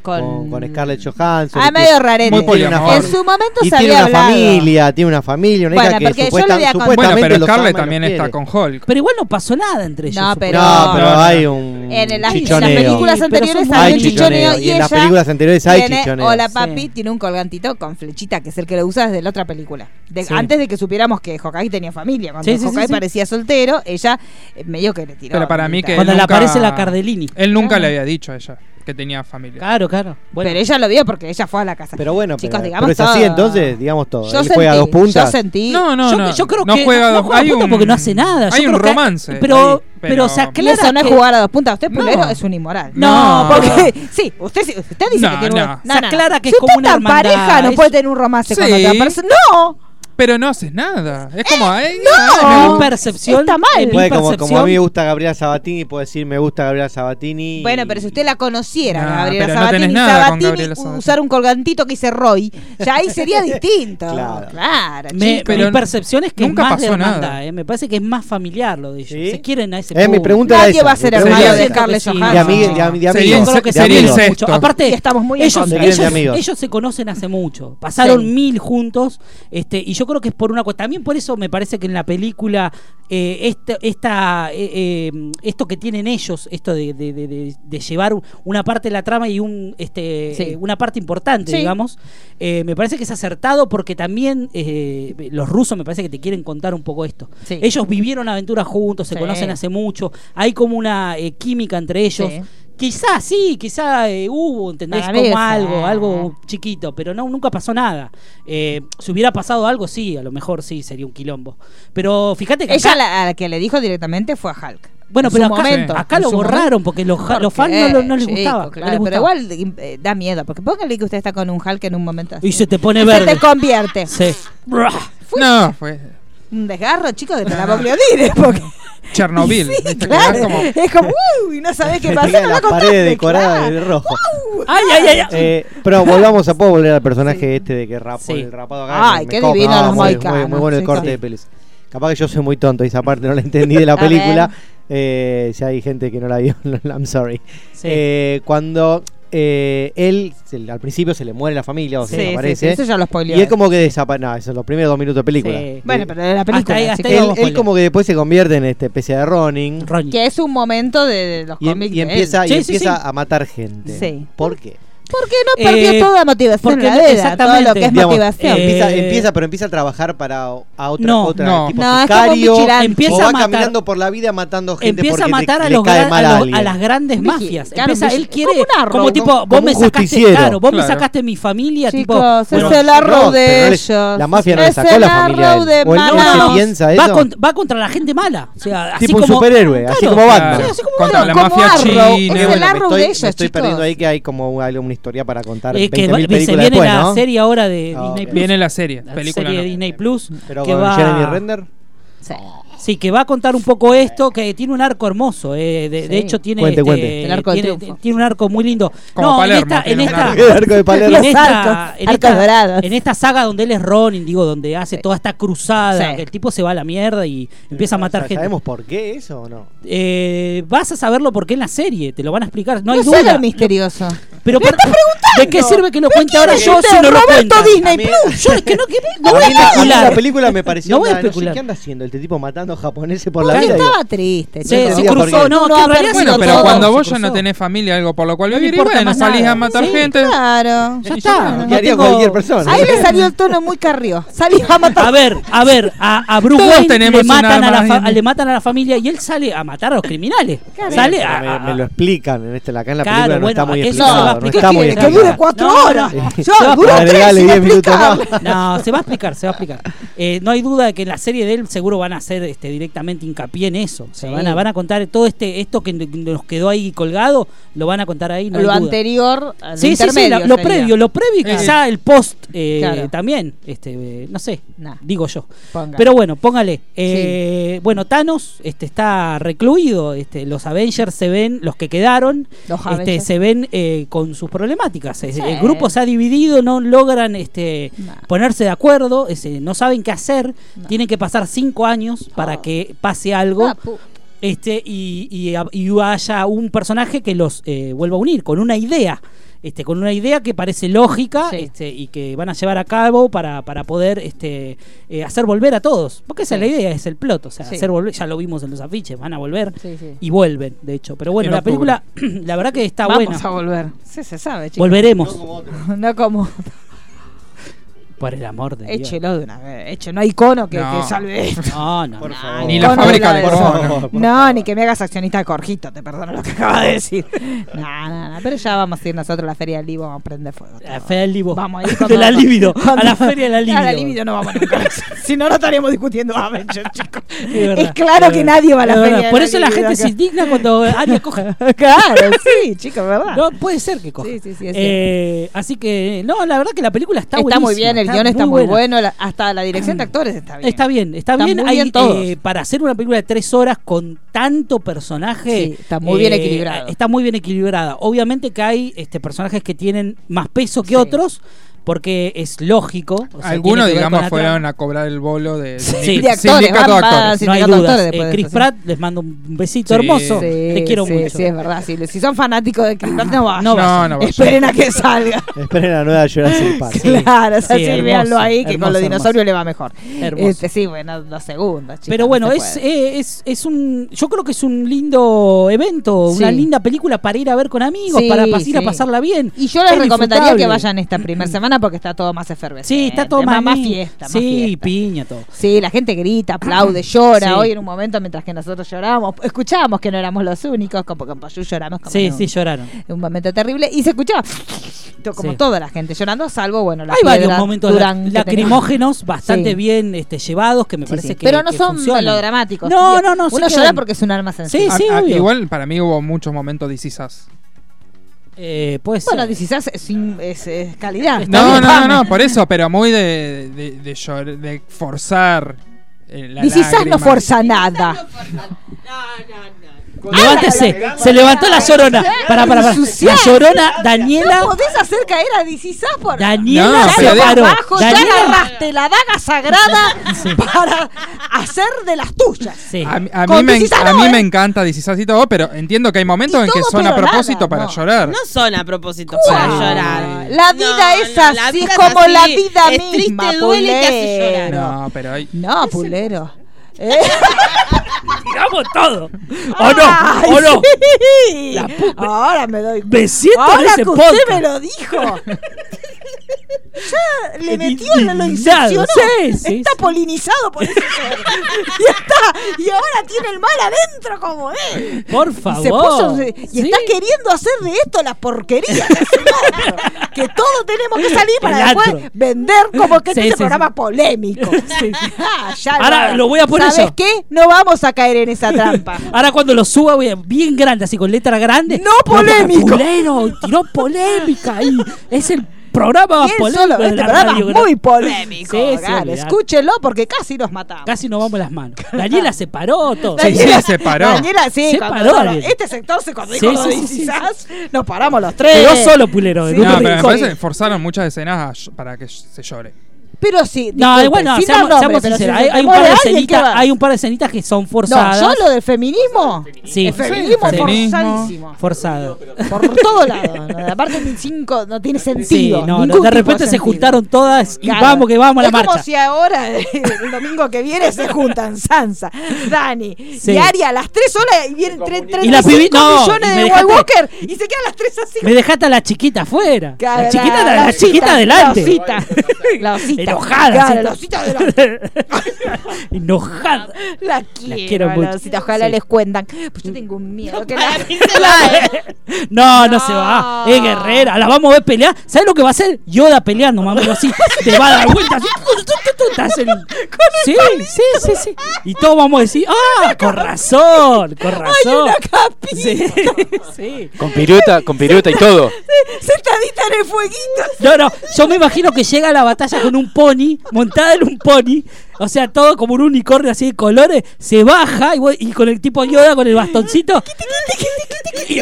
Speaker 2: con...
Speaker 5: Con, con Scarlett Johansson.
Speaker 2: Ah,
Speaker 5: y
Speaker 2: medio
Speaker 5: tiene-
Speaker 2: rarete.
Speaker 5: Muy poliamor.
Speaker 2: En su momento
Speaker 5: Y
Speaker 2: se
Speaker 5: tiene
Speaker 2: había
Speaker 5: una
Speaker 2: hablado.
Speaker 5: familia, tiene una familia, una
Speaker 2: Bueno,
Speaker 5: hija
Speaker 2: porque
Speaker 5: que
Speaker 2: yo
Speaker 5: supuesta-
Speaker 2: le voy a contar-
Speaker 5: supuestamente
Speaker 3: Bueno, pero
Speaker 5: los
Speaker 3: Scarlett
Speaker 5: ama y
Speaker 3: también
Speaker 5: los
Speaker 3: está
Speaker 5: quiere.
Speaker 3: con Hulk.
Speaker 4: Pero igual no pasó nada entre ellos.
Speaker 2: No,
Speaker 4: supongo.
Speaker 2: pero-
Speaker 5: No, pero
Speaker 3: No, no,
Speaker 5: hay un
Speaker 2: En las, en las
Speaker 5: chichoneo.
Speaker 2: películas
Speaker 4: Sí, pero
Speaker 2: anteriores
Speaker 4: son
Speaker 2: había un
Speaker 5: hay
Speaker 2: chichoneo
Speaker 5: chichoneo.
Speaker 2: y,
Speaker 5: Y en
Speaker 2: ella
Speaker 5: las películas anteriores hay
Speaker 2: tiene-
Speaker 5: chichoneo.
Speaker 2: Hola papi,
Speaker 4: Sí.
Speaker 2: tiene un colgantito con flechita, que es el que lo usa desde la otra película. De-
Speaker 4: Sí.
Speaker 2: Antes de que supiéramos que Hokage tenía familia. Cuando
Speaker 4: Sí, sí, sí,
Speaker 2: Hokage
Speaker 4: sí.
Speaker 2: parecía soltero, ella eh, medio que le tiró.
Speaker 3: Pero para mí
Speaker 2: ondita.
Speaker 3: que-
Speaker 4: Cuando le
Speaker 3: nunca-
Speaker 4: aparece la Cardellini.
Speaker 3: Él nunca
Speaker 2: Claro.
Speaker 3: le había dicho a ella que tenía familia.
Speaker 4: Claro, claro. Bueno,
Speaker 2: Pero ella lo vio porque ella fue a la casa.
Speaker 5: Pero bueno,
Speaker 2: Chicos,
Speaker 5: pero,
Speaker 2: digamos
Speaker 5: pero es así
Speaker 2: todo.
Speaker 5: entonces, digamos todo.
Speaker 2: Yo
Speaker 5: Él
Speaker 2: sentí,
Speaker 5: juega a dos puntas.
Speaker 2: yo sentí.
Speaker 3: No, no,
Speaker 4: yo,
Speaker 3: no.
Speaker 4: yo creo
Speaker 3: no
Speaker 4: que
Speaker 3: Juega a
Speaker 4: no
Speaker 3: dos,
Speaker 4: juega
Speaker 3: hay
Speaker 4: punto
Speaker 3: un,
Speaker 4: porque no hace nada. Yo
Speaker 3: Hay un
Speaker 4: creo que-
Speaker 3: romance.
Speaker 4: pero,
Speaker 3: ahí,
Speaker 4: pero, se
Speaker 2: Y
Speaker 4: aclara
Speaker 2: eso no es
Speaker 4: que-
Speaker 2: jugar a dos puntas. Usted,
Speaker 4: No.
Speaker 2: primero, es un inmoral.
Speaker 4: No.
Speaker 2: porque. Sí, usted, sí- usted dice que
Speaker 3: No,
Speaker 2: tiene
Speaker 3: no.
Speaker 2: un.
Speaker 4: Se aclara que
Speaker 2: si
Speaker 4: es como
Speaker 2: usted
Speaker 4: una
Speaker 2: está en
Speaker 4: hermandad,
Speaker 2: pareja, no
Speaker 4: es-
Speaker 2: puede tener un romance con
Speaker 3: Sí.
Speaker 2: otra persona. ¡No!
Speaker 3: Pero no haces nada. Es como. ay, ah,
Speaker 4: En mi
Speaker 2: Eh, No.
Speaker 4: percepción.
Speaker 2: Está mal.
Speaker 4: en mi
Speaker 5: Puede, como, como a mí me
Speaker 4: percepción-
Speaker 5: gusta Gabriela Sabatini, puedo decir me gusta Gabriela Sabatini.
Speaker 2: Bueno, pero si usted la conociera,
Speaker 3: No,
Speaker 2: Gabriela
Speaker 3: pero no
Speaker 2: Sabatini,
Speaker 3: tenés nada con
Speaker 2: Sabatini,
Speaker 3: Gabriela Sabatini.
Speaker 2: usar un colgantito que hice Roy, ya ahí sería distinto.
Speaker 5: Claro.
Speaker 2: claro.
Speaker 4: Me-
Speaker 2: chico.
Speaker 3: pero
Speaker 4: mi percepción es que
Speaker 3: nunca
Speaker 4: es más de
Speaker 3: pasó
Speaker 4: hermandad,
Speaker 3: nada.
Speaker 4: eh, me parece que es más familiar lo de ellos.
Speaker 5: ¿Sí?
Speaker 4: Se quieren a ese
Speaker 5: Eh, mi
Speaker 4: punto.
Speaker 5: pregunta
Speaker 2: Nadie
Speaker 5: es esa,
Speaker 2: va a ser
Speaker 5: mi
Speaker 2: hermano
Speaker 5: pregunta
Speaker 2: de
Speaker 5: es-
Speaker 2: Carles
Speaker 4: Sí.
Speaker 2: Johansson.
Speaker 5: de amigos, de, am- de
Speaker 3: Sería
Speaker 5: amigos,
Speaker 4: Yo creo que
Speaker 5: de
Speaker 4: se
Speaker 3: sería
Speaker 5: amigos.
Speaker 4: quieren
Speaker 3: incesto.
Speaker 4: mucho. Aparte,
Speaker 2: Y estamos muy en
Speaker 4: ellos,
Speaker 2: contra.
Speaker 5: Se quieren
Speaker 4: ellos,
Speaker 5: de amigos.
Speaker 4: ellos se conocen hace mucho. Pasaron
Speaker 2: Sí.
Speaker 4: mil juntos. Este, y yo creo que es por una cosa. También por eso me parece que en la película eh, esta, esta, eh, eh, esto que tienen ellos, esto de, de- de- de- de llevar un- una parte de la trama y un este
Speaker 2: Sí.
Speaker 4: eh, una parte importante,
Speaker 2: Sí.
Speaker 4: digamos, eh, me parece que es acertado porque también eh, los rusos me parece que te quieren contar un poco esto.
Speaker 2: Sí.
Speaker 4: Ellos vivieron aventuras juntos, se
Speaker 2: Sí.
Speaker 4: conocen hace mucho, hay como una eh, química entre ellos.
Speaker 2: Sí.
Speaker 4: Quizás sí, quizás hubo, ¿entendés?
Speaker 2: Para mí
Speaker 4: Como
Speaker 2: es-
Speaker 4: algo,
Speaker 2: ah.
Speaker 4: algo chiquito, pero no, nunca pasó nada. Eh, si hubiera pasado algo, sí, a lo mejor sí, sería un quilombo. Pero fíjate que
Speaker 2: Ella
Speaker 4: acá-
Speaker 2: la- a la que le dijo directamente fue a Hulk.
Speaker 4: Bueno,
Speaker 2: En
Speaker 4: pero
Speaker 2: su
Speaker 4: acá,
Speaker 2: momento.
Speaker 4: acá
Speaker 2: En
Speaker 4: lo
Speaker 2: su
Speaker 4: borraron porque los, ja-
Speaker 2: ¿Por
Speaker 4: los fans
Speaker 2: qué,
Speaker 4: no, lo- no les
Speaker 2: chico?
Speaker 4: gustaba. no
Speaker 2: Claro,
Speaker 4: les
Speaker 2: pero
Speaker 4: gustaba.
Speaker 2: igual eh, da miedo, porque póngale que usted está con un Hulk en un momento así.
Speaker 4: Y se te pone
Speaker 2: Y
Speaker 4: verde.
Speaker 2: Se te convierte.
Speaker 4: Sí.
Speaker 3: No, fue
Speaker 2: Un desgarro, chicos, de Telabogliodines, porque
Speaker 3: Chernobyl.
Speaker 2: Sí,
Speaker 3: ¿viste?
Speaker 2: claro.
Speaker 3: Que vas como-
Speaker 2: es como, uy, no sabés qué
Speaker 5: Me
Speaker 2: pasa,
Speaker 5: pegué
Speaker 2: no
Speaker 5: a
Speaker 2: lo
Speaker 5: la
Speaker 2: contaste.
Speaker 5: pared decorada
Speaker 2: claro.
Speaker 5: de rojo.
Speaker 4: Ay, ay, ay, ay.
Speaker 5: Eh, pero volvamos a puedo volver al personaje este de que rapó el rapado acá.
Speaker 2: Ay,
Speaker 5: que
Speaker 2: qué
Speaker 5: copa. Ah,
Speaker 2: divino los
Speaker 5: muy,
Speaker 2: moicanos,
Speaker 5: muy- muy bueno el
Speaker 2: sí,
Speaker 5: corte
Speaker 2: sí.
Speaker 5: de pelos. Capaz que yo soy muy tonto y esa parte no la entendí de la
Speaker 2: A ver.
Speaker 5: película. Eh, si hay gente que no la vio, no, I'm sorry.
Speaker 4: Sí.
Speaker 5: Eh, cuando eh, él se- al principio se le muere la familia o se
Speaker 2: Sí, sí,
Speaker 5: desaparece.
Speaker 2: sí, eso ya lo spoileó.
Speaker 5: Y él como que desaparece. No, esos son los primeros dos minutos de película.
Speaker 4: Sí.
Speaker 2: Bueno, pero de la película.
Speaker 4: Hasta ahí, hasta
Speaker 2: chicos.
Speaker 4: ahí.
Speaker 5: él,
Speaker 4: vamos a
Speaker 5: él
Speaker 4: spoilear.
Speaker 5: como que después se convierte en este especie de Ronin.
Speaker 4: Ronnie.
Speaker 2: Que es un momento de, de los
Speaker 5: Y, em-
Speaker 2: cómics.
Speaker 5: y
Speaker 2: de él.
Speaker 5: empieza, y
Speaker 4: Sí, sí,
Speaker 5: empieza
Speaker 4: sí.
Speaker 5: a matar gente.
Speaker 2: Sí.
Speaker 5: ¿Por qué?
Speaker 2: Porque no perdió
Speaker 4: Eh,
Speaker 2: toda motivación
Speaker 4: porque
Speaker 2: en la
Speaker 4: no-
Speaker 2: vida,
Speaker 4: exactamente.
Speaker 2: todo lo que es
Speaker 5: Digamos,
Speaker 2: motivación.
Speaker 4: eh,
Speaker 5: Empieza, empieza, pero empieza a trabajar para o- a otra,
Speaker 4: No,
Speaker 5: otra
Speaker 3: no.
Speaker 5: tipo
Speaker 2: No, es como un
Speaker 5: sicario,
Speaker 2: vigilante.
Speaker 5: o
Speaker 4: Empieza
Speaker 5: va
Speaker 4: a matar-
Speaker 5: caminando por la vida matando gente
Speaker 4: Empieza a
Speaker 5: porque le-
Speaker 4: matar a,
Speaker 5: le
Speaker 4: los
Speaker 5: cae
Speaker 4: gran-
Speaker 5: mal
Speaker 4: a,
Speaker 5: a
Speaker 4: los-
Speaker 5: alguien.
Speaker 4: a las grandes
Speaker 2: Vigil-
Speaker 4: mafias.
Speaker 2: claro,
Speaker 4: Empieza,
Speaker 2: vigil-
Speaker 4: él quiere
Speaker 2: como un arrow,
Speaker 4: como
Speaker 2: ¿no?
Speaker 4: tipo,
Speaker 5: Como
Speaker 4: vos
Speaker 5: un
Speaker 4: me sacaste,
Speaker 5: justiciero.
Speaker 4: claro, vos me
Speaker 3: Claro.
Speaker 4: sacaste mi familia, tipo,
Speaker 2: Chicos,
Speaker 5: bueno,
Speaker 2: es el arrow
Speaker 5: no, pero no
Speaker 2: de
Speaker 5: les-
Speaker 2: ellos.
Speaker 5: la mafia no le
Speaker 2: es
Speaker 5: sacó
Speaker 2: el
Speaker 5: la familia
Speaker 2: arrow
Speaker 5: a él.
Speaker 2: de
Speaker 5: O él no se
Speaker 2: Manaus.
Speaker 5: piensa-
Speaker 4: va,
Speaker 5: eso?
Speaker 4: cont- va contra la gente mala, o sea, así
Speaker 5: tipo un
Speaker 4: como
Speaker 5: superhéroe, así como Batman.
Speaker 3: Claro.
Speaker 2: Sí, como
Speaker 3: Contra
Speaker 2: Arrow,
Speaker 3: la
Speaker 2: como
Speaker 3: mafia
Speaker 2: Arrow,
Speaker 3: china.
Speaker 2: es el
Speaker 5: Bueno, me
Speaker 2: arrow
Speaker 5: estoy,
Speaker 2: de
Speaker 5: me
Speaker 2: ellos,
Speaker 5: estoy
Speaker 2: chicos.
Speaker 5: perdiendo ahí que hay como algo- una historia para contar.
Speaker 4: eh, que
Speaker 5: 20.000
Speaker 4: va- se
Speaker 5: películas
Speaker 4: viene
Speaker 5: después,
Speaker 4: la
Speaker 5: ¿no?
Speaker 4: serie ahora de
Speaker 5: Ah,
Speaker 4: Disney
Speaker 5: ok.
Speaker 4: Plus.
Speaker 3: Viene la serie,
Speaker 4: la
Speaker 3: película
Speaker 4: serie
Speaker 3: no.
Speaker 4: de Disney Plus
Speaker 5: Pero
Speaker 4: que
Speaker 5: con
Speaker 4: va
Speaker 5: Jeremy Render.
Speaker 2: Sí.
Speaker 4: Sí, que va a contar un poco esto, que tiene un arco hermoso. eh, de, de
Speaker 2: Sí.
Speaker 4: hecho, tiene,
Speaker 5: Cuente,
Speaker 4: este,
Speaker 5: cuente.
Speaker 2: El arco del
Speaker 4: tiene,
Speaker 2: triunfo.
Speaker 4: tiene un arco muy lindo.
Speaker 3: Como
Speaker 4: no,
Speaker 3: Palermo,
Speaker 4: en
Speaker 3: tiene un
Speaker 4: esta, en
Speaker 3: arco.
Speaker 5: El
Speaker 4: esta,
Speaker 5: arco de Palermo.
Speaker 4: en
Speaker 2: Los
Speaker 4: esta,
Speaker 2: arcos,
Speaker 4: en
Speaker 2: arcos
Speaker 4: esta,
Speaker 2: dorados.
Speaker 4: en esta saga donde él es Ronin, digo, donde hace
Speaker 2: Sí.
Speaker 4: toda esta cruzada,
Speaker 2: Sí.
Speaker 4: que el tipo se va a la mierda y empieza a matar
Speaker 5: ¿Sabemos
Speaker 4: gente.
Speaker 5: ¿Sabemos por qué eso o no?
Speaker 4: Eh, vas a saberlo porque en la serie, te lo van a explicar, no hay
Speaker 2: No
Speaker 4: duda.
Speaker 2: solo el misterioso.
Speaker 4: Pero
Speaker 2: ¡Me
Speaker 4: par-
Speaker 2: estás preguntando!
Speaker 4: ¿De qué sirve que lo cuente ahora
Speaker 2: ¿Qué
Speaker 4: yo
Speaker 2: dice
Speaker 4: si no lo
Speaker 2: Roberto
Speaker 4: cuenta?
Speaker 2: Disney
Speaker 5: A mí-
Speaker 2: Plus. Yo es que no, que, no voy
Speaker 5: a
Speaker 2: a
Speaker 5: mí la, a mí la
Speaker 4: especular.
Speaker 5: película me pareció
Speaker 4: No voy a
Speaker 5: una- sé
Speaker 4: especular.
Speaker 5: ¿Qué anda haciendo el tipo matando japoneses por la
Speaker 2: Porque
Speaker 5: vida?
Speaker 2: estaba triste.
Speaker 4: Sí,
Speaker 2: chicos.
Speaker 5: no
Speaker 4: se
Speaker 5: sabía por
Speaker 4: cruzó,
Speaker 5: qué.
Speaker 4: no,
Speaker 2: Uno
Speaker 4: que
Speaker 2: ha
Speaker 4: habrá
Speaker 2: perdido
Speaker 4: sido
Speaker 3: Bueno, pero
Speaker 2: todo.
Speaker 3: cuando
Speaker 4: se
Speaker 3: vos ya no
Speaker 4: cruzó.
Speaker 3: tenés familia, algo por lo cual
Speaker 4: No le
Speaker 3: vivir, y
Speaker 4: importa
Speaker 3: bueno,
Speaker 4: más
Speaker 3: salís
Speaker 4: nada.
Speaker 3: a matar
Speaker 4: Sí,
Speaker 3: gente.
Speaker 2: Claro.
Speaker 4: Ya
Speaker 3: Y
Speaker 4: está.
Speaker 5: digo,
Speaker 4: no
Speaker 5: que haría
Speaker 4: tengo-
Speaker 5: cualquier persona.
Speaker 2: Ahí le salió el tono muy carrió. Salí a matar.
Speaker 4: A ver, a ver, a, a Bruce
Speaker 3: Todos
Speaker 4: Wayne
Speaker 3: tenemos
Speaker 4: le
Speaker 3: un
Speaker 4: matan, a la
Speaker 3: arma
Speaker 4: fa-
Speaker 3: ahí.
Speaker 4: le matan a la familia y él sale a matar a los criminales.
Speaker 2: Claro.
Speaker 4: Sale
Speaker 5: Pero
Speaker 4: a,
Speaker 5: me, me lo
Speaker 4: a-
Speaker 5: explican en este, acá en la
Speaker 4: Claro,
Speaker 5: película no
Speaker 4: bueno,
Speaker 5: está muy
Speaker 4: eso
Speaker 5: explicado.
Speaker 4: se va a
Speaker 5: no
Speaker 4: explicar.
Speaker 5: está muy
Speaker 4: ¿Qué
Speaker 2: quiere que dure
Speaker 5: explicado.
Speaker 2: cuatro
Speaker 4: No, no,
Speaker 2: horas.
Speaker 4: no.
Speaker 2: Yo,
Speaker 5: No,
Speaker 2: duró tres
Speaker 5: agregale
Speaker 2: sin
Speaker 5: 10 minutos más.
Speaker 2: explicarlo.
Speaker 4: No, se va a explicar, se va a explicar. Eh, no hay duda de que en la serie de él seguro van a hacer este, directamente hincapié en eso. Se
Speaker 2: Sí.
Speaker 4: van, a, van a contar todo este esto que nos quedó ahí colgado, lo van a contar ahí. No hay
Speaker 2: Lo
Speaker 4: duda.
Speaker 2: anterior. al
Speaker 4: Sí, sí, sí,
Speaker 2: intermedio
Speaker 4: la- lo
Speaker 2: sería.
Speaker 4: previo, lo previo y
Speaker 3: Eh,
Speaker 4: quizá el post eh,
Speaker 2: Claro.
Speaker 4: también, este, eh, no sé,
Speaker 2: Nah.
Speaker 4: digo yo.
Speaker 2: Ponga.
Speaker 4: Pero bueno, póngale. eh, Bueno, Thanos este, está recluido, este, los Avengers se ven, los que quedaron,
Speaker 2: Los
Speaker 4: este,
Speaker 2: Avengers.
Speaker 4: se ven eh, con sus problemáticas. Es-
Speaker 2: Sí.
Speaker 4: El grupo se ha dividido, no logran este,
Speaker 2: Nah.
Speaker 4: ponerse de acuerdo, es, eh, no saben qué hacer,
Speaker 2: Nah.
Speaker 4: tienen que pasar cinco años para
Speaker 2: Oh.
Speaker 4: que pase algo.
Speaker 2: Ah, pu-
Speaker 4: Este, y, y, a- y haya un personaje que los eh, vuelva a unir con una idea. Este, con una idea que parece lógica
Speaker 2: Sí.
Speaker 4: este, y que van a llevar a cabo para, para poder este, eh, hacer volver a todos. Porque
Speaker 2: Sí.
Speaker 4: esa es la idea, es el plot. O sea,
Speaker 2: Sí.
Speaker 4: hacer volver, ya lo vimos en los afiches, van a volver
Speaker 2: Sí, sí.
Speaker 4: y vuelven, de hecho. Pero bueno,
Speaker 3: En
Speaker 4: la
Speaker 3: octubre.
Speaker 4: película, la verdad que está
Speaker 2: Vamos
Speaker 4: buena.
Speaker 2: a volver. Sí, se sabe, chicos.
Speaker 4: Volveremos.
Speaker 2: No como.
Speaker 4: Por el amor de Dios.
Speaker 2: Échelo de una vez. Échelo. No hay icono que,
Speaker 3: No.
Speaker 2: que salve esto.
Speaker 4: No, no,
Speaker 5: Por
Speaker 4: no.
Speaker 5: favor.
Speaker 3: Ni la
Speaker 2: Cono
Speaker 3: fábrica
Speaker 2: de
Speaker 3: de
Speaker 2: la
Speaker 5: desorden.
Speaker 3: porno.
Speaker 5: Por
Speaker 2: No,
Speaker 5: favor.
Speaker 2: ni que me hagas accionista de Corjito, te perdono lo que acabas de decir. No, no, no, pero ya vamos a ir nosotros a la Feria del Libro, vamos a prender fuego.
Speaker 4: La
Speaker 2: todo.
Speaker 4: feria del libido.
Speaker 2: Vamos a ir
Speaker 4: De
Speaker 2: cuando-
Speaker 4: la libido.
Speaker 2: cuando-
Speaker 4: A la feria de la libido.
Speaker 2: A la libido no vamos nunca. si no, no estaríamos discutiendo Avengers, chicos.
Speaker 4: Es verdad,
Speaker 2: Es claro
Speaker 4: es
Speaker 2: que
Speaker 4: verdad.
Speaker 2: nadie va a la
Speaker 4: Es
Speaker 2: Feria
Speaker 4: verdad.
Speaker 2: de
Speaker 4: Por eso la
Speaker 2: libido
Speaker 4: gente se
Speaker 2: acá.
Speaker 4: indigna cuando Aria coge. Ah,
Speaker 2: Claro, sí, chicos, ¿verdad?
Speaker 4: No, puede ser que coja.
Speaker 2: sí, sí, sí, es cierto.
Speaker 4: Eh, así que, no, la verdad que la película está,
Speaker 2: Está muy bien, el guión está muy
Speaker 4: buena. Mm.
Speaker 2: bueno, la- hasta la dirección de actores está bien.
Speaker 4: Está bien, está,
Speaker 2: Está
Speaker 4: bien.
Speaker 2: muy
Speaker 4: Hay,
Speaker 2: bien todos.
Speaker 4: eh, para hacer una película de tres horas con tanto personaje. eh,
Speaker 2: Sí, está muy bien equilibrado.
Speaker 4: Está muy bien equilibrada. Obviamente que hay este, personajes que tienen más peso que
Speaker 2: Sí.
Speaker 4: otros, porque es lógico. o sea, tiene
Speaker 3: Algunos,
Speaker 4: que ver con
Speaker 3: digamos,
Speaker 4: la
Speaker 3: fueron
Speaker 4: trama.
Speaker 3: a cobrar el bolo de
Speaker 4: Sí.
Speaker 3: sindic-
Speaker 4: De
Speaker 2: actores,
Speaker 3: sindicato de
Speaker 2: van- van-
Speaker 3: actores.
Speaker 4: No hay
Speaker 2: sindicato de
Speaker 4: dudas.
Speaker 2: actores después
Speaker 4: Eh,
Speaker 2: de
Speaker 4: Chris
Speaker 2: eso, sí.
Speaker 4: Pratt les mando un besito
Speaker 3: Sí.
Speaker 4: hermoso.
Speaker 2: Sí,
Speaker 4: Te quiero
Speaker 2: sí,
Speaker 4: mucho.
Speaker 2: Sí, es verdad. sí, Si, son fanáticos de Chris Pratt, no va.
Speaker 4: No
Speaker 3: No, no va.
Speaker 2: Esperen a que salga.
Speaker 5: Esperen la nueva Jurassic Park.
Speaker 4: Sí.
Speaker 2: Claro, o sea,
Speaker 4: Sí,
Speaker 2: sí,
Speaker 4: hermoso,
Speaker 2: véanlo ahí, que
Speaker 4: hermoso,
Speaker 2: con los
Speaker 4: hermoso.
Speaker 2: dinosaurios le va mejor.
Speaker 4: Hermoso.
Speaker 2: Este, sí, bueno, dos segundos, chicos,
Speaker 4: Pero
Speaker 2: no
Speaker 4: bueno,
Speaker 2: se
Speaker 4: es,
Speaker 2: puede.
Speaker 4: eh, es, es un. Yo creo que es un lindo evento, una
Speaker 2: Sí.
Speaker 4: linda película para ir a ver con amigos,
Speaker 2: Sí,
Speaker 4: para pas- ir a
Speaker 2: sí.
Speaker 4: pasarla bien.
Speaker 2: Y yo les
Speaker 4: Es
Speaker 2: recomendaría que
Speaker 4: disfrutable.
Speaker 2: vayan esta primera semana semana porque está todo más efervescente.
Speaker 4: Sí, está todo más,
Speaker 2: más
Speaker 4: lindo.
Speaker 2: fiesta. más
Speaker 4: Sí,
Speaker 2: fiesta.
Speaker 4: piña, todo.
Speaker 2: Sí, la gente grita, aplaude, llora.
Speaker 4: Sí.
Speaker 2: Hoy en un momento, mientras que nosotros llorábamos, escuchábamos que no éramos los únicos, como con Payú lloramos como
Speaker 4: Sí,
Speaker 2: en un-
Speaker 4: sí, lloraron.
Speaker 2: en un momento terrible. Y se escuchaba to- como
Speaker 4: Sí.
Speaker 2: toda la gente llorando, salvo, bueno, la
Speaker 4: Hay varios
Speaker 2: piedra
Speaker 4: momentos
Speaker 2: Durán
Speaker 4: lac-
Speaker 2: que tenemos.
Speaker 4: lacrimógenos bastante
Speaker 2: Sí.
Speaker 4: bien este, llevados que me
Speaker 2: Sí,
Speaker 4: parece
Speaker 2: sí.
Speaker 4: que.
Speaker 2: Pero no
Speaker 4: que
Speaker 2: son
Speaker 4: funcionan.
Speaker 2: melodramáticos.
Speaker 4: No,
Speaker 2: tío.
Speaker 4: no, no. sí
Speaker 2: Uno
Speaker 4: que
Speaker 2: llora
Speaker 4: dan-
Speaker 2: porque es un alma sensible.
Speaker 4: Sí, sí,
Speaker 3: A- a-
Speaker 4: obvio.
Speaker 3: igual para mí hubo muchos momentos disisas.
Speaker 4: Eh, puede ser.
Speaker 2: Bueno, quizás es, in- es- es calidad.
Speaker 3: No, no, no, no, por eso, pero muy de, de, de llor- de forzar. eh, la
Speaker 2: Quizás
Speaker 3: lágrima.
Speaker 2: no forza nada.
Speaker 4: Levántese. Se levantó la llorona. Para, para, para. La
Speaker 2: Ensuciar.
Speaker 4: llorona, Daniela.
Speaker 2: No podés hacer caer a Dizizá por.
Speaker 4: Daniela
Speaker 3: pero
Speaker 4: se
Speaker 3: de-
Speaker 4: paró.
Speaker 2: Abajo, ya
Speaker 4: Daniela.
Speaker 2: agarraste la daga sagrada para hacer de las tuyas.
Speaker 4: Sí.
Speaker 3: A, mí- a mí,
Speaker 2: Con
Speaker 3: me,
Speaker 2: This Is Us
Speaker 3: a
Speaker 2: no,
Speaker 3: mí me
Speaker 2: ¿eh?
Speaker 3: encanta Disisas y todo, pero entiendo que hay momentos
Speaker 2: Y
Speaker 3: en que
Speaker 2: todo,
Speaker 3: son a
Speaker 2: pero
Speaker 3: propósito
Speaker 2: nada,
Speaker 3: para
Speaker 2: no.
Speaker 3: llorar.
Speaker 6: No son a propósito para
Speaker 2: ¿Cuál?
Speaker 6: llorar.
Speaker 2: La vida
Speaker 6: No,
Speaker 2: es
Speaker 6: no,
Speaker 2: así,
Speaker 6: la vida
Speaker 2: es
Speaker 6: es
Speaker 2: como
Speaker 6: así.
Speaker 2: la vida
Speaker 6: Es triste,
Speaker 2: misma.
Speaker 6: duele y te hace
Speaker 2: pulero.
Speaker 3: No, pero hay.
Speaker 2: No, pulero. Eh,
Speaker 4: Tiramos todo. ¿O Oh, no? ¿O no?
Speaker 2: sí.
Speaker 4: La puta.
Speaker 2: Ahora me doy
Speaker 4: Me siento en
Speaker 2: Ahora
Speaker 4: ese
Speaker 2: que
Speaker 4: podcast.
Speaker 2: usted me lo dijo. Ya le metió, lo- lo
Speaker 4: Indignado,
Speaker 2: incepcionó.
Speaker 4: sí, sí,
Speaker 2: está
Speaker 4: sí.
Speaker 2: polinizado por ese ser. Y está, y ahora tiene el mal adentro como es.
Speaker 4: Por
Speaker 2: Y,
Speaker 4: favor.
Speaker 2: se puso- y
Speaker 4: Sí.
Speaker 2: está queriendo hacer de esto la porquería que es el monstruo. Que todos tenemos que salir para
Speaker 4: El
Speaker 2: después
Speaker 4: antro.
Speaker 2: vender como que este
Speaker 4: Sí,
Speaker 2: es un
Speaker 4: sí,
Speaker 2: programa
Speaker 4: sí.
Speaker 2: polémico. Ah, ya
Speaker 4: Ahora lo voy a poner
Speaker 2: ¿Sabes
Speaker 4: yo.
Speaker 2: qué? No vamos a caer en esa trampa.
Speaker 4: Ahora cuando lo suba voy a bien grande, así con letra grande.
Speaker 2: No polémico.
Speaker 4: Pulero, tiró polémica ahí. Es el programa más
Speaker 2: Él
Speaker 4: polémico
Speaker 2: solo,
Speaker 4: de
Speaker 2: este
Speaker 4: la
Speaker 2: programa
Speaker 4: radio,
Speaker 2: es
Speaker 4: ¿no?
Speaker 2: muy polémico.
Speaker 4: Sí, sí,
Speaker 2: Gal,
Speaker 4: olvidate.
Speaker 2: escúchenlo porque casi nos matamos.
Speaker 4: Casi nos vamos las manos. Daniela se paró todo.
Speaker 3: Sí, sí, se paró.
Speaker 2: Daniela, sí,
Speaker 4: Se
Speaker 2: cuando
Speaker 4: paró,
Speaker 2: dijo,
Speaker 4: Daniela.
Speaker 2: este sector se cuando
Speaker 4: Sí,
Speaker 2: dijo
Speaker 4: sí, sí, sí,
Speaker 2: quizás nos paramos los tres.
Speaker 4: Quedó solo Pulero.
Speaker 2: Sí.
Speaker 4: en un
Speaker 3: No, pero me
Speaker 4: rincón.
Speaker 3: parece que forzaron muchas escenas a ll- para que ll- se llore.
Speaker 2: Pero sí,
Speaker 4: No,
Speaker 2: disculpen,
Speaker 4: igual no,
Speaker 2: sin
Speaker 4: seamos,
Speaker 2: dar
Speaker 4: seamos
Speaker 2: nombre, pero
Speaker 4: sinceros.
Speaker 2: si
Speaker 4: Hay,
Speaker 2: se
Speaker 4: hay un
Speaker 2: muere
Speaker 4: par de
Speaker 2: alguien,
Speaker 4: escenitas,
Speaker 2: ¿qué va?
Speaker 4: hay un par de escenitas que son forzadas.
Speaker 2: No, yo lo del feminismo.
Speaker 4: Sí,
Speaker 2: el feminismo
Speaker 3: sí, feminismo.
Speaker 2: forzadísimo.
Speaker 4: forzado.
Speaker 2: Por todo lado. ¿no? Aparte, ni cinco no tiene sentido.
Speaker 4: Sí, no, no,
Speaker 2: ningún tipo
Speaker 4: de repente se
Speaker 2: sentido.
Speaker 4: juntaron todas y
Speaker 2: Claro.
Speaker 4: vamos que vamos a la
Speaker 2: es
Speaker 4: marcha.
Speaker 2: como si ahora, el domingo que viene, se juntan Sansa, Dani
Speaker 4: Sí.
Speaker 2: y Ari a las 3 horas y vienen tre-
Speaker 4: Y
Speaker 2: 35
Speaker 4: la pibi- no,
Speaker 2: millones
Speaker 4: y
Speaker 2: de
Speaker 4: me
Speaker 2: White
Speaker 4: dejaste-
Speaker 2: Walker y se quedan las 3 así.
Speaker 4: Me dejaste a la chiquita afuera.
Speaker 2: Claro,
Speaker 4: la chiquita, la, la chiquita
Speaker 2: La
Speaker 4: adelante.
Speaker 2: osita. La osita.
Speaker 4: Enojada.
Speaker 2: Claro,
Speaker 4: así.
Speaker 2: la osita adelante.
Speaker 4: Enojada.
Speaker 2: La quiero, la
Speaker 4: quiero mucho.
Speaker 2: osita. Ojalá
Speaker 4: Sí.
Speaker 2: les cuentan. Pues yo tengo un miedo. que la...
Speaker 4: No, no, se va. Es guerrera. La vamos a ver pelear. ¿Sabes lo que va a hacer? Yoda peleando, mamá. Así. Te va a dar vueltas. así. Te hace el- Sí, sí, sí, sí. Y todos vamos a decir, ¡ah! Con razón, con razón.
Speaker 2: Hay una capita.
Speaker 4: Sí, sí.
Speaker 7: Con pirueta, con pirueta y todo.
Speaker 2: Sentadita en el fueguito.
Speaker 4: No, no, yo me imagino que llega a la batalla con un pony, montada en un pony, o sea, todo como un unicornio así de colores, se baja y, voy- y con el tipo Yoda con el bastoncito. y
Speaker 2: le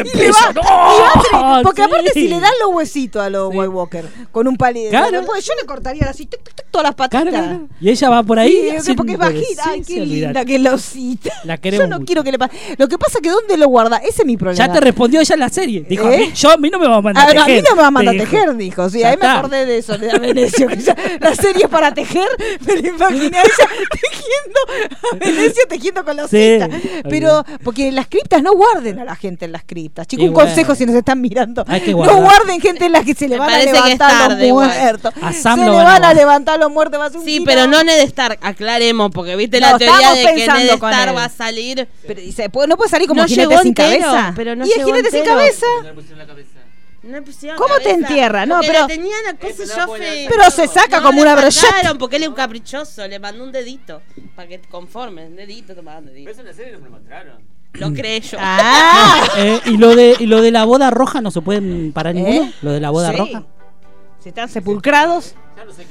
Speaker 2: va-
Speaker 4: empieza. ¡no!
Speaker 2: Madre, Porque
Speaker 4: Ah, Sí.
Speaker 2: aparte si le dan los huesitos a los White Walker con un palito,
Speaker 4: Claro.
Speaker 2: no puede- pues, yo le cortaría así tic, tic, tic, todas las patitas.
Speaker 4: Claro, claro. Y ella va por ahí.
Speaker 2: Sí, o sea,
Speaker 4: haciendo-
Speaker 2: porque es bajita. Ay,
Speaker 4: sí,
Speaker 2: qué
Speaker 4: sí, olvidate.
Speaker 2: linda, qué losita.
Speaker 4: La
Speaker 2: Yo
Speaker 4: queremos
Speaker 2: no
Speaker 4: mucho.
Speaker 2: quiero que le pase. Lo que pasa es que ¿dónde lo guarda? Ese es mi problema.
Speaker 4: Ya te respondió ella en la serie. Dijo,
Speaker 2: ¿Eh?
Speaker 4: a, mí, yo, a mí no me va a mandar
Speaker 2: A,
Speaker 4: a
Speaker 2: ver, a
Speaker 4: tejer.
Speaker 2: mí Ah, no me va a mandar a
Speaker 4: Te dijo.
Speaker 2: tejer, dijo. Sí,
Speaker 4: Ya
Speaker 2: ahí me
Speaker 4: está.
Speaker 2: acordé de eso, de la Venecio. Que ya, la serie para tejer, me la imaginé a ella tejiendo, a Venecio tejiendo con la
Speaker 4: Sí,
Speaker 2: osita. Pero, porque en las criptas no guarden a la gente en las criptas. Chicos,
Speaker 4: Y
Speaker 2: un
Speaker 4: bueno.
Speaker 2: consejo si nos están mirando.
Speaker 4: Hay que
Speaker 2: no
Speaker 4: guardar.
Speaker 2: guarden gente en las que se le
Speaker 6: Me
Speaker 2: van a
Speaker 6: parece que es
Speaker 2: levantar
Speaker 6: tarde,
Speaker 2: los
Speaker 6: igual.
Speaker 2: muertos.
Speaker 4: A Sam
Speaker 2: se
Speaker 4: lo
Speaker 2: le van
Speaker 4: van a
Speaker 2: a
Speaker 4: guardar.
Speaker 2: levantar los muertos. va a ser un
Speaker 6: Sí,
Speaker 2: quilombo.
Speaker 6: pero no Ned Stark, aclaremos, porque viste
Speaker 2: No,
Speaker 6: la teoría
Speaker 2: estamos
Speaker 6: de que Ned
Speaker 2: pensando con
Speaker 6: Stark
Speaker 2: él.
Speaker 6: va a salir.
Speaker 2: Pero dice, pues, no puede salir como
Speaker 6: No
Speaker 2: jinete
Speaker 6: llegó
Speaker 2: sin
Speaker 6: entero,
Speaker 2: cabeza.
Speaker 6: pero no
Speaker 2: y el
Speaker 6: llegó
Speaker 2: jinete sin
Speaker 6: entero.
Speaker 2: cabeza.
Speaker 6: No le pusieron
Speaker 2: ¿Cómo te entierra? No,
Speaker 6: porque
Speaker 2: pero-
Speaker 6: la tenían a cosa yo fe-
Speaker 2: Pero se saca
Speaker 6: No,
Speaker 2: como
Speaker 6: le
Speaker 2: una brocheta.
Speaker 6: sacaron porque él es un caprichoso, le mandó un dedito para que te conformes, un dedito, tomaba un dedito.
Speaker 8: Pero eso en la serie nos lo mostraron.
Speaker 6: Lo creé yo.
Speaker 2: Ah, ¿Eh?
Speaker 4: Eh, ¿y, lo de, ¿Y lo de la boda roja no se pueden parar ninguno? ¿Lo de la boda
Speaker 2: Sí.
Speaker 4: roja?
Speaker 2: se están sepulcrados.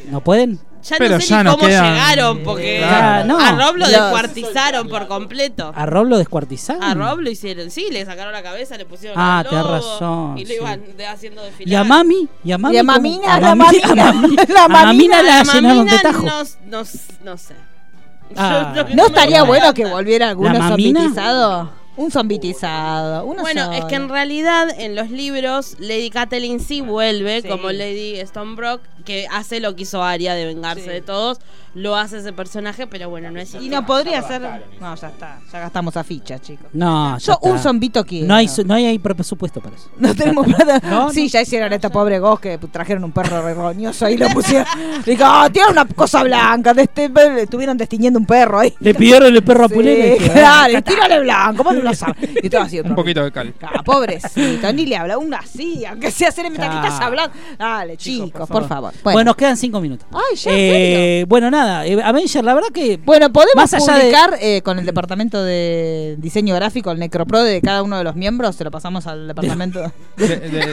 Speaker 4: ¿No pueden?
Speaker 6: Ya
Speaker 3: Pero
Speaker 6: no sé
Speaker 3: ya
Speaker 6: ni
Speaker 3: no
Speaker 6: cómo
Speaker 3: quedan-
Speaker 6: llegaron, porque
Speaker 4: Claro, no.
Speaker 6: a Rob lo
Speaker 2: Los-
Speaker 6: descuartizaron por completo.
Speaker 4: ¿A Rob lo descuartizaron?
Speaker 6: A Rob lo hicieron, sí, le sacaron la cabeza, le pusieron
Speaker 4: Ah,
Speaker 6: al
Speaker 4: tenés
Speaker 6: lobo,
Speaker 4: razón,
Speaker 6: Y lo
Speaker 4: sí.
Speaker 6: iban de- haciendo desfilar.
Speaker 4: ¿Y a mami? ¿Y a mami?
Speaker 2: Y a
Speaker 4: cómo?
Speaker 2: mamina,
Speaker 4: ¿A
Speaker 2: la
Speaker 4: mami- a
Speaker 2: mamina,
Speaker 4: mami-
Speaker 2: la
Speaker 4: a mamina
Speaker 2: mamina.
Speaker 4: la
Speaker 6: mamá
Speaker 4: llenaron de
Speaker 6: mina
Speaker 4: tajo.
Speaker 6: No, no, no sé.
Speaker 4: Ah.
Speaker 6: Yo creo que
Speaker 2: ¿No
Speaker 6: me
Speaker 2: estaría
Speaker 6: gusta.
Speaker 2: bueno que volviera alguno
Speaker 4: ¿La mamina?
Speaker 2: zombitizado? Un zombitizado. Uno
Speaker 6: Bueno,
Speaker 2: solo.
Speaker 6: es que en realidad en los libros Lady Catelyn sí
Speaker 4: Ah,
Speaker 6: vuelve
Speaker 2: sí.
Speaker 6: como Lady Stonebrook, que hace lo que hizo Arya de vengarse de todos, lo hace ese personaje, pero bueno, no es
Speaker 2: Y no podría ser. No, ya está. Ya gastamos a ficha, chicos.
Speaker 4: No,
Speaker 2: Yo
Speaker 4: ya está.
Speaker 2: un zombito quiero.
Speaker 4: No hay, su- no hay, ahí presupuesto para eso.
Speaker 2: No tenemos plata. sí, ya hicieron este pobre Ghost que trajeron un perro regoñoso ahí y lo pusieron. Digo, oh, tiene una cosa blanca. De este, estuvieron destiñendo un perro ahí.
Speaker 4: Le pidieron el perro a Pulele.
Speaker 2: Sí, claro, y tírale blanco, vos no lo sabes. Y todo así,
Speaker 3: Un poquito de cal.
Speaker 2: Ah, pobrecito, ni le habla, uno así, aunque sea hacer en
Speaker 4: Claro.
Speaker 2: estás hablando. Dale, chicos, por favor.
Speaker 4: Bueno, nos quedan cinco minutos.
Speaker 2: Ay, ya, ¿en
Speaker 4: Eh, bueno, nada, eh, Avenger, la verdad que.
Speaker 2: Bueno, podemos
Speaker 4: Más allá de-
Speaker 2: publicar eh, con el departamento de diseño gráfico, el Necropro de cada uno de los miembros, se lo pasamos al departamento.
Speaker 3: De- de-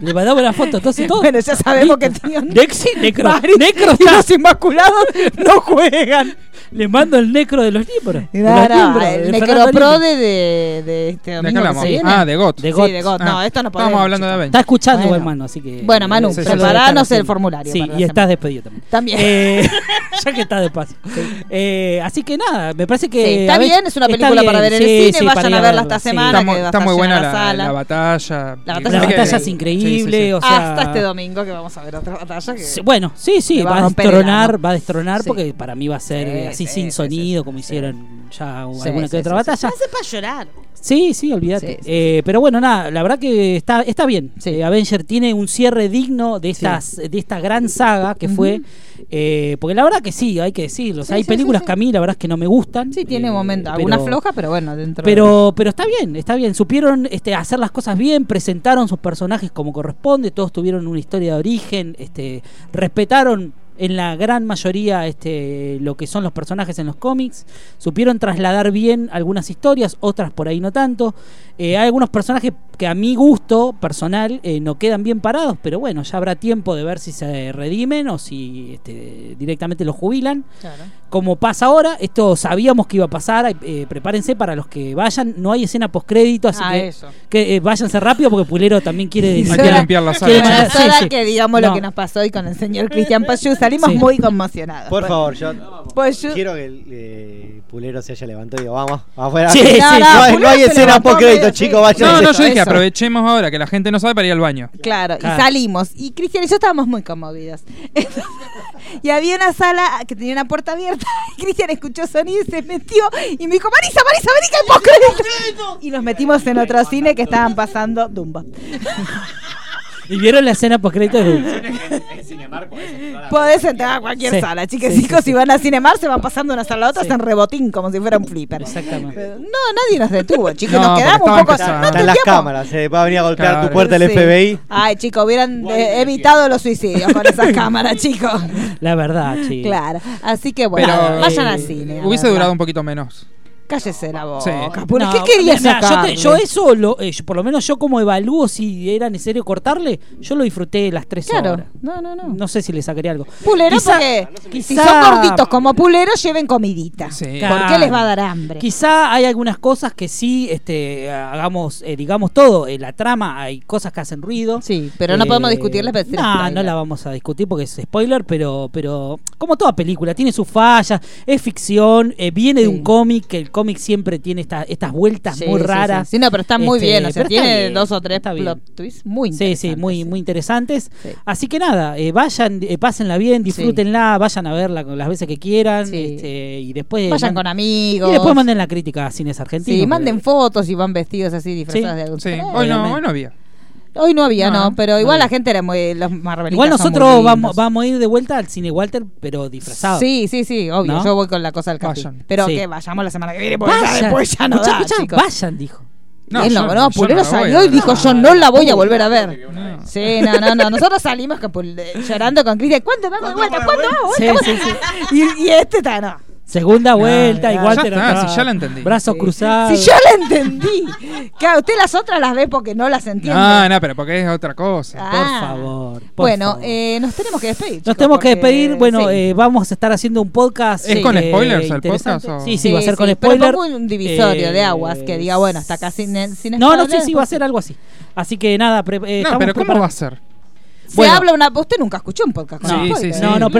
Speaker 4: Le mandamos la foto, entonces todo.
Speaker 2: Bueno, ya sabemos que tienen
Speaker 4: Nexi, Necro.
Speaker 2: Mari-
Speaker 4: necro
Speaker 2: y
Speaker 4: está.
Speaker 2: los inmaculados no juegan.
Speaker 4: Le mando el necro de los libros. de los
Speaker 2: Claro,
Speaker 4: libros,
Speaker 2: el
Speaker 4: de Fernando
Speaker 2: Necropro
Speaker 4: Libro.
Speaker 2: de, de, de este
Speaker 3: ¿De
Speaker 2: domingo
Speaker 3: qué
Speaker 2: que
Speaker 3: hablamos?
Speaker 2: se viene.
Speaker 3: Ah, de GOT.
Speaker 4: De
Speaker 2: Sí, de
Speaker 4: GOT. Ah.
Speaker 2: GOT. No, esto no podemos.
Speaker 3: Estábamos hablando de
Speaker 4: Está
Speaker 3: Avenger.
Speaker 4: escuchando,
Speaker 2: Bueno.
Speaker 4: hermano, así que.
Speaker 2: Bueno, Manu,
Speaker 4: Sí, sí, sí.
Speaker 2: preparanos el formulario.
Speaker 4: Sí,
Speaker 2: para la
Speaker 4: y
Speaker 2: semana.
Speaker 4: estás despedido también.
Speaker 2: También.
Speaker 4: Eh, ya que está de paso. Eh, así que nada, me parece que.
Speaker 2: Sí, está
Speaker 4: a ver-
Speaker 2: bien, es una
Speaker 4: está
Speaker 2: película para ver en el
Speaker 4: sí,
Speaker 2: cine,
Speaker 4: sí,
Speaker 2: vayan
Speaker 4: para ir
Speaker 2: a verla esta
Speaker 4: sí.
Speaker 2: semana.
Speaker 3: Está,
Speaker 2: que
Speaker 3: muy-
Speaker 2: va a
Speaker 3: está
Speaker 2: estar
Speaker 3: muy buena
Speaker 2: llena la
Speaker 3: la,
Speaker 2: sala.
Speaker 3: la batalla.
Speaker 2: La
Speaker 3: Y
Speaker 2: batalla
Speaker 3: parece
Speaker 2: es
Speaker 3: que-
Speaker 2: increíble.
Speaker 4: La batalla es increíble, o sea-
Speaker 2: Hasta este domingo que vamos a ver otra batalla. Que...
Speaker 4: Sí, Bueno, sí, sí,
Speaker 2: Te va
Speaker 4: va,
Speaker 2: a
Speaker 4: a
Speaker 2: romper el
Speaker 4: destronar,
Speaker 2: ano.
Speaker 4: va a destronar
Speaker 2: Sí.
Speaker 4: porque para mí va a ser
Speaker 2: Sí,
Speaker 4: eh,
Speaker 2: sí,
Speaker 4: así sin
Speaker 2: sí,
Speaker 4: sonido
Speaker 2: sí,
Speaker 4: como
Speaker 2: sí,
Speaker 4: hicieron ya
Speaker 2: Sí,
Speaker 4: alguna que
Speaker 2: sí,
Speaker 4: otra
Speaker 2: sí,
Speaker 4: batalla.
Speaker 6: hace para llorar.
Speaker 4: Sí, sí, olvídate.
Speaker 2: Sí, sí, sí.
Speaker 4: Eh, pero bueno, nada, la verdad que está, está bien.
Speaker 2: Sí.
Speaker 4: Eh, Avenger tiene un cierre digno de, estas, de esta gran saga que fue. eh, porque la verdad que sí, hay que decirlo. O sea,
Speaker 2: Sí,
Speaker 4: hay
Speaker 2: sí,
Speaker 4: películas
Speaker 2: sí, sí.
Speaker 4: que a mí la verdad es que no me gustan.
Speaker 2: Sí, tiene
Speaker 4: eh,
Speaker 2: momentos.
Speaker 4: pero-
Speaker 2: Alguna floja, pero bueno, dentro
Speaker 4: Pero, pero está bien, está bien. Supieron este, hacer las cosas bien, presentaron sus personajes como corresponde, todos tuvieron una historia de origen, este, respetaron en la gran mayoría este, lo que son los personajes en los cómics, supieron trasladar bien algunas historias, otras por ahí no tanto. Eh, hay algunos personajes que a mi gusto personal eh, no quedan bien parados, pero bueno, ya habrá tiempo de ver si se redimen o si este, directamente los jubilan
Speaker 2: de... Claro.
Speaker 4: como pasa ahora, esto sabíamos que iba a pasar, eh, prepárense para los que vayan, no hay escena postcrédito, así
Speaker 2: Ah,
Speaker 4: que,
Speaker 2: eso.
Speaker 4: que, eh, váyanse rápido porque Pulero también quiere
Speaker 3: Hay
Speaker 4: decir
Speaker 3: que
Speaker 2: Sola-
Speaker 3: limpiar la
Speaker 4: Quiere
Speaker 3: sala.
Speaker 4: mandar-
Speaker 2: Bueno, sola
Speaker 4: sí, sí.
Speaker 2: que digamos
Speaker 4: No.
Speaker 2: lo que nos pasó hoy con el señor Cristian Payu, salimos
Speaker 4: Sí.
Speaker 2: muy conmocionados. Pues
Speaker 5: Por
Speaker 2: Bueno,
Speaker 5: favor, yo
Speaker 2: Payu-
Speaker 5: quiero que el eh, pulero se haya levantado y digo, vamos, vamos afuera.
Speaker 4: Sí, sí,
Speaker 5: no,
Speaker 4: sí.
Speaker 5: hay- no
Speaker 2: Pulero
Speaker 5: hay
Speaker 2: se
Speaker 5: escena
Speaker 2: levantó
Speaker 5: postcrédito,
Speaker 2: medio-
Speaker 5: chicos,
Speaker 2: sí.
Speaker 5: vayan.
Speaker 3: No, no, yo dije,
Speaker 2: Eso.
Speaker 3: aprovechemos ahora que la gente no sabe para ir al baño.
Speaker 2: Claro,
Speaker 4: Claro.
Speaker 2: y salimos. Y Cristian y yo estábamos muy conmovidos. Entonces, y había una sala que tenía una puerta abierta. Y Cristian escuchó sonido y se metió. Y me dijo, Marisa, Marisa, vení que hay postcrédito". Y nos metimos en otro cine que estaban pasando Dumbo.
Speaker 4: Y vieron la escena postcrédito de
Speaker 8: En Cinemark podés entrar a-
Speaker 2: Podés entrar a cualquier
Speaker 4: Sí,
Speaker 2: sala, chicas.
Speaker 4: sí,
Speaker 2: chicos,
Speaker 4: sí, sí.
Speaker 2: si van a Cinemar, se van pasando de una sala a otra,
Speaker 4: Sí.
Speaker 2: hacen rebotín como si fuera un flipper.
Speaker 4: Exactamente.
Speaker 2: Pero No, nadie nos detuvo, chicos.
Speaker 3: No,
Speaker 2: nos quedamos
Speaker 3: porque
Speaker 2: un poco.
Speaker 3: estaban
Speaker 2: no
Speaker 5: Están las
Speaker 2: teníamos-
Speaker 5: cámaras, se va a venir a golpear
Speaker 3: Claro.
Speaker 5: tu puerta el
Speaker 2: Sí.
Speaker 5: FBI.
Speaker 2: Ay, chicos, hubieran eh, evitado los suicidios con esas cámaras, chicos.
Speaker 4: la verdad, chicos.
Speaker 2: Claro. Así que bueno,
Speaker 3: Pero
Speaker 2: vayan al
Speaker 4: eh,
Speaker 2: cine. la
Speaker 3: Hubiese
Speaker 2: verdad.
Speaker 3: durado un poquito menos.
Speaker 2: Cállese la boca.
Speaker 3: Sí.
Speaker 2: ¿Por
Speaker 4: No,
Speaker 2: qué querías
Speaker 4: mira, yo,
Speaker 2: sacarle?
Speaker 4: te- yo eso, lo, eh, yo- por lo menos yo como evalúo si era necesario cortarle, yo lo disfruté las tres
Speaker 2: Claro.
Speaker 4: horas.
Speaker 2: No, no, no.
Speaker 4: No sé si le sacaría algo.
Speaker 2: Pulero
Speaker 4: Quizá-
Speaker 2: porque si
Speaker 4: quizá-
Speaker 2: son gorditos como pulero, lleven comidita.
Speaker 3: Sí.
Speaker 4: Claro.
Speaker 2: ¿Por qué les va a dar hambre?
Speaker 4: Quizá hay algunas cosas que sí, este, hagamos, eh, digamos todo, eh, la trama, hay cosas que hacen ruido. Eh,
Speaker 2: Sí, pero no podemos discutirlas, pero
Speaker 4: No,
Speaker 2: este es spoiler.
Speaker 4: no la vamos a discutir porque es spoiler, pero, pero como toda película, tiene sus fallas, es ficción, eh, viene de
Speaker 2: Sí.
Speaker 4: un cómic, que el cómic siempre tiene esta- estas vueltas
Speaker 2: Sí,
Speaker 4: muy
Speaker 2: sí,
Speaker 4: raras.
Speaker 2: Sí, Sí, no, pero está muy
Speaker 4: Este,
Speaker 2: bien. O sea,
Speaker 4: pero está
Speaker 2: tiene
Speaker 4: bien,
Speaker 2: dos o tres
Speaker 4: está bien.
Speaker 2: plot twists muy
Speaker 4: Sí, sí,
Speaker 2: interesantes,
Speaker 4: muy, muy interesantes.
Speaker 2: Sí.
Speaker 4: Así que nada, eh, vayan, eh, pásenla bien, disfrútenla, vayan a verla con- las veces que quieran
Speaker 2: Sí.
Speaker 4: este, y después
Speaker 2: Vayan
Speaker 4: man-
Speaker 2: con amigos.
Speaker 4: y después manden la crítica a cines argentinos.
Speaker 2: Sí,
Speaker 4: pero-
Speaker 2: manden fotos y van vestidos así disfrazados
Speaker 4: Sí,
Speaker 2: de algún
Speaker 3: Sí.
Speaker 2: Eh,
Speaker 3: Hoy no, hoy no había.
Speaker 2: Hoy no había, no,
Speaker 3: No,
Speaker 2: pero igual
Speaker 4: no.
Speaker 2: la gente era muy. Los marvelitas
Speaker 4: Igual
Speaker 2: son muy
Speaker 4: nosotros vamos,
Speaker 2: lindos.
Speaker 4: vamos a ir de vuelta al cine Walter, pero disfrazados.
Speaker 2: Sí, sí, sí, obvio.
Speaker 4: ¿No?
Speaker 2: Yo voy con la cosa del casting.
Speaker 3: Vayan.
Speaker 2: Pero
Speaker 4: Sí.
Speaker 2: que vayamos la semana que viene, porque ya
Speaker 4: Vayan,
Speaker 2: después ya no
Speaker 4: Escuchá,
Speaker 2: da,
Speaker 4: escuchá,
Speaker 2: chicos.
Speaker 4: vayan, dijo.
Speaker 3: No,
Speaker 2: Él
Speaker 3: yo
Speaker 2: no, no,
Speaker 3: yo
Speaker 2: Pulero
Speaker 3: la voy
Speaker 2: salió
Speaker 3: a
Speaker 2: y
Speaker 3: ver.
Speaker 2: dijo, yo no la voy a volver a ver.
Speaker 3: No.
Speaker 2: Sí, no, no, no. Nosotros salimos con Pul- eh, llorando con Cristian. ¿Cuándo vamos de vuelta? ¿Cuándo vamos de vuelta?
Speaker 4: Sí, sí,
Speaker 2: Y, y este está, no.
Speaker 4: Segunda vuelta,
Speaker 2: Ah, ya
Speaker 4: igual te
Speaker 3: está, si ya la entendí.
Speaker 4: Brazos
Speaker 2: Sí.
Speaker 4: cruzados.
Speaker 2: Si yo la entendí. Claro, usted las otras las ve porque no las entiende.
Speaker 3: No, no, pero porque es otra cosa.
Speaker 2: Ah.
Speaker 4: Por favor. por
Speaker 2: bueno,
Speaker 4: favor.
Speaker 2: eh, nos tenemos que despedir.
Speaker 4: Nos
Speaker 2: chicos,
Speaker 4: tenemos que
Speaker 2: porque-
Speaker 4: despedir. Bueno,
Speaker 2: sí.
Speaker 4: eh, vamos a estar haciendo un podcast.
Speaker 3: ¿Es con
Speaker 4: eh,
Speaker 3: spoilers el
Speaker 4: interesante.
Speaker 3: podcast o-
Speaker 4: Sí, sí, va a ser
Speaker 2: Sí,
Speaker 4: con
Speaker 2: sí,
Speaker 4: spoilers.
Speaker 2: Pero pongo un divisorio de aguas que diga, bueno,
Speaker 4: hasta
Speaker 2: hasta casi sin, sin
Speaker 4: No, no,
Speaker 2: spoilers,
Speaker 4: sí, sí, va a
Speaker 2: pues
Speaker 4: ser algo así. Así que nada, pre- eh,
Speaker 3: No,
Speaker 4: estamos
Speaker 3: pero ¿cómo
Speaker 4: preparados.
Speaker 3: va a ser?
Speaker 2: Se
Speaker 3: Bueno.
Speaker 2: habla una. Usted nunca escuchó un podcast con
Speaker 3: Sí,
Speaker 2: un
Speaker 3: sí,
Speaker 2: podcast.
Speaker 3: sí.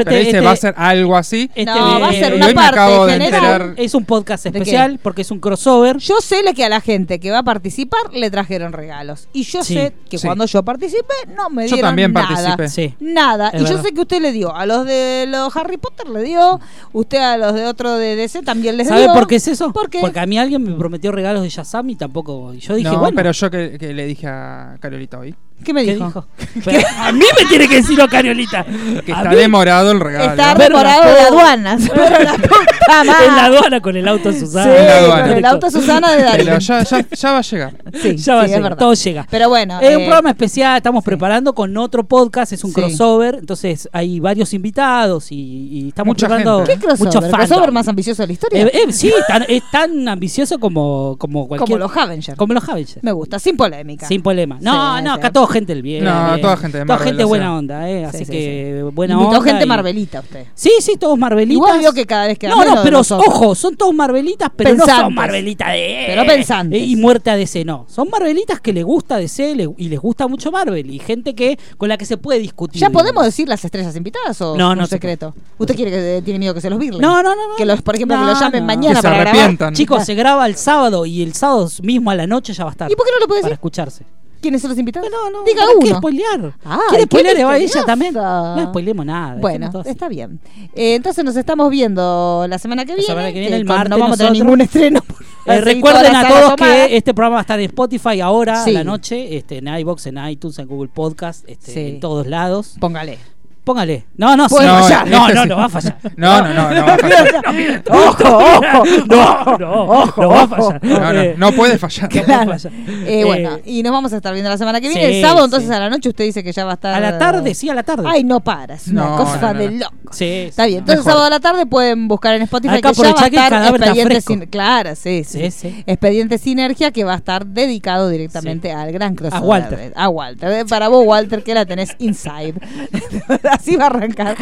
Speaker 3: Pero dice, va a ser algo así.
Speaker 2: No, va a ser
Speaker 3: Y
Speaker 2: una
Speaker 3: hoy me
Speaker 2: parte
Speaker 3: acabo de
Speaker 2: general.
Speaker 3: enterar.
Speaker 4: Es un podcast
Speaker 2: ¿De qué?
Speaker 4: especial porque es un crossover.
Speaker 2: Yo sé le que a la gente que va a participar le trajeron regalos. Y yo
Speaker 4: Sí,
Speaker 2: sé que
Speaker 4: sí.
Speaker 2: cuando yo participé no me
Speaker 4: Yo
Speaker 2: dieron
Speaker 4: también
Speaker 2: nada.
Speaker 4: participé. Sí.
Speaker 2: Nada.
Speaker 4: Es
Speaker 2: y yo
Speaker 4: verdad.
Speaker 2: sé que usted le dio. A los de los Harry Potter le dio. Usted a los de otro de DC también les
Speaker 4: ¿Sabe
Speaker 2: dio.
Speaker 4: por qué es eso?
Speaker 2: ¿Por qué?
Speaker 4: Porque a mí alguien me prometió regalos de Shazam y tampoco. Y yo dije,
Speaker 3: no,
Speaker 4: bueno.
Speaker 3: pero yo que, que le dije a Carolita hoy.
Speaker 2: ¿Qué me
Speaker 4: ¿Qué
Speaker 2: dijo?
Speaker 4: dijo? Pero a mí me tiene que decir a Cariolita.
Speaker 3: Que está demorado el regalo.
Speaker 2: Está demorado de aduanas. Pero la puta madre.
Speaker 4: En la aduana con el auto Susana.
Speaker 2: Sí,
Speaker 3: En la aduana.
Speaker 2: con el auto Susana de Darío.
Speaker 3: Pero ya, ya- ya va a llegar.
Speaker 2: Sí,
Speaker 4: ya va
Speaker 2: sí,
Speaker 4: a
Speaker 2: es
Speaker 4: ser,
Speaker 2: verdad.
Speaker 4: todo llega.
Speaker 2: Pero bueno.
Speaker 4: Es un
Speaker 2: eh,
Speaker 4: programa especial, estamos preparando con otro podcast, es un
Speaker 2: Sí.
Speaker 4: crossover, entonces hay varios invitados y, y estamos
Speaker 3: Mucha
Speaker 4: preparando
Speaker 3: gente.
Speaker 2: ¿Qué crossover?
Speaker 4: mucho
Speaker 2: ¿El
Speaker 4: fandom.
Speaker 2: crossover más ambicioso de la historia?
Speaker 4: Eh, eh, sí, tan- es tan ambicioso como, como
Speaker 2: como
Speaker 4: cualquier...
Speaker 2: los Avengers.
Speaker 4: como los Avengers.
Speaker 2: Me gusta, sin polémica.
Speaker 4: Sin problema. No,
Speaker 2: Sí,
Speaker 4: no,
Speaker 2: sí.
Speaker 4: acá todo gente del bien.
Speaker 3: No,
Speaker 4: bien.
Speaker 3: toda gente de
Speaker 4: Toda
Speaker 3: Marvel,
Speaker 4: gente
Speaker 3: o sea.
Speaker 4: buena onda, eh,
Speaker 2: Sí,
Speaker 4: así
Speaker 2: sí,
Speaker 4: que buena
Speaker 2: Invitó
Speaker 4: onda.
Speaker 2: gente
Speaker 4: y-
Speaker 2: marvelita usted.
Speaker 4: Sí, sí, todos marvelitas.
Speaker 2: Igual vio que cada vez que
Speaker 4: No,
Speaker 2: habla
Speaker 4: no,
Speaker 2: lo de
Speaker 4: pero
Speaker 2: nosotros.
Speaker 4: ojo, son todos marvelitas, pero no son
Speaker 2: Pensantes.
Speaker 4: marvelitas de.
Speaker 2: Pero pensantes.
Speaker 4: eh, Y muerte a DC, no. Son marvelitas que les gusta DC le- y les gusta mucho Marvel. Y gente que con la que se puede discutir.
Speaker 2: ¿Ya
Speaker 4: digamos.
Speaker 2: podemos decir las estrellas invitadas o
Speaker 4: No,
Speaker 2: es un
Speaker 4: no se
Speaker 2: secreto? ¿Usted quiere que eh, tiene miedo que se los virlen?
Speaker 4: No, no, no. no.
Speaker 2: Que los, por ejemplo, que
Speaker 4: No,
Speaker 2: los llamen
Speaker 4: no.
Speaker 2: mañana
Speaker 3: Que se
Speaker 2: para grabar. Ah.
Speaker 3: arrepientan.
Speaker 4: Chicos, se graba el sábado y el sábado mismo a la noche ya va a estar.
Speaker 2: ¿Y por qué no lo puede
Speaker 4: Para
Speaker 2: decir?
Speaker 4: escucharse.
Speaker 2: ¿Quiénes son los invitados?
Speaker 4: No, no,
Speaker 2: Diga
Speaker 4: ¿para qué
Speaker 2: uno.
Speaker 4: spoilear?
Speaker 2: Ay,
Speaker 4: ¿Quiere
Speaker 2: qué
Speaker 4: spoiler a ella
Speaker 2: misteriosa.
Speaker 4: también? No spoilemos nada. dejemos todo
Speaker 2: Bueno,
Speaker 4: así.
Speaker 2: está bien. Eh, entonces nos estamos viendo la semana que
Speaker 4: La
Speaker 2: viene.
Speaker 4: semana que viene, el
Speaker 2: cuando
Speaker 4: martes
Speaker 2: No vamos a tener
Speaker 4: nosotros.
Speaker 2: ningún estreno.
Speaker 4: Eh,
Speaker 2: Así,
Speaker 4: recuerden
Speaker 2: todas
Speaker 4: a
Speaker 2: las
Speaker 4: todos
Speaker 2: tomadas.
Speaker 4: que este programa va a estar en Spotify ahora
Speaker 2: Sí.
Speaker 4: a la noche, este, en iBox, en iTunes, en Google Podcast, este,
Speaker 2: Sí.
Speaker 4: en todos lados.
Speaker 2: Póngale.
Speaker 4: Póngale. No, no, sí.
Speaker 2: Puede
Speaker 4: no,
Speaker 2: fallar.
Speaker 4: no,
Speaker 3: este
Speaker 4: no,
Speaker 3: sí.
Speaker 4: no va a fallar.
Speaker 3: No, no, no, no va a fallar.
Speaker 4: ojo, ojo. No, no, ojo, no va a fallar.
Speaker 3: No, no, no puede fallar.
Speaker 4: No va a fallar.
Speaker 2: Eh, bueno,
Speaker 4: Eh,
Speaker 2: y nos vamos a estar viendo la semana que
Speaker 4: sí,
Speaker 2: viene. el sábado, entonces
Speaker 4: sí.
Speaker 2: a la noche, usted dice que ya va a estar.
Speaker 4: a la tarde, sí, a la tarde.
Speaker 2: Ay, no paras. Una
Speaker 3: No,
Speaker 2: cosa
Speaker 3: no, no,
Speaker 2: de
Speaker 3: no.
Speaker 2: loco.
Speaker 4: Sí,
Speaker 2: Está
Speaker 4: sí,
Speaker 2: bien, entonces
Speaker 4: mejor.
Speaker 2: sábado a la tarde pueden buscar en Spotify
Speaker 4: Acá
Speaker 2: que ya va
Speaker 4: aprovechá
Speaker 2: a
Speaker 4: que el
Speaker 2: estar
Speaker 4: cadáver está
Speaker 2: expediente
Speaker 4: fresco.
Speaker 2: Sin- claro, sí, sí,
Speaker 4: Sí, sí.
Speaker 2: Expediente Sinergia que va a estar dedicado directamente al gran crossover.
Speaker 4: Walter.
Speaker 2: A Walter. Eh, Para vos, Walter, que la tenés inside. Así va a arrancar.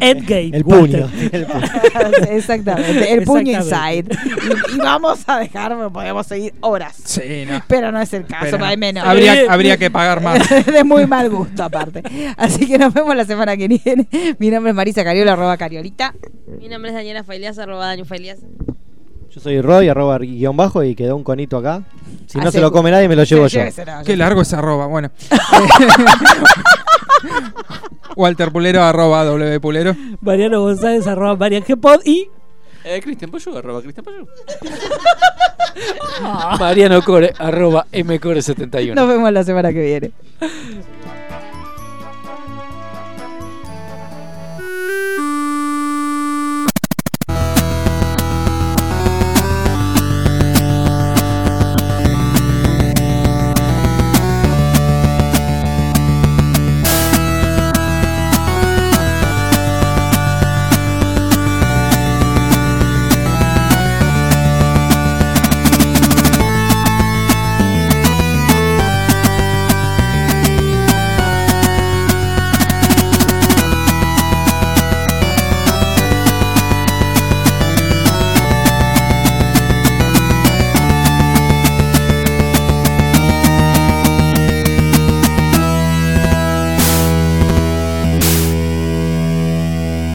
Speaker 4: Endgame.
Speaker 5: El
Speaker 4: Walter.
Speaker 5: puño. El puño.
Speaker 2: Exactamente, el puño inside.
Speaker 4: Exactamente.
Speaker 2: Y, y vamos a dejar, podemos seguir horas.
Speaker 3: Sí, no.
Speaker 2: Pero no es el caso,
Speaker 3: Pero no.
Speaker 2: para menos.
Speaker 3: Habría, habría que pagar más.
Speaker 2: de muy mal gusto aparte. Así que nos vemos la semana que viene. Mi nombre es Marisa Cariola, arroba Cariolita.
Speaker 6: Mi nombre es Daniela Failias, arroba Dani Failias.
Speaker 5: Yo soy Roy, arroba guión bajo y quedó un conito acá. Si no
Speaker 2: Hace-
Speaker 5: se lo come nadie, me lo llevo
Speaker 2: Sí,
Speaker 5: yo.
Speaker 2: lléveselo,
Speaker 3: Qué
Speaker 2: lléveselo.
Speaker 3: largo ese arroba, bueno. Walter Pulero, arroba W Pulero.
Speaker 4: Mariano González, arroba Marian G. Pod y
Speaker 9: Eh, Cristian Payú, arroba Cristian Payú.
Speaker 7: Mariano Core, arroba mcore71.
Speaker 2: Nos vemos la semana que viene.